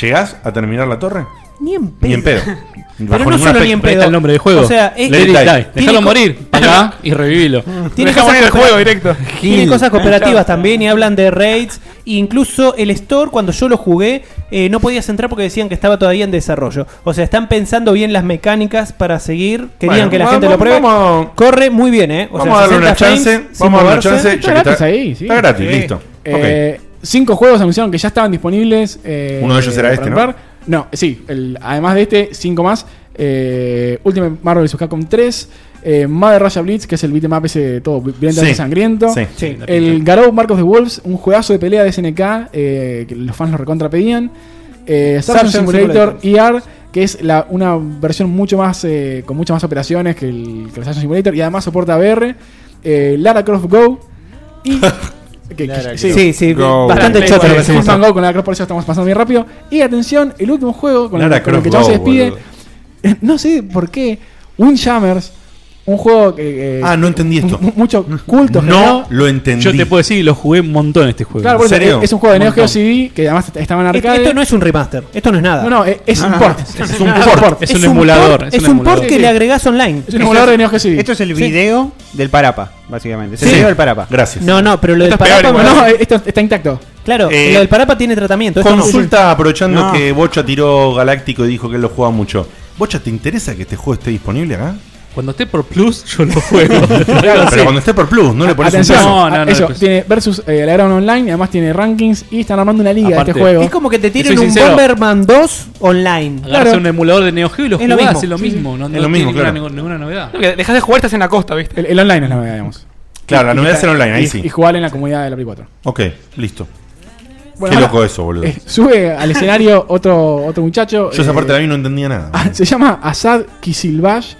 S3: ¿llegás a terminar la torre?
S9: Ni en
S3: Ni en pedo.
S9: Pero no solo ni en pedo. O sea, es-
S8: Let it
S9: tiene-
S8: die.
S9: tiene
S8: Dejalo
S9: co-
S8: morir acá y revivilo.
S9: Tiene cosas, coopera- Tiene cosas cooperativas también y hablan de raids. Incluso el store, cuando yo lo jugué, eh, no podías entrar porque decían que estaba todavía en desarrollo. O sea, están pensando bien las mecánicas para seguir. Querían
S3: Bueno,
S9: que la
S3: vamos-
S9: gente lo pruebe.
S3: vamos-
S9: Corre muy bien, ¿eh? O
S3: Vamos
S9: sea,
S3: a darle una
S9: 60 frames,
S3: chance,
S9: sin
S3: vamos a darle una
S9: moverse.
S3: chance.
S5: Está
S3: Ya que
S5: gratis
S3: está-
S5: ahí, sí.
S3: está gratis, listo.
S5: Eh, Cinco juegos anunciaron que ya estaban disponibles. eh,
S3: Uno de ellos era
S5: para
S3: este, ¿no?
S5: comprar. No, sí. el- además de este, cinco más. Eh, Ultimate Marvel vs. Capcom 3. Eh, Mother Russia Blitz, que es el beatmap ese todo violentamente
S3: Sí.
S5: sangriento.
S3: Sí. Sí.
S5: El Garou Marcos de Wolves, un juegazo de pelea de SNK, eh, que los fans lo recontra pedían. Eh, Sargent
S9: Sargent
S5: Simulator ER, que es la, una versión mucho más eh, con muchas más operaciones que el, que el Sargent Simulator y además soporta VR. Eh, Lara Croft Go y. que- que-
S9: Croft Sí, sí, Go. bastante choto lo que se
S5: Hitman
S9: mostró.
S5: Go con Lara Croft, por eso estamos pasando bien rápido. Y atención, el último juego con, el-
S3: Lara
S5: con el que
S3: Croft
S5: Chavo se
S3: Go,
S5: despide. Eh, No sé por qué. Windjammers, un juego que. eh,
S3: Ah, no entendí esto.
S5: mu- Mucho culto. generó-
S3: No lo entendí.
S8: Yo te puedo decir, lo jugué un montón este juego.
S5: Claro, por eso, es- es un juego de Neo Geo CD que además est- estaba en
S9: Esto-
S5: arcade.
S9: Esto no es un remaster, esto no es nada.
S5: No, no, es- es un port.
S9: Es un port.
S8: Es un emulador,
S9: port,
S8: es
S9: Es
S8: un
S9: un port
S8: emulador.
S9: que le agregás online.
S5: Es un emulador de Neo Geo CD.
S18: Esto es el
S5: Sí.
S18: video del Parapa, básicamente. Es el
S9: Sí.
S18: video del Parapa.
S3: Gracias.
S9: No, no, pero lo del
S18: Esto es
S9: Parapa.
S18: peor
S5: No,
S9: no,
S5: eh, esto está intacto.
S9: Claro,
S3: Eh,
S9: lo del Parapa tiene tratamiento. esto no.
S3: Consulta aprovechando
S9: No.
S3: que Bocha tiró Galáctico y dijo que él lo jugaba mucho. Bocha, ¿te interesa que este juego esté disponible acá?
S8: Cuando esté por Plus, yo lo juego.
S3: Pero cuando esté por Plus, no le pones
S5: Atención,
S3: un peso.
S8: No, no, no,
S5: eso,
S8: pues-
S5: tiene versus eh, la gran online, y además tiene rankings y están armando una liga de
S8: Aparte,
S5: este juego.
S8: es
S9: como que te
S8: tiren Soy un sincero.
S9: Bomberman 2 online.
S8: Agarras un emulador de Neo Geo y lo
S5: Es lo
S8: jugás,
S5: mismo.
S8: es lo
S5: Sí, sí.
S8: mismo. No,
S5: Es
S8: no
S5: lo mismo,
S8: tiene
S5: claro.
S8: ninguna, ninguna novedad.
S6: Lo que dejás de jugar, estás en la costa, ¿viste?
S5: El, el online es la novedad, digamos.
S3: Claro, la
S5: Y- y
S3: novedad
S5: está-
S3: es el online, ahí
S5: y-
S3: sí.
S5: Y jugar en la comunidad de la Play 4.
S3: Ok, listo. Qué
S5: ahora,
S3: loco eso, boludo.
S5: eh, sube al escenario otro, otro muchacho.
S3: Yo esa
S5: eh, ah,
S3: parte de mí no entendía nada.
S5: Se llama Asad Kisilbash.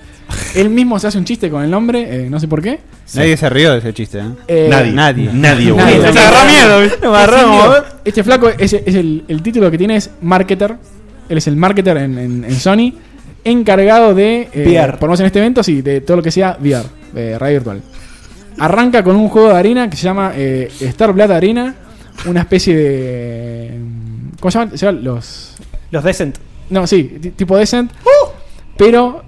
S5: Él mismo se hace un chiste con el nombre, eh, no sé por qué.
S18: Nadie se rió de ese chiste, ¿eh?
S5: Eh,
S18: nadie. Nadie.
S5: Nadie.
S18: boludo.
S5: Nadie.
S18: Se agarró miedo, ¿viste?
S5: Este
S18: Nos agarramos,
S5: señor,
S18: a ver.
S5: Este flaco, es, es el, el título que tiene es Marketer. Él es el marketer en, en- en Sony, encargado de. eh,
S9: VR.
S5: Por lo menos en este evento, sí, de todo lo que sea VR, eh, radio virtual. Arranca con un juego de arena que se llama eh, Star Blood Arena. Una especie de. mm, ¿Cómo se llaman? Se llaman los.
S9: Los Decent.
S5: No, sí, ti- tipo Decent. Pero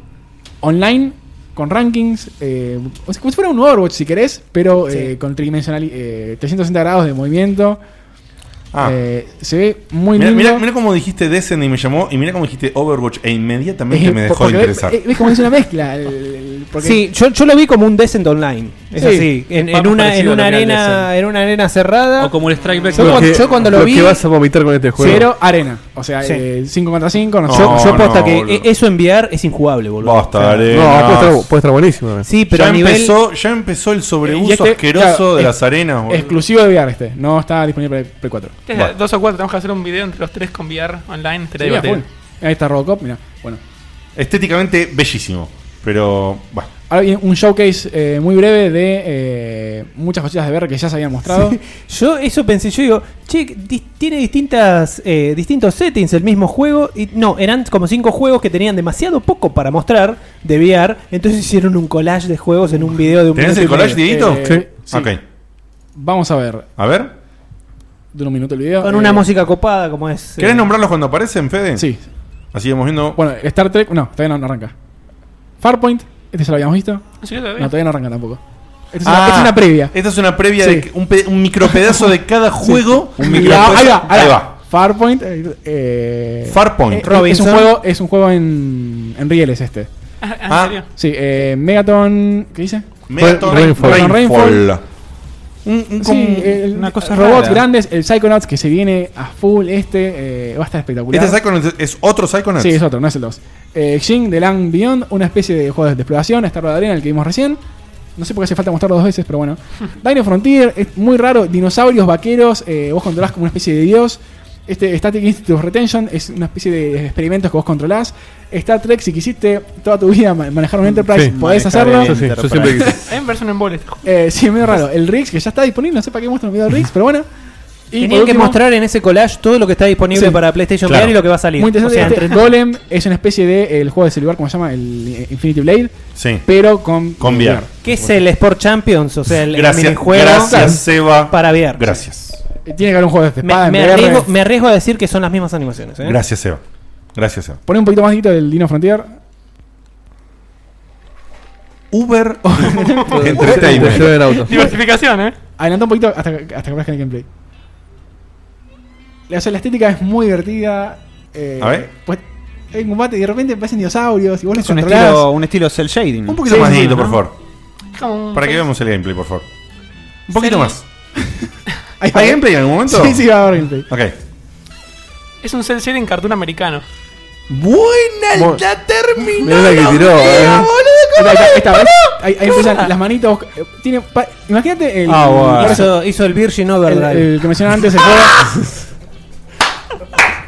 S5: online, con rankings. eh, o sea, como si fuera un Overwatch, si querés, pero eh, con tridimensional, eh, 360 grados de movimiento.
S3: Ah.
S5: Eh, se ve muy
S3: Mirá,
S5: lindo.
S3: mirá- mirá cómo dijiste Descent y me llamó, y mirá cómo dijiste Overwatch, e inmediatamente
S5: Eh,
S3: me
S5: por-
S3: dejó
S5: porque ve-
S3: interesar.
S5: eh, ¿Ves cómo es una mezcla? El- el- porque-
S9: Sí, yo, yo lo vi como un Descent Online. Es
S5: Sí.
S9: así. En, en
S5: Vamos
S9: una, en,
S5: parecido
S9: una
S5: a lo que era el
S9: arena, en una arena cerrada.
S8: O como el Strike Back.
S9: Yo,
S8: Lo
S9: cuando,
S8: que-
S9: yo cuando lo,
S8: lo
S9: vi.
S8: que vas
S4: a vomitar con este
S5: Cero arena. O sea,
S9: Sí.
S5: 5 contra 5. No, sé.
S9: yo, yo aposta
S5: no,
S9: que
S5: boludo.
S9: e- eso enviar es injugable, boludo.
S3: Basta,
S9: O sea,
S3: arenas. eh.
S5: eh,
S4: buenísimo.
S9: Sí, pero
S3: ya
S9: a nivel-
S3: empezó, ya empezó el sobreuso
S5: Y este,
S3: asqueroso
S5: claro,
S3: de
S5: es-
S3: las arenas, boludo.
S5: Exclusivo de VR este. No está disponible para Play 4.
S6: Este es la- Dos o cuatro, tenemos que hacer un video entre los tres con VR online. Estaría
S5: Sí, a
S6: divertido.
S5: full. Ahí está Robocop, mira. Bueno.
S3: Estéticamente bellísimo, pero bueno.
S5: Ahora viene un showcase eh, muy breve de eh, muchas cositas de VR que ya se habían mostrado.
S9: Sí. Yo eso pensé, yo digo, che, dis- tiene distintas eh, distintos settings el mismo juego. Y, no, eran como cinco juegos que tenían demasiado poco para mostrar de VR. Entonces hicieron un collage de juegos en un video de un
S3: ¿Tenés
S9: minuto
S3: el
S9: y
S3: collage,
S9: medio. Eh,
S3: Dieguito?
S5: eh, sí.
S3: Ok.
S5: Vamos a ver.
S3: A ver.
S5: De un minuto el video. Eh,
S9: Con una música copada como es.
S3: ¿Querés nombrarlos cuando aparecen, Fede?
S5: Sí.
S3: Así vamos viendo.
S5: Bueno, Star Trek. No, todavía no, no arranca. Farpoint. Este se lo habíamos visto.
S6: Sí,
S5: No, todavía no arranca tampoco. Esta es,
S3: Ah,
S5: una, esta es una previa.
S3: Esta es una previa de
S5: Sí.
S3: que- un, pe- un micropedazo de cada juego. Un
S5: Y
S3: micropedazo-
S5: ahí va, ahí
S3: Ahí
S5: va.
S3: va.
S5: Farpoint. eh, eh,
S3: Farpoint.
S5: eh, Es
S3: Robinson.
S5: un juego, es un juego en, en rieles este.
S6: Ah, ¿en serio?
S5: Sí, eh, Megaton. ¿Qué dice?
S3: Megaton Rainfall.
S5: Megaton
S3: Rainfall.
S5: Mm, Sí, el- robots grandes, el Psychonauts que se viene a full, este eh, va a estar espectacular.
S3: ¿Este Psychonauts es otro Psychonauts?
S5: Sí, es otro, no es el 2. Eh, Xing, The Land Beyond, una especie de juego de exploración, Star Wars Arena, el que vimos recién. No sé por qué hace falta mostrarlo dos veces, pero bueno. Dino Frontier, es muy raro, dinosaurios, vaqueros, eh, vos controlás como una especie de dios. Este Static Institute of Retention es una especie de experimentos que vos controlás. Star Trek, si quisiste toda tu vida ma- manejar un Enterprise,
S4: Sí,
S5: podés
S4: manejar
S5: hacerlo.
S4: el Eso sí, yo Enterprise. siempre
S6: A
S4: quise.
S6: mí me parece un embole este juego.
S5: Eh, sí, es medio raro. El Rix, que ya está disponible, no sé para qué muestran un video del Rix, pero bueno. Y
S9: Tenían
S5: por
S9: que
S5: último-
S9: mostrar en ese collage todo lo que está disponible
S5: Sí.
S9: para PlayStation
S5: Claro.
S9: VR y lo que va a salir.
S5: Muy interesante.
S9: O sea,
S5: este
S9: entre-
S5: Golem es una especie de el juego de celular, como se llama, el eh, Infinity Blade.
S3: Sí.
S5: Pero con,
S3: Con
S5: eh,
S3: VR.
S9: ¿Qué es el Sport Champions? O sea, el, el
S3: Gracias,
S9: minijuego
S3: gracias, Seba.
S9: para VR.
S3: Gracias.
S5: Eh, Tiene que haber un juego de espada
S9: Me,
S5: en VR.
S9: me arriesgo, me arriesgo a decir que son las mismas animaciones. ¿eh?
S3: Gracias, Seba. Gracias, Seba.
S5: Poné un poquito más dito del Dino Frontier.
S3: Uber
S4: Te llevo en auto.
S6: Diversificación, eh.
S5: Adelantá un poquito hasta, que- hasta que aparezca en el gameplay. La, o sea, la estética es muy divertida. eh,
S18: A ver.
S5: Pues hay un combate y de repente aparecen dinosaurios y vos los
S18: Es un
S5: controlás.
S18: estilo, un estilo cel shading.
S5: Un
S3: Un poquito más, Dieguito, por favor.
S6: Como-
S3: Para que veamos el gameplay, por favor. Un poquito
S6: Cel-
S3: más. ¿Hay gameplay en algún momento?
S5: Sí, sí, va a haber gameplay.
S3: Ok.
S6: Es un cel shading cartoon americano.
S3: Buena
S6: la
S4: Mirá la que tiró, eh.
S5: Esta- esta- esta vez, ahí, ahí empiezan las manitos. eh, Tiene, pa- imagínate el.
S9: Ah, bueno.
S5: eso-
S9: hizo, hizo el Virgin
S5: el,
S9: Overdrive.
S5: el que mencionaba antes, el juego.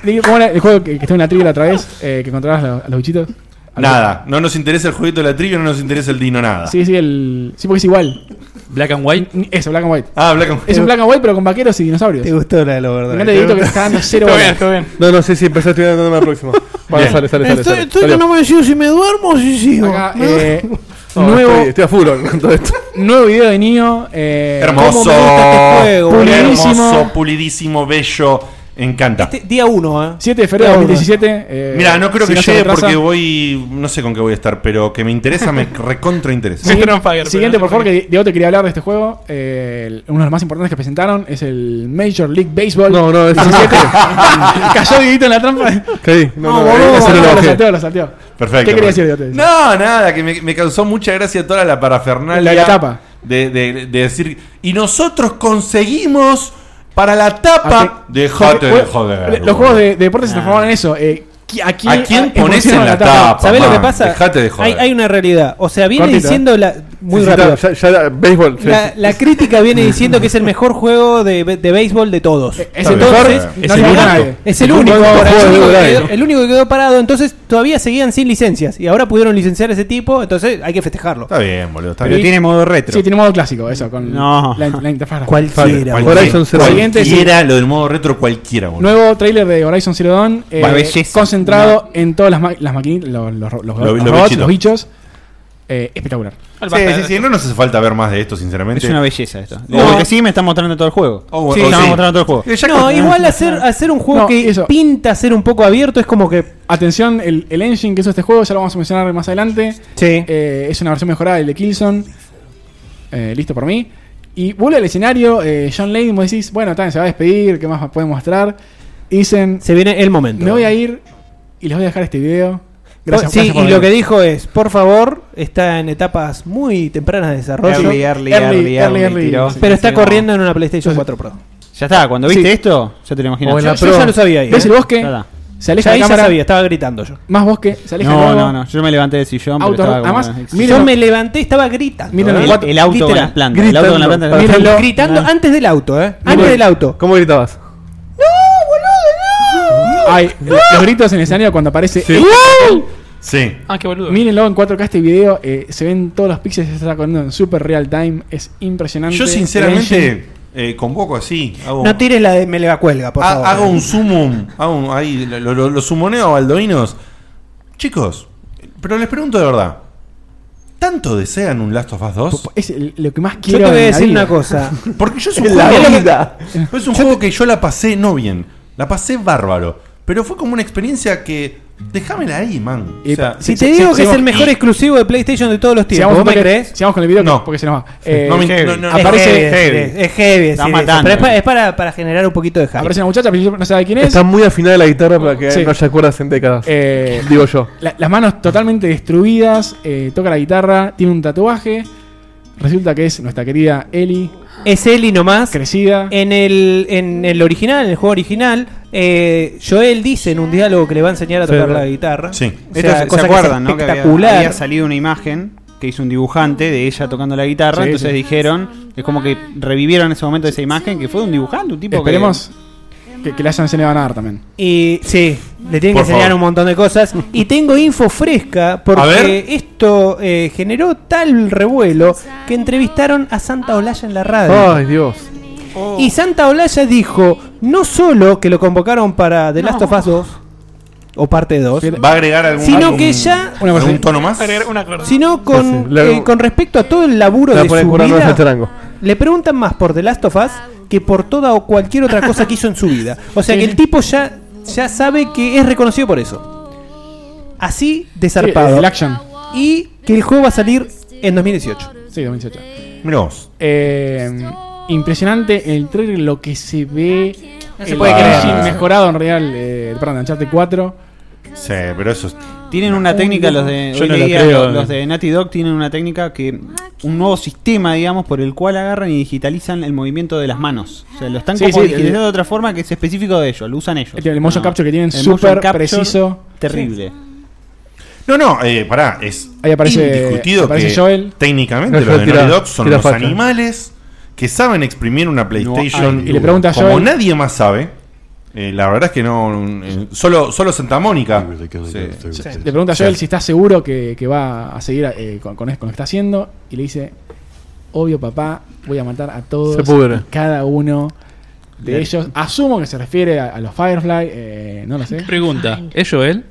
S5: Digo, ¿Cómo era el juego que, que está en la trivia otra vez? Eh, que controlabas a los, a los bichitos. A los-
S3: Nada. No nos interesa el jueguito de la trivia, no nos interesa el Dino nada.
S5: Sí, sí, el. Sí, porque es igual.
S8: Black and White.
S5: Eso, Black and White.
S3: Ah, Black and
S5: Es un Black and White, pero con vaqueros y dinosaurios. Te
S9: gustó la de los verdaderos.
S5: No te digo que te está dando cero
S4: Está
S5: bolas.
S4: bien, No, no sé si empecé a estudiar en la próxima. Vale,
S5: Bien.
S4: sale, sale, sale.
S5: Estoy-
S4: sale.
S5: estoy
S4: Salió.
S5: con
S9: me decido si me duermo o si sigo.
S5: Acá, eh,
S4: No,
S5: nuevo,
S4: estoy, estoy a full con todo esto.
S5: nuevo video de Nio. Eh,
S3: Hermoso.
S5: ¿cómo me gusta este juego, boludo?
S3: hermoso,
S5: Pulidísimo.
S3: pulidísimo, bello. Encanta.
S9: Día 1, ¿eh?
S5: 7 de febrero de 2017. Este, eh,
S3: Mira, no creo
S5: si
S3: que
S5: se
S3: llegue
S5: retrasa.
S3: porque voy. No sé con qué voy a estar, pero que me interesa, me recontra interesa.
S5: Siguiente, siguiente, por favor, que Diego te quería hablar de este juego. Eh, el- uno de los más importantes que presentaron es el Major League Baseball.
S4: No, no, es
S5: 17. Ah, Cayó Dieguito en la trampa.
S4: Caí. No, no,
S5: boludo,
S4: ese no lo
S5: lo
S4: bajé.
S5: salteó, lo salteó.
S3: Perfecto.
S5: ¿Qué quería decir,
S3: perfecto.
S5: Diego?
S3: No, nada, que me, me causó mucha gracia toda la parafernalia.
S5: La de la tapa.
S3: De, de- de decir. Y nosotros conseguimos para la tapa. Dejate de joder.
S5: Los juegos de, de deportes se transformaron en eso. Eh, qui- ¿A quién,
S3: ¿A quién
S5: en
S3: ponés
S5: función
S3: en
S5: a
S3: la tapa,
S9: ¿Sabés lo
S3: man?
S9: que pasa?
S3: Dejate de joder.
S9: Hay, hay una realidad. O sea, viene
S5: Cortito,
S9: diciendo la. muy
S4: Sí, sí,
S9: rápido.
S4: Ya, ya, ya, béisbol. sí.
S9: La, la crítica viene diciendo que es el mejor juego de, de béisbol de todos.
S18: Eh,
S4: es el mejor, es
S9: no
S4: el
S9: le
S4: único.
S9: ganaron. Es el
S4: El
S9: único
S4: único juego
S9: ahora, el
S4: de
S9: único que
S4: Uruguay,
S9: quedó-
S4: ¿no?
S9: el único que quedó parado. Entonces todavía seguían sin licencias. Y ahora pudieron licenciar a ese tipo. Entonces hay que festejarlo.
S3: Está bien, boludo. Está
S9: Pero
S3: bien.
S9: tiene modo retro.
S5: Sí, tiene modo clásico, eso, con
S3: No.
S5: la, la interfaz.
S3: Cualquiera,
S5: Horizon Zero Dawn. Siguiente, sí.
S3: Cualquiera, lo del modo retro, cualquiera, boludo.
S5: Nuevo tráiler de Horizon Zero Dawn, eh,
S3: Va, belleza.
S5: concentrado en todas las, ma- las maquinitas, los, los, los- los
S3: Los- los
S5: robots,
S3: bichitos.
S5: los bichos. Eh, espectacular.
S3: Sí, sí, sí, no nos hace falta ver más de esto, sinceramente.
S5: Es una belleza esto.
S18: No.
S3: Porque
S18: sí me está mostrando todo el juego.
S3: Oh,
S18: Sí,
S3: oh,
S18: estamos
S3: sí.
S18: mostrando todo el juego.
S9: No, igual hacer, hacer un juego
S5: No,
S9: que pinta ser un poco abierto es como que.
S5: Atención, el, el engine que hizo este juego, ya lo vamos a mencionar más adelante.
S9: Sí.
S5: Eh, es una versión mejorada del de Killzone. Eh, listo por mí. Y vuelve al escenario, eh, John Lane, vos decís, bueno, también se va a despedir, ¿qué más pueden mostrar? Y dicen...
S9: Se viene el momento.
S5: Me voy a ir y les voy a dejar este video. Gracias,
S9: sí,
S5: gracias por
S9: y lo
S5: venir".
S9: que dijo es, por favor, está en etapas muy tempranas de desarrollo.
S18: Early, early, early, early, early, tiró.
S9: Pero
S18: Sí,
S9: está
S18: sí,
S9: corriendo en una PlayStation 4 Pro.
S18: Ya está, cuando viste
S9: Sí.
S18: esto, ya te lo imaginas.
S9: O en la Yo- yo Pro. ya lo sabía ahí,
S5: ¿Ves
S9: ¿eh?
S5: el bosque?
S18: Ya está.
S5: Se aleja
S9: Ya
S5: la
S9: ahí ya
S5: cámara.
S9: sabía, estaba gritando yo.
S5: Más bosque, se aleja
S18: No,
S5: luego.
S18: no, no, yo me levanté del sillón. pero
S5: Auto-
S18: estaba como-
S5: además,
S18: Sí.
S5: miren-
S9: Yo me levanté, estaba gritando.
S5: Miren
S9: ¿eh?
S5: el
S18: El- el auto con las plantas, el auto con las plantas.
S9: Gritando,
S18: Mírenlo.
S9: gritando antes del auto, ¿eh? Antes del auto.
S4: ¿Cómo gritabas?
S5: Ay, los gritos en el escenario cuando aparece.
S4: Sí.
S3: Sí.
S5: Ah, qué boludo. Mírenlo en 4K este video. eh, se ven todos los píxeles se está corriendo en super real time. Es impresionante.
S3: Yo, sinceramente, eh, convoco así. Hago,
S9: No tires la de me le va cuelga, por
S3: ha-
S9: favor.
S3: hago un sumum. Hago un- ahí, lo, lo, lo sumoneo a Baldovinos. Chicos, pero les pregunto de verdad. ¿Tanto desean un Last of Us 2?
S5: Es el- lo que más
S9: Yo
S5: quiero.
S9: te voy
S5: en
S9: a
S5: la
S9: decir
S5: vida.
S9: una cosa.
S3: Porque yo es un
S9: En la
S3: juego,
S9: vida.
S3: Es un juego que yo la pasé no bien. La pasé bárbaro. Pero fue como una experiencia que. Déjamela ahí, man. O sea,
S9: Si
S3: se-
S9: te
S3: se-
S9: digo que es
S3: se-
S9: el mejor
S3: y-
S9: exclusivo de PlayStation de todos los tiempos,
S5: Sigamos
S9: ¿vos me
S5: con el-
S9: crees?
S5: sigamos con el video porque se nos va. Eh,
S9: No me-
S5: heavy.
S9: no, no, no.
S5: aparece.
S9: Es heavy, es heavy, es
S5: Está
S9: heavy decir eso,
S5: matando.
S9: pero es pa- es para, para generar un poquito de hype.
S5: Aparece una muchacha, al principio no sabe quién es.
S4: Está muy afinada la guitarra para que
S5: Sí.
S4: no haya cuerdas en décadas.
S5: Eh,
S4: Digo yo.
S5: la- las manos totalmente destruidas. eh, toca la guitarra. Tiene un tatuaje. Resulta que es nuestra querida Ellie.
S9: Es Ellie nomás.
S5: Crecida.
S9: En el, en el original, en el juego original, eh, Joel dice en un diálogo que le va a enseñar a
S18: Sí,
S9: tocar
S18: ¿verdad?
S9: la guitarra. O sea,
S18: Esto se-
S9: cosa
S18: se
S9: que es
S18: acuerdan, ¿no? Que había,
S9: espectacular.
S18: había salido una imagen que hizo un dibujante de ella tocando la guitarra.
S9: Sí,
S18: entonces
S9: sí.
S18: dijeron, es como que revivieron en ese momento esa imagen que fue de un dibujante, un tipo
S5: Esperemos que, que le hayan enseñado a nadar también.
S9: Y sí, le tienen
S18: Por
S9: que enseñar
S18: favor.
S9: un montón de cosas. Y tengo info fresca
S18: A ver.
S9: porque esto eh, generó tal revuelo que entrevistaron a Santa Olalla en la radio.
S4: Ay, Dios.
S9: Y Santa Olalla dijo no solo que lo convocaron para The Last of Us 2 o parte 2,
S3: ¿Va a agregar algún,
S9: sino
S3: algún-
S9: que ya
S3: algún tono más?
S9: sino con,
S4: Sí, le-
S9: eh, con respecto a todo el laburo
S4: Le va a
S9: de
S4: poner
S9: su
S4: curando
S9: vida,
S4: al charango.
S9: le preguntan más por The Last of Us que por toda o cualquier otra cosa que hizo en su vida. O sea que el tipo ya, ya sabe que es reconocido por eso. Así de zarpado.
S5: Sí, el action.
S9: Y que el juego va a salir en 2018.
S5: Sí, 2018.
S3: Mirá
S5: Eh, impresionante el trailer, lo que se ve.
S18: No se
S5: el
S18: puede creer.
S5: engine mejorado en real. Eh, perdón, en Uncharted 4.
S3: Sí, pero eso es-
S18: Tienen una técnica, los de,
S5: Yo
S18: hoy
S5: no la
S18: leía,
S5: creo,
S18: los,
S5: eh.
S18: los de Naughty Dog tienen una técnica que, un nuevo sistema, digamos, por el cual agarran y digitalizan el movimiento de las manos. O sea, lo están
S5: Sí,
S18: como
S5: sí,
S18: digitalizando
S5: el-
S18: de otra forma que es específico de ellos, lo usan ellos. Ah.
S5: El, el motion capture que tienen,
S18: El motion
S5: súper
S18: capture,
S5: preciso.
S18: Terrible.
S3: No, no, eh, pará, es
S5: Ahí aparece-
S3: indiscutido
S5: aparece
S3: que
S5: Joel.
S3: técnicamente
S5: No,
S3: los de
S5: Joel tira-
S3: Naughty Dog son
S5: tira
S3: los
S5: facha.
S3: animales que saben exprimir una PlayStation.
S5: hay. Y le pregunta a
S3: Como
S5: Joel-
S3: nadie más sabe, eh, la verdad es que no. eh, solo, solo Santa Mónica. se- se-
S5: Le pregunta a
S3: se-
S5: Joel si está seguro que, que va a seguir eh, con, con, con lo que está haciendo. Y le dice: Obvio, papá, voy a matar a todos.
S4: Se pudre.
S5: y Cada uno de
S8: Bien.
S5: ellos. Asumo que se refiere a, a los Firefly. eh, no lo sé.
S8: Pregunta, ¿es Joel?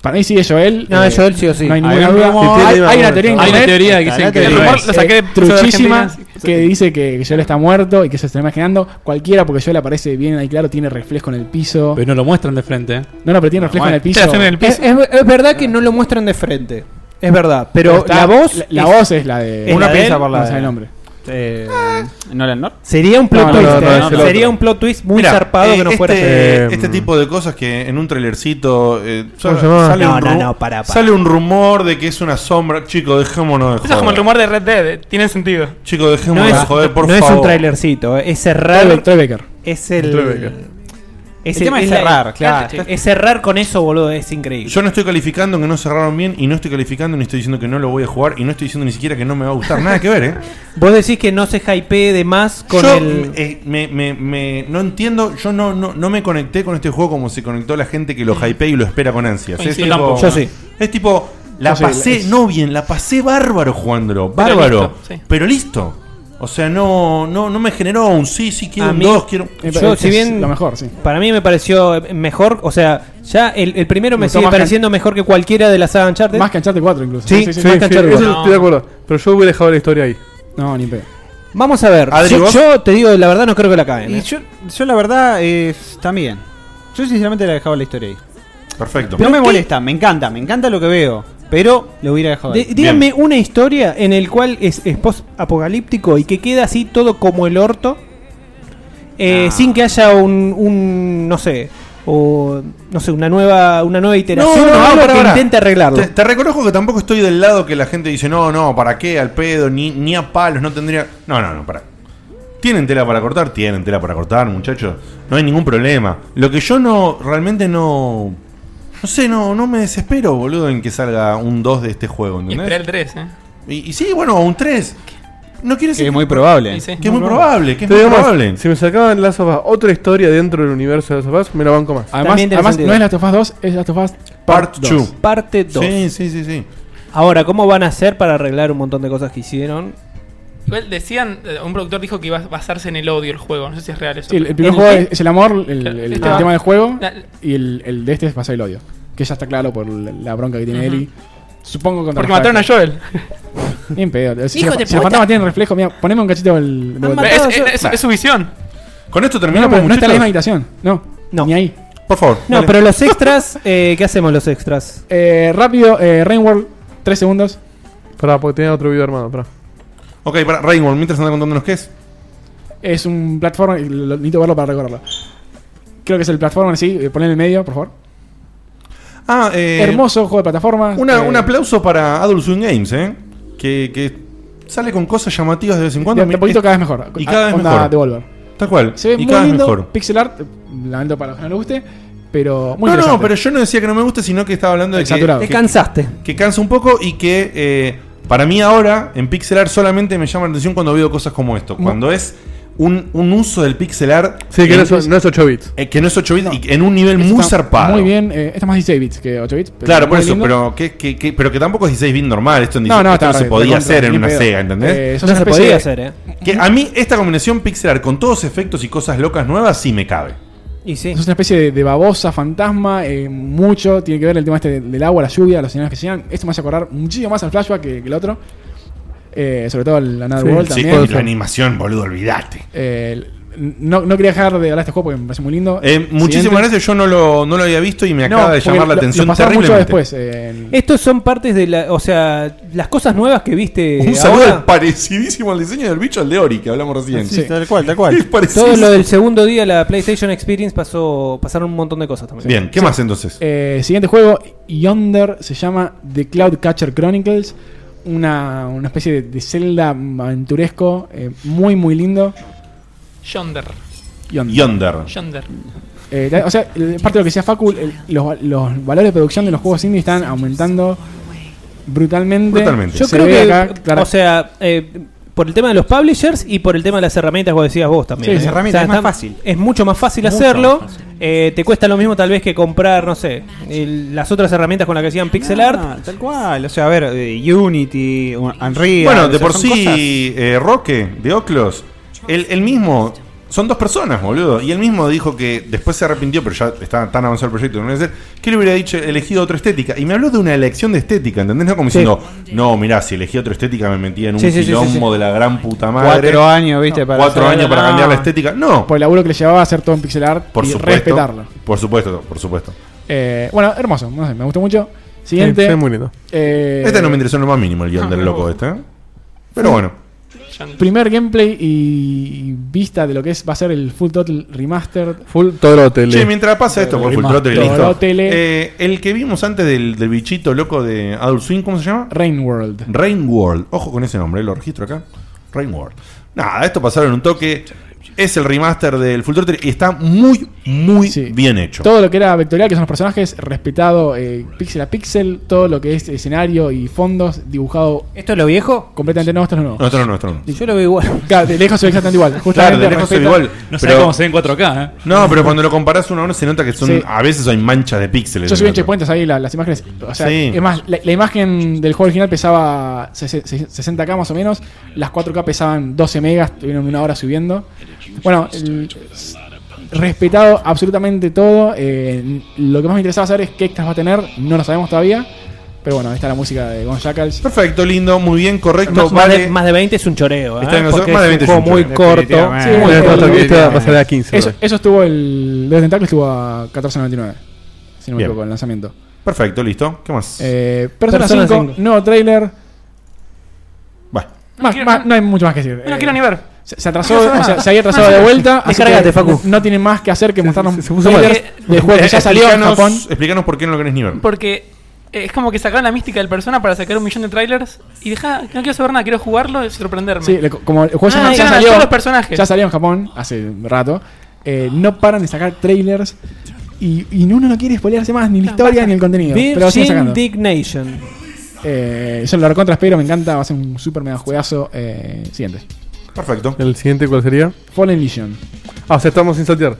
S5: Para mí sí es Joel.
S8: No,
S5: eh,
S8: es Joel sí o sí.
S5: No hay
S8: Hay
S5: ninguna
S8: un
S5: duda.
S8: rumor,
S5: hay, hay una
S8: hay
S5: teoría en
S8: una
S5: internet.
S8: teoría que dicen que
S5: eh,
S8: no es. Lo saqué de-
S5: eh, truchísima
S8: Argentina.
S5: que dice que Joel está muerto y que se está imaginando. Cualquiera, porque Joel aparece bien ahí claro, tiene reflejo en el piso.
S8: Pero no lo muestran de frente. ¿eh?
S5: No, no, pero tiene reflejo en el piso.
S9: Es, es- es verdad que no lo muestran de frente. Es verdad, pero,
S5: está-
S9: la voz.
S5: la, la voz es la de.
S9: Una pieza
S5: pieza
S9: por la
S5: No
S9: de-
S5: sé el nombre.
S3: Eh,
S18: ¿Nolan North?
S9: Sería un plot
S5: No, no,
S9: twist.
S5: no, no,
S9: ¿eh?
S5: es el otro.
S9: Sería un plot twist muy
S3: Mirá,
S9: zarpado
S3: eh,
S9: que no
S3: este,
S9: fuera
S3: eh, este tipo de cosas que en un trailercito eh, sale,
S9: se llama?
S3: sale
S9: No,
S3: un
S9: no,
S3: ru-
S9: no, pará, pará.
S3: sale un rumor de que es una sombra. Chico, dejémonos de
S6: Eso es como el
S3: joder.
S6: rumor de Red Dead, eh, tiene sentido.
S3: Chico, dejémonos
S9: No
S3: de
S9: es,
S3: joder, por
S9: no es
S3: favor.
S9: un trailercito, eh, es cerrar.
S5: Troy Baker.
S9: Es el.
S3: Troy Baker.
S9: Es
S7: El tema es
S9: la-
S7: cerrar, claro.
S9: Es cerrar con eso, boludo, es increíble.
S3: Yo no estoy calificando que no cerraron bien y no estoy calificando ni estoy diciendo que no lo voy a jugar y no estoy diciendo ni siquiera que no me va a gustar. Nada que ver, ¿eh?
S9: Vos decís que no se hypee de más con
S3: yo
S9: el.
S3: eh, me, me- me- no entiendo, yo no, no, no me conecté con este juego como se conectó la gente que lo hypea y lo espera con ansias.
S9: Coincido.
S3: Es tipo,
S9: Yo tampoco. Yo sí.
S3: Es tipo, la
S9: Yo sí,
S3: pasé,
S9: es-
S3: no bien, la pasé bárbaro jugándolo,
S9: Pero
S3: bárbaro, pero
S9: listo,
S3: listo.
S9: sí.
S3: O sea, no, no, no me generó un sí, sí, quiero
S9: A
S3: un
S9: mí-
S3: dos, quiero...
S9: Yo, si bien. Para mí me pareció mejor, o sea, ya el, el primero me
S4: Gustó
S9: sigue
S4: más que-
S9: pareciendo mejor que cualquiera de la saga Uncharted.
S4: Más
S5: que Uncharted 4, incluso.
S4: Sí, sí, sí,
S9: más que Uncharted
S4: eso
S9: 4.
S4: estoy de acuerdo. Pero yo hubiera dejado la historia ahí.
S5: No, ni pedo.
S9: Vamos a ver.
S4: Adri,
S9: yo,
S4: ¿vos?
S9: yo te digo, la verdad, no creo que la caen.
S7: Y yo, yo la verdad, eh, también. Yo sinceramente la dejaba la historia ahí.
S3: Perfecto.
S7: No me molesta, me encanta, me encanta lo que veo. Pero lo hubiera dejado ahí.
S9: díganme una historia en el cual es, es post-apocalíptico y que queda así todo como el orto. eh,
S3: Ah.
S9: Sin que haya un, un, no sé. O, no sé, una nueva, una nueva iteración o algo
S3: pará,
S9: que
S3: pará.
S9: intente arreglarlo.
S3: Te, te reconozco que tampoco estoy del lado que la gente dice, no, no, ¿para qué? Al pedo, ni, ni a palos, no tendría... No, no, no, para. ¿Tienen tela para cortar? Tienen tela para cortar, muchachos. No hay ningún problema. Lo que yo no, realmente no... No sé, no, no me desespero, boludo, en que salga un 2 de este juego,
S6: Y esperé
S3: ¿entendés?
S6: el 3, ¿eh?
S3: Y, y sí, bueno, un 3. No quiere decir...
S7: es muy probable.
S6: Y sí.
S3: Que es muy probable, que es
S4: Te
S3: muy
S4: digo más,
S3: probable.
S4: Si me sacaban Last of Us otra historia dentro del universo de Last of Us, me la banco más.
S5: Además, además no es Last of Us 2, es Last of Us
S3: Part
S5: dos.
S3: two.
S9: Parte 2.
S3: Sí, sí, sí, sí.
S9: Ahora, ¿cómo van a hacer para arreglar un montón de cosas que hicieron?
S6: Igual decían, eh, un productor dijo que iba a basarse en el odio el juego, no sé si es real eso.
S5: Sí, el, el
S6: pero-
S5: primer juego es, es el amor, el, el- el
S6: estaba-
S5: tema del juego,
S6: La-
S5: y el, el de este es pasar el odio. Que ya está claro por la, la bronca que tiene
S6: Ujú.
S5: Eli. Supongo que
S6: Porque mataron a Joel.
S5: Ni en pedo. Si,
S6: Hijo
S5: los-
S6: de
S5: si los
S6: puta.
S5: fantasmas tienen reflejo, mira, poneme un cachito del. del-
S6: Es, es- es- es su visión.
S3: Con esto
S5: No,
S3: terminamos,
S5: pero no está en la misma
S3: muchachos.
S5: habitación. No. No. Ni ahí.
S3: Por favor.
S9: No,
S5: dale.
S9: pero los extras, eh, ¿qué hacemos los extras?
S5: Eh, rápido, eh, Rainworld, 3 segundos.
S4: Pará, porque tenía otro video armado, pará.
S3: Ok, para Rainbow, mientras anda contándonos qué es.
S5: Es un platform, y lo- necesito verlo para recordarlo. Creo que es el platform, sí. eh, Ponle en el medio, por favor.
S3: Ah, eh,
S5: Hermoso juego de plataforma.
S3: Una-
S5: eh,
S3: un aplauso para Adult Swim Games, ¿eh? Que, que sale con cosas llamativas de vez en cuando.
S5: De, de poquito
S3: Es-
S5: cada vez mejor.
S3: Y cada vez
S5: Onda
S3: mejor.
S5: Ah, Devolver.
S3: Tal cual.
S5: Se ve
S3: y
S5: muy
S3: cada vez
S5: lindo.
S3: mejor.
S5: Pixel art, eh, lamento para los que no les guste, pero muy
S3: no, no,
S5: interesante.
S3: pero yo no decía que no me gusta, sino que estaba hablando de que,
S5: Saturado.
S3: que-
S5: Te
S9: cansaste.
S3: Que cansa un poco y que eh, para mí ahora en pixel art solamente me llama la atención cuando veo cosas como esto.
S4: Mu-
S3: Cuando es un, un uso del pixel art.
S4: Sí, que
S3: en-
S4: no es, no es 8 bits.
S3: eh, que no es 8 bits y en un nivel
S5: Está
S3: muy zarpado.
S5: Muy bien, eh, está más 16 bits que 8 bits. pero
S3: Claro, por
S5: muy
S3: eso,
S5: lindo.
S3: pero que, que- que- pero que tampoco es 16 bits normal. Esto, en
S5: No,
S3: 16
S5: no,
S3: esto
S5: está
S3: no se
S5: re-
S3: podía
S5: recontra,
S3: hacer en
S5: ni
S3: una
S5: pedo.
S3: Sega, ¿entendés?
S5: Eh, sos
S9: No una se especie podía de- hacer, ¿eh?
S3: Que a mí esta combinación pixel art con todo ese efecto y cosas locas nuevas sí me cabe.
S9: Y sí.
S5: Es una especie de, de babosa, fantasma, eh, mucho. Tiene que ver el tema este del agua, la lluvia, los señales que llegan. Esto me hace acordar muchísimo más al flashback que, que el otro. Eh, sobre todo el Another
S3: Sí,
S5: World
S3: sí,
S5: también.
S3: y la animación, boludo, olvidate.
S5: Eh, el- no, no quería dejar de hablar de este juego porque me parece muy lindo.
S3: Eh, muchísimas
S5: Siguiente.
S3: gracias, yo no lo, no lo había visto y me
S5: No,
S3: acaba de
S5: porque
S3: llamar la
S5: lo- lo
S3: atención
S5: pasaba mucho
S3: terriblemente.
S5: después, eh, en-
S9: Estos son partes de la. O sea, las cosas nuevas que viste.
S5: eh,
S3: Un saludo
S9: ahora,
S3: parecidísimo al diseño del bicho al de Ori que hablamos recién.
S9: Sí, Sí. tal
S7: cual, tal
S3: Es parecidísimo.
S9: todo lo del segundo día, la PlayStation Experience, pasó pasaron un montón de cosas también.
S3: Bien, ¿qué
S5: Sí.
S3: más entonces?
S5: Eh, siguiente juego, Yonder, se llama The Cloud Catcher Chronicles. Una, una especie de, de Zelda aventuresco, eh, muy, muy lindo.
S6: Yonder.
S5: Yonder.
S3: Yonder.
S6: Yonder.
S5: Eh, la- o sea, el- parte de lo que decía Facu, el- los, los valores de producción de los juegos indie están aumentando brutalmente.
S9: Yo
S5: Se
S9: creo
S5: ve
S9: que.
S5: acá, claro,
S9: o sea, eh, por el tema de los publishers y por el tema de las herramientas, vos decías vos también.
S5: Sí,
S9: ¿eh?
S5: las herramientas, es más
S9: está-
S5: fácil.
S9: Es mucho más fácil
S5: Mucho
S9: hacerlo. eh, te cuesta lo mismo, tal vez, que comprar, no sé, el- las otras herramientas con las que hacían pixel art.
S7: Ah, tal cual. O sea, a ver, eh, Unity, un- Unreal.
S3: Bueno,
S7: o
S3: de
S7: sea,
S3: por
S7: son cosas-
S3: sí, eh, Roque, de Oclos, el, el mismo. Son dos personas, boludo. Y él mismo dijo que después se arrepintió, pero ya estaba tan avanzado el proyecto que no iba a hacer, que él hubiera dicho, elegido otra estética. Y me habló de una elección de estética, ¿entendés? No como
S7: Sí.
S3: diciendo, no, mirá, si elegí otra estética me metía en un
S7: Sí, sí, sí,
S3: quilombo
S7: sí, sí.
S3: de la gran puta madre.
S7: Cuatro años, viste,
S3: para
S7: para
S3: Cuatro
S7: hacer- Ah.
S3: años para
S7: no.
S3: cambiar la estética. No,
S5: por el laburo que le llevaba a hacer todo en pixel art
S3: por
S5: y
S3: supuesto.
S5: respetarlo.
S3: Por supuesto, por supuesto.
S5: Eh, bueno, hermoso, no sé, me gustó mucho. Siguiente.
S3: Sí, sí, muy lindo.
S5: Eh,
S3: este no me interesó en lo más mínimo, el guión
S7: Ah,
S3: del loco este. ¿eh? Pero bueno.
S5: Primer gameplay y vista de lo que es va a ser el Full Total Remastered.
S4: Full Torotel.
S5: eh.
S3: Che, mientras pasa esto por
S5: Remaster.
S3: Full Throttle y listo.
S5: Throttle.
S3: Eh, el que vimos antes del, del bichito loco de Adult Swing, ¿cómo se llama?
S5: Rainworld.
S3: eh, Rainworld. Ojo con ese nombre, lo registro acá. Rainworld. Nada, esto pasaron un toque. Es el remaster del Full Throttle y está muy, muy bien hecho.
S5: Todo lo que era vectorial, que son los personajes, respetado eh, píxel a píxel, todo lo que es escenario y fondos, dibujado.
S9: ¿Esto es lo viejo?
S5: Completamente no, esto es lo nuevo.
S3: No, esto no, no, esto no.
S9: Yo lo veo igual.
S5: Claro, de lejos se ve exactamente igual. Justamente
S3: Claro, de lejos se ve
S5: respeta-
S3: igual.
S8: sabe cómo se ve en 4K, ¿eh?
S3: No, pero cuando lo comparás uno a uno se nota que son.
S5: Sí.
S3: A veces hay manchas de píxeles.
S5: Yo subí en
S3: Pero-
S5: checkpoints ahí la- las imágenes. O sea,
S3: Sí.
S5: es más, la, la imagen del juego original pesaba sese- se- 60K más o menos. Las 4K pesaban 12 megas, estuvieron una hora subiendo. Bueno, el- s- respetado absolutamente todo. eh, lo que más me interesaba saber es qué extras va a tener. No lo sabemos todavía. Pero bueno, ahí está la música de Gon Shackles.
S3: Perfecto, lindo, muy bien, correcto.
S9: Más, más de, más de 20 es un choreo. ¿eh?
S5: Está en los-
S9: Porque
S5: más de
S9: es
S5: 20
S9: un
S5: es un
S9: juego muy
S5: choreo,
S9: corto.
S5: definitivamente.
S9: Sí,
S5: Bueno,
S9: muy
S5: esta
S9: corto.
S5: entrevista pasará
S4: a 15
S5: Eso, eso estuvo el. Los Tentacle estuvo a 14.99. Si no me
S3: Bien.
S5: equivoco, el lanzamiento.
S3: Perfecto, listo. ¿Qué más?
S5: Eh, Persona,
S3: Persona
S5: 5, nuevo trailer.
S3: Bueno.
S5: Más- más- no hay mucho más que decir.
S6: No
S5: Eh,
S6: quiero ni ver.
S5: Se, se atrasó, o sea, se había atrasado de vuelta. así
S3: Descargate,
S5: que
S3: Facu.
S5: No tienen más que hacer que mostrarnos
S3: puso mal.
S5: trailers de juego que ya salió en
S3: Explícanos-
S5: Japón.
S3: Explícanos por qué no lo querés ni ver.
S6: Porque eh, es como que sacaron la mística del persona para sacar un millón de trailers y deja, no quiero saber nada, quiero jugarlo y sorprenderme.
S5: Sí, le- como el juego ya- ya,
S6: Ah, eran
S5: salió,
S6: todos los personajes.
S5: ya salió en Japón hace rato. eh, no paran de sacar trailers y, y uno no quiere spoilearse más
S6: Ah,
S5: ni la historia ni el contenido. Pero lo siguen
S9: Virgin
S5: sacando.
S9: Indignation.
S5: Eh, yo lo recontra espero, me encanta, va a ser un super mega juegazo. eh, siguiente.
S3: Perfecto.
S4: ¿El siguiente cuál sería?
S5: Fallen Legion.
S4: Ah, o sea, estamos sin saltear.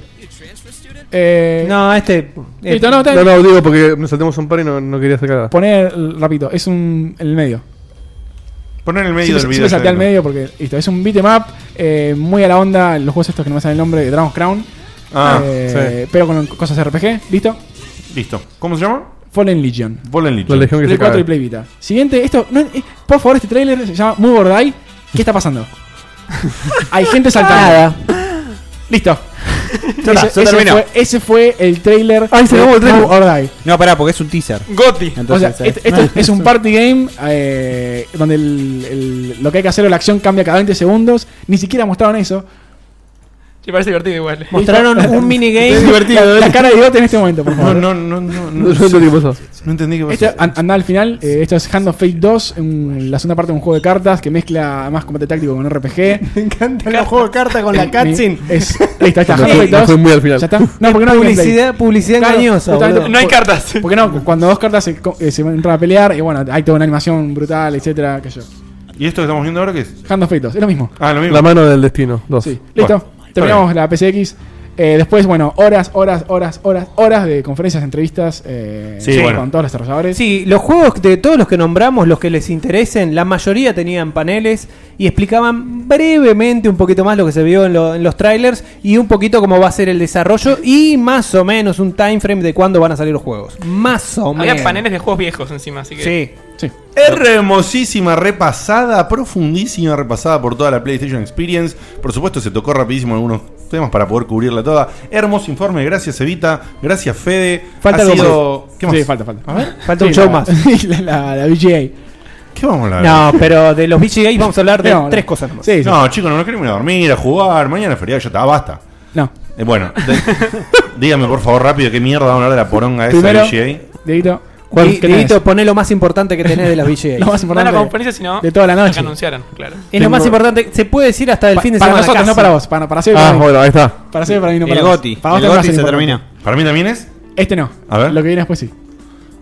S5: Eh,
S9: no, este.
S5: Listo, no, está
S4: no,
S5: bien.
S4: no, digo porque nos saltamos un par y no, no quería sacar.
S5: Poner, rápido, es un. en el medio.
S3: Poner en el medio
S5: Sí,
S3: del
S5: sí,
S3: video.
S5: sí me salté
S3: ya
S5: al
S3: digo.
S5: medio porque listo, es un beat'em up eh, muy a la onda, los juegos estos que no me salen el nombre, de Dragon's Crown.
S3: Ah,
S5: Eh, Pero con cosas RPG, ¿listo?
S3: Listo. ¿Cómo se llama?
S5: Fallen Legion.
S3: Fallen Legion.
S4: La legión que
S5: Play
S4: se
S5: 4
S4: cae.
S5: y Play Vita. Siguiente, esto, no, eh, por favor, este tráiler se llama Muy Bordai. ¿Qué está pasando? Hay gente saltada. Listo.
S18: Ya está, se terminó.
S5: fue, ese fue el tráiler.
S18: Ay, se
S5: de
S18: acabó el tráiler.
S5: Move or Die.
S18: No, pará, porque es un teaser.
S6: Goti.
S5: o
S7: eh,
S5: sea, este- esto es un party game eh, donde el- el- lo que hay que hacer o la acción cambia cada 20 segundos. Ni siquiera mostraron eso.
S6: Me parece divertido igual.
S9: Mostraron
S5: ¿Listo?
S9: un minigame.
S5: Es divertido, La, la cara de Digote en este momento, por favor.
S3: No, no, no, no.
S4: No, yo entendí qué pasó.
S3: No entendí qué pasó.
S5: Este, an- anda al final. eh, esto es Hand of Fate 2, un- la segunda parte de un juego de cartas que mezcla más combate táctico con RPG.
S18: Me encantan los juegos de cartas con la cutscene.
S5: Eh, Es, ahí está, ahí está.
S4: No,
S5: Half-Life
S4: fue- no
S5: 2.
S4: fue muy al final.
S5: Ya está. No, porque no hay
S9: Publicidad,
S5: gameplay.
S9: publicidad
S5: Claro,
S9: engañosa.
S5: justamente
S9: boludo.
S5: por- Porque no, cuando dos cartas se, co- eh, se entran a pelear, y bueno, hay toda una animación brutal, etcétera, que yo.
S3: ¿Y esto que estamos viendo ahora qué es?
S5: Hand of Fate 2, es lo mismo.
S3: Ah, lo mismo.
S4: La mano del destino. Dos.
S5: Sí, listo. Terminamos la PCX. Eh, después, bueno, horas, horas, horas, horas, horas de conferencias, entrevistas eh,
S9: Sí, bueno.
S5: con todos los desarrolladores.
S9: Sí, los juegos de todos los que nombramos, los que les interesen, la mayoría tenían paneles y explicaban brevemente un poquito más lo que se vio en, lo- en los trailers y un poquito cómo va a ser el desarrollo y más o menos un time frame de cuándo van a salir los juegos. Más o
S6: Había
S9: menos.
S6: paneles de juegos viejos encima, así que.
S5: Sí.
S3: Hermosísima repasada, profundísima repasada por toda la PlayStation Experience. Por supuesto, se tocó rapidísimo algunos temas para poder cubrirla toda. Hermoso informe, gracias Evita, gracias Fede.
S5: Falta
S3: Ha
S5: algo
S3: sido-
S5: más.
S3: ¿Qué más?
S5: Sí, falta, falta.
S3: A ver.
S9: Falta un show
S5: la-
S9: más.
S5: la, la, la VGA.
S3: ¿Qué vamos a
S9: No, pero de los BGA vamos a hablar de
S5: No, no.
S9: tres cosas nomás.
S5: Sí, sí.
S3: No, chicos, no nos queremos ir a dormir, a jugar. Mañana es feriado, ya está, basta.
S5: No.
S3: Eh, bueno, de- dígame por favor rápido qué mierda vamos a hablar de la poronga esa
S5: Primero,
S3: de VGA.
S5: Dieguito,
S9: Di-
S5: ¿cuál- qué tenés?
S9: Dieguito, poné lo más importante que tenés de los BGA.
S5: Lo más
S6: No era
S5: importante.
S6: conferencia, sino.
S5: de toda la
S6: lo
S5: noche.
S6: que anunciaron, claro.
S9: es lo más importante, se puede decir hasta el
S5: Pa-
S9: fin de
S5: para
S9: semana.
S5: nosotros,
S9: casi.
S5: no para vos. Para, para Seba y
S4: Ah,
S5: para mí.
S4: bueno, ahí está.
S5: Para Seba y para mí, no
S18: El
S5: para vos.
S18: Goti.
S5: Para vos
S18: El
S5: no va a
S18: Goti
S5: ser
S18: se
S5: importante.
S18: termina.
S3: ¿Para mí también es?
S5: Este no.
S3: A ver.
S5: Lo que viene después sí.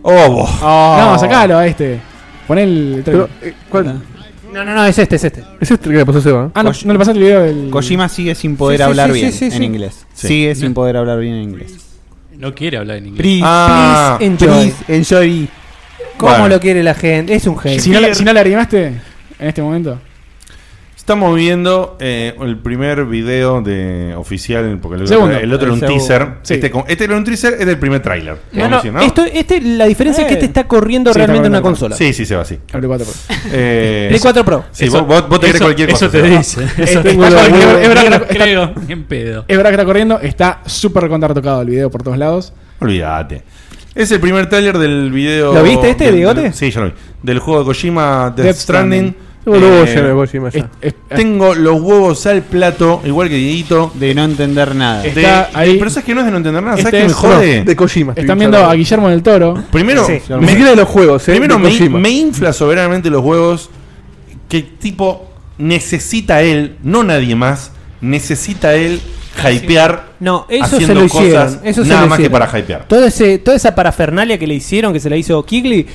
S3: Oh, vos.
S5: No, sacalo a este. Pon el trailer.
S4: eh, ¿Cuál?
S9: No, no, no, es este, es este.
S4: ¿Es este que le pasó a Seba?
S5: Ah, no, no le pasaste el video del.
S18: Kojima sigue sin poder
S9: Sí, sí,
S18: hablar
S9: sí,
S18: bien
S9: sí, sí,
S18: en
S9: sí.
S18: inglés.
S8: Sí.
S18: Sigue
S8: No.
S18: sin poder hablar bien en inglés.
S8: No quiere hablar en inglés.
S18: Please,
S3: Ah,
S9: please enjoy.
S18: please, enjoy.
S9: ¿Cómo
S3: Bueno.
S9: lo quiere la gente? Es un genio.
S5: Si no, la- si no la arrimaste en este momento.
S3: Estamos viendo eh, el primer video de oficial, porque el otro,
S5: Segundo.
S3: el otro era un
S5: El segundo.
S3: teaser.
S5: Sí.
S3: Este, con- este era un teaser, este es el primer tráiler.
S9: No,
S3: podemos
S9: no,
S3: decir, ¿no?
S9: Esto, este, la diferencia es que este está corriendo
S5: Eh. Sí, está
S9: realmente en una
S5: corriendo.
S9: consola.
S3: Sí, sí, se va así.
S5: El Play 4 Pro.
S3: Eh,
S9: Play 4 Pro. Este
S3: Sí, vos, vos, vos te crees cualquier
S8: eso
S3: cosa.
S8: te
S3: ¿no?
S8: dice.
S5: Es
S8: Eso
S5: Este es-
S8: te
S5: es
S8: dice.
S5: verdad que- es verdad que
S8: Ni
S5: está-
S8: lo
S5: está-
S8: creo, ni en pedo.
S5: es verdad que está corriendo. Está súper recontra tocado el video por todos lados.
S3: Olvídate. Es el primer tráiler del video.
S9: ¿Lo viste este,
S3: del-
S9: Diegote?
S3: del- Sí, ya lo vi. Del juego de Kojima Death,
S5: Death
S3: Stranding.
S4: Boludo,
S3: Eh,
S4: ya me voy, Jimmy, ya.
S5: Es- es-
S3: tengo los huevos al plato, igual que Dieguito.
S18: De no entender nada.
S5: Es-
S3: De-
S5: Está ahí.
S3: Pero sabes que no es de no entender
S4: Ah,
S3: nada,
S5: Este
S3: ¿sabes qué me
S5: es-
S3: jode?
S4: De Kojima. estoy
S5: Están viendo
S4: charlando.
S5: a Guillermo del Toro.
S3: Primero,
S9: Sí.
S4: Ni siquiera de los juegos, eh.
S3: Primero
S4: de
S3: me,
S4: Kojima.
S3: me infla soberanamente los huevos que tipo necesita él, no nadie más. necesita él hypear
S9: No, eso se
S3: haciendo
S9: lo
S3: cosas
S9: hicieron. Eso se
S3: nada
S9: lo
S3: más que
S9: hicieron.
S3: para hypear.
S9: Todo ese, toda esa parafernalia que le hicieron, que se la hizo Kigley,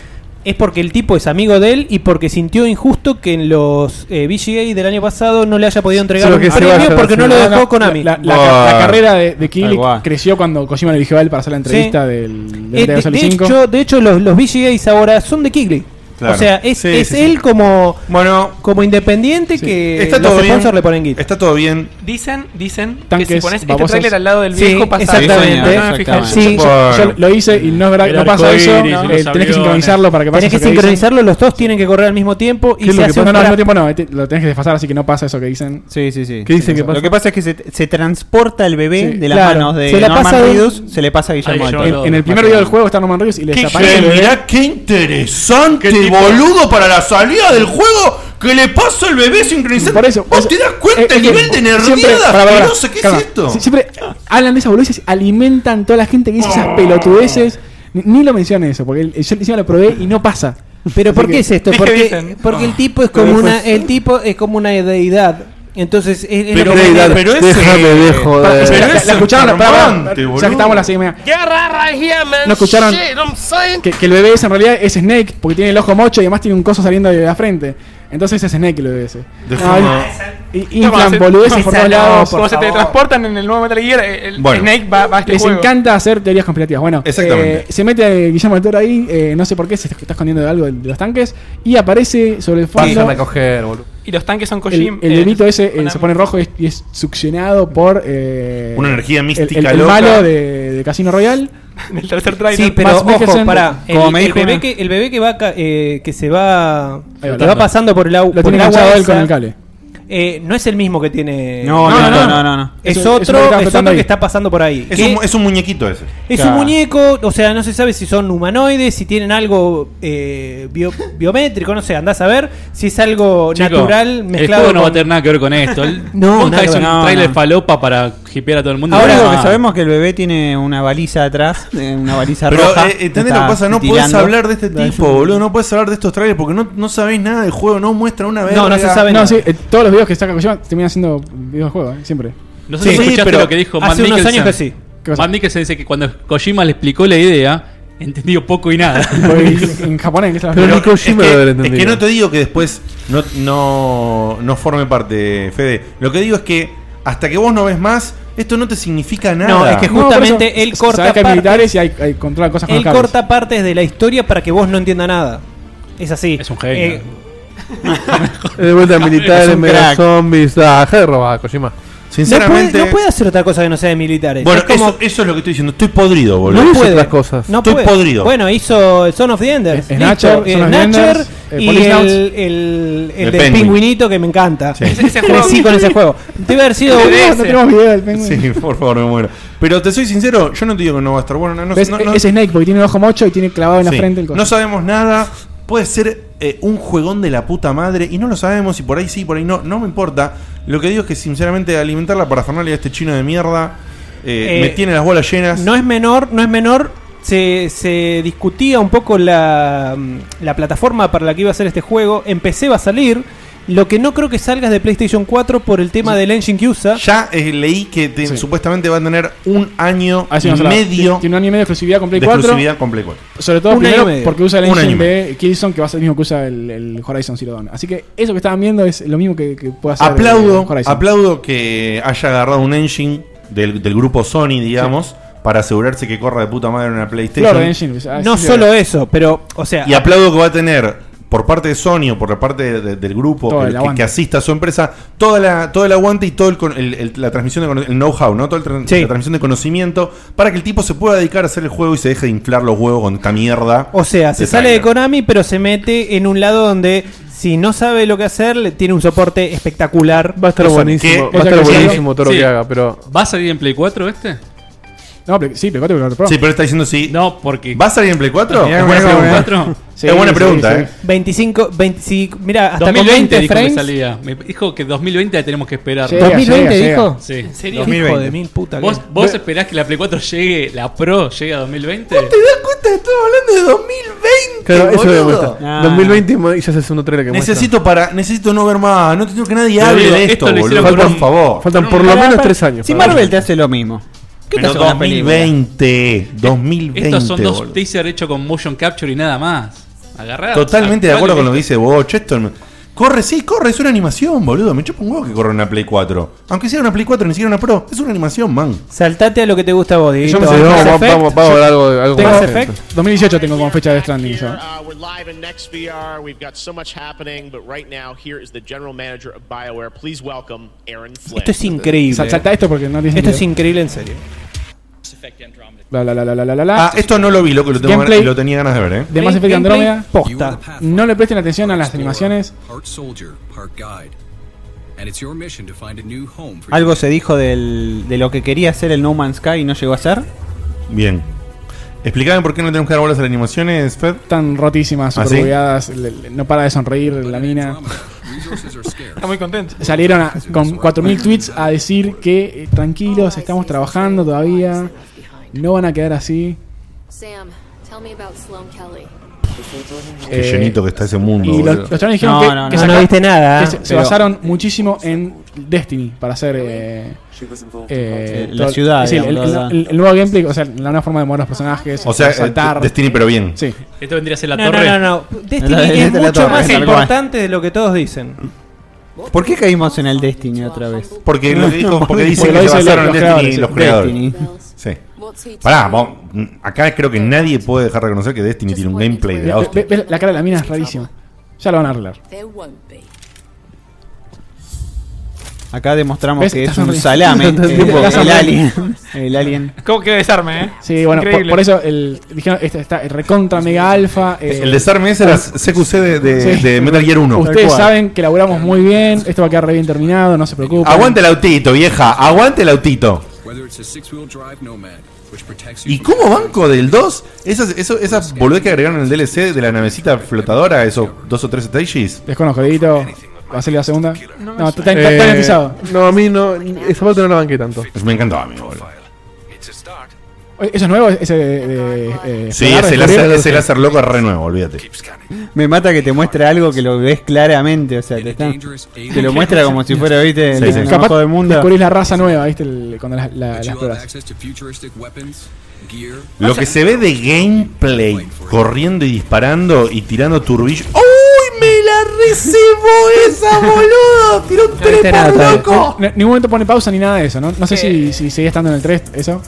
S9: es porque el tipo es amigo de él y porque sintió injusto que en los eh, VGA del año pasado no le haya podido entregar
S5: Solo
S9: un
S5: que se
S9: premio
S5: vayan,
S9: porque
S5: sí.
S9: no lo
S5: No,
S9: dejó
S5: no,
S9: Konami.
S5: La, la- la carrera de, de Kili creció cuando Kojima le dijo a él para hacer la entrevista
S9: Sí.
S5: del, del
S9: Eh,
S5: Metal
S9: de,
S5: Gear Solid
S9: de
S5: 5.
S9: hecho, de hecho, los, los VGAs ahora son de Kigley.
S5: Claro.
S9: O sea, es,
S5: Sí,
S9: es
S5: sí, sí.
S9: él como,
S3: bueno,
S9: como independiente que
S6: Está
S9: los
S6: todo bien.
S9: sponsors le ponen guita.
S3: Está todo bien.
S6: Dicen, dicen que si
S5: Tanques,
S6: pones este
S5: babosas.
S6: trailer al lado del
S5: Sí,
S6: viejo pasa
S5: exactamente.
S6: algo. No me fijé.
S5: Sí, yo, yo lo hice y no, es verdad,
S6: El
S5: no pasa
S6: arcoíris
S5: eso.
S6: y los
S5: eh, tenés que
S6: aviones.
S5: sincronizarlo para que pase
S9: Tenés que
S5: eso que dicen.
S9: sincronizarlo, los dos tienen que correr al mismo tiempo
S5: ¿Qué
S9: y
S5: es
S9: se
S5: lo que pasa?
S9: hace un
S5: No, al
S9: tra-
S5: mismo tiempo no, te- lo tenés que desfasar, así que no pasa eso que dicen.
S18: Sí, sí, sí.
S5: ¿Qué dicen que pasa?
S18: Lo que pasa es que se, se transporta el bebé
S5: Sí,
S18: de las
S5: claro.
S18: manos de
S5: Se la
S18: Norman
S5: pasa de-
S18: Reedus, se le pasa a Guillermo del
S5: en,
S18: Toro.
S5: en el primer video del juego está Norman Reedus y le
S3: ¿Qué,
S5: desaparece. el
S3: gen-
S5: bebé.
S3: mirá qué interesante,
S5: ¿Qué tipo?
S3: boludo, para la salida del juego que le pasa al bebé sincronizado. Por eso, ¿Vos te das cuenta el nivel de
S5: Siempre-
S3: nerviada
S5: pará, pará,
S3: asquerosa
S5: pará.
S3: que
S5: Calma.
S3: es esto?
S5: Sie- Siempre hablan de esas boludeces, alimentan toda la gente que dice esas pelotudeces. Ni, ni lo mencionan eso, porque el- yo encima lo probé y no pasa.
S9: Pero
S5: Así
S9: ¿por
S5: que- Ah.
S9: qué es esto? Porque, porque el tipo es
S5: Pero
S9: como una
S5: después-
S9: el tipo es como una deidad. Entonces es, es
S5: Pero
S9: lo que-
S5: deidad, Pero ese- déjame de joder.
S9: Para-
S5: Pero
S9: la-
S5: ese
S9: la escucharon la
S5: enfermante,
S9: palabra.
S5: boludo. estamos a la CMA. No escucharon que, que el bebé ese en realidad es Snake, porque tiene el ojo mocho y además tiene un coso saliendo de la frente. Entonces es Snake el bebé ese.
S3: Dejá-
S5: Ay,
S3: No.
S5: y- inflan boludeces por todos lados.
S6: Cuando se teletransportan en el nuevo Metal Gear, eh, el
S5: Bueno.
S6: Snake va, va a este
S5: Les
S6: juego.
S5: encanta hacer teorías conspirativas. Bueno,
S6: Exactamente.
S5: eh, se mete Guillermo del Toro ahí, eh, no sé por qué, se está escondiendo de algo de los tanques, y aparece sobre el fondo.
S6: coger, boludo. Y los tanques son Kojima.
S5: El, el bebito ese eh, se pone rojo y es, y es succionado por. eh,
S3: Una energía
S5: el-
S3: mística
S5: El, el
S3: loca.
S5: malo de, de Casino Royale.
S6: Del tercer
S9: Sí, pero
S5: Mads
S9: ojo,
S5: Mikkelsen.
S9: para el,
S5: Como me
S9: el
S5: dijo
S9: bebé
S5: una-
S9: que el bebé que va ca- eh, que se va
S5: Ahí va,
S9: que va
S5: Lando.
S9: pasando por el, au-
S5: Lo
S9: por
S5: tiene
S9: el agua
S5: enganchado él
S9: esa,
S5: con el cable.
S9: eh, no es el mismo que tiene
S5: No, no, no, no, no, no. Es
S9: Es,
S5: un- es uno que
S9: otro,
S5: está
S9: es
S5: flotando
S9: otro
S5: ahí.
S9: que está pasando por ahí.
S3: Es
S9: Que-
S3: un, es un muñequito ese.
S9: Es un muñeco, o sea, no se sabe si son humanoides, si tienen algo eh, bio- biométrico, no sé, andás a ver si es algo
S8: Chico,
S9: natural
S8: El
S9: mezclado
S8: juego no va a
S9: con-
S8: tener nada que ver con esto. El
S9: No,
S8: Ponja
S9: nada que
S8: hizo
S9: ver.
S8: un
S9: No,
S8: trailer
S9: no.
S8: falopa para hipear a todo el mundo.
S18: Ahora
S8: No.
S18: lo que sabemos es que el bebé tiene una baliza atrás, eh, una baliza
S3: Pero
S18: roja.
S3: eh, entendés lo
S18: está
S3: que pasa, no podés
S18: tirando.
S3: hablar de este tipo, boludo, no podés hablar de estos trailers porque no, no sabés nada del juego, no muestra una vez.
S5: No, sí, eh, todos los videos que saca Kojima terminan siendo videos de juego, eh, siempre.
S8: No sé si escuchaste lo que dijo Matt Mikkelsen.
S5: ¿Qué cosa?
S8: Matt Mikkelsen dice que cuando Kojima le explicó la idea, entendió poco y nada.
S5: Porque en japonés, que es la-
S3: Pero es, que, es que no te digo que después no, no, no forme parte, Fede. Lo que digo es que hasta que vos no ves más, esto no te significa nada.
S9: No, es que justamente él corta
S5: Sabés que hay
S9: partes.
S5: militares y hay, hay controla cosas con
S9: Él
S5: los cables.
S9: corta partes de la historia para que vos no entiendas nada. Es así. Eh, Es un
S8: genio.
S4: Eh, De vuelta
S9: Es
S4: militares,
S9: un
S4: mega
S9: crack.
S4: zombies. Ah, dejá de robar, Kojima.
S9: No puede, no puede hacer otra cosa que no sea de militares.
S4: Bueno,
S9: Es como-
S3: Eso, eso Eh, es lo que estoy diciendo. Estoy podrido, boludo.
S4: No
S3: Estoy
S4: hizo
S3: podrido.
S4: otras cosas.
S9: No
S3: Estoy
S9: puede.
S3: podrido.
S9: Bueno, hizo el Son of the Enders.
S3: Eh,
S9: Listo,
S3: Snatcher,
S9: eh,
S3: Son of the
S9: Snatcher
S3: Enders, eh,
S9: y el,
S3: Police Notes.
S9: el- el
S3: El
S9: del
S3: Penguin.
S9: pingüinito que me encanta. Crecí con ese juego. Debe haber sido.
S3: Sí, por favor, me muero. Pero te soy sincero, yo no te digo que no va a estar bueno. No, no,
S5: ¿Ves?
S3: no-
S5: E-
S3: no-
S5: es Snake porque tiene el ojo mocho y tiene clavado en la
S3: Sí.
S5: frente el coso.
S3: No sabemos nada. Puede ser eh, un juegón de la puta madre y no lo sabemos. Y por ahí sí, por ahí no. No me importa. Lo que digo es que, sinceramente, alimentar la parafernalia de este chino de mierda eh,
S9: Eh,
S3: me tiene las bolas llenas.
S9: No es menor, no es menor. Se, se discutía un poco la, mm, la plataforma para la que iba a ser este juego. Empecé va a salir. Lo que no creo que salga es de PlayStation 4 por el tema del engine que usa.
S3: Ya eh, leí que supuestamente va a tener un año
S5: Así
S3: y
S5: vamos a hablar.
S3: medio
S5: Tiene un año y medio de exclusividad con
S3: de
S5: Play 4.
S3: exclusividad con Play 4.
S5: Sobre todo
S3: Un año
S5: primero
S3: y medio.
S5: porque usa el
S3: Un año y
S5: engine de Killzone que va a ser el mismo que usa el, el Horizon Zero Dawn. Así que eso que estaban viendo es lo mismo que, que puede hacer eh,
S3: Aplaudo,
S5: Horizon.
S3: aplaudo que haya agarrado un engine del, del grupo Sony, digamos, para asegurarse que corra de puta madre en una PlayStation.
S5: Flor de engine, pues, ah,
S9: No
S5: sí,
S9: solo
S5: sí.
S9: eso, pero, o sea.
S3: Y aplaudo que va a tener por parte de Sony o por la parte de- de- del grupo
S5: Todo
S3: que-
S5: el
S3: que,
S5: aguante.
S3: que asista a su empresa, toda la, todo el aguante y todo el, con- el- el- la transmisión de cono- el know-how, ¿no? Toda el tran- la transmisión de conocimiento para que el tipo se pueda dedicar a hacer el juego y se deje de inflar los huevos con esta mierda.
S9: O sea, se
S3: de
S9: sale de Konami, pero se mete en un lado donde si no sabe lo que hacer, le tiene un soporte espectacular.
S4: Va a estar
S9: Eso,
S4: buenísimo.
S9: que-
S4: Va a estar
S9: que-
S4: buenísimo todo lo
S8: Sí.
S4: que haga, pero.
S8: ¿Va a salir en Play 4 este?
S5: No, Play- sí, Play 4 Play 4 Pro.
S3: Sí, pero está diciendo sí.
S8: No, porque.
S3: ¿Va a salir en Play 4?
S5: Mirá,
S3: Es buena
S5: mirá,
S3: pregunta.
S5: mirá.
S8: Sí,
S3: es buena
S8: sí,
S3: pregunta,
S8: sí.
S3: ¿eh?
S9: 25, 25. Mira, hasta
S8: 2020
S9: con 20
S8: dijo
S9: frames.
S8: que salía. Me dijo que 2020 la tenemos que esperar.
S9: Llega, ¿2020 llega, dijo?
S8: Sí.
S9: ¿En serio? Hijo 2020. de mil puta que-
S8: ¿Vos, vos esperás que la Play 4 llegue, la Pro llegue a 2020?
S4: Claro, eso
S3: boludo.
S4: lo muestra.
S3: Nah.
S4: 2020 y ya es el segundo trailer que muestra. Eh,
S3: Necesito para necesito no ver más, no quiero que nadie hable
S4: Boludo,
S9: eh.
S3: de
S4: esto
S3: esto,
S4: lo
S3: boludo.
S4: hicieron
S3: Faltan,
S4: con
S3: por
S4: un-
S3: favor.
S4: faltan por lo menos tres años
S18: Si
S4: para
S18: Marvel
S4: verlo.
S18: te hace lo mismo. ¿Qué te
S3: Pero
S18: hace con la película?
S3: 2020, 2020.
S8: Estos son dos
S3: boludo.
S8: teasers hechos con motion capture y nada más. Agarrá.
S3: Totalmente de
S8: actual
S3: acuerdo
S8: y
S3: con lo que dice Boch. Esto no- corre, sí, corre, es una animación, boludo. Me chupa un huevo que corre una Play 4. Aunque sea una Play 4, ni siquiera una Pro. Es una animación, man.
S9: Saltate a lo que te gusta a vos, Dieguito.
S3: Yo me sé-
S9: Mass
S3: vamos,
S9: Effect.
S3: vamos, vamos a ver algo- algo
S9: Mass
S3: más.
S9: Effect.
S5: 2018 tengo como fecha de Stranding. yo.
S19: Uh, we're live in Next VR. We've got so much happening, but right now, here is the general manager of BioWare. Please welcome Aaron Flynn.
S9: Esto es increíble.
S5: Sal- salta esto porque no tiene
S9: Esto es
S5: sentido.
S9: increíble en serio.
S5: La, la, la, la, la, la, la.
S3: Ah, esto no lo vi, loco, lo, tengo
S5: Gameplay
S3: ganas- lo tenía ganas de ver, ¿eh?
S5: De Mass Effect
S9: Gameplay
S5: Andromeda. Posta. No le presten atención a las animaciones.
S20: Part soldier, part guide. And it's your mission to find a new home for
S18: Algo se dijo del- de lo que quería hacer el No Man's Sky y no llegó a ser.
S3: Bien. Explícame por qué no tenemos que dar bolas a las animaciones, Fed.
S5: Están rotísimas,
S3: ¿Ah,
S5: super
S3: sí?
S5: bugueadas, le- le- No para de sonreír la mina.
S18: Está muy contento.
S5: Salieron a- con 4.000 tweets a decir que eh, tranquilos, estamos trabajando todavía. No van a quedar así.
S21: Sam, tell me about Sloan Kelly.
S3: Qué llenito que está ese mundo.
S5: Eh, Y los,
S3: boludo.
S5: los chabones dijeron que, que
S9: no,
S5: saca-
S9: viste nada,
S5: que
S9: ¿eh?
S5: se, se
S9: Pero-
S5: basaron muchísimo en Destiny para hacer eh, eh,
S18: La
S5: todo-
S18: ciudad,
S5: sí, el,
S18: digamos,
S5: el-
S18: la-
S5: el- el nuevo gameplay, o sea, la nueva forma de mover los personajes,
S3: O sea, eh,
S5: saltar.
S3: Destiny, pero bien.
S5: Sí.
S8: Esto vendría a ser la
S9: No,
S8: torre.
S9: no, no, no. Destiny
S18: La-
S9: es
S18: la
S9: mucho
S18: torre,
S9: más
S18: tal cual.
S9: importante de lo que todos dicen.
S18: ¿Por qué caímos en el Destiny otra vez?
S3: Porque lo que dijo, porque dicen que se basaron en Destiny los creadores. Sí. Pará, vamos, mm, acá creo que nadie puede dejar de reconocer que Destiny tiene un gameplay de
S5: Mira, ve-
S3: hostia.
S5: ve- ve la cara de la mina es rarísima. Ya lo van a arreglar.
S18: Acá demostramos
S5: ¿Ves?
S18: que es
S5: Está
S18: un
S5: sonriendo.
S18: salame.
S5: Está
S18: eh,
S5: sonriendo.
S18: el alien. El alien.
S6: ¿Cómo que desarme, eh?
S5: Sí, bueno, por,
S6: Increíble.
S5: por eso el, dijeron, este está el recontra mega alfa. eh,
S3: El desarme ese era CQC de, de-
S5: Sí.
S3: de Metal Gear 1.
S5: Ustedes saben que laburamos muy bien, esto va a quedar re bien terminado, no se preocupen.
S3: Aguante el autito, vieja. Aguante el autito.
S20: whether it's a six-wheel drive Nomad, which protects you
S3: ¿Y
S20: from
S3: cómo banco del 2? Esas, eso, esas boludez que agregaron en el DLC de la navecita flotadora, esos dos o tres stages.
S5: Desconozco, Edito. ¿Va a salir la segunda? No, está, está,
S4: Eh,
S5: está garantizado.
S4: No, a mí no. Esa parte no la banqué tanto.
S3: pues Me encantó a mí, boludo.
S5: Oye, ¿Eso es nuevo? Ese de, de- eh,
S3: Sí,
S5: explorar,
S3: ese
S5: descubrir?
S3: láser, ese láser loco es re nuevo, olvídate.
S18: Me mata que te muestre algo que lo ves claramente. O sea, te, están- te lo muestra como si fuera, viste, el
S5: Capaz
S18: mejor del mundo.
S5: descubrís la raza nueva, ¿viste? El- cuando la, la, la exploras.
S20: access to futuristic weapons, gear.
S3: Lo que se ve de gameplay, corriendo y disparando y tirando turbillo. ¡Uy, me la recebo esa, boludo! ¡Tiró un trepa,
S1: eh.
S3: loco!
S5: En ningún momento pone pausa ni nada de eso, ¿no? No sé si, si sigue estando en el 3, ¿eso?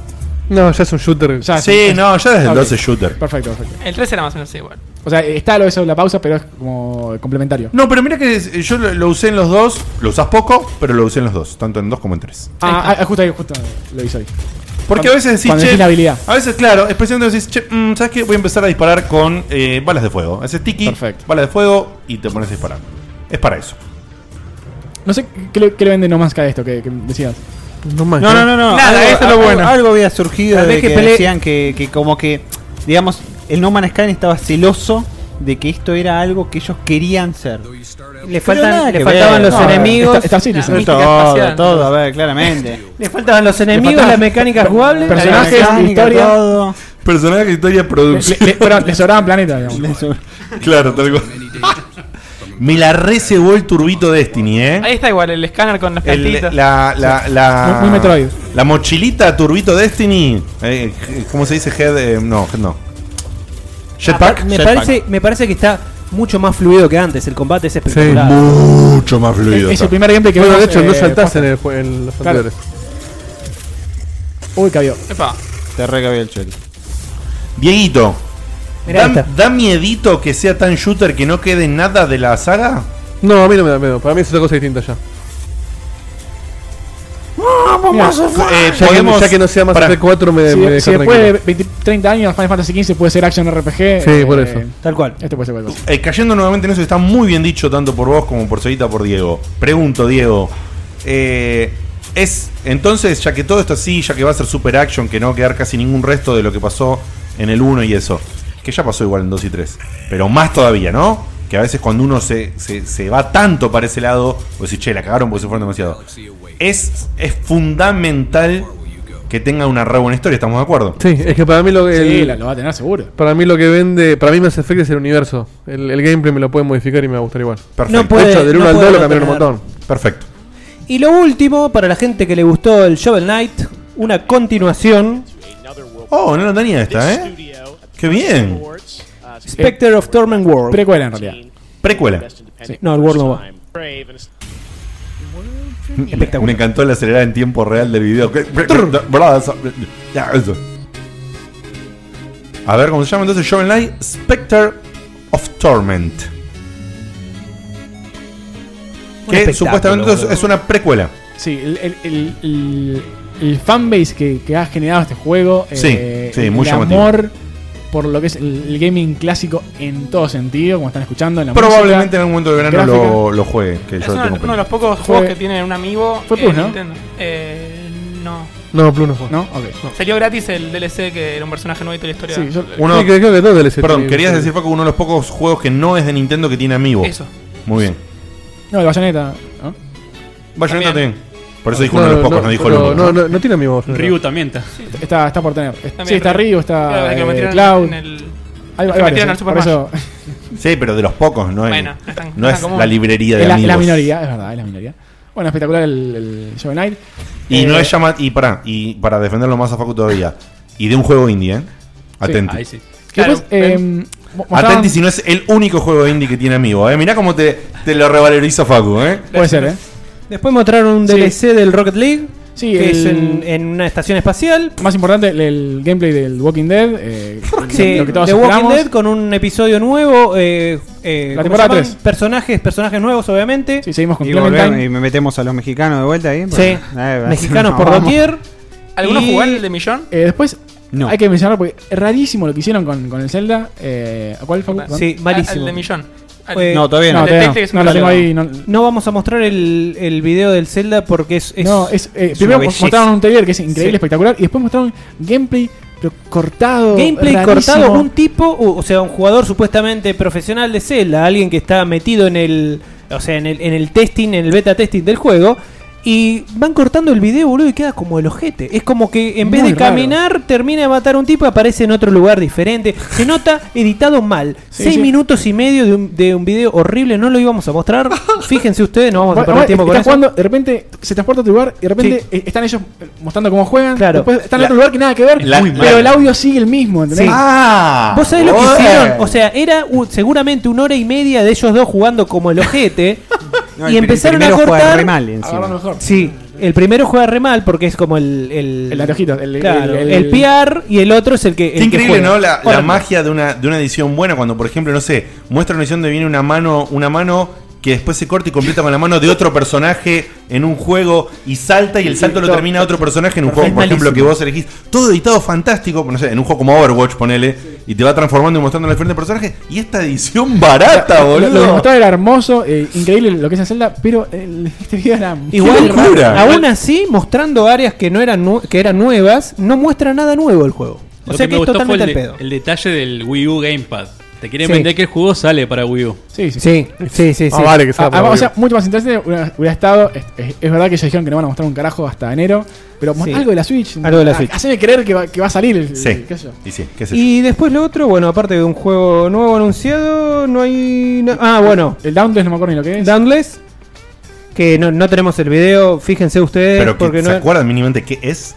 S4: No, ya es un shooter.
S5: Ya,
S3: Ah, Sí,
S5: es-
S3: no, ya desde el
S5: Ok.
S3: 12 shooter.
S5: Perfecto, perfecto.
S6: El 3 era más o menos igual.
S5: O sea, está lo de eso de la pausa, pero es como complementario.
S3: No, pero mira que es- yo lo, lo usé en los dos. Lo usás poco, pero lo usé en los dos. Tanto en dos como en tres.
S5: Ah, ah, justo ahí, justo lo hice hoy.
S3: Porque a
S5: Cuando-
S3: veces decís,
S5: cuando elegí
S3: che,
S5: la habilidad.
S3: a veces, claro, especialmente decís, che, mm, ¿sabes qué? Voy a empezar a disparar con eh, balas de fuego. Haces tiki, balas de fuego y te pones a disparar. Es para eso.
S5: No sé qué le, qué le vende No Man's Sky a esto que, que decías.
S4: No Man's
S18: No, no, no, no.
S5: Nada,
S18: algo,
S5: esto es lo
S18: algo-
S5: bueno.
S18: Algo había surgido
S5: Tal vez
S18: de
S5: que
S18: que,
S5: pele-
S18: decían que, que como que, digamos, el No Man's Sky estaba celoso de que esto era algo que ellos querían ser.
S9: Le,
S18: Pero nada
S9: faltan, le
S18: que
S9: faltaban
S18: ver.
S9: los
S18: No,
S9: enemigos.
S18: está- está Citizen. Todo, todo, a ver, claramente.
S9: Le faltaban los enemigos,
S18: faltaba-
S9: las mecánicas jugables.
S18: Personajes, La mecánica, historia. todo.
S3: Personaje, historia, producción.
S5: Le, le- perdón, le sobraban planetas, digamos.
S3: Claro, tal cual. Me la recebó el turbito Destiny, ¿eh?
S6: Ahí está igual, el escáner con las
S3: El-
S6: plantitas.
S3: la, la, la,
S6: Muy- muy Metroid.
S3: La mochilita Turbito Destiny. eh, ¿Cómo se dice? Head. eh, no, head no.
S5: Ah,
S3: Jetpack.
S9: Me
S3: Jetpack.
S9: parece, me parece que está mucho más fluido que antes. El combate es espectacular.
S3: mucho más fluido.
S9: Es el
S3: está.
S9: primer gameplay que
S4: Bueno, de
S9: vemos,
S4: hecho, no
S9: eh,
S4: saltás
S9: Fafa.
S4: en, el, jue- en los
S9: Claro.
S4: anteriores.
S5: Uy, cabió.
S6: Epa.
S18: Te recabió el chori.
S3: Dieguito.
S9: Mirá
S3: da, da miedito que sea tan shooter que no quede nada de la saga?
S4: No, a mí no me da miedo. Para mí es otra cosa distinta ya.
S5: Mira,
S3: Eh,
S4: Ya que-
S3: podemos-
S4: ya que no sea más
S3: pará.
S4: de 4 me,
S5: si,
S4: me deja
S5: si después
S4: tranquilo.
S5: de 20, 30 años Final Fantasy XV puede ser action RPG.
S4: Sí, por eso.
S9: Tal cual.
S5: Este puede ser cualquier cosa.
S3: Eh, cayendo nuevamente en eso, está muy bien dicho tanto por vos como por Solita por Diego. Pregunto, Diego. eh, Es, entonces, ya que todo está así, ya que va a ser super action, que no va a quedar casi ningún resto de lo que pasó en el 1 y eso. Que ya pasó igual en 2 y 3. Pero más todavía, ¿no? Que a veces cuando uno se, se, se va tanto para ese lado, pues decís, che, la cagaron porque se fueron demasiado. Es, es fundamental que tenga una re buena historia, ¿estamos de acuerdo?
S4: Sí, es que para mí lo que.
S5: Sí, la- lo va a tener seguro.
S4: Para mí lo que vende, para mí Mass Effect es el universo. El, el gameplay me lo pueden modificar y me va a gustar igual.
S9: No puede-
S4: de hecho, del
S9: no
S4: 1 al
S9: puede
S4: 2 lo
S9: no
S4: cambiaron un
S9: tener.
S4: montón.
S3: Perfecto.
S9: Y lo último, para la gente que le gustó el Shovel Knight, una continuación.
S3: Oh, no lo tenía esta, ¿eh? Qué bien.
S9: Spectre of Torment
S5: Eh,
S9: World.
S5: Precuela en realidad.
S3: Precuela.
S9: Sí. No, el World no va.
S3: Me encantó la acelerada en tiempo real del video. Que- Ya, eso. A ver cómo se llama entonces Shovel Knight Spectre of Torment. Que
S5: espectáculo,
S3: supuestamente es-
S5: boludo.
S3: es una precuela.
S5: Sí, el, el, el, el- el fanbase que, que ha generado este juego.
S3: Sí, sí, muy
S5: el
S3: llamativo.
S5: amor por lo que es el, el gaming clásico en todo sentido, como están escuchando. En la
S3: Probablemente
S5: música,
S3: en algún momento del verano
S5: gráfica.
S3: lo, lo juegue. Que yo lo
S6: uno,
S3: tengo
S6: uno de los pocos
S5: Fue-
S6: juegos que tiene un amigo.
S5: fue
S6: en
S5: Plus, ¿no?
S6: Nintendo. Eh, no.
S4: No, Plus no fue.
S5: No, ok.
S6: Salió gratis el DLC que era un personaje nuevo y toda la historia.
S5: Sí, yo-
S3: Uno-
S4: Sí, creo- creo que todo DLC
S3: Perdón,
S4: tiene-
S3: querías decir, Facu, uno de los pocos juegos que no es de Nintendo que tiene amigo.
S6: Eso.
S3: Muy bien.
S5: No, el Bayonetta. ¿no?
S3: Bayonetta también. Por eso dijo
S4: No,
S3: uno de los
S4: no,
S3: pocos, no, dijo el
S4: pero
S3: único.
S4: no, no, no tiene amigos.
S8: Ryu también está.
S5: Está, está por tener. sí, está
S6: pero-
S5: Ryu, está
S6: Claro, desde que lo
S5: eh,
S6: metieron
S5: Cloud.
S6: en el-
S5: Hay- hay
S6: desde que
S5: varios,
S6: metieron al
S5: eh,
S6: Super
S5: por eso-
S3: Sí, pero de los pocos, no es,
S6: Bueno, están-
S3: no
S6: están
S3: es
S6: como-
S3: la librería de
S5: es la, es
S3: amigos.
S5: la minoría, es verdad, es la minoría. Bueno, espectacular el, el Shovel Knight.
S3: Y
S5: Eh,
S3: no es llama y para y para defenderlo más a Facu todavía. Y de un juego indie, ¿eh? Atenti.
S8: Ahí sí.
S5: Después, eh, mo- mostraban-
S3: Atenti si no es el único juego indie que tiene amigo, ¿eh? Mirá cómo te, te lo revaloriza Facu, ¿eh?
S5: Puede ser, ¿eh?
S9: Después mostraron un
S5: Sí.
S9: DLC del Rocket League.
S5: Sí,
S9: que
S5: el-
S9: es en, en una estación espacial.
S5: Más importante, el, el gameplay del Walking Dead. eh,
S9: Sí,
S5: lo que todos
S9: The Walking
S5: esperamos.
S9: Dead con un episodio nuevo. eh, eh,
S5: La
S9: ¿cómo
S5: temporada
S9: se llaman?
S5: tres.
S9: Personajes, personajes nuevos, obviamente.
S5: Sí, seguimos con
S9: y
S18: Y, volvemos,
S9: volvemos-
S18: y me metemos a los mexicanos de vuelta ahí.
S9: Sí.
S3: Eh,
S9: Mexicanos por doquier.
S6: ¿Alguno
S9: Y-
S6: jugó el de Millón?
S5: Eh, después,
S18: No.
S5: hay que mencionar porque es rarísimo lo que hicieron con, con el Zelda. Eh, ¿Cuál fue?
S9: Sí, malísimo.
S6: Al Ah, de Millón. Al-
S9: Eh,
S5: No, todavía no.
S6: al de
S5: No, todavía
S6: Telltale, que es un
S5: No, lo tengo
S6: regalo.
S5: ahí, no-
S9: No vamos a mostrar el, el video del Zelda porque es. es
S5: no, es, eh,
S9: es
S5: primero
S9: una
S5: mostraron
S9: belleza.
S5: un trailer que es increíble,
S9: Sí.
S5: espectacular. Y después mostraron gameplay, pero cortado.
S9: Gameplay
S5: rarísimo.
S9: cortado, un tipo, o o sea, un jugador supuestamente profesional de Zelda, alguien que está metido en el, o sea, en el, en el testing, en el beta testing del juego, y van cortando el video, boludo, y queda como el ojete. Es como que en vez
S5: Muy
S9: de
S5: raro.
S9: caminar, termina de matar a un tipo y aparece en otro lugar diferente. Se nota editado mal.
S5: Sí,
S9: Seis
S5: sí.
S9: minutos y medio de un, de un video horrible, no lo íbamos a mostrar. Fíjense ustedes, no vamos a
S5: Bueno,
S9: perder
S5: además,
S9: tiempo con
S5: estás
S9: eso.
S5: jugando, de repente se transporta a otro lugar y de repente eh, están ellos eh, mostrando cómo juegan.
S9: Claro.
S5: Después están en
S9: La-
S5: otro lugar que nada que ver,
S9: la- Ah,
S5: pero
S9: la-
S5: el audio sigue el mismo, ¿entendés?
S9: Sí.
S18: Ah,
S9: ¿Vos sabés lo que
S5: joder.
S9: hicieron? O sea, era u- seguramente una hora y media de ellos dos jugando como el ojete.
S18: No, el
S9: y
S18: pri-
S9: empezaron a
S18: primero juega
S9: cortar.
S18: re mal encima.
S5: Agarra mejor.
S9: Sí, el primero juega re mal porque es como el. El,
S5: El antojito, el-
S9: claro,
S5: el-
S9: el,
S5: el-
S9: PR y el otro es el que. el
S3: Qué
S9: que
S3: increíble,
S9: juega.
S3: ¿no? La, la
S9: Ahora,
S3: magia de una, de una edición buena, cuando por ejemplo, no sé, muestra una edición de viene una mano, una mano que después se corta y completa con la mano de otro personaje en un juego y salta y el salto lo termina otro personaje en un juego, por ejemplo, que vos elegís. Todo editado fantástico, no sé, en un juego como Overwatch, ponele, y te va transformando y mostrando al frente personaje. Y esta edición barata,
S5: Lo- Lo, que
S3: boludo.
S5: mostraba era hermoso, eh, increíble lo que es la celda, pero el- este video era
S9: Igual,
S5: Qué locura.
S9: aún así, mostrando áreas que no eran nu- que eran nuevas, no muestra nada nuevo el juego. O
S8: Lo
S9: sea
S8: me
S9: que es
S8: gustó fue
S9: totalmente
S8: el,
S9: al
S8: de-
S9: pedo.
S8: el detalle del Wii U Gamepad. Te quieren
S9: Sí.
S8: vender que el juego sale para Wii U.
S5: Sí, sí.
S9: Sí, sí, sí.
S8: Ah,
S5: sí.
S8: vale, que sea
S5: Ah,
S8: para
S5: O
S8: Wii
S5: sea, mucho más interesante hubiera, hubiera estado. Es, es- es verdad que ellos dijeron que no van a mostrar un carajo hasta enero, pero mo-
S9: Sí.
S5: algo de la Switch.
S9: Algo de la
S5: ha-
S9: Switch.
S5: Haceme creer que va, que va a salir. el-
S3: Sí,
S5: qué sé yo.
S3: y sí, qué sé yo.
S9: Y después lo otro, bueno, aparte de un juego nuevo anunciado, no hay. na- ah, bueno.
S5: El Downless no me acuerdo ni lo que es.
S9: Downless. Que no, no tenemos el video, fíjense ustedes.
S3: Pero que-
S9: porque
S3: ¿se
S9: no,
S3: acuerdan mínimamente qué es?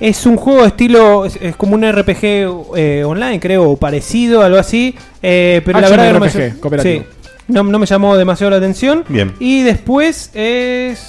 S9: es un juego estilo. Es, es como un RPG eh, online, creo, o parecido, algo así. eh, pero
S5: Action
S9: la verdad que no
S5: RPG,
S9: me-
S5: cooperativo.
S9: sí, no, no me llamó demasiado la atención.
S3: Bien.
S9: Y después es.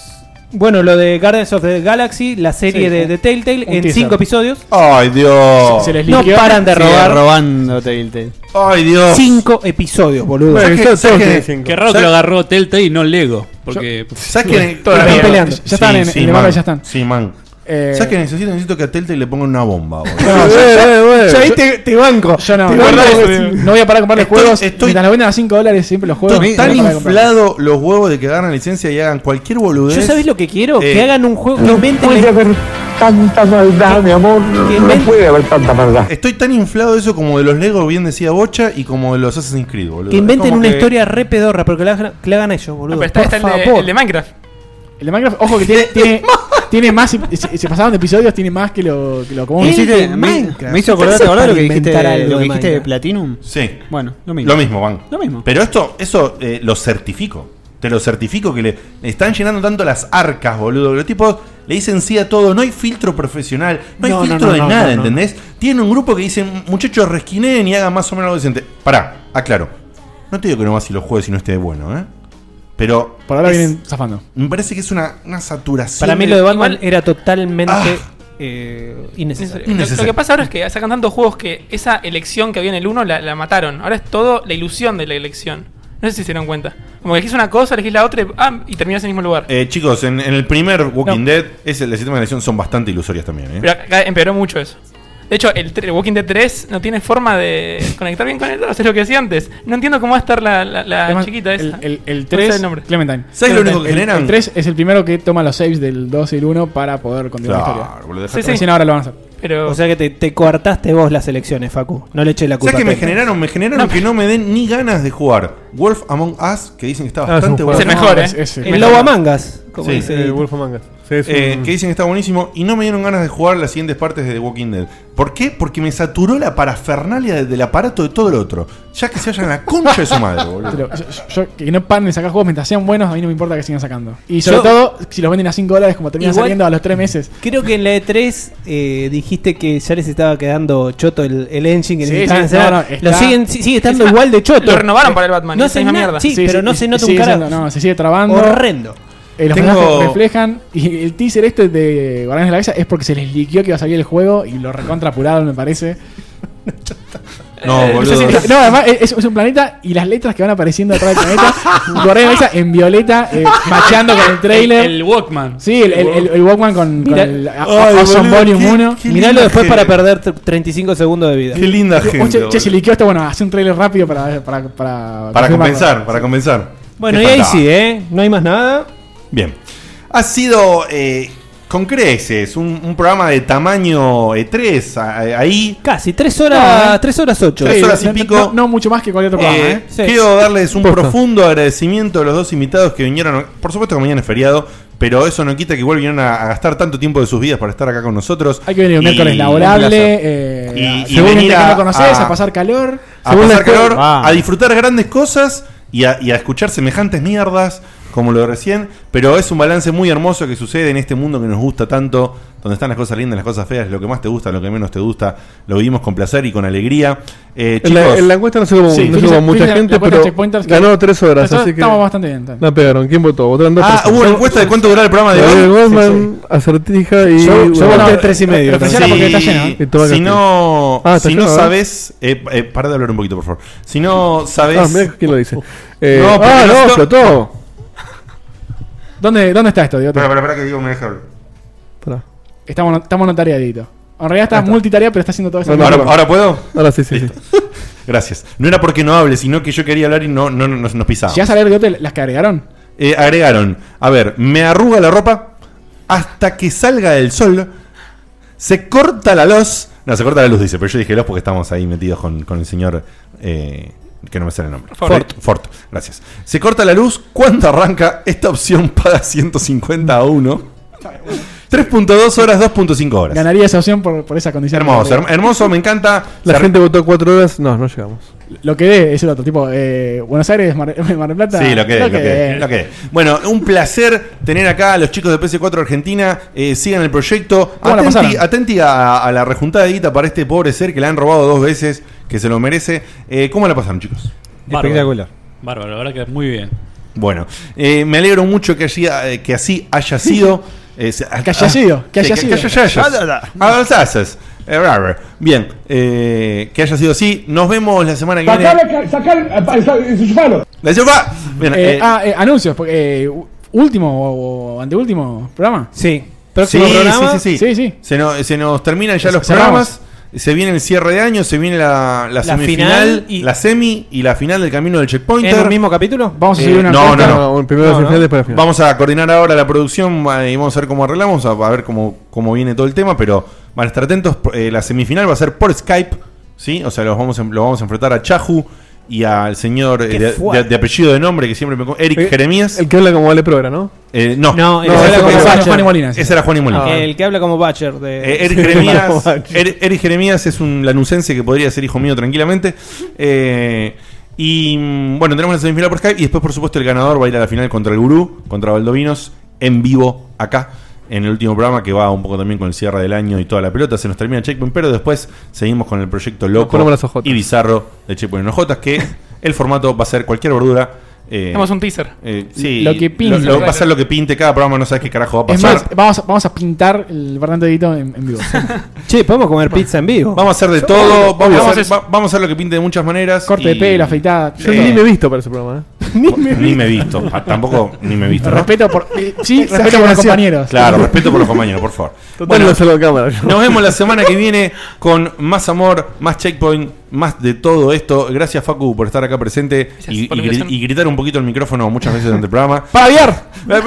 S9: Bueno, lo de Guardians of the Galaxy, la serie
S5: Sí,
S9: de,
S5: un-
S9: de Telltale,
S5: un
S9: en
S5: teaser.
S9: cinco episodios.
S3: ¡Ay, Dios!
S5: Se les
S9: No
S5: liqueó.
S9: paran de
S5: Sí,
S9: robar.
S18: robando Telltale.
S3: ¡Ay, Dios!
S9: Cinco episodios, boludo.
S3: ¿Sabes qué- sabes qué-
S8: Qué raro que lo agarró Telltale y no Lego. Porque.
S3: ¿Sabes que
S8: Todavía.
S5: Ya están en- en el mapa, ya están.
S3: Sí, man.
S5: Eh,
S3: ¿Sabes qué necesito? Necesito que a Telte le pongan una bomba. boludo.
S5: No, yo- yo-
S3: Yo-
S5: yo- Eh, Yo no,
S3: Te
S5: no,
S3: banco,
S5: no,
S3: boludo.
S5: no voy a parar de comprarle
S3: Estoy-
S5: juegos.
S3: estoy-
S5: Mientras lo venden a 5 dólares, siempre los juegos.
S3: Están tan
S5: no voy a parar de comprarle.
S3: inflados los huevos de que agarran licencia y hagan cualquier boludez.
S9: Yo sabés lo que quiero,
S3: Eh,
S9: que hagan un juego, que inventen
S3: puede
S9: me-
S3: tanta
S4: Ah,
S3: maldad, mi amor. No, puede haber tanta maldad. Estoy tan inflado de eso como de los Lego, bien decía Bocha, y como de los Assassin's Creed, boludo.
S9: que
S3: Es
S9: inventen
S3: como
S9: una
S3: que-
S9: historia re pedorra, pero que la, hagan- que la hagan ellos, boludo.
S6: pero está,
S9: por
S6: está el, de,
S9: favor.
S6: el de Minecraft.
S5: El de Minecraft, ojo que tiene, tiene, tiene más. y- y Se, se pasaron de episodios, tiene más que lo que lo como-
S18: Me hiciste- me, me hizo acordar, ¿te acordás lo que dijiste, lo que dijiste de
S5: Minecraft?
S18: Platinum?
S3: Sí.
S18: Bueno, lo mismo.
S3: Lo mismo, Van.
S18: Lo mismo.
S3: Pero esto, eso eh, lo certifico. Te lo certifico que le están llenando tanto las arcas, boludo. que Los tipos le dicen sí a todo. No hay filtro profesional. No hay
S18: No, no,
S3: filtro
S18: no,
S3: de
S18: no,
S3: nada,
S18: no, no.
S3: ¿entendés? Tienen un grupo que dicen, muchachos, resquineen y hagan más o menos lo decente. Pará, aclaro. No te digo que no vas y lo juegues y no esté bueno, ¿eh? Pero.
S5: Por ahora
S3: es-
S5: vienen zafando.
S3: Me parece que es una, una saturación.
S9: Para mí lo de Batman era totalmente
S3: Ah.
S9: eh,
S6: Lo-
S9: innecesario.
S6: Lo que pasa ahora es que sacan tantos juegos que esa elección que había en el 1 la, la mataron. Ahora es todo la ilusión de la elección. No sé si se dieron cuenta. Como que elegís una cosa, elegís la otra y, ah, y terminás en el mismo lugar.
S3: Eh, chicos, en, en el primer Walking
S6: No.
S3: Dead, ese, el sistema de elección son bastante ilusorias también, ¿eh?
S6: Pero acá empeoró mucho eso. De hecho, el, tre- el Walking Dead 3 no tiene forma de conectar bien con el 2, es lo que decía antes. No entiendo cómo va a estar la, la- la
S5: Además,
S6: chiquita esa.
S5: El, el
S6: No sé
S5: 3,
S6: el nombre.
S5: Clementine.
S3: ¿Sabes lo
S5: Clementine.
S3: único que
S5: El-
S3: generan?
S5: El 3 es el primero que toma los saves del 2 y el 1 para poder continuar
S3: Claro,
S5: la historia.
S3: boludo,
S5: sí,
S3: dejate
S5: sí. Recién ahora lo van a hacer.
S6: Pero...
S9: O sea que te, te coartaste vos las elecciones, Facu. No le eché la culpa.
S3: ¿Sabes qué
S9: a
S3: me
S9: Pepe.
S3: generaron? Me generaron que no me den ni ganas de jugar. Wolf Among Us, que dicen que está
S9: Ah, es un
S3: bastante
S9: juego.
S3: bueno.
S9: Es el mejor, ¿eh? Es- es el El mejor. Lobo Among Us, como dice
S3: Eh,
S9: Edito.
S3: Wolf Among Us.
S9: Sí, es
S3: Eh,
S9: un-
S3: que dicen que está buenísimo y no me dieron ganas de jugar las siguientes partes de The Walking Dead. ¿Por qué? Porque me saturó la parafernalia de- del aparato de todo el otro. Ya que se vayan a la concha de su madre, boludo.
S5: Pero yo, yo- yo- que no paren de sacar juegos mientras sean buenos, a mí no me importa que sigan sacando. Y sobre
S9: Yo-
S5: todo, si los venden a 5 dólares, como terminan
S9: Igual-
S5: saliendo a los 3 meses.
S9: Creo que en la E3 eh, dijiste que ya les estaba quedando choto el, el engine. Que
S5: Sí,
S9: necesitaban
S5: sí,
S9: hacer.
S5: no, no, está-
S9: lo siguen, si- sigue estando
S5: Está-
S9: igual de choto.
S5: lo renovaron
S6: para el Batman,
S9: No
S6: esa
S9: se
S6: misma
S9: na-
S6: mierda.
S9: Sí, pero no se nota un
S5: sigue
S9: carajo.
S5: siendo- no, se sigue trabando.
S9: Horrendo.
S5: Eh, los
S9: Tengo-
S5: personajes reflejan. Y el teaser este de Guardianes de la Galaxia es porque se les liquió que iba a salir el juego y lo recontrapuraron, me parece.
S3: No,
S5: Eh,
S3: boludo.
S5: no sé si- no, además es, es un planeta y las letras que van apareciendo atrás del planeta. Guardianes de la Galaxia en violeta, eh, macheando con el trailer.
S8: El, el Walkman.
S5: Sí, el, el- el- el Walkman con, con
S9: Mira-
S5: el a-
S9: Ay,
S5: Awesome
S9: boludo,
S5: Volume
S9: qué-
S5: 1.
S9: qué Miralo después para perder tr- 35 segundos de vida.
S3: Qué linda
S5: Che,
S3: gente,
S5: Che, se liqueó esto, bueno, hace un trailer rápido para, para, para,
S3: Para
S5: confirmarlo.
S3: compensar, para compensar.
S9: Bueno,
S3: Qué
S9: y ahí
S3: fantasma.
S9: sí, ¿eh? No hay más nada.
S3: Bien. Ha sido eh, con creces, un, un programa de tamaño E3, a- ahí.
S9: Casi, 3
S5: No, eh.
S9: horas, 3 horas 8.
S3: Tres horas y
S5: No- no-
S3: pico.
S5: No, no mucho más que cualquier otro programa,
S3: Eh,
S5: ¿eh?
S3: Quiero darles un profundo agradecimiento a los dos invitados que vinieron. Por supuesto que mañana es feriado, pero eso no quita que igual vinieron a, a gastar tanto tiempo de sus vidas para estar acá con nosotros.
S5: Hay que venir un
S3: Y-
S5: miércoles
S3: Un
S5: laborable,
S3: placer.
S5: eh,
S3: Y- y
S5: según
S3: venir
S5: gente que
S3: a-
S5: no conoces,
S3: a-
S5: a, pasar calor.
S3: a
S5: Según la
S3: pasar
S5: escuela-
S3: calor, a disfrutar grandes cosas y a, y a escuchar semejantes mierdas como lo de recién, pero es un balance muy hermoso que sucede en este mundo que nos gusta tanto, donde están las cosas lindas, las cosas feas, lo que más te gusta, lo que menos te gusta, lo vivimos con placer y con alegría. Eh,
S4: En la,
S3: chicos,
S4: en la encuesta no se
S3: Sí,
S4: no se
S3: fíjense-
S4: mucha
S3: fíjense la
S4: gente,
S3: encuesta
S4: pero
S3: de Checkpointers que-
S4: ganó 3 horas,
S5: Nosotros
S4: así que...
S5: estamos bastante bien.
S4: La pegaron, ¿quién votó? Votaron dos
S3: Ah, hubo una encuesta de cuánto duraba el programa de
S4: Gabriel
S3: hoy.
S4: Goldman, Acertija y.
S3: Yo- yo
S4: bueno,
S3: voté tres y medio. Refrescala porque está lleno, ¿eh?
S4: Y Tomás
S3: Si
S4: Castillo.
S3: no-
S4: Ah, está
S3: si no
S4: lleno, ¿eh?
S3: sabes- eh, eh, para de hablar un poquito, por favor. Si no sabes-
S4: Ah, mirá quién lo dice. Eh,
S3: No, porque
S4: ah, no,
S3: no-
S4: explotó.
S5: ¿Dónde, ¿Dónde está esto, Diote?
S3: Espera, espera, espera que digo, me deja hablar.
S5: Estamos, estamos notariadito. En realidad estás multitarea, pero estás haciendo todo eso.
S3: Ahora- ¿Ahora puedo?
S4: Ahora sí, sí,
S3: Gracias. No era porque no hable, sino que yo quería hablar y no, no, no- nos, nos pisaba.
S5: ¿Llegas a leer, Diote, las que agregaron?
S3: Eh, agregaron, a ver, me arruga la ropa hasta que salga el sol, se corta la luz. No, se corta la luz, dice, pero yo dije luz porque estamos ahí metidos con, con el señor eh, que no me sale el nombre.
S2: Ford.
S3: Ford. Ford, gracias. Se corta la luz, cuando arranca? Esta opción paga 150 a 1. 3.2 horas, 2.5 horas.
S5: Ganaría esa opción por, por esa condición. Eh,
S3: Hermoso, herm- hermoso, me encanta.
S4: La
S3: Se-
S4: gente votó 4 horas, no, no llegamos.
S5: Lo que dé es el otro. Tipo, eh, Buenos Aires, Mar, Mar del Plata.
S3: Sí, lo que, lo que-
S5: dé.
S3: lo que- Bueno, un placer tener acá a los chicos de PC4 Argentina. Eh, sigan el proyecto.
S5: ¿Cómo la
S3: Atenti,
S5: pasaron?
S3: atenti a, a la rejuntada de guita para este pobre ser que le han robado dos veces, que se lo merece. Eh, ¿Cómo la pasaron, chicos?
S8: Bárbaro. Bárbaro, la verdad que muy bien.
S3: Bueno, eh, me alegro mucho que, allí, eh, que así haya sido. eh, se-
S5: Que haya
S3: ah,
S5: sido, que
S3: sí,
S5: haya
S3: haya-
S5: sido.
S3: haya-
S5: Ah, da, da.
S3: Ah, las haces. Eh, raro. Bien, eh, que haya sido así. Nos vemos la semana que viene. La chupa. Bien,
S5: Eh,
S3: eh,
S5: ah, eh, anuncios. porque, eh, u- último o, o anteúltimo programa.
S9: Sí. Próximo
S3: sí,
S9: programa.
S3: Sí, sí, sí.
S9: Sí, sí.
S3: Se, nos, se nos terminan ya
S9: Es-
S3: los
S9: cerramos.
S3: programas. Se viene el cierre de año, se viene la, la
S9: La
S3: semifinal,
S9: final y-
S3: la semi y la final del camino del checkpointer.
S9: ¿En un mismo
S3: capítulo?
S9: Vamos a subir una
S3: No, no,
S9: encuesta.
S3: no.
S9: No, primero la semifinal, después la final.
S3: Vamos a coordinar ahora la producción eh, y vamos a ver cómo arreglamos, a, a ver cómo, cómo viene todo el tema, pero van a estar atentos. eh, la semifinal va a ser por Skype, ¿sí? O sea, los vamos, a- lo vamos a enfrentar a Chahu y al señor eh,
S4: Qué
S3: de,
S4: fuerte.
S3: de- de apellido de nombre que siempre me... con- Eric
S4: Eh,
S3: Jeremías.
S4: El que habla como vale programa, ¿no?
S3: Eh, no,
S4: No, el
S3: ese
S4: que habla
S3: fue-
S4: como
S3: ese era
S4: Butcher.
S3: Juan y Molina. Ah. Ese era Juan y Molina.
S9: Ah, El que habla como Butcher de.
S3: Eh, Eric,
S9: Sí.
S3: Jeremías, Er- Eric Jeremías es un lanucense que podría ser hijo mío tranquilamente. Eh, y mm, bueno, tenemos la semifinal por Skype. Y después, por supuesto, el ganador va a ir a la final contra el Gurú, contra Valdovinos, en vivo acá. En el último programa que va un poco también con el cierre del año y toda la pelota, se nos termina Checkpoint, pero después seguimos con el proyecto loco
S4: ponemos las
S3: y bizarro de Checkpoint en OJ, que el formato va a ser cualquier verdura. eh,
S6: Tenemos un teaser.
S3: eh, sí,
S5: Lo que pinte.
S3: lo- lo- va a ser lo que pinte cada programa, no sabes qué carajo va a
S5: Es
S3: pasar.
S5: más, vamos, a- vamos a pintar el Bernardo Edito en, en vivo.
S9: che, ¿podemos comer pizza en vivo?
S3: Vamos a hacer de todo, vamos, a hacer, va- vamos a hacer lo que pinte de muchas maneras.
S5: Corte de
S3: y-
S5: pelo, afeitada.
S3: Yo ni me
S5: he
S4: visto para ese programa.
S3: Ni me he visto, pa- tampoco ni me he visto. ¿no?
S5: Respeto por. eh, Sí, respeto por los compañeros.
S3: Claro, respeto por los compañeros, por favor. Bueno, nos vemos la semana que viene con más amor, más checkpoint, más de todo esto. Gracias, Facu, por estar acá presente y,
S6: por
S3: y gri-
S6: la invitación.
S3: y gritar un poquito el micrófono muchas veces durante el programa.
S5: ¡Para aviar!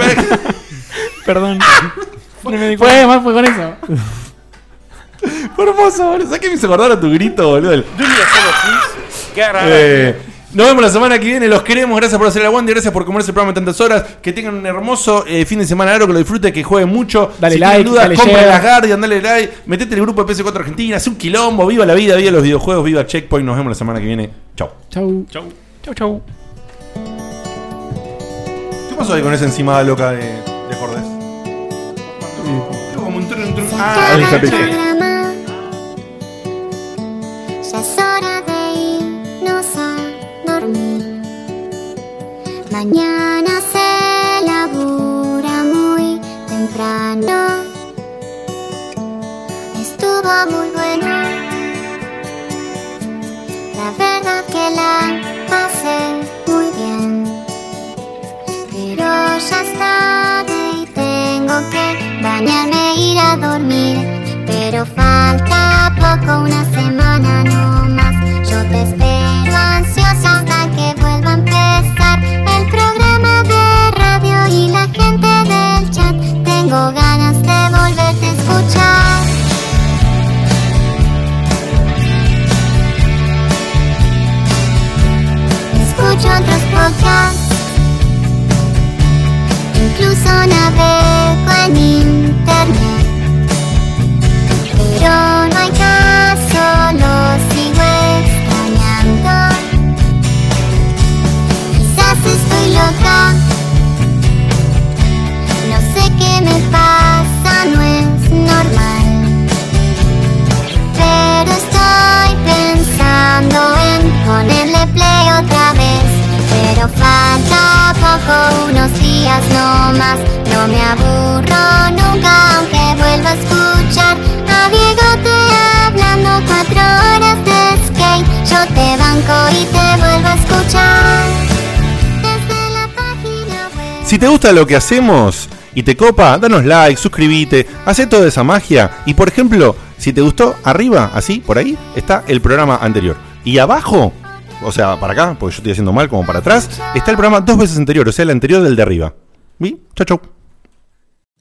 S6: Perdón.
S5: Fue además fue con eso.
S3: Fue hermoso, boludo. ¿Sabes qué me hizo acordar a tu grito, boludo? El- Eh, nos vemos la semana que viene, los queremos, gracias por hacer el aguante, gracias por comerse el programa tantas horas, que tengan un hermoso eh, fin de semana largo, que lo disfruten, que jueguen mucho,
S5: Dale
S3: si tienen
S5: like,
S3: dudas,
S5: dale
S3: compren
S5: share.
S3: las Guardian, dale like, metete en el grupo de PS4 Argentina, hace un quilombo, viva la vida, viva los videojuegos, viva Checkpoint, nos vemos la semana que viene, chau.
S5: Chau. Chau. Chau, chau.
S3: ¿Qué pasó ahí con esa encimada loca de, de Jordés? Como un tru- un tru- Ah,
S11: Ahí está,
S3: sí.
S11: Piqué.
S1: Ya es hora de irnos a dormir. Mañana se labura muy temprano. Estuvo muy bueno. La verdad que la pasé muy bien. Pero ya es tarde y tengo que bañarme e ir a dormir. Pero falta poco, una semana no más. Yo te espero ansiosa hasta que vuelva a empezar el programa de radio y la gente del chat. Tengo ganas de volverte a escuchar. Escucho otros podcasts, incluso navego en internet. Pero no hay caso, lo sigo extrañando. Quizás estoy loca, no sé qué me pasa, no es normal. Pero estoy pensando en ponerle play otra vez. Pero falta poco, unos días no más. No me aburro nunca, aunque vuelva a escuchar a Diego te hablando cuatro horas de skate. Yo te banco y te vuelvo a escuchar.
S3: Si te gusta lo que hacemos y te copa, danos like, suscríbete, hacé toda esa magia. Y por ejemplo, si te gustó, arriba, así, por ahí, está el programa anterior. Y abajo, o sea, para acá, porque yo estoy haciendo mal, como para atrás, está el programa dos veces anterior, o sea, el anterior del de arriba. ¿Vi? Chau, chau.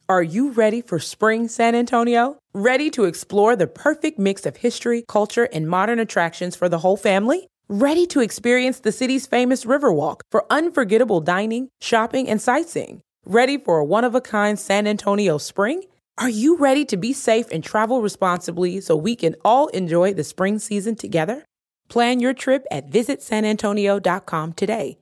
S22: Are you ready for spring, San Antonio? Ready to explore the perfect mix of history, culture, and modern attractions for the whole family? Ready to experience the city's famous Riverwalk for unforgettable dining, shopping, and sightseeing? Ready for a one of a kind San Antonio spring? Are you ready to be safe and travel responsibly so we can all enjoy the spring season together? Plan your trip at visitsanantonio.com today.